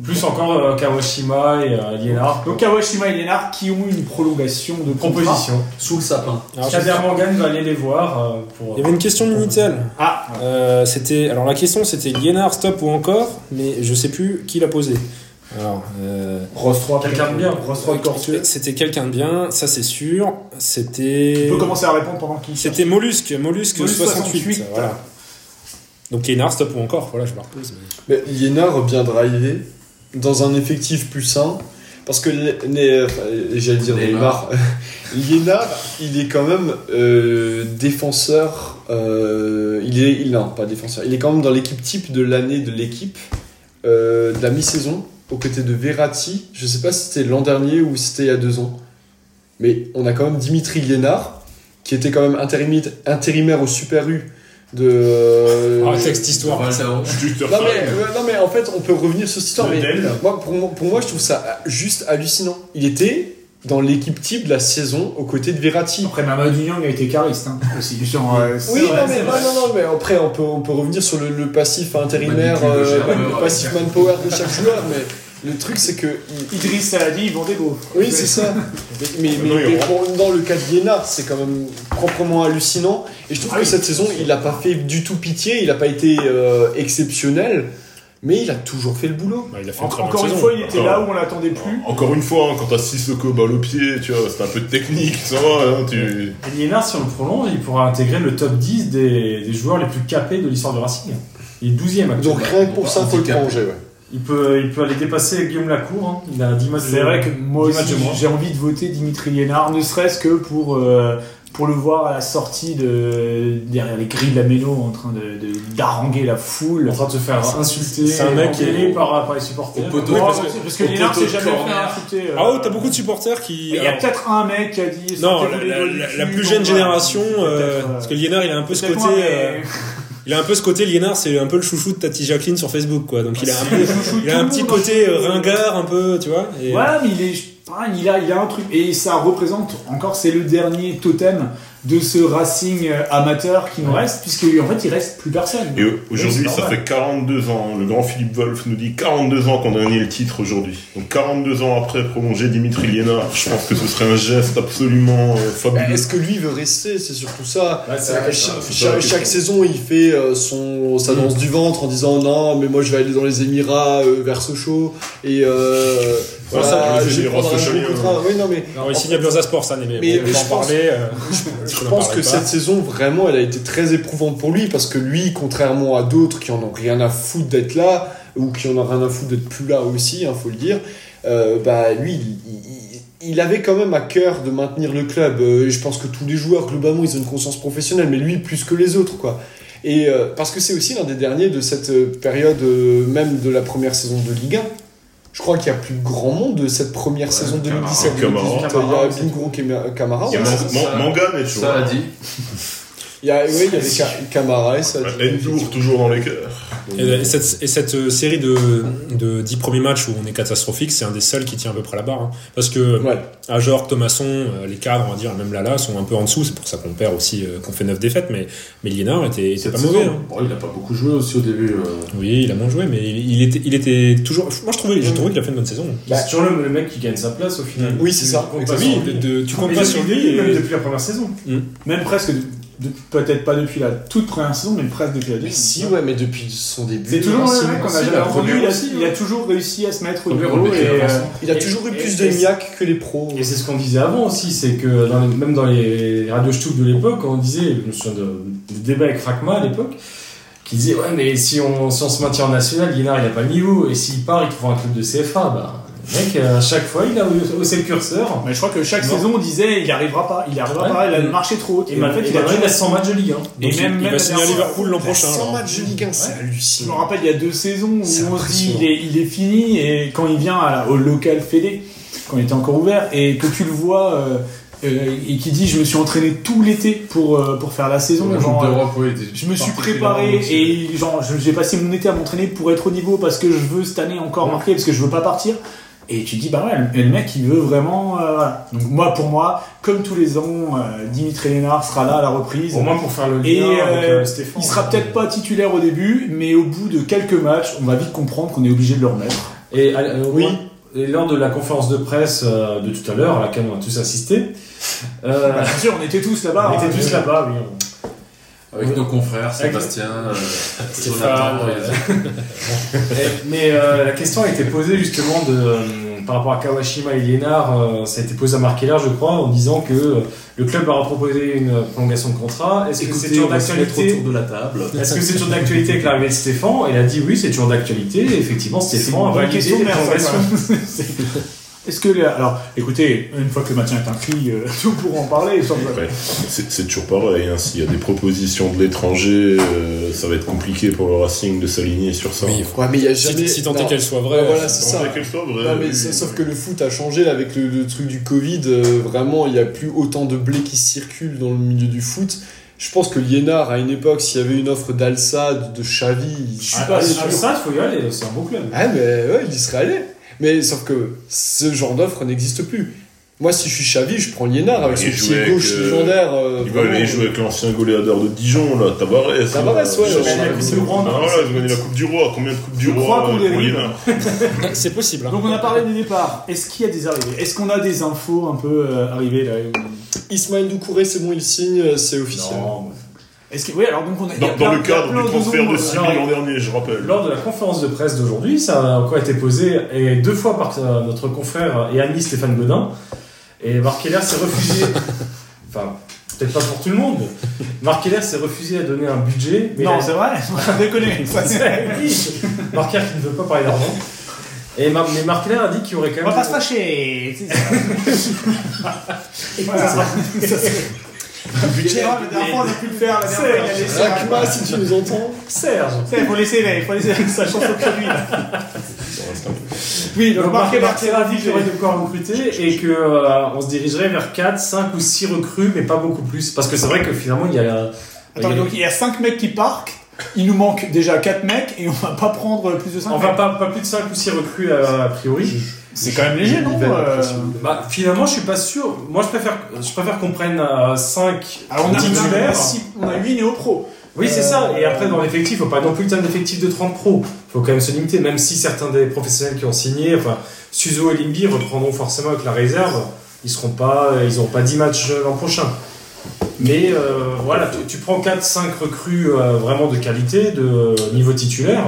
Speaker 7: Plus encore euh, Kawashima et euh, Lienard.
Speaker 2: Donc Kawashima et Lienard qui ont une prolongation de
Speaker 7: Proposition.
Speaker 2: sous le sapin.
Speaker 8: Ah.
Speaker 7: Kader Morgan va aller les voir euh, pour.
Speaker 8: Il y avait une question de Minitel.
Speaker 7: Ah
Speaker 8: Euh, c'était alors la question c'était Liénard stop ou encore, mais je sais plus qui l'a posée. Alors euh,
Speaker 7: Rose 3 quelqu'un de bien.
Speaker 2: Rose 3 Corsuet.
Speaker 8: c'était quelqu'un de bien, ça c'est sûr. C'était
Speaker 2: On peut commencer à répondre pendant qu'il
Speaker 8: C'était Mollusque, Mollusque,
Speaker 2: Mollusque
Speaker 8: 68,
Speaker 2: 68,
Speaker 8: voilà. Donc Liénard stop ou encore, voilà, je la repose.
Speaker 9: Mais Liénard bien drivé dans un effectif plus sain. Parce que, les- les- euh, enfin, j'allais dire Neymar, (laughs)
Speaker 3: Neymar.
Speaker 9: Liénard, il est quand même euh, défenseur. euh, il est, il, non, pas défenseur. Il est quand même dans l'équipe type de l'année de l'équipe, euh, de la mi-saison, aux côtés de Verratti. Je sais pas si c'était l'an dernier ou si c'était il y a deux ans. Mais on a quand même Dimitri Liénard, qui était quand même intérimite- intérimaire au Super U de. euh,
Speaker 8: Arrête avec cette histoire.
Speaker 9: Non mais, ouais, non mais en fait on peut revenir sur cette histoire mais
Speaker 7: Modèle.
Speaker 9: moi, pour, moi, pour moi je trouve ça euh, juste hallucinant. Il était dans l'équipe type de la saison aux côtés de Verratti.
Speaker 2: Après, Mamadou Niang a été
Speaker 9: (laughs)
Speaker 2: cariste hein, aussi. Genre, euh, c'est
Speaker 9: Oui,
Speaker 2: vrai,
Speaker 9: non,
Speaker 2: c'est
Speaker 9: mais, non,
Speaker 2: vrai.
Speaker 9: non, non, mais après, on peut, on peut revenir sur le, le passif intérimaire,
Speaker 3: Manipule de
Speaker 9: euh,
Speaker 3: gérard,
Speaker 9: le
Speaker 3: ouais.
Speaker 9: passif manpower de chaque joueur, mais le truc, c'est que. il-
Speaker 2: Idriss Saladi, il vendait gros.
Speaker 9: Oui, c'est ça. Mais, mais-
Speaker 6: Non, il
Speaker 9: mais
Speaker 6: rentre.
Speaker 9: pour- dans le cas de Liénard, c'est quand même proprement hallucinant. Et je trouve
Speaker 2: Ah
Speaker 9: que
Speaker 2: oui.
Speaker 9: cette saison, il n'a pas fait du tout pitié, il n'a pas été euh, exceptionnel, mais il a toujours fait le boulot.
Speaker 8: Bah, il a fait
Speaker 2: En-
Speaker 8: une très bonne
Speaker 2: encore une
Speaker 8: saison.
Speaker 2: fois, il était
Speaker 6: Encore.
Speaker 2: là où on l'attendait plus.
Speaker 6: Encore une fois, hein, quand t'as 6 Sissoko balle au pied, tu vois, c'est un peu de technique, ça va, hein, tu...
Speaker 7: Et Lienard, si on le prolonge, il pourra intégrer le top 10 des, des joueurs les plus capés de l'histoire du Racing. Il est 12 e
Speaker 9: Donc rien que pour ça, faut le
Speaker 3: handicap.
Speaker 9: prolonger, ouais.
Speaker 7: Il peut, il peut aller dépasser Guillaume Lacour. hein. Il a 10 matchs
Speaker 2: C'est vrai que moi
Speaker 7: 10 matchs
Speaker 2: aussi,
Speaker 7: de moins.
Speaker 2: j'ai envie de voter Dimitri Liénard, ne serait-ce que pour, euh, pour le voir à la sortie de, derrière les grilles de la Méno en train de, de- d'haranguer la foule.
Speaker 7: en train de se faire insulter,
Speaker 8: c'est un mec qui
Speaker 7: engueuler
Speaker 8: est-
Speaker 7: par, par les supporters.
Speaker 3: au poteau.
Speaker 2: Ouais,
Speaker 3: parce
Speaker 2: parce,
Speaker 3: que-
Speaker 2: que- parce que
Speaker 3: au
Speaker 2: Liénard
Speaker 3: poteau
Speaker 2: s'est
Speaker 3: de
Speaker 2: jamais fait
Speaker 3: corner.
Speaker 2: insulter. euh,
Speaker 8: Ah oh, t'as beaucoup de supporters qui.
Speaker 2: Il y a
Speaker 8: alors,
Speaker 2: peut-être un mec qui a dit.
Speaker 8: non,
Speaker 2: sortez-vous
Speaker 8: la,
Speaker 2: les
Speaker 8: la-
Speaker 2: doigts du
Speaker 8: la-
Speaker 2: cul,
Speaker 8: la plus
Speaker 2: donc
Speaker 8: jeune
Speaker 2: voilà.
Speaker 8: génération, euh,
Speaker 2: Peut-être, euh,
Speaker 8: parce que Liénard, il a un peu ce
Speaker 2: peut-être
Speaker 8: côté.
Speaker 2: moi, mais-
Speaker 8: euh, Il a un peu ce côté Liénard, c'est un peu le chouchou de Tati Jacqueline sur Facebook, quoi. Donc
Speaker 2: Ah,
Speaker 8: il a un peu, il a un petit côté euh, ringard, un peu, tu vois. Et,
Speaker 2: Ouais, mais il est, je sais pas, il a, il a un truc et ça représente encore, c'est le dernier totem de ce Racing euh, amateur qui nous reste, puisque en fait il reste plus personne.
Speaker 6: Et aujourd'hui,
Speaker 2: Oui, c'est
Speaker 6: ça
Speaker 2: normal.
Speaker 6: fait 42 ans, le grand Philippe Wolff nous dit 42 ans qu'on a gagné le titre aujourd'hui. Donc 42 ans après prolonger Dimitri Liénard, je pense que ce serait un geste absolument euh,
Speaker 9: Bah,
Speaker 6: fabuleux.
Speaker 9: Est-ce que lui veut rester C'est surtout ça.
Speaker 7: Ouais, c'est
Speaker 9: Cha-
Speaker 7: vrai,
Speaker 9: cha-
Speaker 6: Bah, c'est
Speaker 9: chaque,
Speaker 6: ça la question.
Speaker 9: saison, il fait euh, son, sa danse du ventre en disant non, mais moi je vais aller dans les Émirats euh, vers Sochaux et euh,
Speaker 6: Ouais,
Speaker 9: voilà,
Speaker 6: ça, les
Speaker 9: je vais
Speaker 6: Émirats,
Speaker 9: prendre un
Speaker 6: Sochaux,
Speaker 9: bon contrat. Oui, non, mais
Speaker 8: Alors ici, euh, il y a Bursa Sport, ça, mais,
Speaker 9: Mais
Speaker 8: bon, on
Speaker 9: je
Speaker 8: va en
Speaker 9: pense-
Speaker 8: parler. euh,
Speaker 9: je
Speaker 8: on en
Speaker 9: pense
Speaker 8: parlait
Speaker 9: que
Speaker 8: pas.
Speaker 9: cette saison, vraiment, elle a été très éprouvante pour lui parce que lui, contrairement à d'autres qui en ont rien à foutre d'être là ou qui en ont rien à foutre d'être plus là aussi, hein, faut le dire, euh, bah lui, il, il- il avait quand même à cœur de maintenir le club. Euh, je pense que tous les joueurs, globalement, ils ont une conscience professionnelle, mais lui plus que les autres, quoi. Et euh, parce que c'est aussi l'un des derniers de cette euh, période, euh, même de la première saison de Ligue 1. Je crois qu'il n'y a plus grand monde de cette première saison 2017-2018. Il y
Speaker 6: Camara.
Speaker 9: a Bingo Camara. Camara,
Speaker 6: Il y a
Speaker 9: ouais.
Speaker 6: Man- Man- Manga, mais toujours.
Speaker 3: Ça a dit.
Speaker 9: Il y a, oui, il y avait Ca- Camara et ça.
Speaker 6: Ouais, N'Dour, toujours dans les cœurs.
Speaker 8: Et cette, et cette, euh, série de, de 10 premiers matchs où on est catastrophique, c'est un des seuls qui tient à peu près la barre. hein. Parce que
Speaker 9: Ouais.
Speaker 8: Ajor, Thomasson, euh, les cadres, on va dire, même Lala, sont un peu en dessous. C'est pour ça qu'on perd aussi, euh, qu'on fait 9 défaites. Mais, mais Liénard était, était
Speaker 3: Cette
Speaker 8: pas
Speaker 3: saison.
Speaker 8: mauvais. hein.
Speaker 3: Bon, il a pas beaucoup joué aussi au début. euh.
Speaker 8: Oui, il a moins joué, mais il, il était, il était toujours. Moi, je trouvais, j'ai trouvé qu'il a fait une bonne saison.
Speaker 7: C'est toujours le, le mec qui gagne sa place au final.
Speaker 9: Oui, c'est ça.
Speaker 7: compte
Speaker 8: Bah
Speaker 7: pas
Speaker 8: oui,
Speaker 7: sur
Speaker 8: de-
Speaker 7: lui.
Speaker 8: de- tu comptes
Speaker 7: Mais
Speaker 8: pas
Speaker 7: depuis-
Speaker 8: sur lui.
Speaker 9: euh,
Speaker 8: euh,
Speaker 7: même
Speaker 8: et-
Speaker 7: depuis la première saison.
Speaker 2: Même presque, de- de- peut-être pas depuis la toute première saison, mais presque depuis la
Speaker 9: Mais
Speaker 2: deuxième.
Speaker 9: si, ouais, mais depuis son début.
Speaker 2: C'est toujours le
Speaker 9: Racing,
Speaker 2: même mec qu'on a
Speaker 9: Racing,
Speaker 2: jamais
Speaker 9: la
Speaker 2: entendu.
Speaker 9: première
Speaker 2: Il a,
Speaker 9: aussi, hein.
Speaker 2: il a
Speaker 9: ouais.
Speaker 2: toujours réussi à se mettre au
Speaker 3: Premier
Speaker 2: niveau.
Speaker 3: rebelle,
Speaker 2: Et, euh,
Speaker 3: Vincent.
Speaker 9: Il a
Speaker 2: et-
Speaker 9: toujours eu
Speaker 2: et-
Speaker 9: plus
Speaker 2: et-
Speaker 9: de niaque que les pros.
Speaker 7: Et c'est ce qu'on disait avant aussi, c'est que dans les- même dans les radios Stoup de l'époque, on disait, je me souviens de, des débats avec Fracma à l'époque, qui disait ouais mais si on, si on se maintient en national, Guinard il a pas le niveau, et s'il part il trouve un club de CFA, bah le mec euh, à chaque fois il a haussé le curseur.
Speaker 2: Mais je crois que chaque
Speaker 7: Non.
Speaker 2: saison on disait il n'y arrivera pas, il n'y arrivera
Speaker 7: Ouais.
Speaker 2: pas, il a marché trop haut.
Speaker 7: Et maintenant il,
Speaker 2: il a
Speaker 7: a 100 matchs de Ligue 1.
Speaker 8: donc il-
Speaker 2: hein. même-
Speaker 8: il
Speaker 2: même
Speaker 8: va signer à
Speaker 2: dernière-
Speaker 8: Liverpool l'an prochain.
Speaker 9: 100
Speaker 8: alors.
Speaker 9: matchs de Ligue 1, c'est
Speaker 2: Je me
Speaker 9: hallucinant.
Speaker 2: rappelle, il y a deux saisons où on
Speaker 9: C'est
Speaker 2: se dit
Speaker 9: impressionnant.
Speaker 2: il est, il est fini et quand il vient à la- au local Fédé, quand il était encore ouvert, et que tu le vois euh, euh, et qui dit je me suis entraîné tout l'été pour, euh, pour faire la saison.
Speaker 3: La Coupe
Speaker 2: genre, euh,
Speaker 3: d'Europe, ouais, était
Speaker 2: je me suis
Speaker 3: particulièrement
Speaker 2: préparé
Speaker 3: motivée.
Speaker 2: et genre je- j'ai passé mon été à m'entraîner pour être au niveau parce que je veux cette année encore marquer parce que je veux pas partir. Et tu te dis bah ouais le- le mec il veut vraiment euh, voilà. Donc moi pour moi comme tous les ans euh, Dimitri Lénard sera là à la reprise.
Speaker 7: Au moins pour faire le lien
Speaker 2: Et, euh,
Speaker 7: avec euh, Stéphane.
Speaker 2: Il sera peut-être pas titulaire au début, mais au bout de quelques matchs, on va vite comprendre qu'on est obligé de le remettre.
Speaker 8: Et, à- euh, oui. et lors de la conférence de presse euh, de tout à l'heure, à laquelle on a tous assisté. euh,
Speaker 2: Bah, bien sûr, on était tous là-bas.
Speaker 8: On était
Speaker 2: hein,
Speaker 8: tous
Speaker 2: mais-
Speaker 8: là-bas, oui.
Speaker 3: Avec nos confrères,
Speaker 8: Avec-
Speaker 3: Sébastien, euh,
Speaker 8: Stéphane,
Speaker 3: Jonathan,
Speaker 8: euh, Et- mais euh, la question a été posée justement de, euh, par rapport à Kawashima et Liénard, euh, ça a été posé à Marquelard, je crois, en disant que euh, le club leur a proposé une prolongation de contrat. Est-ce que
Speaker 3: Écoutez,
Speaker 8: c'est toujours
Speaker 3: on va se mettre
Speaker 8: d'actualité
Speaker 3: autour de la table.
Speaker 8: Est-ce que c'est toujours d'actualité avec l'arrivée de Stéphane Il a dit oui, c'est toujours d'actualité. Et Effectivement,
Speaker 2: C'est
Speaker 8: Stéphane
Speaker 2: une
Speaker 8: a
Speaker 2: bonne
Speaker 8: validé
Speaker 2: question,
Speaker 8: les
Speaker 2: merci,
Speaker 8: prolongations.
Speaker 2: (laughs) Est-ce que. les- Alors, écoutez, une fois que le maintien est inscrit, euh, (laughs) nous pourrons en parler. sans-
Speaker 6: Après, c'est c'est toujours pareil. hein. S'il y a des propositions de l'étranger, euh, ça va être compliqué pour le Racing de s'aligner sur ça.
Speaker 9: Ouais, mais il y a jamais.
Speaker 18: si tant est
Speaker 9: non.
Speaker 18: qu'elle soit vraie.
Speaker 9: Ouais, voilà,
Speaker 6: Si
Speaker 9: c'est
Speaker 6: tant
Speaker 9: ça.
Speaker 6: est qu'elle soit vraie,
Speaker 9: Non, mais
Speaker 6: oui,
Speaker 9: c'est-
Speaker 6: oui,
Speaker 9: sauf que le foot a changé là, avec le, le truc du Covid. euh, vraiment, il n'y a plus autant de blé qui circule dans le milieu du foot. Je pense que Liénard, à une époque, s'il y avait une offre d'Alsad, de Xavi, je suis
Speaker 8: Ah,
Speaker 9: pas
Speaker 8: ah,
Speaker 9: sûr.
Speaker 8: ah, ça, il faut y aller, c'est un beau club.
Speaker 9: Ah, mais ouais, il y serait allé. Mais sauf que ce genre d'offre n'existe plus. Moi, si je suis Xavi, je prends Liénard avec
Speaker 6: Il
Speaker 9: son
Speaker 6: est joué
Speaker 9: pied
Speaker 6: avec,
Speaker 9: gauche
Speaker 6: euh,
Speaker 9: légendaire. euh,
Speaker 6: Il va aller
Speaker 9: vraiment.
Speaker 6: jouer avec l'ancien goléador de Dijon, là, Tabarès.
Speaker 9: Tabarès,
Speaker 6: hein.
Speaker 9: ouais,
Speaker 6: Je-
Speaker 9: ouais,
Speaker 6: je-
Speaker 9: la Coupe du Roi.
Speaker 6: Ah, voilà, il va gagner la Coupe du Roi. Combien de Coupes du
Speaker 2: Je crois
Speaker 6: Roi
Speaker 2: qu'on
Speaker 6: euh,
Speaker 2: est-
Speaker 6: pour Liénard
Speaker 18: C'est possible. hein.
Speaker 2: Donc, on a parlé des départs. Est-ce qu'il y a des arrivées Est-ce qu'on a des infos un peu euh, arrivées là
Speaker 9: Ismaël Doucouré, c'est bon, il signe, euh, c'est officiel.
Speaker 2: Est-ce que... Oui, alors donc on a. il y a
Speaker 6: Dans,
Speaker 2: plein-
Speaker 6: dans le cadre
Speaker 2: plein
Speaker 6: du transfert
Speaker 2: noms,
Speaker 6: de
Speaker 2: euh,
Speaker 6: 6 000
Speaker 2: alors,
Speaker 6: l'an dernier, je rappelle.
Speaker 8: Lors de la conférence de presse d'aujourd'hui, ça a encore été posé, et deux fois par euh, notre confrère et ami Stéphane Godin. Et Marc Keller s'est
Speaker 6: (laughs)
Speaker 8: refusé, enfin, peut-être pas pour tout le monde, mais Marc Keller s'est refusé à donner un budget. Mais
Speaker 2: Non,
Speaker 8: il a-
Speaker 2: c'est vrai, on
Speaker 8: (laughs)
Speaker 2: déconner.
Speaker 8: Oui, Marc Keller qui ne veut pas parler d'argent. Et Mar- mais Marc Keller a dit qu'il y aurait quand
Speaker 2: On va
Speaker 8: même.
Speaker 2: pas se fâcher. c'est ça. Voilà. Ça, c'est- Gérard, La dernière fois, on a pu le faire. La dernière fois, il a laissé.
Speaker 9: Sakma, si tu nous entends.
Speaker 8: Serge
Speaker 2: Il faut laisser, là, il faut laisser sa chance au produit.
Speaker 8: Oui,
Speaker 2: donc
Speaker 8: donc Marc
Speaker 2: Marc-
Speaker 8: Marc Keller a dit qu'il y aurait de quoi recruter et que euh, on se dirigerait vers 4, 5 ou 6 recrues, mais pas beaucoup plus. Parce que c'est vrai que finalement, il y a.
Speaker 2: Attends,
Speaker 8: il y a-
Speaker 2: donc il y a 5 mecs qui partent. Il nous manque déjà 4 mecs et on va pas prendre plus de 5
Speaker 8: On
Speaker 2: mecs.
Speaker 8: va pas, pas plus de 5 ou 6 recrues euh, a priori.
Speaker 2: C'est quand même léger, non
Speaker 9: Nivelle,
Speaker 2: euh,
Speaker 8: Bah, finalement, je suis pas sûr. Moi, je préfère, je préfère qu'on prenne 5
Speaker 2: Alors Ah, on a, on a,
Speaker 8: titulaires.
Speaker 2: six- on a 8 néo-pro.
Speaker 8: Oui, c'est ça. Et
Speaker 2: Euh.
Speaker 8: après, dans l'effectif, faut pas non plus un effectif de 30 pros. Faut quand même se limiter, même si certains des professionnels qui ont signé, enfin, Suzo et Limby reprendront forcément avec la réserve. Ils seront pas, ils auront pas 10 matchs euh, l'an prochain. Mais euh, voilà, tu, tu prends 4-5 recrues euh, vraiment de qualité, de niveau titulaire.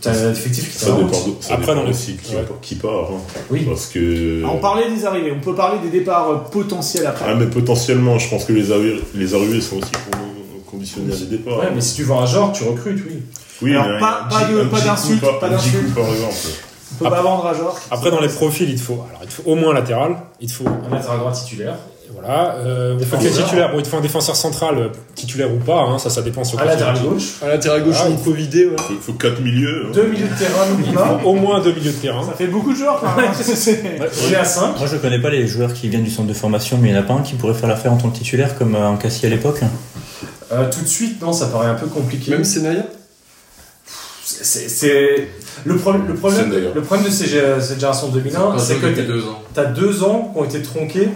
Speaker 8: T'as un effectif qui
Speaker 6: Ça
Speaker 8: t'arrange.
Speaker 6: dépend, de- ça
Speaker 18: Après,
Speaker 6: dépend
Speaker 18: non, mais-
Speaker 6: aussi qui,
Speaker 18: ouais.
Speaker 6: qui part. hein.
Speaker 8: Oui.
Speaker 6: Parce que...
Speaker 2: Alors, Ah, on parlait des arrivées, on peut parler des départs euh, potentiels après.
Speaker 6: Ah, mais potentiellement, je pense que les arrivées, les arrivées sont aussi con- conditionnées à des départs.
Speaker 8: Ouais, mais si tu vends un genre, tu recrutes, oui.
Speaker 6: Oui,
Speaker 2: Alors,
Speaker 6: mais
Speaker 2: pas-
Speaker 6: un
Speaker 2: pas
Speaker 6: Dji-
Speaker 2: de-
Speaker 6: un
Speaker 2: pas
Speaker 6: Djikou
Speaker 2: d'insultes,
Speaker 6: par-
Speaker 2: pas
Speaker 6: un Djikou,
Speaker 2: d'insultes.
Speaker 6: par exemple.
Speaker 2: On peut pas vendre à genre.
Speaker 18: Après, dans les profils, il te faut, alors, il te faut au moins un latéral. Il te faut
Speaker 8: Un latéral droit titulaire.
Speaker 18: Voilà, euh, on fait que
Speaker 8: Défenseur.
Speaker 18: titulaire. Bon, il te faut un défenseur central, euh, titulaire ou pas, hein, ça, ça dépend sur
Speaker 8: Un
Speaker 18: quoi tu
Speaker 8: latéral
Speaker 18: joues.
Speaker 8: gauche.
Speaker 9: À latéral gauche,
Speaker 18: Ah,
Speaker 9: on peut vider. ouais.
Speaker 6: Il faut 4 milieux. hein.
Speaker 8: Deux milieux de terrain, n'oublie
Speaker 18: Il faut
Speaker 8: pas.
Speaker 18: au moins deux milieux de terrain.
Speaker 2: Ça fait beaucoup de joueurs quand même. (laughs) C'est-
Speaker 8: On est à 5.
Speaker 19: Moi, je connais pas les joueurs qui viennent du centre de formation, mais il y en a pas un qui pourrait faire l'affaire en tant que titulaire, comme euh, un Cassie à l'époque.
Speaker 8: Euh, tout de suite, non, ça paraît un peu compliqué.
Speaker 9: Même Senaya
Speaker 8: C'est- c'est c'est- le, pro- le
Speaker 6: C'est
Speaker 8: problème.
Speaker 6: d'ailleurs.
Speaker 8: Le problème de ces gé- euh, cette génération 2001, c'est que
Speaker 3: depuis
Speaker 8: t'as-
Speaker 3: deux ans.
Speaker 8: t'as deux ans qui ont été tronqués.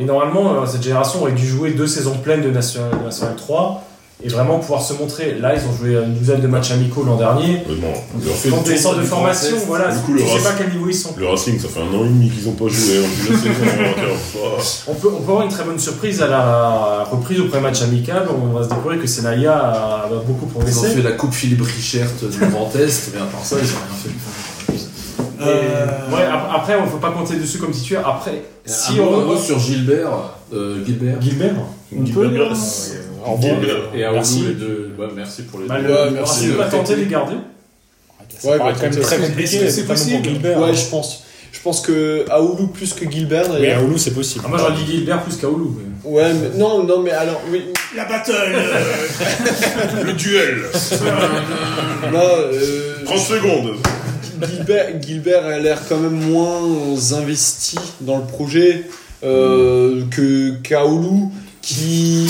Speaker 8: Et normalement, euh, cette génération aurait dû jouer deux saisons pleines de National, National 3 et vraiment pouvoir se montrer. Là, ils ont joué une douzaine de matchs amicaux l'an dernier.
Speaker 6: Mais bon, le, Racing-
Speaker 8: Dans des centres de formation, voilà.
Speaker 6: Du coup, le
Speaker 8: Je sais
Speaker 6: Racing-
Speaker 8: pas quel niveau ils sont.
Speaker 6: le Racing, ça fait un an et demi qu'ils ont pas joué. On dit la saison, on oh. regarde pas.
Speaker 8: On peut, on peut avoir une très bonne surprise à la reprise au premier match amical. On va se découvrir que Senaya a, a beaucoup
Speaker 3: Ils ont
Speaker 8: progressé.
Speaker 3: fait la coupe Philippe Richert du Grand Est, mais à part ça, ils ont rien fait.
Speaker 8: Et-
Speaker 2: Euh,
Speaker 8: ouais, ap- après, on ne faut pas compter dessus comme titulaire. Après, si
Speaker 3: un
Speaker 8: on
Speaker 3: bon mot sur Gilbert, euh, Gilbert.
Speaker 8: Gilbert.
Speaker 2: On
Speaker 6: Guy
Speaker 2: peut,
Speaker 6: Bernard,
Speaker 2: euh,
Speaker 6: c'est-
Speaker 18: Au revoir.
Speaker 6: Guy Bernard.
Speaker 3: Et Arnaud,
Speaker 18: Merci.
Speaker 3: les deux. Ouais, merci pour les deux.
Speaker 8: Bah, le,
Speaker 9: Ouais,
Speaker 8: le
Speaker 9: merci,
Speaker 8: Racing
Speaker 9: ouais.
Speaker 8: va tenter de les garder.
Speaker 18: Ça
Speaker 9: Ouais,
Speaker 18: paraît
Speaker 9: bah,
Speaker 18: quand même
Speaker 9: est-ce
Speaker 18: très
Speaker 9: que-
Speaker 2: est-ce que
Speaker 18: compliqué, hein.
Speaker 2: c'est
Speaker 18: notamment pour
Speaker 2: possible
Speaker 18: Gilbert.
Speaker 8: hein.
Speaker 9: Ouais, je pense. Je pense que Aoulou plus que Gilbert.
Speaker 18: Mais à
Speaker 9: d'ailleurs.
Speaker 18: Oulu, c'est possible.
Speaker 8: Ah, moi j'aurais dit Gilbert plus qu'Aoulou. mais-
Speaker 9: Ouais, mais non, non, mais alors, oui.
Speaker 2: La battle euh,
Speaker 6: Le duel
Speaker 9: Là, euh,
Speaker 6: 30 secondes
Speaker 9: Gilbert, Gilbert a l'air quand même moins investi dans le projet euh, que Kaolu qui.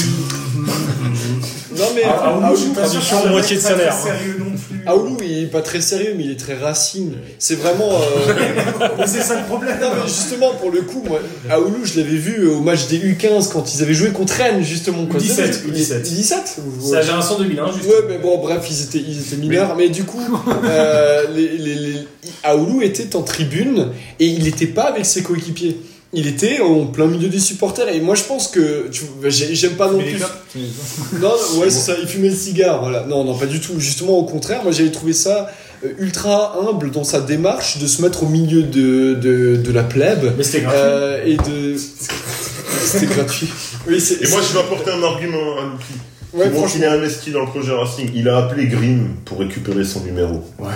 Speaker 9: Non mais
Speaker 8: Ah, Aoulou, je suis pas sûr que ça doit être très, très
Speaker 9: sérieux non plus. Aoulou, Ah il est pas très sérieux, mais il est très racine. C'est vraiment. euh, (laughs) mais c'est ça le problème. justement, pour le coup, moi, Aoulou, je l'avais vu euh, au match des U15 quand ils avaient joué contre Rennes, justement. quand-
Speaker 7: 17,
Speaker 9: Il-
Speaker 7: 17.
Speaker 9: 17 ou-
Speaker 7: C'est la génération 2001, juste.
Speaker 9: Ouais, mais bon, bref, ils étaient, ils étaient mineurs. Mais du coup, euh, les, les- les- Aoulou était en tribune et il n'était pas avec ses coéquipiers. Il était en plein milieu des supporters. Et moi, je pense que. tu- j'ai- J'aime pas non
Speaker 2: Mais les
Speaker 9: plus. Non,
Speaker 2: copes,
Speaker 9: non, ouais, c'est ça, il fumait le cigare, voilà. Non, non, pas du tout. Justement, au contraire, moi j'avais trouvé ça euh, ultra humble dans sa démarche de se mettre au milieu de, de, de la plèbe. Mais c'était gratuit. et
Speaker 6: (laughs)
Speaker 9: de. c'était gratuit. Oui, c'est-
Speaker 6: Et moi, je vais apporter un argument à Lucky.
Speaker 9: Ouais,
Speaker 6: bon,
Speaker 9: franchement.
Speaker 6: il est investi dans le projet Racing. Il a appelé Grimm pour récupérer son numéro. Ouais.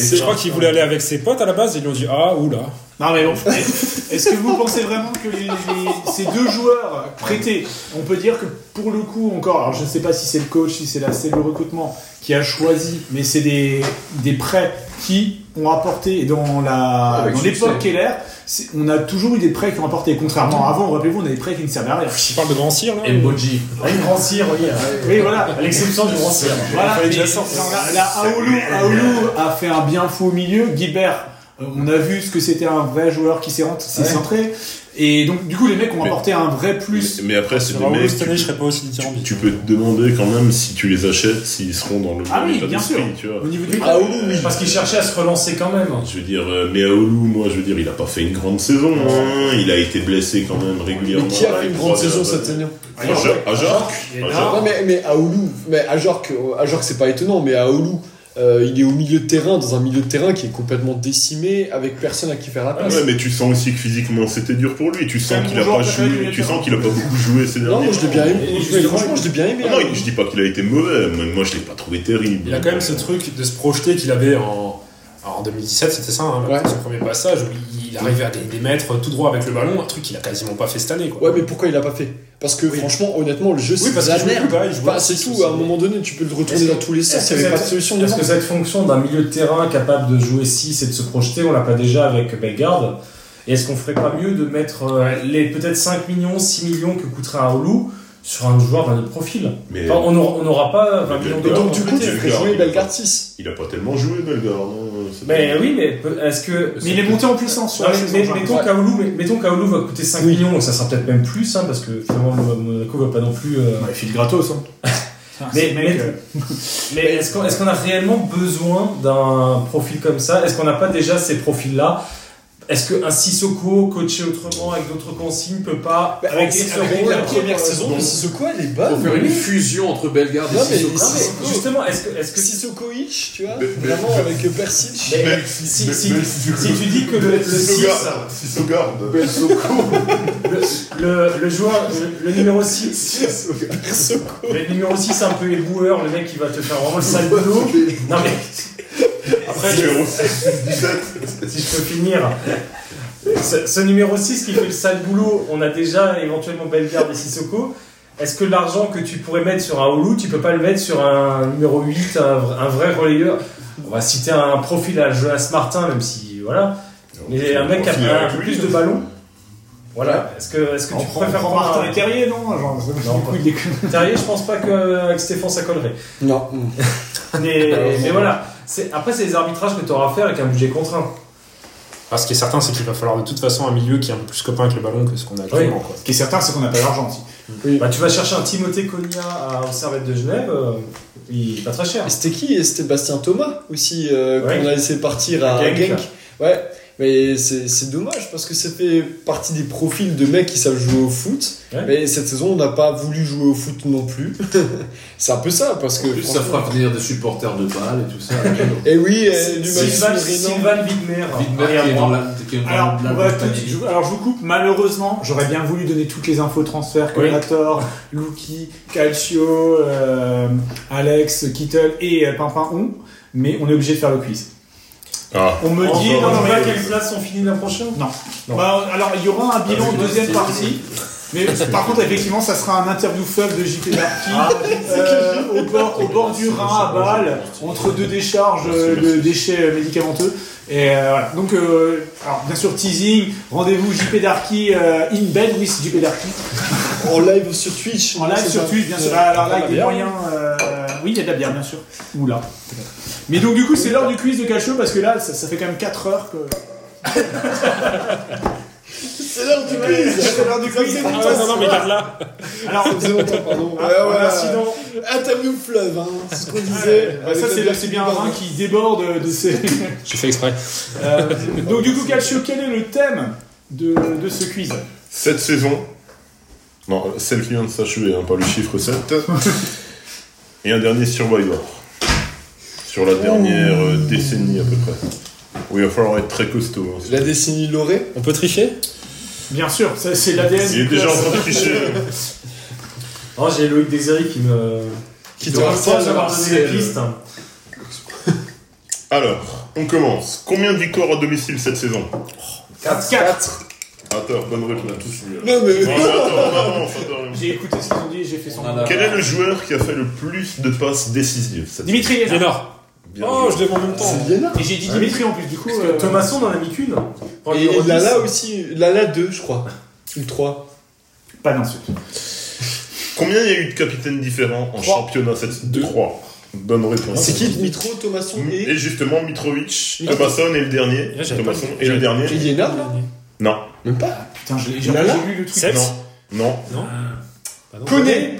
Speaker 8: Et je crois qu'il voulait aller avec ses potes à la base, ils lui ont dit Ah, oula.
Speaker 2: Non, mais bon. (laughs) Est-ce que vous (laughs) pensez vraiment que les- les- ces deux joueurs prêtés, on peut dire que pour le coup encore, alors je ne sais pas si c'est le coach, si c'est la c'est le recrutement qui a choisi, mais c'est des, des prêts qui ont apporté et dans la
Speaker 7: Avec
Speaker 2: dans
Speaker 7: succès.
Speaker 2: l'époque Keller, c'est- on a toujours eu des prêts qui ont apporté. Contrairement à avant, rappelez-vous, on a des prêts qui ne servaient à
Speaker 7: (laughs)
Speaker 2: rien.
Speaker 8: Tu parles de Grand Cyr, là
Speaker 2: Et
Speaker 3: Boji.
Speaker 7: Ah, une grand cire, oui.
Speaker 2: Oui, voilà.
Speaker 7: À l'exception du grand cire.
Speaker 2: Voilà.
Speaker 7: Il fallait déjà
Speaker 2: Et-
Speaker 7: sortir. Ah,
Speaker 2: non, là- là, Aoulou, Aoulou a fait un bien fou au milieu. Guibert, euh, on a vu ce que c'était un vrai joueur qui s'est rent- s'est
Speaker 6: Ouais.
Speaker 2: centré. Et donc, du coup, les mecs ont apporté un vrai plus.
Speaker 6: Mais après, c'est
Speaker 2: Sur
Speaker 6: des
Speaker 2: Raoul,
Speaker 6: mecs.
Speaker 2: cette
Speaker 6: tu-
Speaker 2: année, je
Speaker 8: serais pas aussi dithyrambique.
Speaker 6: tu, tu peux te demander quand même si tu les achètes, s'ils seront dans le
Speaker 2: Ah
Speaker 6: bon
Speaker 2: oui,
Speaker 6: état
Speaker 2: bien
Speaker 6: d'esprit,
Speaker 2: sûr.
Speaker 6: tu vois.
Speaker 2: Au niveau du
Speaker 6: Ah,
Speaker 2: club.
Speaker 6: oui, oui.
Speaker 7: Parce qu'il cherchait à se relancer quand même.
Speaker 6: Je veux dire, euh, mais Aoulou, moi, je veux dire, il a pas fait une grande saison. hein. Il a été blessé quand même régulièrement.
Speaker 9: Mais qui a
Speaker 6: là,
Speaker 9: fait une
Speaker 6: il
Speaker 9: grande
Speaker 6: croise
Speaker 9: saison
Speaker 6: la-
Speaker 9: cette année
Speaker 6: Ajorc. Ajorc. Ajorc.
Speaker 9: Non, mais, mais Aoulou, mais Ajorc, Ajorc c'est pas étonnant, mais Aoulou, euh, il est au milieu de terrain, dans un milieu de terrain qui est complètement décimé, avec personne à qui faire la
Speaker 6: Ah
Speaker 9: place.
Speaker 6: ouais, mais tu sens aussi que physiquement c'était dur pour lui. Tu
Speaker 9: C'est
Speaker 6: sens
Speaker 9: un
Speaker 6: qu'il a
Speaker 9: bon
Speaker 6: pas
Speaker 9: joueur préféré
Speaker 6: joué,
Speaker 9: du
Speaker 6: tu sens
Speaker 9: Vietnam.
Speaker 6: qu'il a pas beaucoup joué ces derniers.
Speaker 9: Non, moi, je l'ai bien aimé.
Speaker 6: Et
Speaker 9: Ouais,
Speaker 6: justement,
Speaker 9: franchement, je l'ai bien aimé,
Speaker 6: Ah non,
Speaker 9: hein.
Speaker 6: il- je dis pas qu'il a été mauvais, mais moi je l'ai pas trouvé terrible.
Speaker 8: Il a quand même ce truc de se projeter qu'il avait en. Alors en 2017, c'était ça, hein, son premier passage où il- il arrivait à des, des mètres tout droit avec le ballon, un truc qu'il a quasiment pas fait cette année. Quoi.
Speaker 9: Ouais, mais pourquoi il l'a pas fait Parce que franchement, honnêtement, le jeu
Speaker 8: Oui,
Speaker 9: c'est
Speaker 8: parce
Speaker 9: de la
Speaker 8: qu'il jouait
Speaker 9: merde.
Speaker 8: plus pareil, il jouait
Speaker 9: Enfin, c'est tout. À un moment donné, tu peux le retourner dans tous les sens. Il n'y avait pas de solution.
Speaker 7: Est-ce
Speaker 9: devant.
Speaker 7: que cette fonction d'un milieu de terrain capable de jouer 6 et de se projeter, on l'a pas déjà avec Bellegarde Et est-ce qu'on ferait pas mieux de mettre euh, les peut-être 5 millions, 6 millions que coûterait un Houlou sur un joueur d'un autre profil
Speaker 6: Mais-
Speaker 7: Enfin, On n'aura on n'aura pas 20
Speaker 6: Mais
Speaker 7: millions
Speaker 6: Bellegarde,
Speaker 7: d'euros.
Speaker 6: Donc, du coup, tu
Speaker 7: Bellegarde,
Speaker 6: ferais jouer
Speaker 7: il a-
Speaker 9: Bellegarde 6.
Speaker 6: Il a pas tellement joué, Bellegarde. hein, c'est
Speaker 7: Mais
Speaker 6: pas-
Speaker 7: oui, mais peut- est-ce que.
Speaker 2: Mais il est monté en puissance sur
Speaker 7: Non,
Speaker 2: la
Speaker 7: mais-
Speaker 2: saison,
Speaker 7: mais-
Speaker 2: genre.
Speaker 7: mettons
Speaker 2: Ouais.
Speaker 7: qu'Aoulou mais- mettons qu'Aoulou va coûter 5 millions, donc ça sera peut-être même plus, hein, parce que finalement le Monaco va pas non plus. euh,
Speaker 2: Il file gratos. hein.
Speaker 7: (laughs) mais
Speaker 2: c'est
Speaker 7: mais,
Speaker 2: le mec, euh.
Speaker 7: mais est-ce qu'on est-ce qu'on a réellement besoin d'un profil comme ça Est-ce qu'on n'a pas déjà ces profils-là est-ce qu'un Sissoko coaché autrement avec d'autres consignes peut pas
Speaker 2: Bah,
Speaker 9: avec-
Speaker 7: ses
Speaker 9: avec
Speaker 7: euros
Speaker 9: la
Speaker 2: euh,
Speaker 7: et
Speaker 9: première
Speaker 7: d'autres-
Speaker 9: saison, mais Sissoko, elle est bonne.
Speaker 3: Pour faire une
Speaker 9: Oui.
Speaker 3: fusion entre Bellegarde et
Speaker 9: Non, mais-
Speaker 3: Sissoko.
Speaker 9: non, mais-
Speaker 7: Justement, est-ce que, est-ce que
Speaker 9: Sissokovic, tu vois,
Speaker 6: mais-
Speaker 9: vraiment avec euh, Persic.
Speaker 7: Mais-
Speaker 6: Bel-
Speaker 7: si, si,
Speaker 6: Bel-
Speaker 7: si,
Speaker 6: Bel-
Speaker 7: si tu dis que le, le six-
Speaker 6: Sissogarde. Sissogarde.
Speaker 7: le, le joueur, le, le numéro 6, le numéro 6 un peu éboueur, le mec qui va te faire vraiment le sale
Speaker 2: (laughs)
Speaker 7: boulot. Non mais
Speaker 6: Après, numéro 6, 17.
Speaker 7: si je peux finir. Ce, ce numéro 6 qui fait le sale boulot, on a déjà éventuellement Bellegarde et Sissoko. Est-ce que l'argent que tu pourrais mettre sur un Oulu, tu peux pas le mettre sur un numéro 8, un, vr- un vrai relayeur On va citer un profil à Jonas Martin, même si. Voilà. Mais un mec qui a
Speaker 6: profil
Speaker 7: un
Speaker 6: avec
Speaker 7: peu
Speaker 6: lui,
Speaker 7: plus de
Speaker 6: hein.
Speaker 7: ballons. Voilà. Est-ce que, est-ce que
Speaker 2: On
Speaker 7: tu
Speaker 2: prend- on
Speaker 7: préfères
Speaker 2: prend
Speaker 7: prendre
Speaker 2: Martin
Speaker 7: un-
Speaker 2: et Terrier, non Genre,
Speaker 7: Non,
Speaker 2: du coup,
Speaker 7: pas.
Speaker 2: il déconne.
Speaker 7: Terrier, je pense pas qu'avec Stéphane ça collerait.
Speaker 9: Non.
Speaker 7: Mais, mais voilà. C'est- Après, c'est les arbitrages que tu auras à faire avec un budget contraint.
Speaker 8: Ah, ce qui est certain, c'est qu'il va falloir de toute façon un milieu qui est un peu plus copain avec le ballon que ce qu'on a actuellement. Quoi.
Speaker 2: Ce qui est certain, c'est qu'on n'a pas l'argent aussi.
Speaker 7: Bah, tu vas chercher un Timothée Cogna à- aux Servettes de Genève, euh, il est pas très cher.
Speaker 9: Et C'était qui Et C'était Bastien Thomas aussi, euh,
Speaker 7: Ouais.
Speaker 9: qu'on a laissé partir à
Speaker 7: Genk.
Speaker 9: Genk. Ouais, mais c'est c'est dommage parce que ça fait partie des profils de mecs qui savent jouer au foot.
Speaker 7: Ouais.
Speaker 9: Mais cette saison, on n'a pas voulu jouer au foot non plus. c'est un peu ça parce que.
Speaker 3: En plus, ça
Speaker 9: franchement-
Speaker 3: fera venir des supporters de balle et tout (laughs) ça.
Speaker 9: Et oui, euh, du
Speaker 7: Sylvain,
Speaker 9: Maxime Renan.
Speaker 7: Sylvain Widmer.
Speaker 3: Widmer qui est dans la- qui est dans
Speaker 2: Alors,
Speaker 3: la-
Speaker 2: on va
Speaker 3: la-
Speaker 2: tout- je, alors, je vous coupe, malheureusement, j'aurais bien voulu donner toutes les infos transfert que
Speaker 7: Oui.
Speaker 2: Rator, Lucky, Calcio, euh, Alex, Kittle et euh, Pimpin ont, mais on est obligé de faire le quiz.
Speaker 6: Ah.
Speaker 2: On me dit,
Speaker 7: on
Speaker 2: non, non,
Speaker 7: va à
Speaker 2: mais-
Speaker 7: quelle place on finit l'an prochain
Speaker 2: non. Bah, alors, il y aura un bilan
Speaker 3: Ah, oui,
Speaker 2: deuxième
Speaker 3: c'est-
Speaker 2: partie. Mais par contre, effectivement, ça sera un interview fleuve de JP Darky Euh, au, bord, au bord du Rhin à Bâle, entre deux décharges euh, de déchets euh, médicamenteux. Et euh, voilà. Donc, euh, alors, bien sûr, teasing, rendez-vous JP Darky euh, in bed with JP Darky.
Speaker 9: En live sur Twitch.
Speaker 2: En live
Speaker 9: c'est
Speaker 2: sur
Speaker 9: ça.
Speaker 2: Twitch, bien sûr.
Speaker 9: Euh,
Speaker 2: Alors
Speaker 9: de la
Speaker 2: là, il y a
Speaker 9: bière.
Speaker 2: des moyens. euh, Oui, il y a de la bière, bien sûr. Ou là. Mais donc, du coup, c'est l'heure du quiz de Calcio parce que là, ça, ça fait quand même 4 heures que.
Speaker 9: C'est l'heure du quiz C'est l'heure du quiz
Speaker 2: Ah ouais, non, non, mais garde-la.
Speaker 9: (laughs)
Speaker 2: Alors,
Speaker 9: Ça faisait longtemps, pardon.
Speaker 2: Ah,
Speaker 9: ouais,
Speaker 2: sinon-
Speaker 9: Ah, t'as mis au fleuve, hein, c'est ce qu'on disait.
Speaker 2: Ah, ça, c'est bien- c'est bien un vin qui déborde de ses.
Speaker 8: J'ai fait exprès.
Speaker 2: Euh, donc, du coup, Calcio, quel est le thème de, de ce quiz
Speaker 6: Cette saison, non, celle qui vient de s'achever, hein, pas le chiffre 7, et un dernier Survivor. Sur la dernière euh, décennie à peu près. Où il va falloir être très costaud. hein.
Speaker 9: La décennie Loré
Speaker 8: On peut tricher
Speaker 2: Bien sûr, ça, c'est l'ADN.
Speaker 6: Il est déjà en train de tricher.
Speaker 7: Oh, j'ai Loïc Désiré qui me.
Speaker 9: Qui
Speaker 7: me
Speaker 9: te
Speaker 7: reproche
Speaker 9: harcèle,
Speaker 7: d'avoir donné la
Speaker 9: c'est-
Speaker 7: piste.
Speaker 6: Alors, on commence. Combien de victoires à domicile cette saison
Speaker 2: 4.
Speaker 6: Attends, bonne réponse. tous
Speaker 9: Non, mais-
Speaker 6: attends, on avance, attends.
Speaker 2: J'ai écouté ce qu'ils ont dit, j'ai fait son.
Speaker 6: Quel est le joueur qui a fait le plus de passes décisives cette
Speaker 2: Dimitri Lézard.
Speaker 8: Lénard.
Speaker 6: Bien
Speaker 8: Oh,
Speaker 6: joué.
Speaker 8: je l'ai en même temps.
Speaker 9: C'est Vienna.
Speaker 2: Et j'ai dit Dimitri en plus, du coup. euh,
Speaker 7: Thomasson n'en a mis qu'une. Pour le
Speaker 9: Et,
Speaker 7: numéro
Speaker 9: et Lala
Speaker 7: 10.
Speaker 9: aussi, Lala 2, je crois. Ou 3.
Speaker 2: Pas d'insulte.
Speaker 6: Combien il y a eu de capitaines différents en
Speaker 2: Trois.
Speaker 6: championnat cette saison 3. Bonne réponse.
Speaker 9: C'est qui Mitro, Thomasson et.
Speaker 6: Et justement, Mitrovic,
Speaker 9: Mitro-
Speaker 6: Thomasson est le dernier.
Speaker 8: Là, j'avais pas
Speaker 6: Thomasson
Speaker 8: le-
Speaker 6: est le
Speaker 8: j'avais-
Speaker 9: Et
Speaker 6: dernier.
Speaker 9: Yéna, là
Speaker 6: Non,
Speaker 9: Même pas.
Speaker 2: Putain, j'ai j'ai-
Speaker 9: Lala
Speaker 2: j'ai lu le truc.
Speaker 8: Sept
Speaker 6: non, non.
Speaker 8: Bah non.
Speaker 2: Connais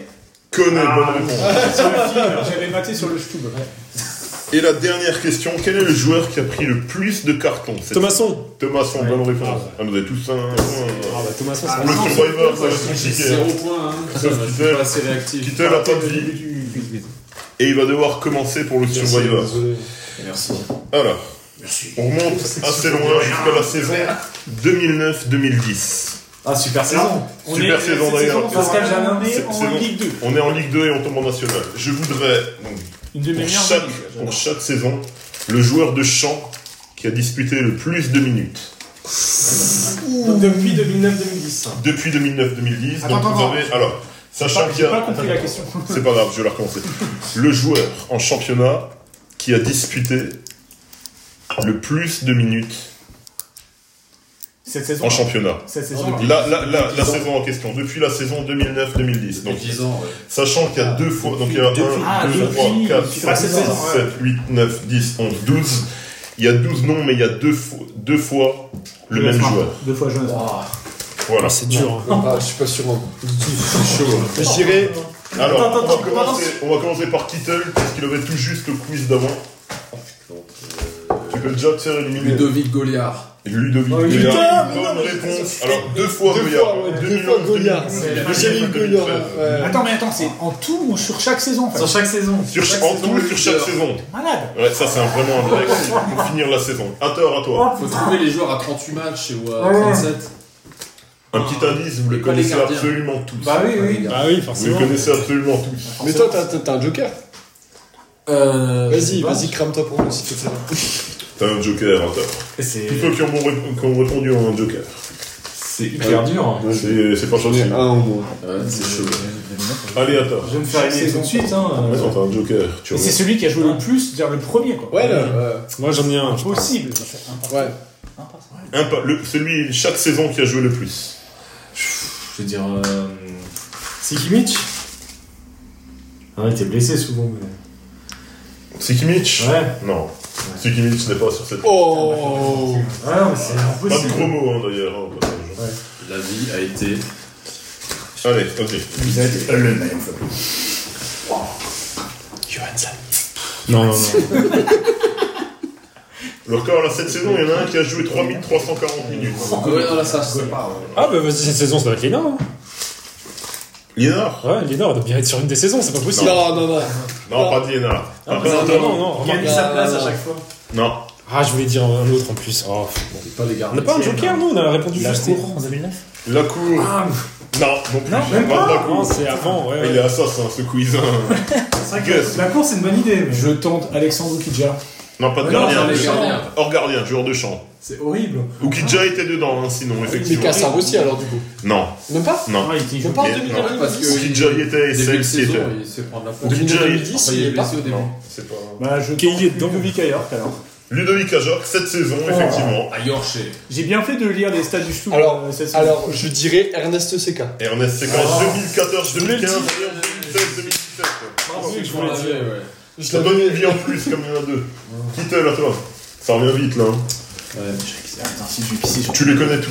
Speaker 6: Connaît,
Speaker 2: Ah.
Speaker 6: bonne réponse.
Speaker 2: Sur le film, J'avais maté sur le Stube.
Speaker 6: Et la dernière question, quel est le joueur qui a pris le plus de cartons cette-
Speaker 8: Thomasson.
Speaker 6: Thomasson, bonne réponse. Ah, vous avez tous un.
Speaker 8: Ah bah Thomasson,
Speaker 2: Ah,
Speaker 8: c'est
Speaker 6: Le
Speaker 2: non,
Speaker 6: Survivor, ça va être
Speaker 3: J'ai
Speaker 6: compliqué.
Speaker 3: zéro point, hein.
Speaker 6: Sauf
Speaker 3: Je
Speaker 6: qu'il
Speaker 3: suis
Speaker 6: fait-
Speaker 3: pas assez réactif.
Speaker 6: Kittel a pas de vie. Et il va devoir commencer pour le Survivor.
Speaker 3: Merci.
Speaker 6: Alors, on remonte assez loin jusqu'à la saison 2009-2010.
Speaker 7: Ah, super saison.
Speaker 2: On
Speaker 6: Super
Speaker 2: est-
Speaker 6: saison,
Speaker 2: cette
Speaker 6: d'ailleurs.
Speaker 2: Pascal
Speaker 7: C'est-
Speaker 2: Janin
Speaker 6: c'est-
Speaker 2: est
Speaker 6: c'est
Speaker 2: en
Speaker 6: bon.
Speaker 2: Ligue 2.
Speaker 6: On est en Ligue 2 et on tombe en National. Je voudrais, donc,
Speaker 2: Une de mes
Speaker 6: pour,
Speaker 2: meilleures
Speaker 6: chaque,
Speaker 2: ligues.
Speaker 6: pour chaque saison, le joueur de champ qui a disputé le plus de minutes.
Speaker 7: Donc, Depuis 2009-2010.
Speaker 6: Depuis 2009-2010,
Speaker 14: Attends,
Speaker 6: donc vous
Speaker 14: attends,
Speaker 6: avez... Alors, sachant qu'il y
Speaker 2: J'ai pas
Speaker 6: a...
Speaker 2: compris la question.
Speaker 6: C'est pas grave, je vais la recommencer. Le joueur en championnat qui a disputé le plus de minutes
Speaker 2: Cette saison.
Speaker 6: en championnat.
Speaker 2: Cette saison.
Speaker 6: La, la, la, la
Speaker 3: Depuis dix ans.
Speaker 6: saison en question, depuis la saison 2009-2010.
Speaker 3: Depuis
Speaker 6: Donc,
Speaker 3: 10 ans, ouais.
Speaker 6: sachant qu'il y a deux fois, donc il y a 1, 2,
Speaker 2: Ah,
Speaker 6: 3,
Speaker 2: depuis-
Speaker 6: 4,
Speaker 2: depuis la
Speaker 9: Ah,
Speaker 6: 5, 6,
Speaker 2: saison, ouais.
Speaker 6: 7, 8, 9, 10, 11, 12. Il y a 12 noms, mais il y a deux fois, deux fois le même joueur.
Speaker 2: Deux fois Jonas.
Speaker 6: Voilà.
Speaker 8: c'est dur. hein.
Speaker 9: Ah, je suis pas sûr. Je dirais.
Speaker 6: Alors,
Speaker 2: attends,
Speaker 6: on, va
Speaker 2: attends,
Speaker 6: commencer, on va commencer par Kittle, parce qu'il avait tout juste le quiz d'avant. Tu peux déjà te faire éliminer.
Speaker 3: Ludovic Goliard.
Speaker 6: Ludovic
Speaker 9: Oh,
Speaker 6: Goyard,
Speaker 9: putain, mais non,
Speaker 6: bonne
Speaker 9: mais
Speaker 6: réponse.
Speaker 9: c'est-
Speaker 6: Alors, deux fois
Speaker 9: Deux
Speaker 6: Goyard.
Speaker 9: fois, ouais,
Speaker 6: 2011,
Speaker 9: deux fois Goyard.
Speaker 6: 2012,
Speaker 9: Ouais.
Speaker 6: 2013,
Speaker 9: J'ai mis Goyard.
Speaker 6: 2013.
Speaker 9: ouais.
Speaker 2: Attends, mais attends, c'est en tout ou sur chaque saison en fait
Speaker 7: Sur chaque saison.
Speaker 6: Sur,
Speaker 3: Chaque
Speaker 6: en
Speaker 3: saison,
Speaker 6: tout,
Speaker 3: le
Speaker 6: sur chaque
Speaker 3: leader.
Speaker 6: saison.
Speaker 2: Malade
Speaker 6: Ouais, ça, c'est un- vraiment
Speaker 9: (laughs)
Speaker 6: un blague pour finir la saison. À tort, à toi.
Speaker 3: Faut trouver les joueurs à 38 matchs ou à 37.
Speaker 6: Un petit indice, vous les
Speaker 3: Et pas les
Speaker 6: connaissez
Speaker 3: gardiens.
Speaker 6: absolument tous.
Speaker 7: Ah, Bah oui, oui.
Speaker 8: Ah oui,
Speaker 6: Vous les
Speaker 8: forcément.
Speaker 6: connaissez absolument tous.
Speaker 9: Mais toi, t'as- t'as t'as un joker.
Speaker 3: Euh,
Speaker 9: Vas-y, vas-y, crame-toi pour nous, s'il te plaît.
Speaker 6: T'as un joker, à tort.
Speaker 7: Et C'est
Speaker 6: Tous ceux qui ont, qui ont répondu ont un joker.
Speaker 7: c'est hyper dur.
Speaker 6: C'est c'est pas
Speaker 9: J'ai
Speaker 6: facile.
Speaker 9: un au moins.
Speaker 3: Ouais, c'est chaud.
Speaker 6: Allez, à tort.
Speaker 7: Ah. Je vais me faire éliminer tout de suite. Hein.
Speaker 6: Attends, t'as un joker. Tu
Speaker 2: Et C'est
Speaker 6: remontes.
Speaker 2: celui qui a joué le plus, c'est-à-dire le premier quoi.
Speaker 9: Ouais, là.
Speaker 8: Moi j'en ai un. je crois.
Speaker 2: Possible.
Speaker 9: Ouais.
Speaker 6: Un pa- le- celui, chaque saison qui a joué le plus.
Speaker 7: Je veux dire. Euh... C'est Kimmich Ah, il était blessé souvent. Mais...
Speaker 6: Sikimic
Speaker 7: Ouais.
Speaker 6: Non. Sikimic n'est pas sur cette.
Speaker 9: Oh
Speaker 7: Ah non, mais c'est
Speaker 6: Pas de
Speaker 7: impossible.
Speaker 6: gros mots, hein, d'ailleurs. hein, au passage.
Speaker 3: La vie a été.
Speaker 6: Allez, vas-y. Le même.
Speaker 8: Non, non, non.
Speaker 6: Le record, là, cette saison, il y en a un qui a joué 3340 minutes.
Speaker 3: Ouais, non, là, ça, c'est pas.
Speaker 8: Ah bah vas-y, cette saison ça doit être Lénard. hein.
Speaker 6: Liénard
Speaker 8: Ouais, Lénard doit bien être sur une des saisons, c'est pas possible.
Speaker 9: Non, non, non.
Speaker 6: Non, pas Liénard.
Speaker 3: Ah,
Speaker 6: Un peu
Speaker 8: Non,
Speaker 6: un
Speaker 8: non, non,
Speaker 7: Il a
Speaker 8: remarque.
Speaker 7: mis sa place à chaque fois.
Speaker 6: Non.
Speaker 8: Ah, je voulais dire un autre en plus. Oh,
Speaker 3: C'est pas les
Speaker 8: On
Speaker 3: gardiens.
Speaker 8: n'a pas un joker, nous, on a répondu juste
Speaker 11: cour en 2009
Speaker 6: La cour.
Speaker 7: Ah,
Speaker 6: Non, non plus.
Speaker 7: Non, Ah, même
Speaker 6: Pas de la
Speaker 8: Non,
Speaker 6: cour.
Speaker 8: c'est avant, ouais.
Speaker 6: Il est assassin, ce quiz. hein.
Speaker 7: c'est vrai
Speaker 6: Guess.
Speaker 7: que la course, c'est une bonne idée. Mais...
Speaker 2: Je tente Alexandre Oukidja.
Speaker 6: Non, pas de
Speaker 7: Mais non,
Speaker 6: gardien.
Speaker 7: c'est un
Speaker 6: de champ.
Speaker 3: gardien.
Speaker 6: Hors gardien, joueur de champ.
Speaker 7: C'est horrible.
Speaker 6: Oukidja était dedans, hein, sinon,
Speaker 9: Mais
Speaker 6: effectivement.
Speaker 9: Kassar aussi, alors, du coup.
Speaker 6: Non,
Speaker 9: Même pas
Speaker 6: non.
Speaker 2: Ouais, il était
Speaker 9: On
Speaker 2: joué.
Speaker 9: parle
Speaker 6: Non,
Speaker 9: de 2009
Speaker 3: Parce que.
Speaker 6: Oukidja y était et
Speaker 3: début de
Speaker 6: Sex y était.
Speaker 3: saison, il s'est prendre la
Speaker 6: Oukidja y
Speaker 3: Après, il est blessé au début.
Speaker 6: Non, c'est pas.
Speaker 2: Bah, je
Speaker 8: Qui est
Speaker 2: tente
Speaker 8: dedans
Speaker 2: Ludovic Ayort alors.
Speaker 6: Ludovic Ajorc, cette saison,
Speaker 2: Oh.
Speaker 6: effectivement.
Speaker 3: À Yorkshire.
Speaker 2: J'ai bien fait de lire les stats du Stouff.
Speaker 9: Alors, alors, je dirais Ernest Seca.
Speaker 6: Ernest Seca,
Speaker 9: Ah.
Speaker 6: 2014, 2015,
Speaker 9: Je
Speaker 6: 2016, 2017.
Speaker 9: Bravo,
Speaker 6: Je
Speaker 9: je
Speaker 6: vous l'ai
Speaker 9: l'avais,
Speaker 6: dit.
Speaker 9: ouais.
Speaker 6: Je te donne une vie en plus, comme il y en a deux. Kittel, à toi. Ça revient vite, là. hein.
Speaker 20: Attends, si je vais pisser, je-
Speaker 6: Tu les connais tous.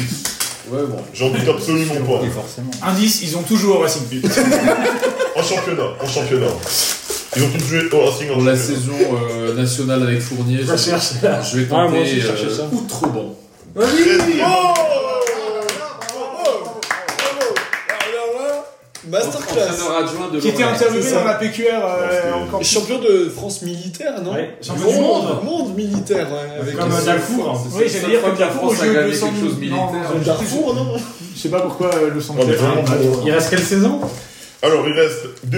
Speaker 6: Ouais, bon. J'en doute absolument pas.
Speaker 2: Indice, ils ont toujours Racing Pit.
Speaker 6: en championnat, en championnat. Ils ont tous joué au Racing en
Speaker 3: Pour la saison euh, nationale avec Fournier, je, je vais
Speaker 6: Ouais, moi aussi,
Speaker 3: tenter
Speaker 6: je cherchais
Speaker 3: euh,
Speaker 6: ça.
Speaker 3: ou trop bon.
Speaker 9: Masterclass.
Speaker 3: Entraîneur adjoint de
Speaker 2: Qui était
Speaker 3: Lorient.
Speaker 2: interviewé
Speaker 9: C'est
Speaker 2: dans
Speaker 9: ça.
Speaker 2: ma PQR euh, encore.
Speaker 9: Champion de France militaire, non
Speaker 2: Ouais, champion
Speaker 9: Monde,
Speaker 2: du monde.
Speaker 9: monde militaire, ouais, avec
Speaker 2: Comme
Speaker 9: un
Speaker 2: Darfour. hein, Oui, j'allais dire comme Darfour au jeu de 200 Non, Darfour,
Speaker 9: non
Speaker 2: Je sais pas pourquoi euh, le son
Speaker 6: Ouais, mais vraiment bon.
Speaker 2: Il reste quelle saison
Speaker 6: Alors, il reste 2019-2020,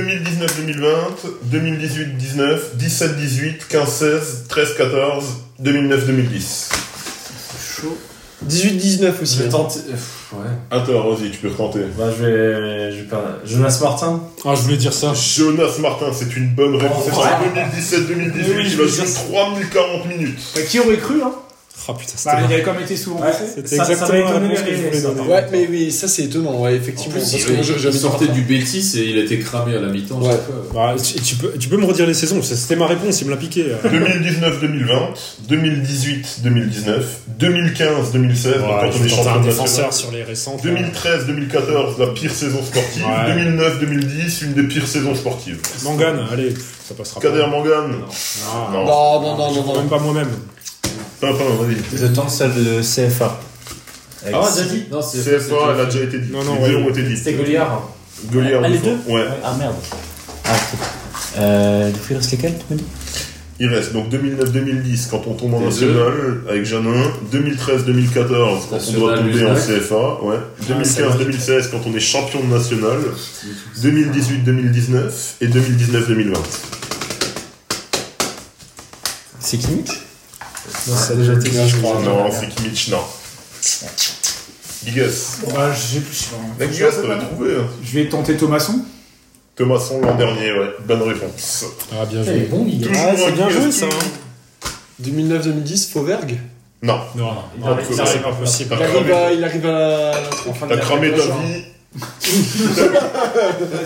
Speaker 6: 2018-19, 17-18, 15-16, 13-14, 2009-2010.
Speaker 9: 18-19 aussi. hein.
Speaker 7: Je vais tenter. pff, Ouais.
Speaker 6: À toi, Rosy, tu peux retenter.
Speaker 7: Bah, je vais. Je vais perdre. Jonas Martin
Speaker 8: Ah, je voulais dire ça.
Speaker 6: Jonas Martin, c'est une bonne réponse.
Speaker 7: Oh,
Speaker 6: c'est 2017-2018,
Speaker 2: Oui,
Speaker 6: il
Speaker 2: je
Speaker 6: va
Speaker 2: veux dire
Speaker 6: jouer 3040 minutes.
Speaker 2: Bah, Qui aurait cru, hein
Speaker 8: Ah putain, c'était
Speaker 2: Bah,
Speaker 8: bon.
Speaker 2: il avait quand même été souvent passé.
Speaker 8: C'était exactement la réponse que je voulais donner.
Speaker 9: Ouais, mais oui, ça c'est étonnant, ouais, effectivement.
Speaker 3: En plus,
Speaker 9: parce
Speaker 3: il-
Speaker 9: que moi, j'ai-
Speaker 3: il
Speaker 9: j'avais
Speaker 3: sortait
Speaker 9: pas
Speaker 3: du Bétis et il a été cramé à la mi-temps.
Speaker 9: Ouais.
Speaker 3: chaque fois.
Speaker 8: Bah, tu, tu peux, tu peux me redire les saisons, c'est- c'était ma réponse, il me
Speaker 7: (laughs)
Speaker 8: l'a piqué.
Speaker 6: 2019-2020, 2018-2019, 2015-2016,
Speaker 8: Ouais,
Speaker 6: donc quand
Speaker 8: je
Speaker 6: on est
Speaker 8: vais tenter
Speaker 6: champion
Speaker 8: un
Speaker 6: national.
Speaker 8: défenseur sur les récentes. euh, là.
Speaker 6: 2013-2014, la pire saison sportive.
Speaker 8: Ouais.
Speaker 6: 2009-2010, une des pires saisons sportives.
Speaker 8: Mangane, allez, pff, ça passera
Speaker 6: Kader
Speaker 8: pas.
Speaker 6: Mangan.
Speaker 9: Ah,
Speaker 8: Ah, Non,
Speaker 9: Non, non, non,
Speaker 8: je
Speaker 9: non,
Speaker 8: crois
Speaker 9: non.
Speaker 8: Même pas moi-même.
Speaker 6: Pimpin, vas-y.
Speaker 11: Le temps, celle de CFA. Avec
Speaker 7: Ah, on a
Speaker 11: six-
Speaker 7: déjà dit Non, c'est.
Speaker 6: CFA, elle a déjà été dit.
Speaker 8: Non, non,
Speaker 6: les deux
Speaker 8: ouais.
Speaker 6: ont été dit.
Speaker 7: C'était Goliard.
Speaker 6: Goliard,
Speaker 11: Ah, les
Speaker 6: Buffon. Ouais.
Speaker 11: Ah merde. Ah, c'est- euh, du coup, il reste lesquels tu m'as dit
Speaker 6: Il reste donc 2009-2010 quand on tombe en
Speaker 3: Les
Speaker 6: national avec Janin, 2013-2014 quand on doit
Speaker 3: National,
Speaker 6: tomber en
Speaker 3: Luznac.
Speaker 6: CFA, ouais.
Speaker 7: Ah,
Speaker 6: 2015-2016 quand on est champion de national, 2018-2019 et 2019-2020.
Speaker 11: C'est Kimmich
Speaker 8: Non, ça a déjà été dit, je crois.
Speaker 6: Non, c'est Kimmich, non. Bigas.
Speaker 2: Bah, je sais plus, je sais pas.
Speaker 6: Mais Bigas, t'avais trouvé. hein.
Speaker 2: Je vais tenter Thomasson.
Speaker 6: Thomasson l'an dernier, ouais. Bonne réponse.
Speaker 8: Ah, bien
Speaker 7: Elle est
Speaker 8: joué.
Speaker 7: bon, il est.
Speaker 6: Toujours
Speaker 8: Ah, c'est bien
Speaker 6: Bigas.
Speaker 8: joué ça. hein.
Speaker 9: 2009-2010, Fauvergue.
Speaker 6: Non.
Speaker 8: Non,
Speaker 7: Il
Speaker 8: non,
Speaker 7: arrive-
Speaker 8: ça, c'est pas possible.
Speaker 9: Il arrive à, il arrive à la
Speaker 7: en fin de
Speaker 6: Ah,
Speaker 7: dernière
Speaker 6: T'as cramé ta
Speaker 7: manche, hein.
Speaker 6: vie.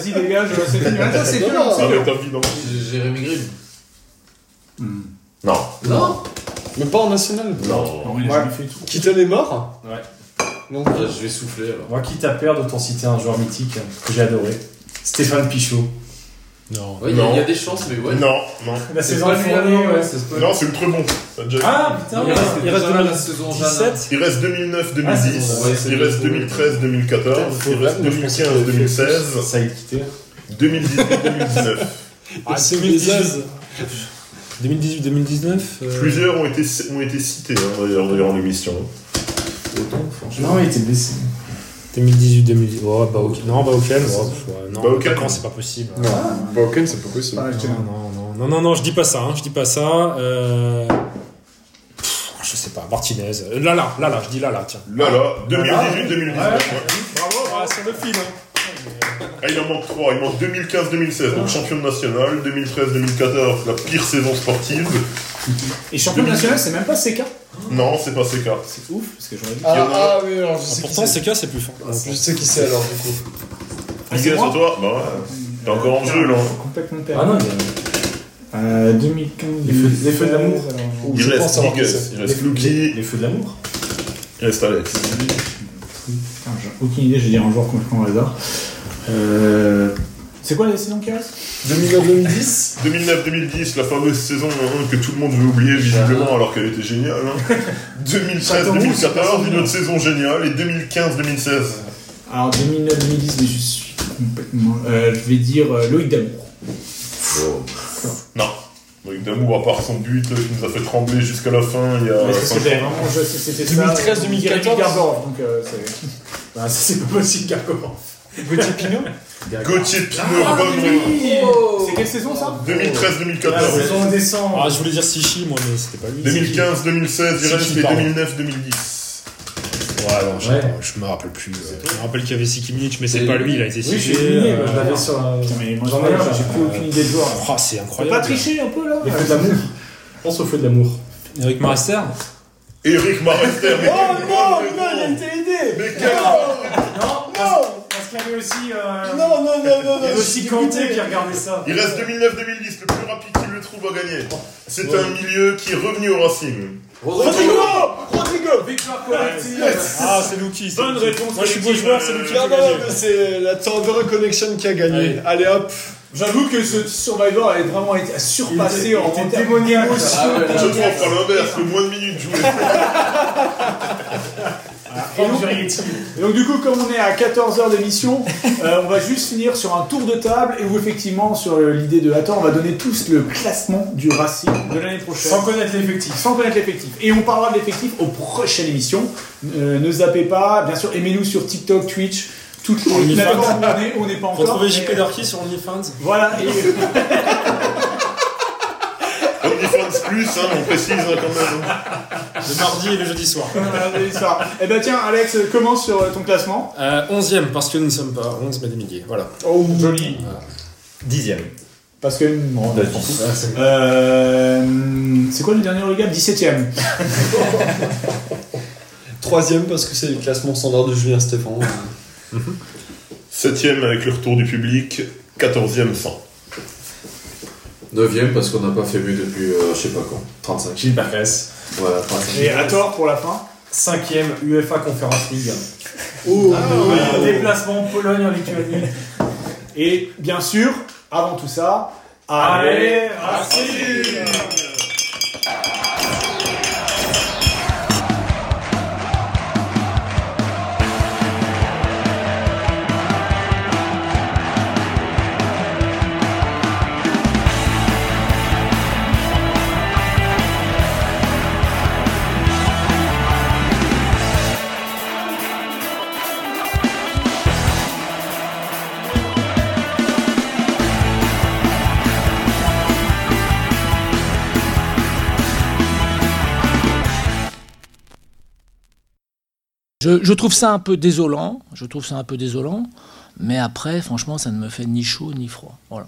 Speaker 2: Vas-y, dégage, c'est fini. Attends, Ah, c'est
Speaker 9: Non,
Speaker 2: plus
Speaker 9: non.
Speaker 2: long,
Speaker 6: T'as
Speaker 2: c'est
Speaker 6: cramé
Speaker 2: long.
Speaker 6: ta vie dans
Speaker 3: Jérémy Grimm.
Speaker 6: Non.
Speaker 3: Non
Speaker 9: Même pas en national.
Speaker 6: Non.
Speaker 14: Non, il a
Speaker 2: Ouais.
Speaker 14: jamais fait tout.
Speaker 9: Kittel est mort euh,
Speaker 7: Ouais.
Speaker 9: Non.
Speaker 3: Ah, Je vais souffler alors.
Speaker 7: Moi, quitte à perdre, autant citer un joueur mythique que j'ai adoré. Stéphane Pichot.
Speaker 8: Non.
Speaker 3: Ouais, il y a-
Speaker 6: Non.
Speaker 3: il y a des chances, mais ouais.
Speaker 6: Non, non.
Speaker 7: La
Speaker 3: C'est
Speaker 7: saison
Speaker 3: pas lui,
Speaker 7: fournie,
Speaker 3: non,
Speaker 7: ouais.
Speaker 3: c'est pas lui.
Speaker 6: Non, c'est ultra bon. T'as déjà-
Speaker 7: Ah putain,
Speaker 3: Non, il reste,
Speaker 7: ouais.
Speaker 8: il reste
Speaker 3: déjà la
Speaker 8: 2017.
Speaker 3: saison Jeanne.
Speaker 8: 17
Speaker 6: Il reste 2009-2010,
Speaker 7: Ah, c'est bon,
Speaker 3: ouais, c'est
Speaker 6: il
Speaker 3: bon,
Speaker 6: reste
Speaker 3: c'est bon.
Speaker 6: 2013-2014, il reste 2015-2016,
Speaker 7: Ça a été quitté.
Speaker 6: 2018-2019.
Speaker 8: Ah,
Speaker 9: C'est
Speaker 8: 2018. 2018-2019 euh,
Speaker 6: Plusieurs ont été, ont été cités hein, d'ailleurs durant l'émission.
Speaker 7: Non, il était blessé.
Speaker 8: 2018-2019. Oh, bah, ok. Non, bah, ok. oh, pff, ouais, non, Ah,
Speaker 6: Bah, ok.
Speaker 8: Attaquant, c'est pas possible.
Speaker 9: Bah, ok, c'est pas possible.
Speaker 2: Ah, je te-
Speaker 8: Non, non, non, non, non, non, je dis pas ça, hein, je dis pas ça. Euh... pff, je sais pas, Martinez. Euh, Là, là, là, là, je dis là, là, tiens.
Speaker 6: Là, là, 2018-2019.
Speaker 8: Ah, sur le fil, hein.
Speaker 6: Ah, il en manque 3, il manque 2015-2016, donc champion national, 2013-2014, la pire saison sportive.
Speaker 2: Et champion national, c'est même pas CK.
Speaker 6: Non, c'est pas CK.
Speaker 2: C'est ouf, parce que j'aurais dit.
Speaker 9: Ah,
Speaker 6: Il y en a-
Speaker 9: ah, oui, alors je sais
Speaker 8: Pourtant,
Speaker 9: qui c'est.
Speaker 8: c'est que c'est plus fort.
Speaker 9: Je sais qui c'est alors, du coup.
Speaker 2: Ah, c'est
Speaker 6: Miguel,
Speaker 2: moi
Speaker 6: c'est toi Bah ouais, t'es encore en jeu là.
Speaker 2: Complètement
Speaker 7: Ah
Speaker 2: perdu.
Speaker 7: non,
Speaker 2: Euh, 2015.
Speaker 7: Les feux- les feux de l'amour.
Speaker 2: alors.
Speaker 9: Ouh,
Speaker 6: Il
Speaker 9: je pense
Speaker 6: reste
Speaker 9: savoir qui
Speaker 6: Miguel,
Speaker 9: c'est.
Speaker 6: il
Speaker 7: il y a
Speaker 6: reste Lucky,
Speaker 7: les feux de l'amour.
Speaker 6: il reste Alex.
Speaker 2: Putain, j'ai aucune idée, je vais dire un joueur complètement au hasard. Euh... C'est quoi la saison qui reste
Speaker 9: 2009-2010
Speaker 6: 2009-2010, la fameuse saison hein, que tout le monde veut oublier visiblement alors qu'elle était géniale. hein. 2013-2014, une autre saison géniale et 2015-2016.
Speaker 2: Alors 2009-2010, mais je suis complètement. Euh, je vais dire euh, Loïc Damour.
Speaker 6: Non. Loïc Damour, à part son but euh, qui nous a fait trembler jusqu'à la fin, il y a.
Speaker 2: Ouais, c'est ce
Speaker 6: cinq
Speaker 2: que j'avais
Speaker 6: ans.
Speaker 2: vraiment. Euh, je- C'était ça.
Speaker 9: 2013-2014.
Speaker 2: Garborov, donc euh, c'est. (laughs)
Speaker 7: Bah, ça, c'est pas possible, Gargorov.
Speaker 9: Gauthier Pinot
Speaker 2: hein.
Speaker 6: Gauthier Pinot, bonne
Speaker 2: C'est quelle saison ça
Speaker 7: La
Speaker 6: 2013-2014.
Speaker 7: saison en décembre.
Speaker 8: Ah, je voulais dire Sichi, moi, mais c'était pas lui.
Speaker 6: 2015-2016, il
Speaker 8: Si,
Speaker 6: reste
Speaker 8: si,
Speaker 6: les
Speaker 8: pardon.
Speaker 6: 2009-2010.
Speaker 8: Ouais, non, je-
Speaker 7: Ouais.
Speaker 8: je me rappelle plus. euh, Je me rappelle qu'il y avait Sikimic, mais c'est
Speaker 3: Et-
Speaker 8: pas lui, il a été
Speaker 7: Oui, je suis
Speaker 8: cité,
Speaker 7: éliminé,
Speaker 8: euh,
Speaker 7: moi, je l'avais sur la.
Speaker 2: Putain, mais moi
Speaker 7: J'en ai un,
Speaker 2: j'ai plus aucune idée de joueur.
Speaker 8: Oh, c'est
Speaker 2: Faut pas
Speaker 8: incroyable.
Speaker 2: tricher un peu là
Speaker 7: Les feux de l'amour. Pense aux feux de l'amour.
Speaker 8: Eric Marester
Speaker 6: Eric Marester, mais
Speaker 2: Oh non, non, il a été aidé Ah. Mais
Speaker 6: quel
Speaker 2: Non, non
Speaker 7: Parce qu'il y avait aussi.
Speaker 2: (laughs)
Speaker 7: euh,
Speaker 2: Non, non, non, non, non,
Speaker 7: Il y avait
Speaker 2: je
Speaker 7: aussi
Speaker 2: suis
Speaker 7: Kanté
Speaker 2: dégoûté.
Speaker 7: qui regardait ça.
Speaker 6: Il reste 2009-2010, le plus rapide qui le trouve a gagné. C'est un milieu qui est revenu au Racing.
Speaker 2: Rodrigo Rodrigo
Speaker 7: Victoire
Speaker 2: Yes.
Speaker 9: Ah, c'est Luki. c'est
Speaker 2: Bonne
Speaker 9: Luki.
Speaker 2: réponse
Speaker 9: Moi, je suis beau
Speaker 2: collective,
Speaker 9: joueur, c'est Luki.
Speaker 2: euh,
Speaker 9: Ah,
Speaker 2: qui a
Speaker 9: non,
Speaker 2: gagné.
Speaker 9: mais c'est la Thunder Connection qui a gagné. Allez, hop.
Speaker 2: J'avoue que ce Survivor avait vraiment été surpassé
Speaker 7: Il était-
Speaker 2: en
Speaker 7: il était
Speaker 2: en termes
Speaker 7: démoniaque.
Speaker 2: d'émotion.
Speaker 7: Ah ouais, là,
Speaker 6: Je crois qu'on l'inverse, le moins de minutes jouées.
Speaker 7: Franck Jurietti.
Speaker 2: Et donc du coup, comme on est à 14 heures d'émission, euh, on va juste finir sur un tour de table et où effectivement, sur euh, l'idée de Hathor, on va donner tous le classement du Racing de l'année prochaine.
Speaker 7: Sans connaître l'effectif.
Speaker 2: Sans connaître l'effectif. Et on parlera de l'effectif aux prochaines émissions. Euh, ne zappez pas, bien sûr, aimez-nous sur TikTok, Twitch, toutes les
Speaker 8: OnlyFans.
Speaker 2: plateformes où on est, on n'est pas encore.
Speaker 8: Retrouvez
Speaker 2: mais-
Speaker 8: JP Dorky sur OnlyFans.
Speaker 2: Voilà, et
Speaker 6: OnlyFans Plus, hein, on précise hein, quand même. hein.
Speaker 8: Le mardi et le jeudi soir.
Speaker 2: Voilà, c'est ça. Eh ben tiens, Alex, commence sur euh, ton classement.
Speaker 8: Euh, 11ème, parce que nous ne sommes pas 11 mais des milliers. Voilà.
Speaker 2: Oh, joli.
Speaker 11: Dixième.
Speaker 2: Parce que.
Speaker 11: On doit être dix.
Speaker 2: Euh, c'est quoi le dernier Eurogame 17ème.
Speaker 9: Troisième, parce que c'est le classement standard de Julien Stéphane.
Speaker 6: Septième avec le retour du public, quatorzième sans.
Speaker 3: 9ème parce qu'on n'a pas fait but depuis euh, je sais pas quand. 35.
Speaker 7: Gilles Barcasse.
Speaker 3: Voilà, 35.
Speaker 2: Et à tort pour la fin.
Speaker 7: Cinquième UEFA Conference League.
Speaker 9: Oh,
Speaker 7: Déplacement en Pologne en Lituanie.
Speaker 2: Et bien sûr, avant tout ça, allez,
Speaker 7: Allez,
Speaker 2: Racing
Speaker 1: Je, je trouve ça un peu désolant, je trouve ça un peu désolant, mais après, franchement, ça ne me fait ni chaud ni froid. Voilà.